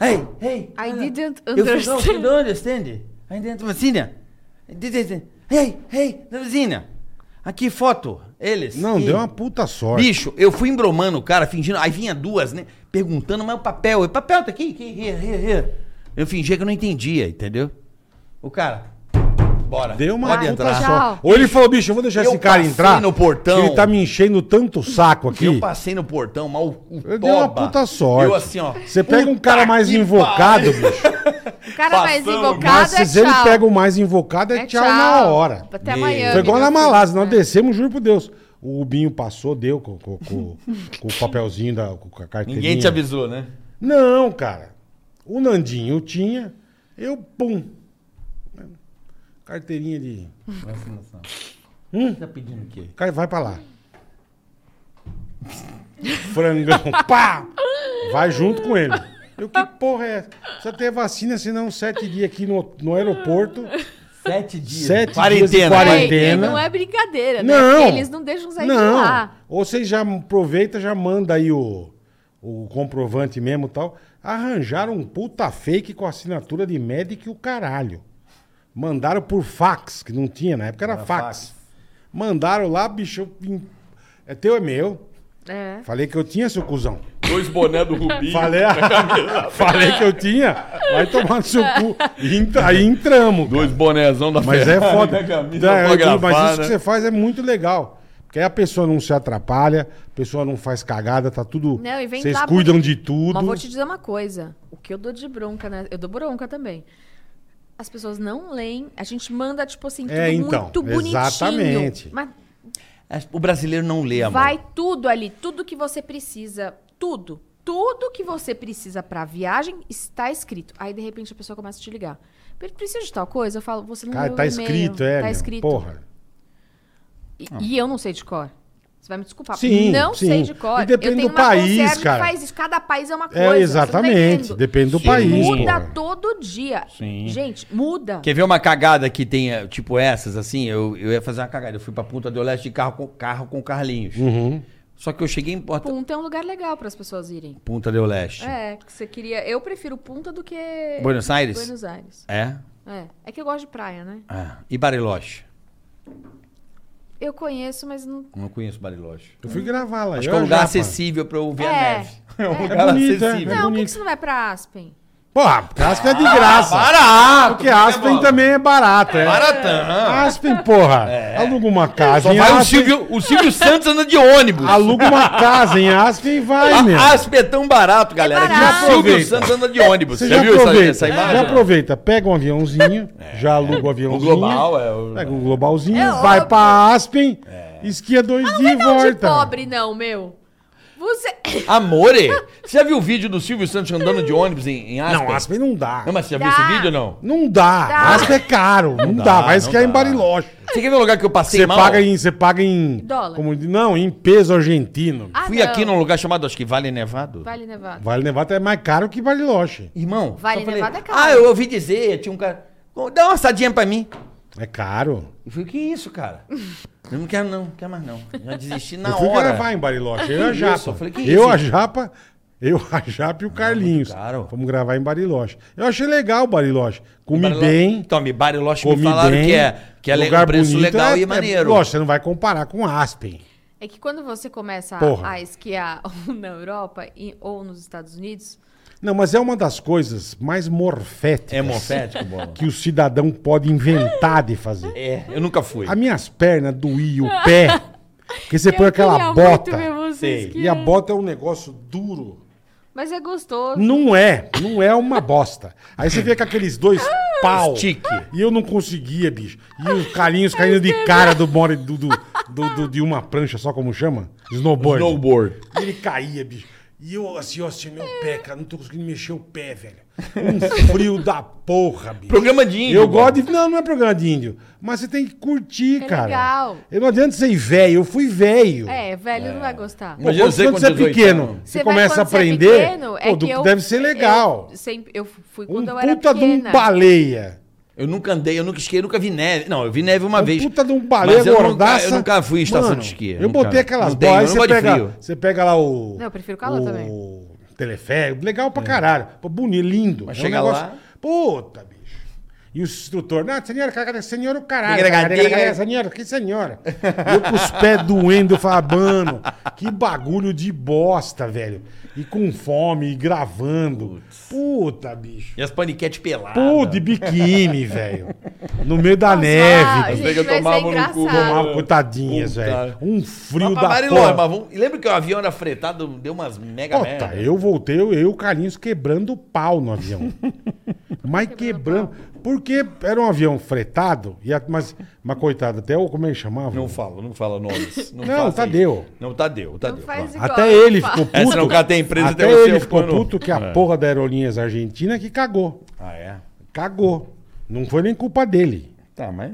Speaker 2: Ei, ei.
Speaker 5: I
Speaker 2: não,
Speaker 5: didn't
Speaker 2: Eu fiz, não,
Speaker 5: understand.
Speaker 2: you don't understand. I didn't vacina. I didn't- Ei, ei, da vacina. Aqui, foto. Eles.
Speaker 1: Não,
Speaker 2: E-
Speaker 1: deu uma puta sorte.
Speaker 2: Bicho, eu fui embromando o cara, fingindo. Aí vinha duas, né? Perguntando, mas o papel. O papel tá aqui, aqui, here, here, here. Eu fingia que eu não entendia, entendeu? O cara. Bora.
Speaker 1: Deu uma
Speaker 2: Pode
Speaker 1: puta
Speaker 2: entrar.
Speaker 5: Tchau.
Speaker 1: sorte. Ou ele falou, bicho, eu vou deixar
Speaker 2: Eu
Speaker 1: esse cara
Speaker 2: passei
Speaker 1: entrar.
Speaker 2: no portão.
Speaker 1: que Ele tá me enchendo tanto o saco aqui.
Speaker 2: Eu passei no portão, mal o
Speaker 1: Eu dei uma puta sorte.
Speaker 2: Eu assim, ó.
Speaker 1: Você pega um
Speaker 2: puta
Speaker 1: cara mais
Speaker 2: que
Speaker 1: invocado,
Speaker 2: pariu.
Speaker 1: bicho.
Speaker 5: O cara mais
Speaker 2: Passamos,
Speaker 5: invocado
Speaker 1: Mas
Speaker 5: é
Speaker 1: se ele
Speaker 5: tchau.
Speaker 1: pega o mais invocado, é,
Speaker 5: É
Speaker 1: tchau, na hora.
Speaker 5: Até
Speaker 2: Meu.
Speaker 5: amanhã. É,
Speaker 1: Foi igual na
Speaker 5: meu filho.
Speaker 1: Malásia, nós descemos, juro por Deus. O Rubinho passou, deu com, com- com- com o papelzinho, da, com a carteirinha.
Speaker 2: Ninguém te avisou, né?
Speaker 1: Não, cara. O Nandinho tinha, eu, pum. Carteirinha de...
Speaker 2: Hum? Tá pedindo o quê?
Speaker 1: Cara, vai pra lá. Frangão, pá! Vai junto com ele. Eu, que porra é essa? Precisa ter vacina, senão sete dias aqui no, no aeroporto.
Speaker 2: Sete dias.
Speaker 1: Sete
Speaker 2: quarentena.
Speaker 1: dias de
Speaker 5: Ei,
Speaker 1: quarentena.
Speaker 5: e não é brincadeira, né?
Speaker 1: Não.
Speaker 5: Eles não deixam sair de lá.
Speaker 1: Ou você já aproveita, já manda aí o, o comprovante mesmo e tal. Arranjaram um puta fake com assinatura de médico e o caralho. Mandaram por fax, que não tinha, na época era,
Speaker 2: Era
Speaker 1: fax.
Speaker 2: fax.
Speaker 1: Mandaram lá, bicho. eu- É teu, é meu.
Speaker 5: É.
Speaker 1: Falei que eu tinha, seu cuzão.
Speaker 2: Dois boné do Rubinho.
Speaker 1: Falei, falei que eu tinha. Vai tomar no seu cu. E entra- Aí entramos. cara.
Speaker 2: Dois bonézão da
Speaker 1: Mas é
Speaker 2: Ferrari,
Speaker 1: foda.
Speaker 2: da camisa né?
Speaker 1: Tá, eu digo, mas
Speaker 2: autografada.
Speaker 1: isso que você faz é muito legal. Porque aí a pessoa não se atrapalha, a pessoa não faz cagada, tá tudo.
Speaker 5: Não, e vem
Speaker 1: Vocês
Speaker 5: lá-
Speaker 1: cuidam de tudo.
Speaker 5: Mas vou te dizer uma coisa. O que eu dou de bronca, né? Eu dou bronca também. As pessoas não leem. A gente manda, tipo assim, tudo
Speaker 1: É, então,
Speaker 5: muito bonitinho.
Speaker 1: exatamente.
Speaker 5: Mas
Speaker 2: O brasileiro não lê, amor.
Speaker 5: vai tudo ali. Tudo que você precisa. Tudo. Tudo que você precisa pra viagem está escrito. Aí, de repente, a pessoa começa a te ligar. Pre- Precisa de tal coisa? Eu falo, você não
Speaker 1: Cara,
Speaker 5: leu
Speaker 1: tá
Speaker 5: o e-mail.
Speaker 1: escrito, é.
Speaker 5: Tá
Speaker 1: meu,
Speaker 5: escrito.
Speaker 1: Porra.
Speaker 5: E, e eu não sei de cor. Você vai me desculpar.
Speaker 1: Sim,
Speaker 5: não
Speaker 1: sim.
Speaker 5: sei de cor.
Speaker 1: E depende
Speaker 5: eu tenho
Speaker 1: do
Speaker 5: uma
Speaker 1: país,
Speaker 5: concierge que
Speaker 1: cara.
Speaker 5: faz isso. Cada país é uma coisa.
Speaker 1: É,
Speaker 5: você não tá
Speaker 1: exatamente.
Speaker 5: entendendo.
Speaker 1: Depende do
Speaker 5: E
Speaker 1: país,
Speaker 5: Muda
Speaker 1: porra.
Speaker 5: todo dia.
Speaker 2: Sim.
Speaker 5: Gente, muda.
Speaker 2: Quer ver uma cagada que tenha, tipo essas, assim? Eu, eu ia fazer uma cagada. Eu fui pra Punta do Leste de carro com carro com Carlinhos.
Speaker 1: Uhum.
Speaker 2: Só que eu cheguei em Porta...
Speaker 5: Punta é um lugar legal para as pessoas irem.
Speaker 2: Punta do Leste. É.
Speaker 5: É, que você queria. Eu prefiro Punta do que.
Speaker 2: Buenos Aires?
Speaker 5: Buenos Aires.
Speaker 2: É?
Speaker 5: É. É que eu gosto de praia, né?
Speaker 2: E Bariloche?
Speaker 5: Eu conheço, mas não.
Speaker 2: Eu Não conheço Bariloche.
Speaker 1: Eu fui gravar lá.
Speaker 2: Acho
Speaker 1: eu
Speaker 2: que é um
Speaker 1: e a
Speaker 2: lugar
Speaker 1: Japa.
Speaker 2: acessível pra eu ver a
Speaker 5: É.
Speaker 2: neve. É um
Speaker 5: É.
Speaker 2: lugar
Speaker 1: É bonito, é.
Speaker 2: acessível.
Speaker 5: não, por que
Speaker 1: bonito.
Speaker 5: que você não vai pra Aspen?
Speaker 1: Porra, Aspen é de graça.
Speaker 2: Barato!
Speaker 1: Porque Aspen também é barato, é.
Speaker 2: Baratão!
Speaker 1: Aspen, porra. Aluga uma casa
Speaker 2: Só
Speaker 1: em
Speaker 2: vai o
Speaker 1: Aspen.
Speaker 2: Silvio, o Silvio Santos anda de ônibus.
Speaker 1: Aluga uma casa em Aspen e vai, meu.
Speaker 2: A Aspen é tão barato, galera, que
Speaker 5: barato.
Speaker 2: o Silvio
Speaker 1: Aproveita.
Speaker 2: Santos anda de ônibus.
Speaker 1: Você já
Speaker 2: viu essa-
Speaker 1: aproveita, É.
Speaker 2: essa,
Speaker 1: já
Speaker 2: imagem? É.
Speaker 1: aproveita, pega um aviãozinho, já aluga o aviãozinho.
Speaker 2: global, é, o- É.
Speaker 1: Pega um globalzinho,
Speaker 5: É
Speaker 1: vai
Speaker 5: óbvio.
Speaker 1: pra Aspen, esquia dois dias e
Speaker 5: Não é de
Speaker 1: volta.
Speaker 5: pobre, não, meu. Você.
Speaker 2: Amore, você já viu o vídeo do Silvio Santos andando de ônibus em, em Aspen?
Speaker 1: Não, Aspen não dá.
Speaker 2: Não, mas você já viu
Speaker 5: Dá.
Speaker 2: esse vídeo ou não?
Speaker 1: Não dá.
Speaker 5: Dá.
Speaker 1: Aspen é caro, não,
Speaker 2: dá,
Speaker 1: dá. Vai
Speaker 2: não
Speaker 1: esquiar
Speaker 2: dá.
Speaker 1: em Bariloche.
Speaker 2: Você quer ver um lugar que eu passei
Speaker 1: Você
Speaker 2: mal?
Speaker 1: paga em, você paga em
Speaker 5: Dólar.
Speaker 1: como- não, em peso argentino.
Speaker 5: Ah,
Speaker 2: Fui
Speaker 5: não.
Speaker 2: aqui num lugar chamado, acho que Vale Nevado.
Speaker 5: Vale Nevado.
Speaker 1: Vale Nevada é mais caro que Bariloche.
Speaker 2: Irmão,
Speaker 5: Vale
Speaker 2: só falei,
Speaker 5: Nevado é caro.
Speaker 2: Ah, eu ouvi dizer, tinha um cara. "Ô, Dá uma assadinha pra mim.
Speaker 1: É caro.
Speaker 2: Eu falei, que é isso, cara? Eu não quero não, não quero mais não. Já desisti na
Speaker 1: eu fui
Speaker 2: hora.
Speaker 1: gravar em Bariloche, eu e a
Speaker 2: Isso,
Speaker 1: Japa.
Speaker 2: eu falei, que
Speaker 1: eu,
Speaker 2: isso? Ah,
Speaker 1: a Japa, eu, a Japa e o Carlinhos.
Speaker 2: muito caro.
Speaker 1: Fomos gravar em Bariloche. Eu achei legal o Bariloche. Comi
Speaker 2: Bariloche-
Speaker 1: bem.
Speaker 2: Então, me Bariloche me
Speaker 1: Comi
Speaker 2: falaram
Speaker 1: bem.
Speaker 2: que é, que é le- um preço
Speaker 1: bonito,
Speaker 2: legal
Speaker 1: é-
Speaker 2: e maneiro.
Speaker 1: É, lógico, você não vai comparar com Aspen.
Speaker 5: É que quando você começa
Speaker 1: Porra.
Speaker 5: a, a esquiar ou na Europa e- ou nos Estados Unidos,
Speaker 1: Não, mas é uma das coisas mais morféticas
Speaker 2: É morfético, bola?
Speaker 1: que o cidadão pode inventar de fazer.
Speaker 2: É, eu nunca fui.
Speaker 1: As minhas pernas doíam o pé, porque você põe aquela
Speaker 5: queria
Speaker 1: bota.
Speaker 5: muito ver você
Speaker 2: Sei.
Speaker 5: esquiar.
Speaker 1: E a bota é um negócio duro.
Speaker 5: Mas é gostoso.
Speaker 1: Não é, não é uma bosta. Aí você vê com aqueles dois
Speaker 5: Ah,
Speaker 1: pau.
Speaker 2: Stick.
Speaker 1: E eu não conseguia, bicho. E os carinhos caindo de cara do more do, do, do- do- de uma prancha, só como chama? Snowboard.
Speaker 2: Snowboard.
Speaker 1: E ele caía, bicho. E eu assim, ó, assim, meu pé, cara, não tô conseguindo mexer o pé, velho. Um frio da porra, bicho.
Speaker 2: Programa de índio.
Speaker 1: Eu
Speaker 2: bola.
Speaker 1: gosto de. Não, não é programa de índio. Mas você tem que curtir,
Speaker 5: É
Speaker 1: cara.
Speaker 5: legal.
Speaker 1: Eu não adianta ser velho, eu fui velho.
Speaker 5: É, velho não vai gostar.
Speaker 2: Mas
Speaker 1: Pô,
Speaker 2: eu sei
Speaker 1: quando
Speaker 2: com
Speaker 1: você é
Speaker 2: 18
Speaker 1: pequeno,
Speaker 2: anos.
Speaker 1: você,
Speaker 5: vai
Speaker 1: começa a
Speaker 5: quando você é
Speaker 1: aprender.
Speaker 5: pequeno, é
Speaker 1: pô, do-
Speaker 5: que eu-
Speaker 1: deve ser legal.
Speaker 5: Eu, sempre, eu fui
Speaker 1: um
Speaker 5: quando eu era
Speaker 1: puta de um
Speaker 5: pequena.
Speaker 1: baleia.
Speaker 2: Eu nunca andei, eu nunca esquei, eu nunca vi neve. Não, eu vi neve uma
Speaker 1: um
Speaker 2: vez.
Speaker 1: puta de um baleia
Speaker 2: mas eu
Speaker 1: gordaça.
Speaker 2: Nunca, eu nunca fui em estação
Speaker 1: Mano,
Speaker 2: de esqui.
Speaker 1: Eu
Speaker 2: nunca.
Speaker 1: botei aquelas
Speaker 2: Não tenho, eu
Speaker 1: bolas, você
Speaker 2: não gosto de
Speaker 1: pega,
Speaker 2: frio.
Speaker 1: você pega lá o...
Speaker 5: Não, eu prefiro calor
Speaker 1: o
Speaker 5: também.
Speaker 1: teleférico, legal pra caralho. Pô, bonito, lindo.
Speaker 2: É. Mas
Speaker 1: É
Speaker 2: chega lá-
Speaker 1: Puta, bicho. E o instrutor, não, senhora, cara, senhora o caralho.
Speaker 2: Diga,
Speaker 1: cara,
Speaker 2: diga,
Speaker 1: diga,
Speaker 2: diga.
Speaker 1: Senhora, que senhora? Eu com os pés doendo, eu falava, mano, que bagulho de bosta, velho. E com fome, e gravando. Puta, bicho.
Speaker 2: E as paniquetes peladas.
Speaker 1: Pô, de biquíni, velho. No meio da
Speaker 5: Ah,
Speaker 1: neve.
Speaker 5: gente,
Speaker 2: Pega,
Speaker 5: vai
Speaker 2: tomava
Speaker 5: ser
Speaker 2: no cu,
Speaker 5: engraçado.
Speaker 2: tomava-
Speaker 1: Tomava coitadinhas,
Speaker 2: Puta.
Speaker 1: velho. Um frio
Speaker 2: Mas
Speaker 1: da
Speaker 2: pra Mariló,
Speaker 1: porra.
Speaker 2: mas vamos- e lembra que o avião era fretado, deu umas mega é merda.
Speaker 1: Puta, eu voltei, eu e o Carlinhos quebrando pau no avião. mas quebrando. Porque era um avião fretado, e a- mas, mas coitado, até o. Como é que chamava?
Speaker 2: Não fala, não fala nomes. Não,
Speaker 1: Não, tá
Speaker 2: faça isso.
Speaker 1: Tadeu.
Speaker 2: Não, tá Tadeu, Tadeu.
Speaker 5: Não faz
Speaker 2: vai.
Speaker 5: igual.
Speaker 1: Até ele ficou puto.
Speaker 2: É, senão o cara tem empresa,
Speaker 1: até
Speaker 2: tem o
Speaker 1: ele
Speaker 2: seu,
Speaker 1: ficou
Speaker 2: põe no-
Speaker 1: puto que a
Speaker 2: É.
Speaker 1: porra da Aerolíneas Argentina que cagou.
Speaker 2: Ah, é?
Speaker 1: Cagou. Não foi nem culpa dele.
Speaker 2: Tá, mas.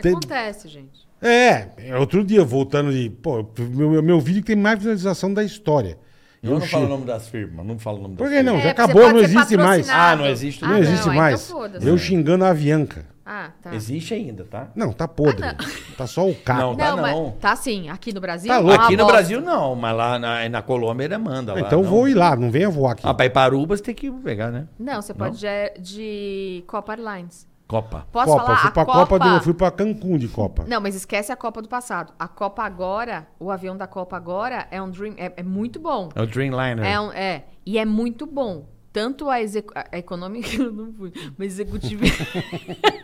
Speaker 1: Tem-
Speaker 5: Acontece, gente.
Speaker 1: É, outro dia, voltando de. Pô, meu, meu vídeo que tem mais visualização da história.
Speaker 2: Eu
Speaker 1: Eu
Speaker 2: não
Speaker 1: che-
Speaker 2: falo o nome das firmas, não falo o nome das
Speaker 1: Por que não?
Speaker 5: É,
Speaker 1: já
Speaker 5: você
Speaker 1: acabou,
Speaker 5: pode
Speaker 1: não
Speaker 5: ser
Speaker 1: existe mais.
Speaker 5: patrocinado.
Speaker 2: Ah, não existe.
Speaker 5: Ah,
Speaker 1: não, existe
Speaker 5: então
Speaker 1: mais.
Speaker 5: foda-se.
Speaker 1: eu xingando a Avianca.
Speaker 5: Ah, tá.
Speaker 2: Existe ainda, tá?
Speaker 1: Não, tá podre.
Speaker 5: Ah,
Speaker 1: Tá só o carro.
Speaker 2: Não, tá
Speaker 5: Não,
Speaker 2: não.
Speaker 5: mas tá sim. Aqui no Brasil.
Speaker 1: Tá
Speaker 5: é
Speaker 1: louco.
Speaker 5: uma
Speaker 2: Aqui no
Speaker 5: bosta.
Speaker 2: Brasil não, mas lá na, na Colômbia ele manda. Lá,
Speaker 1: então
Speaker 2: não.
Speaker 1: vou ir lá, não venha voar aqui.
Speaker 2: Ah, pra Iparuba você tem que pegar, né?
Speaker 5: Não, você pode de, de Copa Airlines.
Speaker 2: Copa.
Speaker 5: Posso
Speaker 1: Copa,
Speaker 5: falar?
Speaker 1: eu fui pra
Speaker 5: a
Speaker 1: Copa,
Speaker 5: Copa Né?
Speaker 1: do, eu fui pra Cancún de Copa.
Speaker 5: Não, mas esquece a Copa do passado. A Copa agora, o avião da Copa agora é um dream, é, é muito bom.
Speaker 2: É o Dreamliner.
Speaker 5: É, um- é. e é muito bom. Tanto a, execu- a- a econômica, eu não fui, mas executiva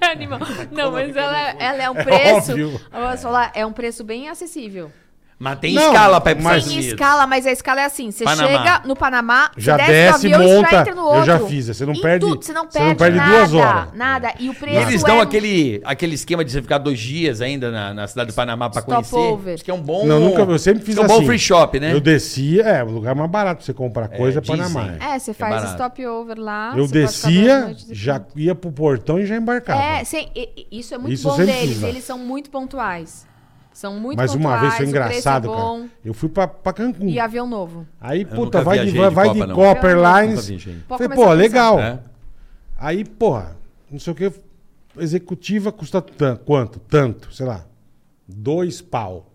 Speaker 5: é animal. Não, mas ela, ela é um preço.
Speaker 1: óbvio.
Speaker 5: eu posso falar, é um preço bem acessível.
Speaker 2: Mas tem
Speaker 1: Não,
Speaker 2: escala pra ir
Speaker 1: tem
Speaker 2: pros
Speaker 1: Mas-
Speaker 2: Estados
Speaker 5: Tem
Speaker 2: Unidos.
Speaker 5: escala, mas a escala é assim: você
Speaker 2: Panamá.
Speaker 5: chega no Panamá,
Speaker 1: Já
Speaker 5: você
Speaker 1: desce,
Speaker 5: do avião e
Speaker 1: monta.
Speaker 5: já entra no outro.
Speaker 1: Eu já fiz, você não
Speaker 5: Em
Speaker 1: perde-
Speaker 5: tudo, você não
Speaker 1: você não
Speaker 5: perde,
Speaker 1: perde
Speaker 5: nada,
Speaker 1: duas horas.
Speaker 5: Nada. E o
Speaker 2: E
Speaker 5: preço
Speaker 2: eles
Speaker 5: é
Speaker 2: dão aquele, aquele esquema de você ficar dois dias ainda na, na cidade do Panamá pra conhecer.
Speaker 5: Stopover.
Speaker 2: Diz que é um bom.
Speaker 1: Não, nunca, eu sempre fiz
Speaker 2: que é um
Speaker 1: assim.
Speaker 2: bom free shop, né?
Speaker 1: Eu descia, é, o lugar mais barato pra você comprar coisa é,
Speaker 2: dizem.
Speaker 1: Panamá. é.
Speaker 5: É, você
Speaker 2: barato.
Speaker 5: faz stopover lá.
Speaker 1: eu
Speaker 5: você pode ficar duas
Speaker 1: descia,
Speaker 5: noites e
Speaker 1: já
Speaker 5: pronto.
Speaker 1: ia pro portão e já embarcava.
Speaker 5: É, sem- e- e- isso é muito
Speaker 1: né? Isso
Speaker 5: bom
Speaker 1: sempre
Speaker 5: deles.
Speaker 1: fiz lá.
Speaker 5: Eles são muito pontuais. São muito
Speaker 1: Mas
Speaker 5: pontuais.
Speaker 1: uma vez foi
Speaker 5: o preço
Speaker 1: engraçado,
Speaker 5: é
Speaker 1: cara.
Speaker 5: bom,
Speaker 1: Eu fui pra, pra Cancún.
Speaker 5: E avião novo.
Speaker 1: Aí,
Speaker 2: nunca
Speaker 1: puta, vai de,
Speaker 2: viajei
Speaker 1: vai
Speaker 2: de
Speaker 1: vai
Speaker 2: Copa,
Speaker 1: de
Speaker 2: não.
Speaker 1: Copa
Speaker 5: Eu nunca
Speaker 2: Nunca vi,
Speaker 1: Airlines.
Speaker 2: gente.
Speaker 5: Pode
Speaker 1: Falei,
Speaker 5: começar
Speaker 1: pô,
Speaker 5: a pensar.
Speaker 1: legal.
Speaker 2: É.
Speaker 1: Aí, porra, não sei o que, executiva custa tan- quanto? Tanto, sei lá, dois pau.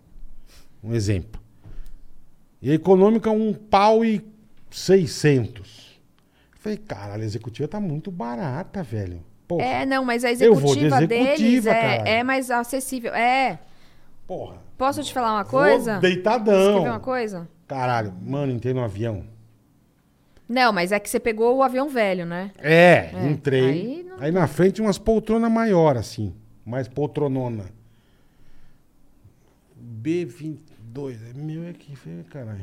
Speaker 1: Um exemplo. E a econômica, um pau e seiscentos. Falei, caralho, a executiva tá muito barata, velho. Porra,
Speaker 5: É, não, mas a
Speaker 1: Eu vou de
Speaker 5: executiva, deles
Speaker 1: executiva,
Speaker 5: é,
Speaker 1: caralho.
Speaker 5: é mais acessível. É.
Speaker 1: porra.
Speaker 5: Posso te falar uma coisa?
Speaker 1: Vou
Speaker 5: Quer ver
Speaker 1: Deitadão.
Speaker 5: uma coisa?
Speaker 1: Caralho, mano, entrei no avião.
Speaker 5: Não, mas é que você pegou o avião velho, né?
Speaker 1: É,
Speaker 5: É,
Speaker 1: entrei. Aí,
Speaker 5: aí não
Speaker 1: na frente umas poltronas maior assim. Mais poltronona. B22. é Meu é que feio, caralho.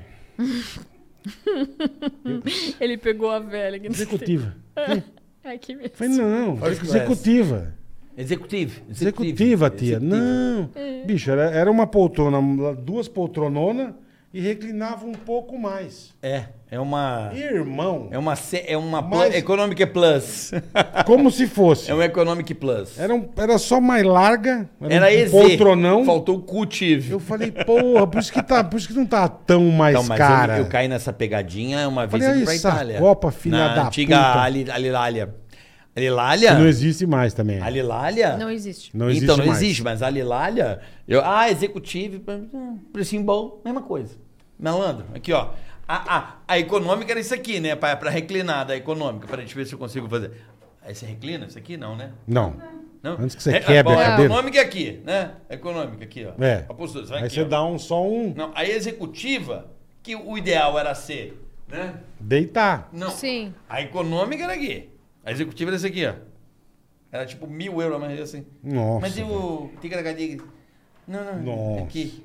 Speaker 5: Ele pegou a velha.
Speaker 1: Executiva.
Speaker 5: É. Aqui mesmo.
Speaker 1: Falei, não,
Speaker 2: First class.
Speaker 1: executiva.
Speaker 2: Executivo.
Speaker 1: Executiva, tia.
Speaker 2: Executivo.
Speaker 1: Não.
Speaker 5: É.
Speaker 1: Bicho, era, era uma poltrona, duas poltrononas e reclinava um pouco mais.
Speaker 2: É, é uma.
Speaker 1: Irmão,
Speaker 2: É uma. ce- É uma pla-
Speaker 1: Mas-
Speaker 2: Economic Plus.
Speaker 1: como se fosse.
Speaker 2: é um Economic Plus.
Speaker 1: Era, um- era só mais larga.
Speaker 2: Era
Speaker 1: um
Speaker 2: esse.
Speaker 1: poltronão.
Speaker 2: Faltou o cutive.
Speaker 1: Eu falei, porra, por isso que, tá, por isso que não tá tão mais
Speaker 2: Então, mas eu-
Speaker 1: cara.
Speaker 2: eu, caí nessa pegadinha uma vez
Speaker 1: Falei,
Speaker 2: indo pra
Speaker 1: essa
Speaker 2: Itália.
Speaker 1: Copa, filha
Speaker 2: Na
Speaker 1: da
Speaker 2: antiga
Speaker 1: puta.
Speaker 2: Ali- Alilália. Alilália?
Speaker 1: Não existe mais também. é.
Speaker 2: Alilália?
Speaker 5: Não existe.
Speaker 1: Não existe
Speaker 2: então não
Speaker 1: mais.
Speaker 2: existe, mas a Lilália, eu, ah, executivo, pra- ah, precinho bom, mesma coisa. Malandro, aqui ó. A, a, a econômica era isso aqui, né? Pra, pra reclinar da econômica. Peraí, deixa eu ver se eu consigo fazer. Aí você reclina isso aqui? Não, né?
Speaker 1: Não.
Speaker 2: Não?
Speaker 1: Antes que você quebre a
Speaker 2: bom,
Speaker 1: cadeira.
Speaker 2: Econômica é aqui, né? Econômica aqui, ó.
Speaker 1: É.
Speaker 2: A postura, você vai
Speaker 1: Aí
Speaker 2: aqui,
Speaker 1: você
Speaker 2: ó.
Speaker 1: dá um, só um
Speaker 2: Não, a executiva, que o ideal era ser, né?
Speaker 1: deitar.
Speaker 2: Não.
Speaker 5: Sim.
Speaker 2: A econômica era aqui. A executiva era esse aqui, ó. Era tipo mil euros, mas assim.
Speaker 1: Nossa.
Speaker 2: Mas e o Tigragadiga? Não, não.
Speaker 1: Nossa.
Speaker 2: Aqui.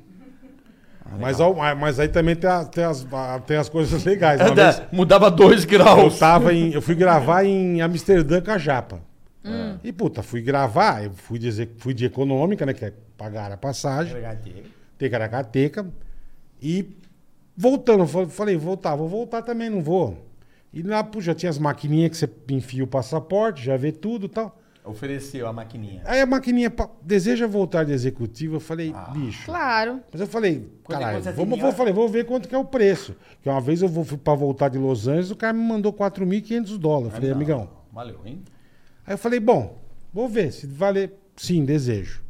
Speaker 1: Mas, ao- ah, mas aí também tem, a- tem as, a- tem as coisas legais. Uma
Speaker 2: É, da-
Speaker 1: vez
Speaker 2: mudava dois
Speaker 1: eu
Speaker 2: graus.
Speaker 1: tava em. Eu fui gravar em Amsterdã com a Japa.
Speaker 2: Hum.
Speaker 1: E puta, fui gravar, eu fui de, exe- fui de econômica, né? Que é pagar a passagem, tecaracateca. E voltando, eu fa- falei, voltar, vou voltar também, não vou. E lá, puxa, tinha as maquininhas que você enfia o passaporte, já vê tudo e tal.
Speaker 2: Ofereceu a maquininha.
Speaker 1: Aí a maquininha pa- deseja voltar de executivo, eu falei, bicho.
Speaker 5: Claro.
Speaker 1: Mas eu falei,
Speaker 2: Ah. Quando
Speaker 1: caralho,
Speaker 2: você
Speaker 1: vamos,
Speaker 2: tem
Speaker 1: vou,
Speaker 2: hora-
Speaker 1: falei, vou ver quanto que é o preço. Porque uma vez eu vou para voltar de Los Angeles, o cara me mandou 4.500 dólares. Eu falei,
Speaker 2: Não,
Speaker 1: amigão.
Speaker 2: Valeu, hein?
Speaker 1: Aí eu falei, bom, vou ver se valer. Sim, desejo.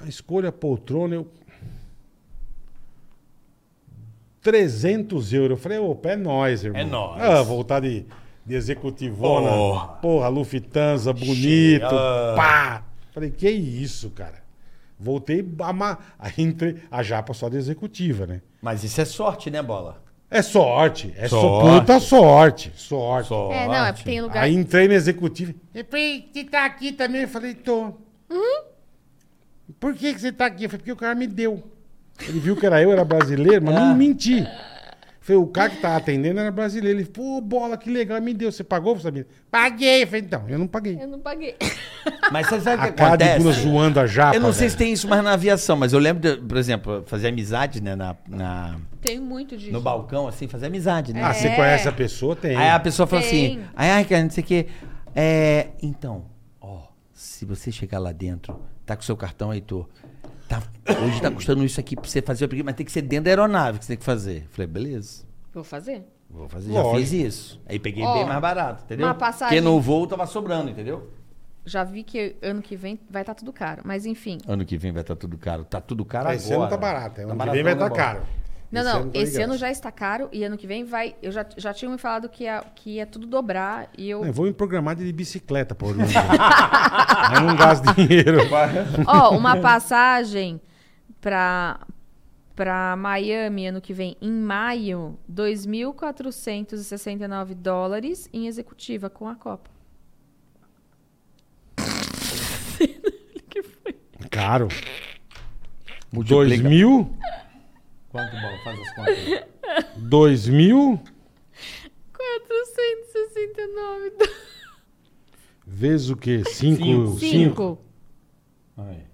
Speaker 1: A escolha poltrona, eu. 300 euros. Eu falei, opa, é nóis, irmão.
Speaker 2: É nóis.
Speaker 1: Ah, voltar de, de executivona.
Speaker 2: Porra. Ah.
Speaker 1: Porra, Lufthansa, bonito.
Speaker 2: Chega.
Speaker 1: Pá! Falei, que isso, cara? Voltei, ama... aí entrei. A japa só de executiva, né?
Speaker 2: Mas isso é sorte, né, Bola?
Speaker 1: É sorte. É so-
Speaker 2: Sorte.
Speaker 1: puta sorte. Sorte.
Speaker 5: É, não, é porque tem lugar.
Speaker 1: Aí entrei na executiva. Epi, você tá aqui também? Eu falei, tô.
Speaker 5: Uhum.
Speaker 1: Por que, que você tá aqui? Eu falei, porque o cara me deu. Ele viu que era eu, era brasileiro, mas
Speaker 5: Ah.
Speaker 1: não menti. Falei, o cara que tá atendendo era brasileiro. Ele, pô, bola, que legal, me deu. Você pagou, Sabina? Paguei. Eu falei, então, eu não paguei.
Speaker 5: Eu não paguei.
Speaker 2: Mas você sabe o
Speaker 1: A
Speaker 2: que
Speaker 1: cara de bunda
Speaker 2: acontece?
Speaker 1: zoando a japa.
Speaker 2: Eu não sei
Speaker 1: velho.
Speaker 2: se tem isso mais na aviação, mas eu lembro, de, por exemplo, fazer amizade, né, na, na-
Speaker 5: Tem muito disso.
Speaker 2: no balcão, assim, fazer amizade, né?
Speaker 1: Ah, você
Speaker 5: É.
Speaker 1: conhece a pessoa? Tem.
Speaker 2: Aí a pessoa fala
Speaker 5: Tem.
Speaker 2: assim, ai, ai, cara, não sei o quê. É, então, ó, se você chegar lá dentro, tá com o seu cartão aí, tô. Tá, hoje tá custando isso aqui pra você fazer, porque- mas tem que ser dentro da aeronave que você tem que fazer. Falei, beleza,
Speaker 5: Vou fazer.
Speaker 2: vou fazer, já
Speaker 1: Lógico.
Speaker 2: fiz isso. Aí peguei
Speaker 5: Ó,
Speaker 2: bem mais barato, entendeu?
Speaker 5: uma passagem-
Speaker 2: Porque no voo tava sobrando, entendeu?
Speaker 5: Já vi que ano que vem vai estar tudo caro. Mas enfim.
Speaker 2: Ano que vem vai estar tudo caro. Tá tudo caro
Speaker 1: Esse
Speaker 2: agora.
Speaker 1: ano tá barato. Ano que
Speaker 2: baratão,
Speaker 1: vem vai
Speaker 2: né,
Speaker 1: estar
Speaker 2: Bola?
Speaker 1: caro.
Speaker 5: Não, não.
Speaker 1: tá
Speaker 5: esse
Speaker 1: ligado.
Speaker 5: ano já está caro e ano que vem vai. Eu já, já tinha me falado que ia, que ia tudo dobrar e eu.
Speaker 1: É, Eu vou me programar de bicicleta, pô. Orlando. eu não gasto dinheiro.
Speaker 5: Ó, uma passagem pra, pra Miami ano que vem, em maio, 2.469 dólares em executiva com a Copa.
Speaker 1: Caro. Dois
Speaker 2: Multiplica.
Speaker 1: mil,
Speaker 2: Quanto, Bola? Faz as contas. aí.
Speaker 1: dois mil
Speaker 5: 469 dólares.
Speaker 1: vezes o quê? Cinco,
Speaker 2: Cinco.
Speaker 1: cinco.
Speaker 5: Cinco.
Speaker 2: Aí.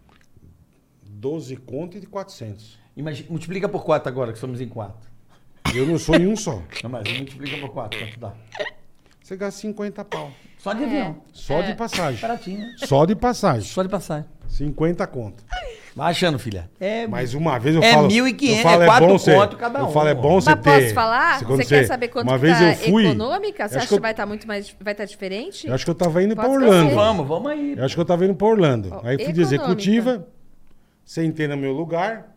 Speaker 1: Doze conto e de quatrocentos.
Speaker 2: Imagina, multiplica por 4 agora, que somos em 4.
Speaker 1: Eu não sou em um só.
Speaker 2: Não, mas multiplica por 4, quanto dá?
Speaker 1: Você gasta 50 pau.
Speaker 2: Só
Speaker 5: É.
Speaker 2: de avião.
Speaker 1: Só de passagem.
Speaker 2: Baratinho, né?
Speaker 1: Só de passagem.
Speaker 2: Só de passagem.
Speaker 1: 50 conto.
Speaker 2: Vai achando, filha. É,
Speaker 1: Mas uma vez eu
Speaker 2: É
Speaker 1: falo.
Speaker 2: 1.500,
Speaker 1: eu falo,
Speaker 2: é quatro
Speaker 1: bom você-
Speaker 2: conto cada um,
Speaker 1: Eu falo, é bom
Speaker 2: pô.
Speaker 1: você
Speaker 5: Mas
Speaker 1: ter.
Speaker 5: posso falar?
Speaker 1: quando
Speaker 5: Você quer saber quanto
Speaker 1: uma
Speaker 5: que
Speaker 1: vez
Speaker 5: tá
Speaker 1: eu fui,
Speaker 5: econômica? Você
Speaker 1: eu acho
Speaker 5: acha
Speaker 1: que
Speaker 5: que,
Speaker 1: eu-
Speaker 5: vai estar muito mais. Vai estar diferente?
Speaker 1: Eu acho que eu tava indo pra
Speaker 5: Pode
Speaker 1: Orlando.
Speaker 5: ser.
Speaker 2: vamos, vamos aí.
Speaker 1: Eu acho que eu tava indo pra Orlando.
Speaker 5: Ó,
Speaker 1: Aí fui de
Speaker 5: econômica.
Speaker 1: executiva, sentei no meu lugar,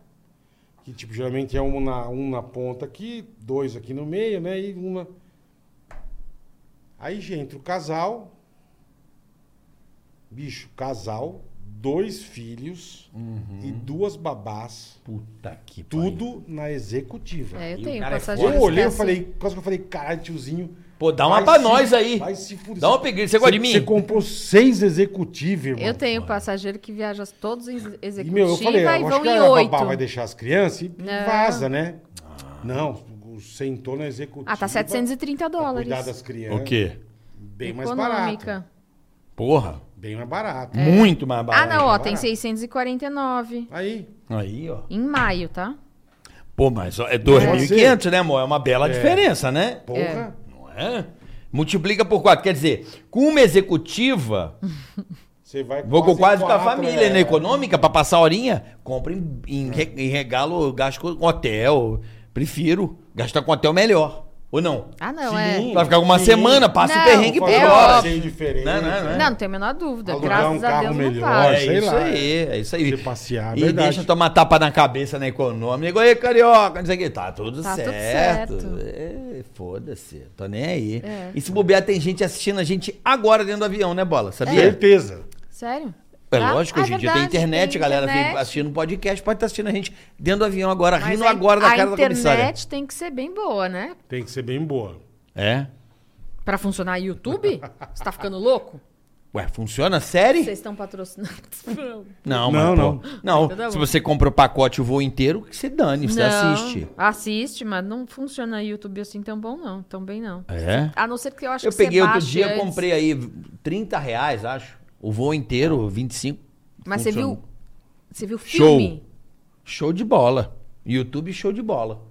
Speaker 1: que tipo, geralmente é um na, um na ponta aqui, dois aqui no meio, né? E uma. Aí já entra o casal. Bicho, casal, dois filhos
Speaker 2: Uhum.
Speaker 1: e duas babás.
Speaker 2: Puta que
Speaker 1: Tudo na executiva.
Speaker 5: É, eu
Speaker 2: E o
Speaker 5: tenho
Speaker 2: cara é
Speaker 5: passagem.
Speaker 2: foda.
Speaker 1: eu
Speaker 5: que
Speaker 1: olhei, eu
Speaker 5: assim,
Speaker 1: falei, quase que eu falei, caralho, tiozinho.
Speaker 2: Pô, dá uma
Speaker 1: vai
Speaker 2: pra
Speaker 1: se-
Speaker 2: nós aí.
Speaker 1: vai se fuder.
Speaker 2: Dá uma peguei. Você gosta de mim?
Speaker 1: Você comprou seis executivos, irmão.
Speaker 5: Eu tenho passageiro que viaja todos em executiva
Speaker 1: E,
Speaker 5: e,
Speaker 1: meu, eu falei, "Ah, eu acho
Speaker 5: vão
Speaker 1: que
Speaker 5: em
Speaker 1: a babá
Speaker 5: oito.
Speaker 1: vai deixar as crianças e e
Speaker 5: Não.
Speaker 1: vaza, né? Não, o- sentou na executiva.
Speaker 5: Ah, tá 730
Speaker 1: pra
Speaker 5: dólares.
Speaker 1: Cuidar das crianças.
Speaker 2: quê?
Speaker 1: Bem mais barato.
Speaker 2: Porra.
Speaker 1: Bem mais barato.
Speaker 2: Muito mais
Speaker 5: Ah,
Speaker 2: barato.
Speaker 5: não, ó, tem
Speaker 1: barato.
Speaker 5: 649.
Speaker 1: Aí,
Speaker 2: Aí, ó.
Speaker 5: Em maio, tá?
Speaker 2: Pô, mas ó, é 2.500, né, amor? É uma bela diferença, né?
Speaker 1: porra.
Speaker 2: Não é? Multiplica por 4. Quer dizer, com uma executiva,
Speaker 1: Você vai
Speaker 2: vou com quase com a família,
Speaker 1: é.
Speaker 2: né? Econômica, pra passar a horinha, compra em, em re- em regalo, gasto com hotel. Prefiro gastar com hotel melhor. Ou não?
Speaker 5: Ah, não,
Speaker 1: Sim.
Speaker 5: é.
Speaker 2: Vai ficar uma
Speaker 1: Sim.
Speaker 2: semana, passa o
Speaker 5: Não,
Speaker 2: perrengue e
Speaker 1: Fazer
Speaker 5: é
Speaker 1: um
Speaker 2: piora.
Speaker 5: óbvio.
Speaker 1: passeio diferente.
Speaker 2: Não, não, não.
Speaker 5: Não, não tenho a menor dúvida.
Speaker 1: Alugar
Speaker 5: Graças
Speaker 1: um
Speaker 5: a
Speaker 1: carro
Speaker 5: Deus
Speaker 1: melhor,
Speaker 5: não para.
Speaker 2: É
Speaker 1: sei
Speaker 2: isso
Speaker 1: lá.
Speaker 2: aí, é isso aí.
Speaker 1: Você passear, é
Speaker 2: e
Speaker 1: verdade.
Speaker 2: deixa tomar tapa na cabeça na econômica. Ei, carioca, não sei o que. Tá tudo
Speaker 5: Tá tudo
Speaker 2: certo.
Speaker 5: certo. É.
Speaker 2: É, Foda-se, tô
Speaker 5: é.
Speaker 2: nem aí. E se bobear, tem gente assistindo a gente agora dentro do avião, né, Bola? Sabia?
Speaker 1: Certeza.
Speaker 5: Sério?
Speaker 2: É
Speaker 5: Tá?
Speaker 2: lógico,
Speaker 5: Ah,
Speaker 2: hoje em dia tem
Speaker 5: verdade,
Speaker 2: internet,
Speaker 5: tem
Speaker 2: a galera
Speaker 5: internet.
Speaker 2: vem assistindo podcast, pode estar assistindo a gente dentro do avião agora,
Speaker 5: Mas
Speaker 2: rindo
Speaker 5: a-
Speaker 2: agora da
Speaker 5: a
Speaker 2: cara da comissária.
Speaker 5: internet tem que ser bem boa, né?
Speaker 1: Tem que ser bem boa.
Speaker 2: É?
Speaker 5: Pra funcionar YouTube? Você tá ficando louco?
Speaker 2: Ué, funciona? Série?
Speaker 5: Vocês estão patrocinando.
Speaker 2: Não,
Speaker 1: Não,
Speaker 2: mas, pô, não.
Speaker 5: Então tá
Speaker 2: se
Speaker 5: bom.
Speaker 2: você compra o pacote o voo inteiro, que se dane, você
Speaker 5: Não,
Speaker 2: assiste.
Speaker 5: Assiste, mas não funciona YouTube assim tão bom, não. Tão bem, não.
Speaker 2: É?
Speaker 5: A não ser que eu acho
Speaker 2: Eu
Speaker 5: que
Speaker 2: peguei
Speaker 5: você
Speaker 2: outro
Speaker 5: baixe
Speaker 2: dia,
Speaker 5: antes.
Speaker 2: comprei aí 30 reais, acho. O voo inteiro, 25.
Speaker 5: Mas você
Speaker 2: Funciona.
Speaker 5: viu. Você viu
Speaker 1: Show.
Speaker 5: filme?
Speaker 2: Show de bola. YouTube, show de bola.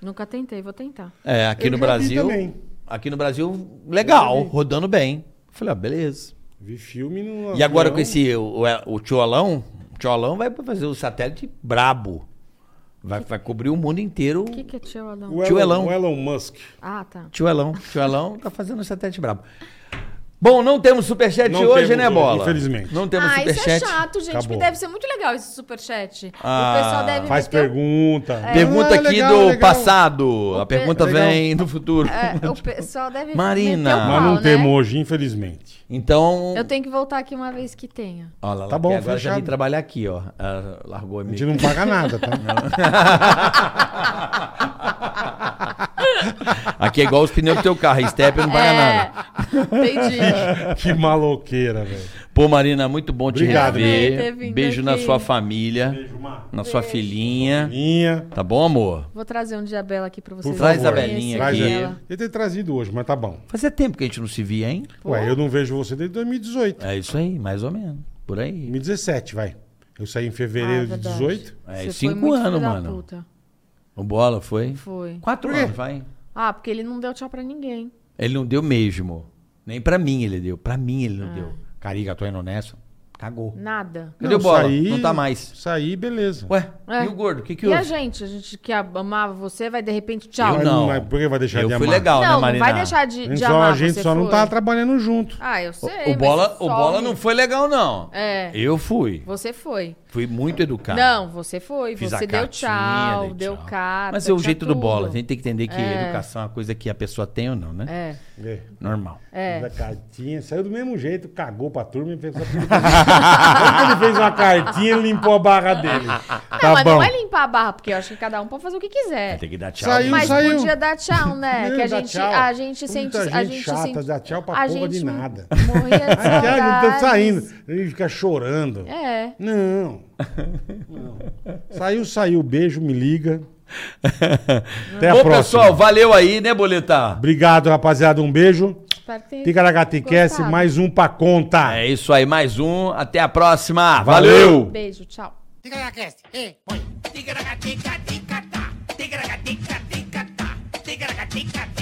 Speaker 5: Nunca tentei, vou tentar.
Speaker 2: É, aqui
Speaker 1: Eu
Speaker 2: no
Speaker 1: já vi
Speaker 2: Brasil.
Speaker 1: também.
Speaker 2: Aqui no Brasil, legal, rodando bem. Falei, ah, beleza.
Speaker 1: Vi filme no.
Speaker 2: E agora
Speaker 1: avião.
Speaker 2: com esse, o, é, o Tcholão, o Tcholão vai fazer o satélite brabo. Vai, vai cobrir o mundo inteiro.
Speaker 5: O que, que é tio Adão?
Speaker 1: O Elon,
Speaker 2: Tio Elon.
Speaker 1: o Elon Musk.
Speaker 5: Ah, tá.
Speaker 2: Tio Elão. Tio Elão tá fazendo um satélite brabo. Bom, não temos superchat
Speaker 1: Não
Speaker 2: hoje,
Speaker 1: temos
Speaker 2: né,
Speaker 1: hoje,
Speaker 2: Bola?
Speaker 1: infelizmente.
Speaker 2: Não temos
Speaker 5: ah, isso é
Speaker 2: superchat.
Speaker 5: chato, gente,
Speaker 1: Acabou.
Speaker 5: porque deve ser muito legal esse superchat.
Speaker 2: Ah,
Speaker 5: o pessoal deve
Speaker 1: Faz
Speaker 5: meter o-
Speaker 1: pergunta.
Speaker 5: É,
Speaker 2: Pergunta
Speaker 1: Ah,
Speaker 2: aqui
Speaker 1: legal,
Speaker 2: do
Speaker 1: legal.
Speaker 2: passado. A pergunta
Speaker 1: Legal.
Speaker 2: vem do futuro.
Speaker 5: É, o pessoal deve
Speaker 2: Marina.
Speaker 5: meter o
Speaker 1: Mas
Speaker 5: pau,
Speaker 1: não
Speaker 5: né?
Speaker 1: tem hoje, infelizmente.
Speaker 2: Então.
Speaker 5: Eu tenho que voltar aqui uma vez que tenha.
Speaker 2: Olha lá,
Speaker 1: Tá bom,
Speaker 2: agora já vim
Speaker 1: fechado.
Speaker 2: trabalhar aqui, ó. Ah, largou a
Speaker 1: A gente
Speaker 2: minha.
Speaker 1: não paga nada, tá?
Speaker 2: Aqui é igual os pneus do teu carro. Step não
Speaker 5: É.
Speaker 2: paga nada.
Speaker 5: Entendi.
Speaker 1: que maloqueira, velho.
Speaker 2: Pô, Marina, muito bom te
Speaker 1: Obrigado,
Speaker 2: rever.
Speaker 5: Amei ter vindo
Speaker 2: Beijo na
Speaker 5: aqui.
Speaker 2: sua família,
Speaker 1: Mar.
Speaker 2: na sua filhinha.
Speaker 1: Minha.
Speaker 2: Tá bom, amor?
Speaker 5: Vou trazer um de Abela aqui pra vocês.
Speaker 2: Traz a
Speaker 5: verem
Speaker 2: Belinha
Speaker 5: esse
Speaker 1: Traz
Speaker 2: aqui.
Speaker 5: dela.
Speaker 1: ela. Eu ter trazido hoje, mas tá bom.
Speaker 2: Fazia tempo que a gente não se via, hein?
Speaker 1: Ué, eu não vejo você desde 2018.
Speaker 2: É isso aí, mais ou menos. Por aí.
Speaker 1: 2017, vai. Eu saí em fevereiro
Speaker 5: Ah,
Speaker 1: de
Speaker 5: verdade.
Speaker 1: 18.
Speaker 2: É,
Speaker 5: Você
Speaker 2: cinco
Speaker 5: foi muito
Speaker 2: anos,
Speaker 5: filho da
Speaker 2: mano.
Speaker 5: puta.
Speaker 2: O bola foi?
Speaker 5: Foi.
Speaker 2: Quatro anos, vai.
Speaker 5: Ah, porque ele não deu tchau pra ninguém.
Speaker 2: Ele não deu mesmo. Nem pra mim ele deu. Pra mim ele
Speaker 5: Ah.
Speaker 2: não deu. Cariga, tô indo nessa. Cagou.
Speaker 5: Nada.
Speaker 2: Cadê o
Speaker 1: Não,
Speaker 2: bola?
Speaker 1: saí-
Speaker 2: Não tá mais.
Speaker 1: Saí, beleza.
Speaker 2: Ué,
Speaker 5: É.
Speaker 2: e o gordo? O que que
Speaker 5: E a
Speaker 2: houve?
Speaker 5: gente? A gente que amava você vai de repente tchau.
Speaker 2: Eu não.
Speaker 1: Mas por que vai deixar
Speaker 2: Eu
Speaker 1: de
Speaker 2: fui
Speaker 1: amar?
Speaker 2: legal,
Speaker 5: não,
Speaker 2: né, Marina?
Speaker 5: vai deixar de,
Speaker 1: Então, A
Speaker 5: de
Speaker 1: gente só,
Speaker 5: amar
Speaker 1: a gente
Speaker 5: você
Speaker 1: só não tá
Speaker 5: foi.
Speaker 1: tava trabalhando junto.
Speaker 5: Ah, eu sei.
Speaker 2: O, o
Speaker 5: mas
Speaker 2: bola, o
Speaker 5: some.
Speaker 2: bola não foi legal, não.
Speaker 5: É.
Speaker 2: Eu fui.
Speaker 5: Você foi.
Speaker 2: Fui muito educado.
Speaker 5: Não, você foi.
Speaker 2: Tá. Fiz
Speaker 5: você
Speaker 2: a
Speaker 5: deu
Speaker 2: cartinha,
Speaker 5: tchau,
Speaker 2: dei
Speaker 5: deu
Speaker 2: tchau.
Speaker 5: carta.
Speaker 2: Mas é o
Speaker 5: tinha
Speaker 2: jeito do
Speaker 5: tudo.
Speaker 2: bola. A gente tem que entender que
Speaker 5: É.
Speaker 2: educação é uma coisa que a pessoa tem ou não, né?
Speaker 5: É,
Speaker 1: É.
Speaker 2: Normal.
Speaker 5: é.
Speaker 1: Fez a cartinha, saiu do mesmo jeito, cagou pra turma e fez essa Quando ele fez uma cartinha, ele limpou a barra dele.
Speaker 5: não,
Speaker 1: tá
Speaker 5: mas
Speaker 1: bom.
Speaker 5: não é limpar a barra, porque eu acho que cada um pode fazer o que quiser.
Speaker 2: Tem que dar tchau.
Speaker 1: Saiu,
Speaker 5: Mas
Speaker 1: saiu.
Speaker 5: podia dar tchau, né? que a
Speaker 1: Dá
Speaker 5: gente,
Speaker 1: tchau.
Speaker 5: a gente
Speaker 1: Muita
Speaker 5: sente.
Speaker 1: gente
Speaker 5: a gente
Speaker 1: chata,
Speaker 5: sente-
Speaker 1: dá tchau pra
Speaker 5: a
Speaker 1: porra de
Speaker 5: gente
Speaker 1: nada.
Speaker 5: Morria de
Speaker 1: Ai, Thiago, não tô
Speaker 5: saudades.
Speaker 1: tá saindo. Ele fica chorando.
Speaker 5: É.
Speaker 1: Não. Não. Saiu, saiu. Beijo, me liga. Até a
Speaker 2: Bom,
Speaker 1: próxima.
Speaker 2: pessoal, valeu aí, né, Boleta?
Speaker 1: Obrigado, rapaziada. Um beijo.
Speaker 5: Espero que tenha
Speaker 1: Ticaracatecast,
Speaker 5: gostado.
Speaker 1: mais um pra conta.
Speaker 2: É isso aí, mais um. Até a próxima. Valeu.
Speaker 1: Valeu.
Speaker 5: Beijo, tchau.
Speaker 3: Tigaracast, hey, boy. Tigaragatica, ticatá. Tigaragatica, ticatá. Tigaragatica, ticatá.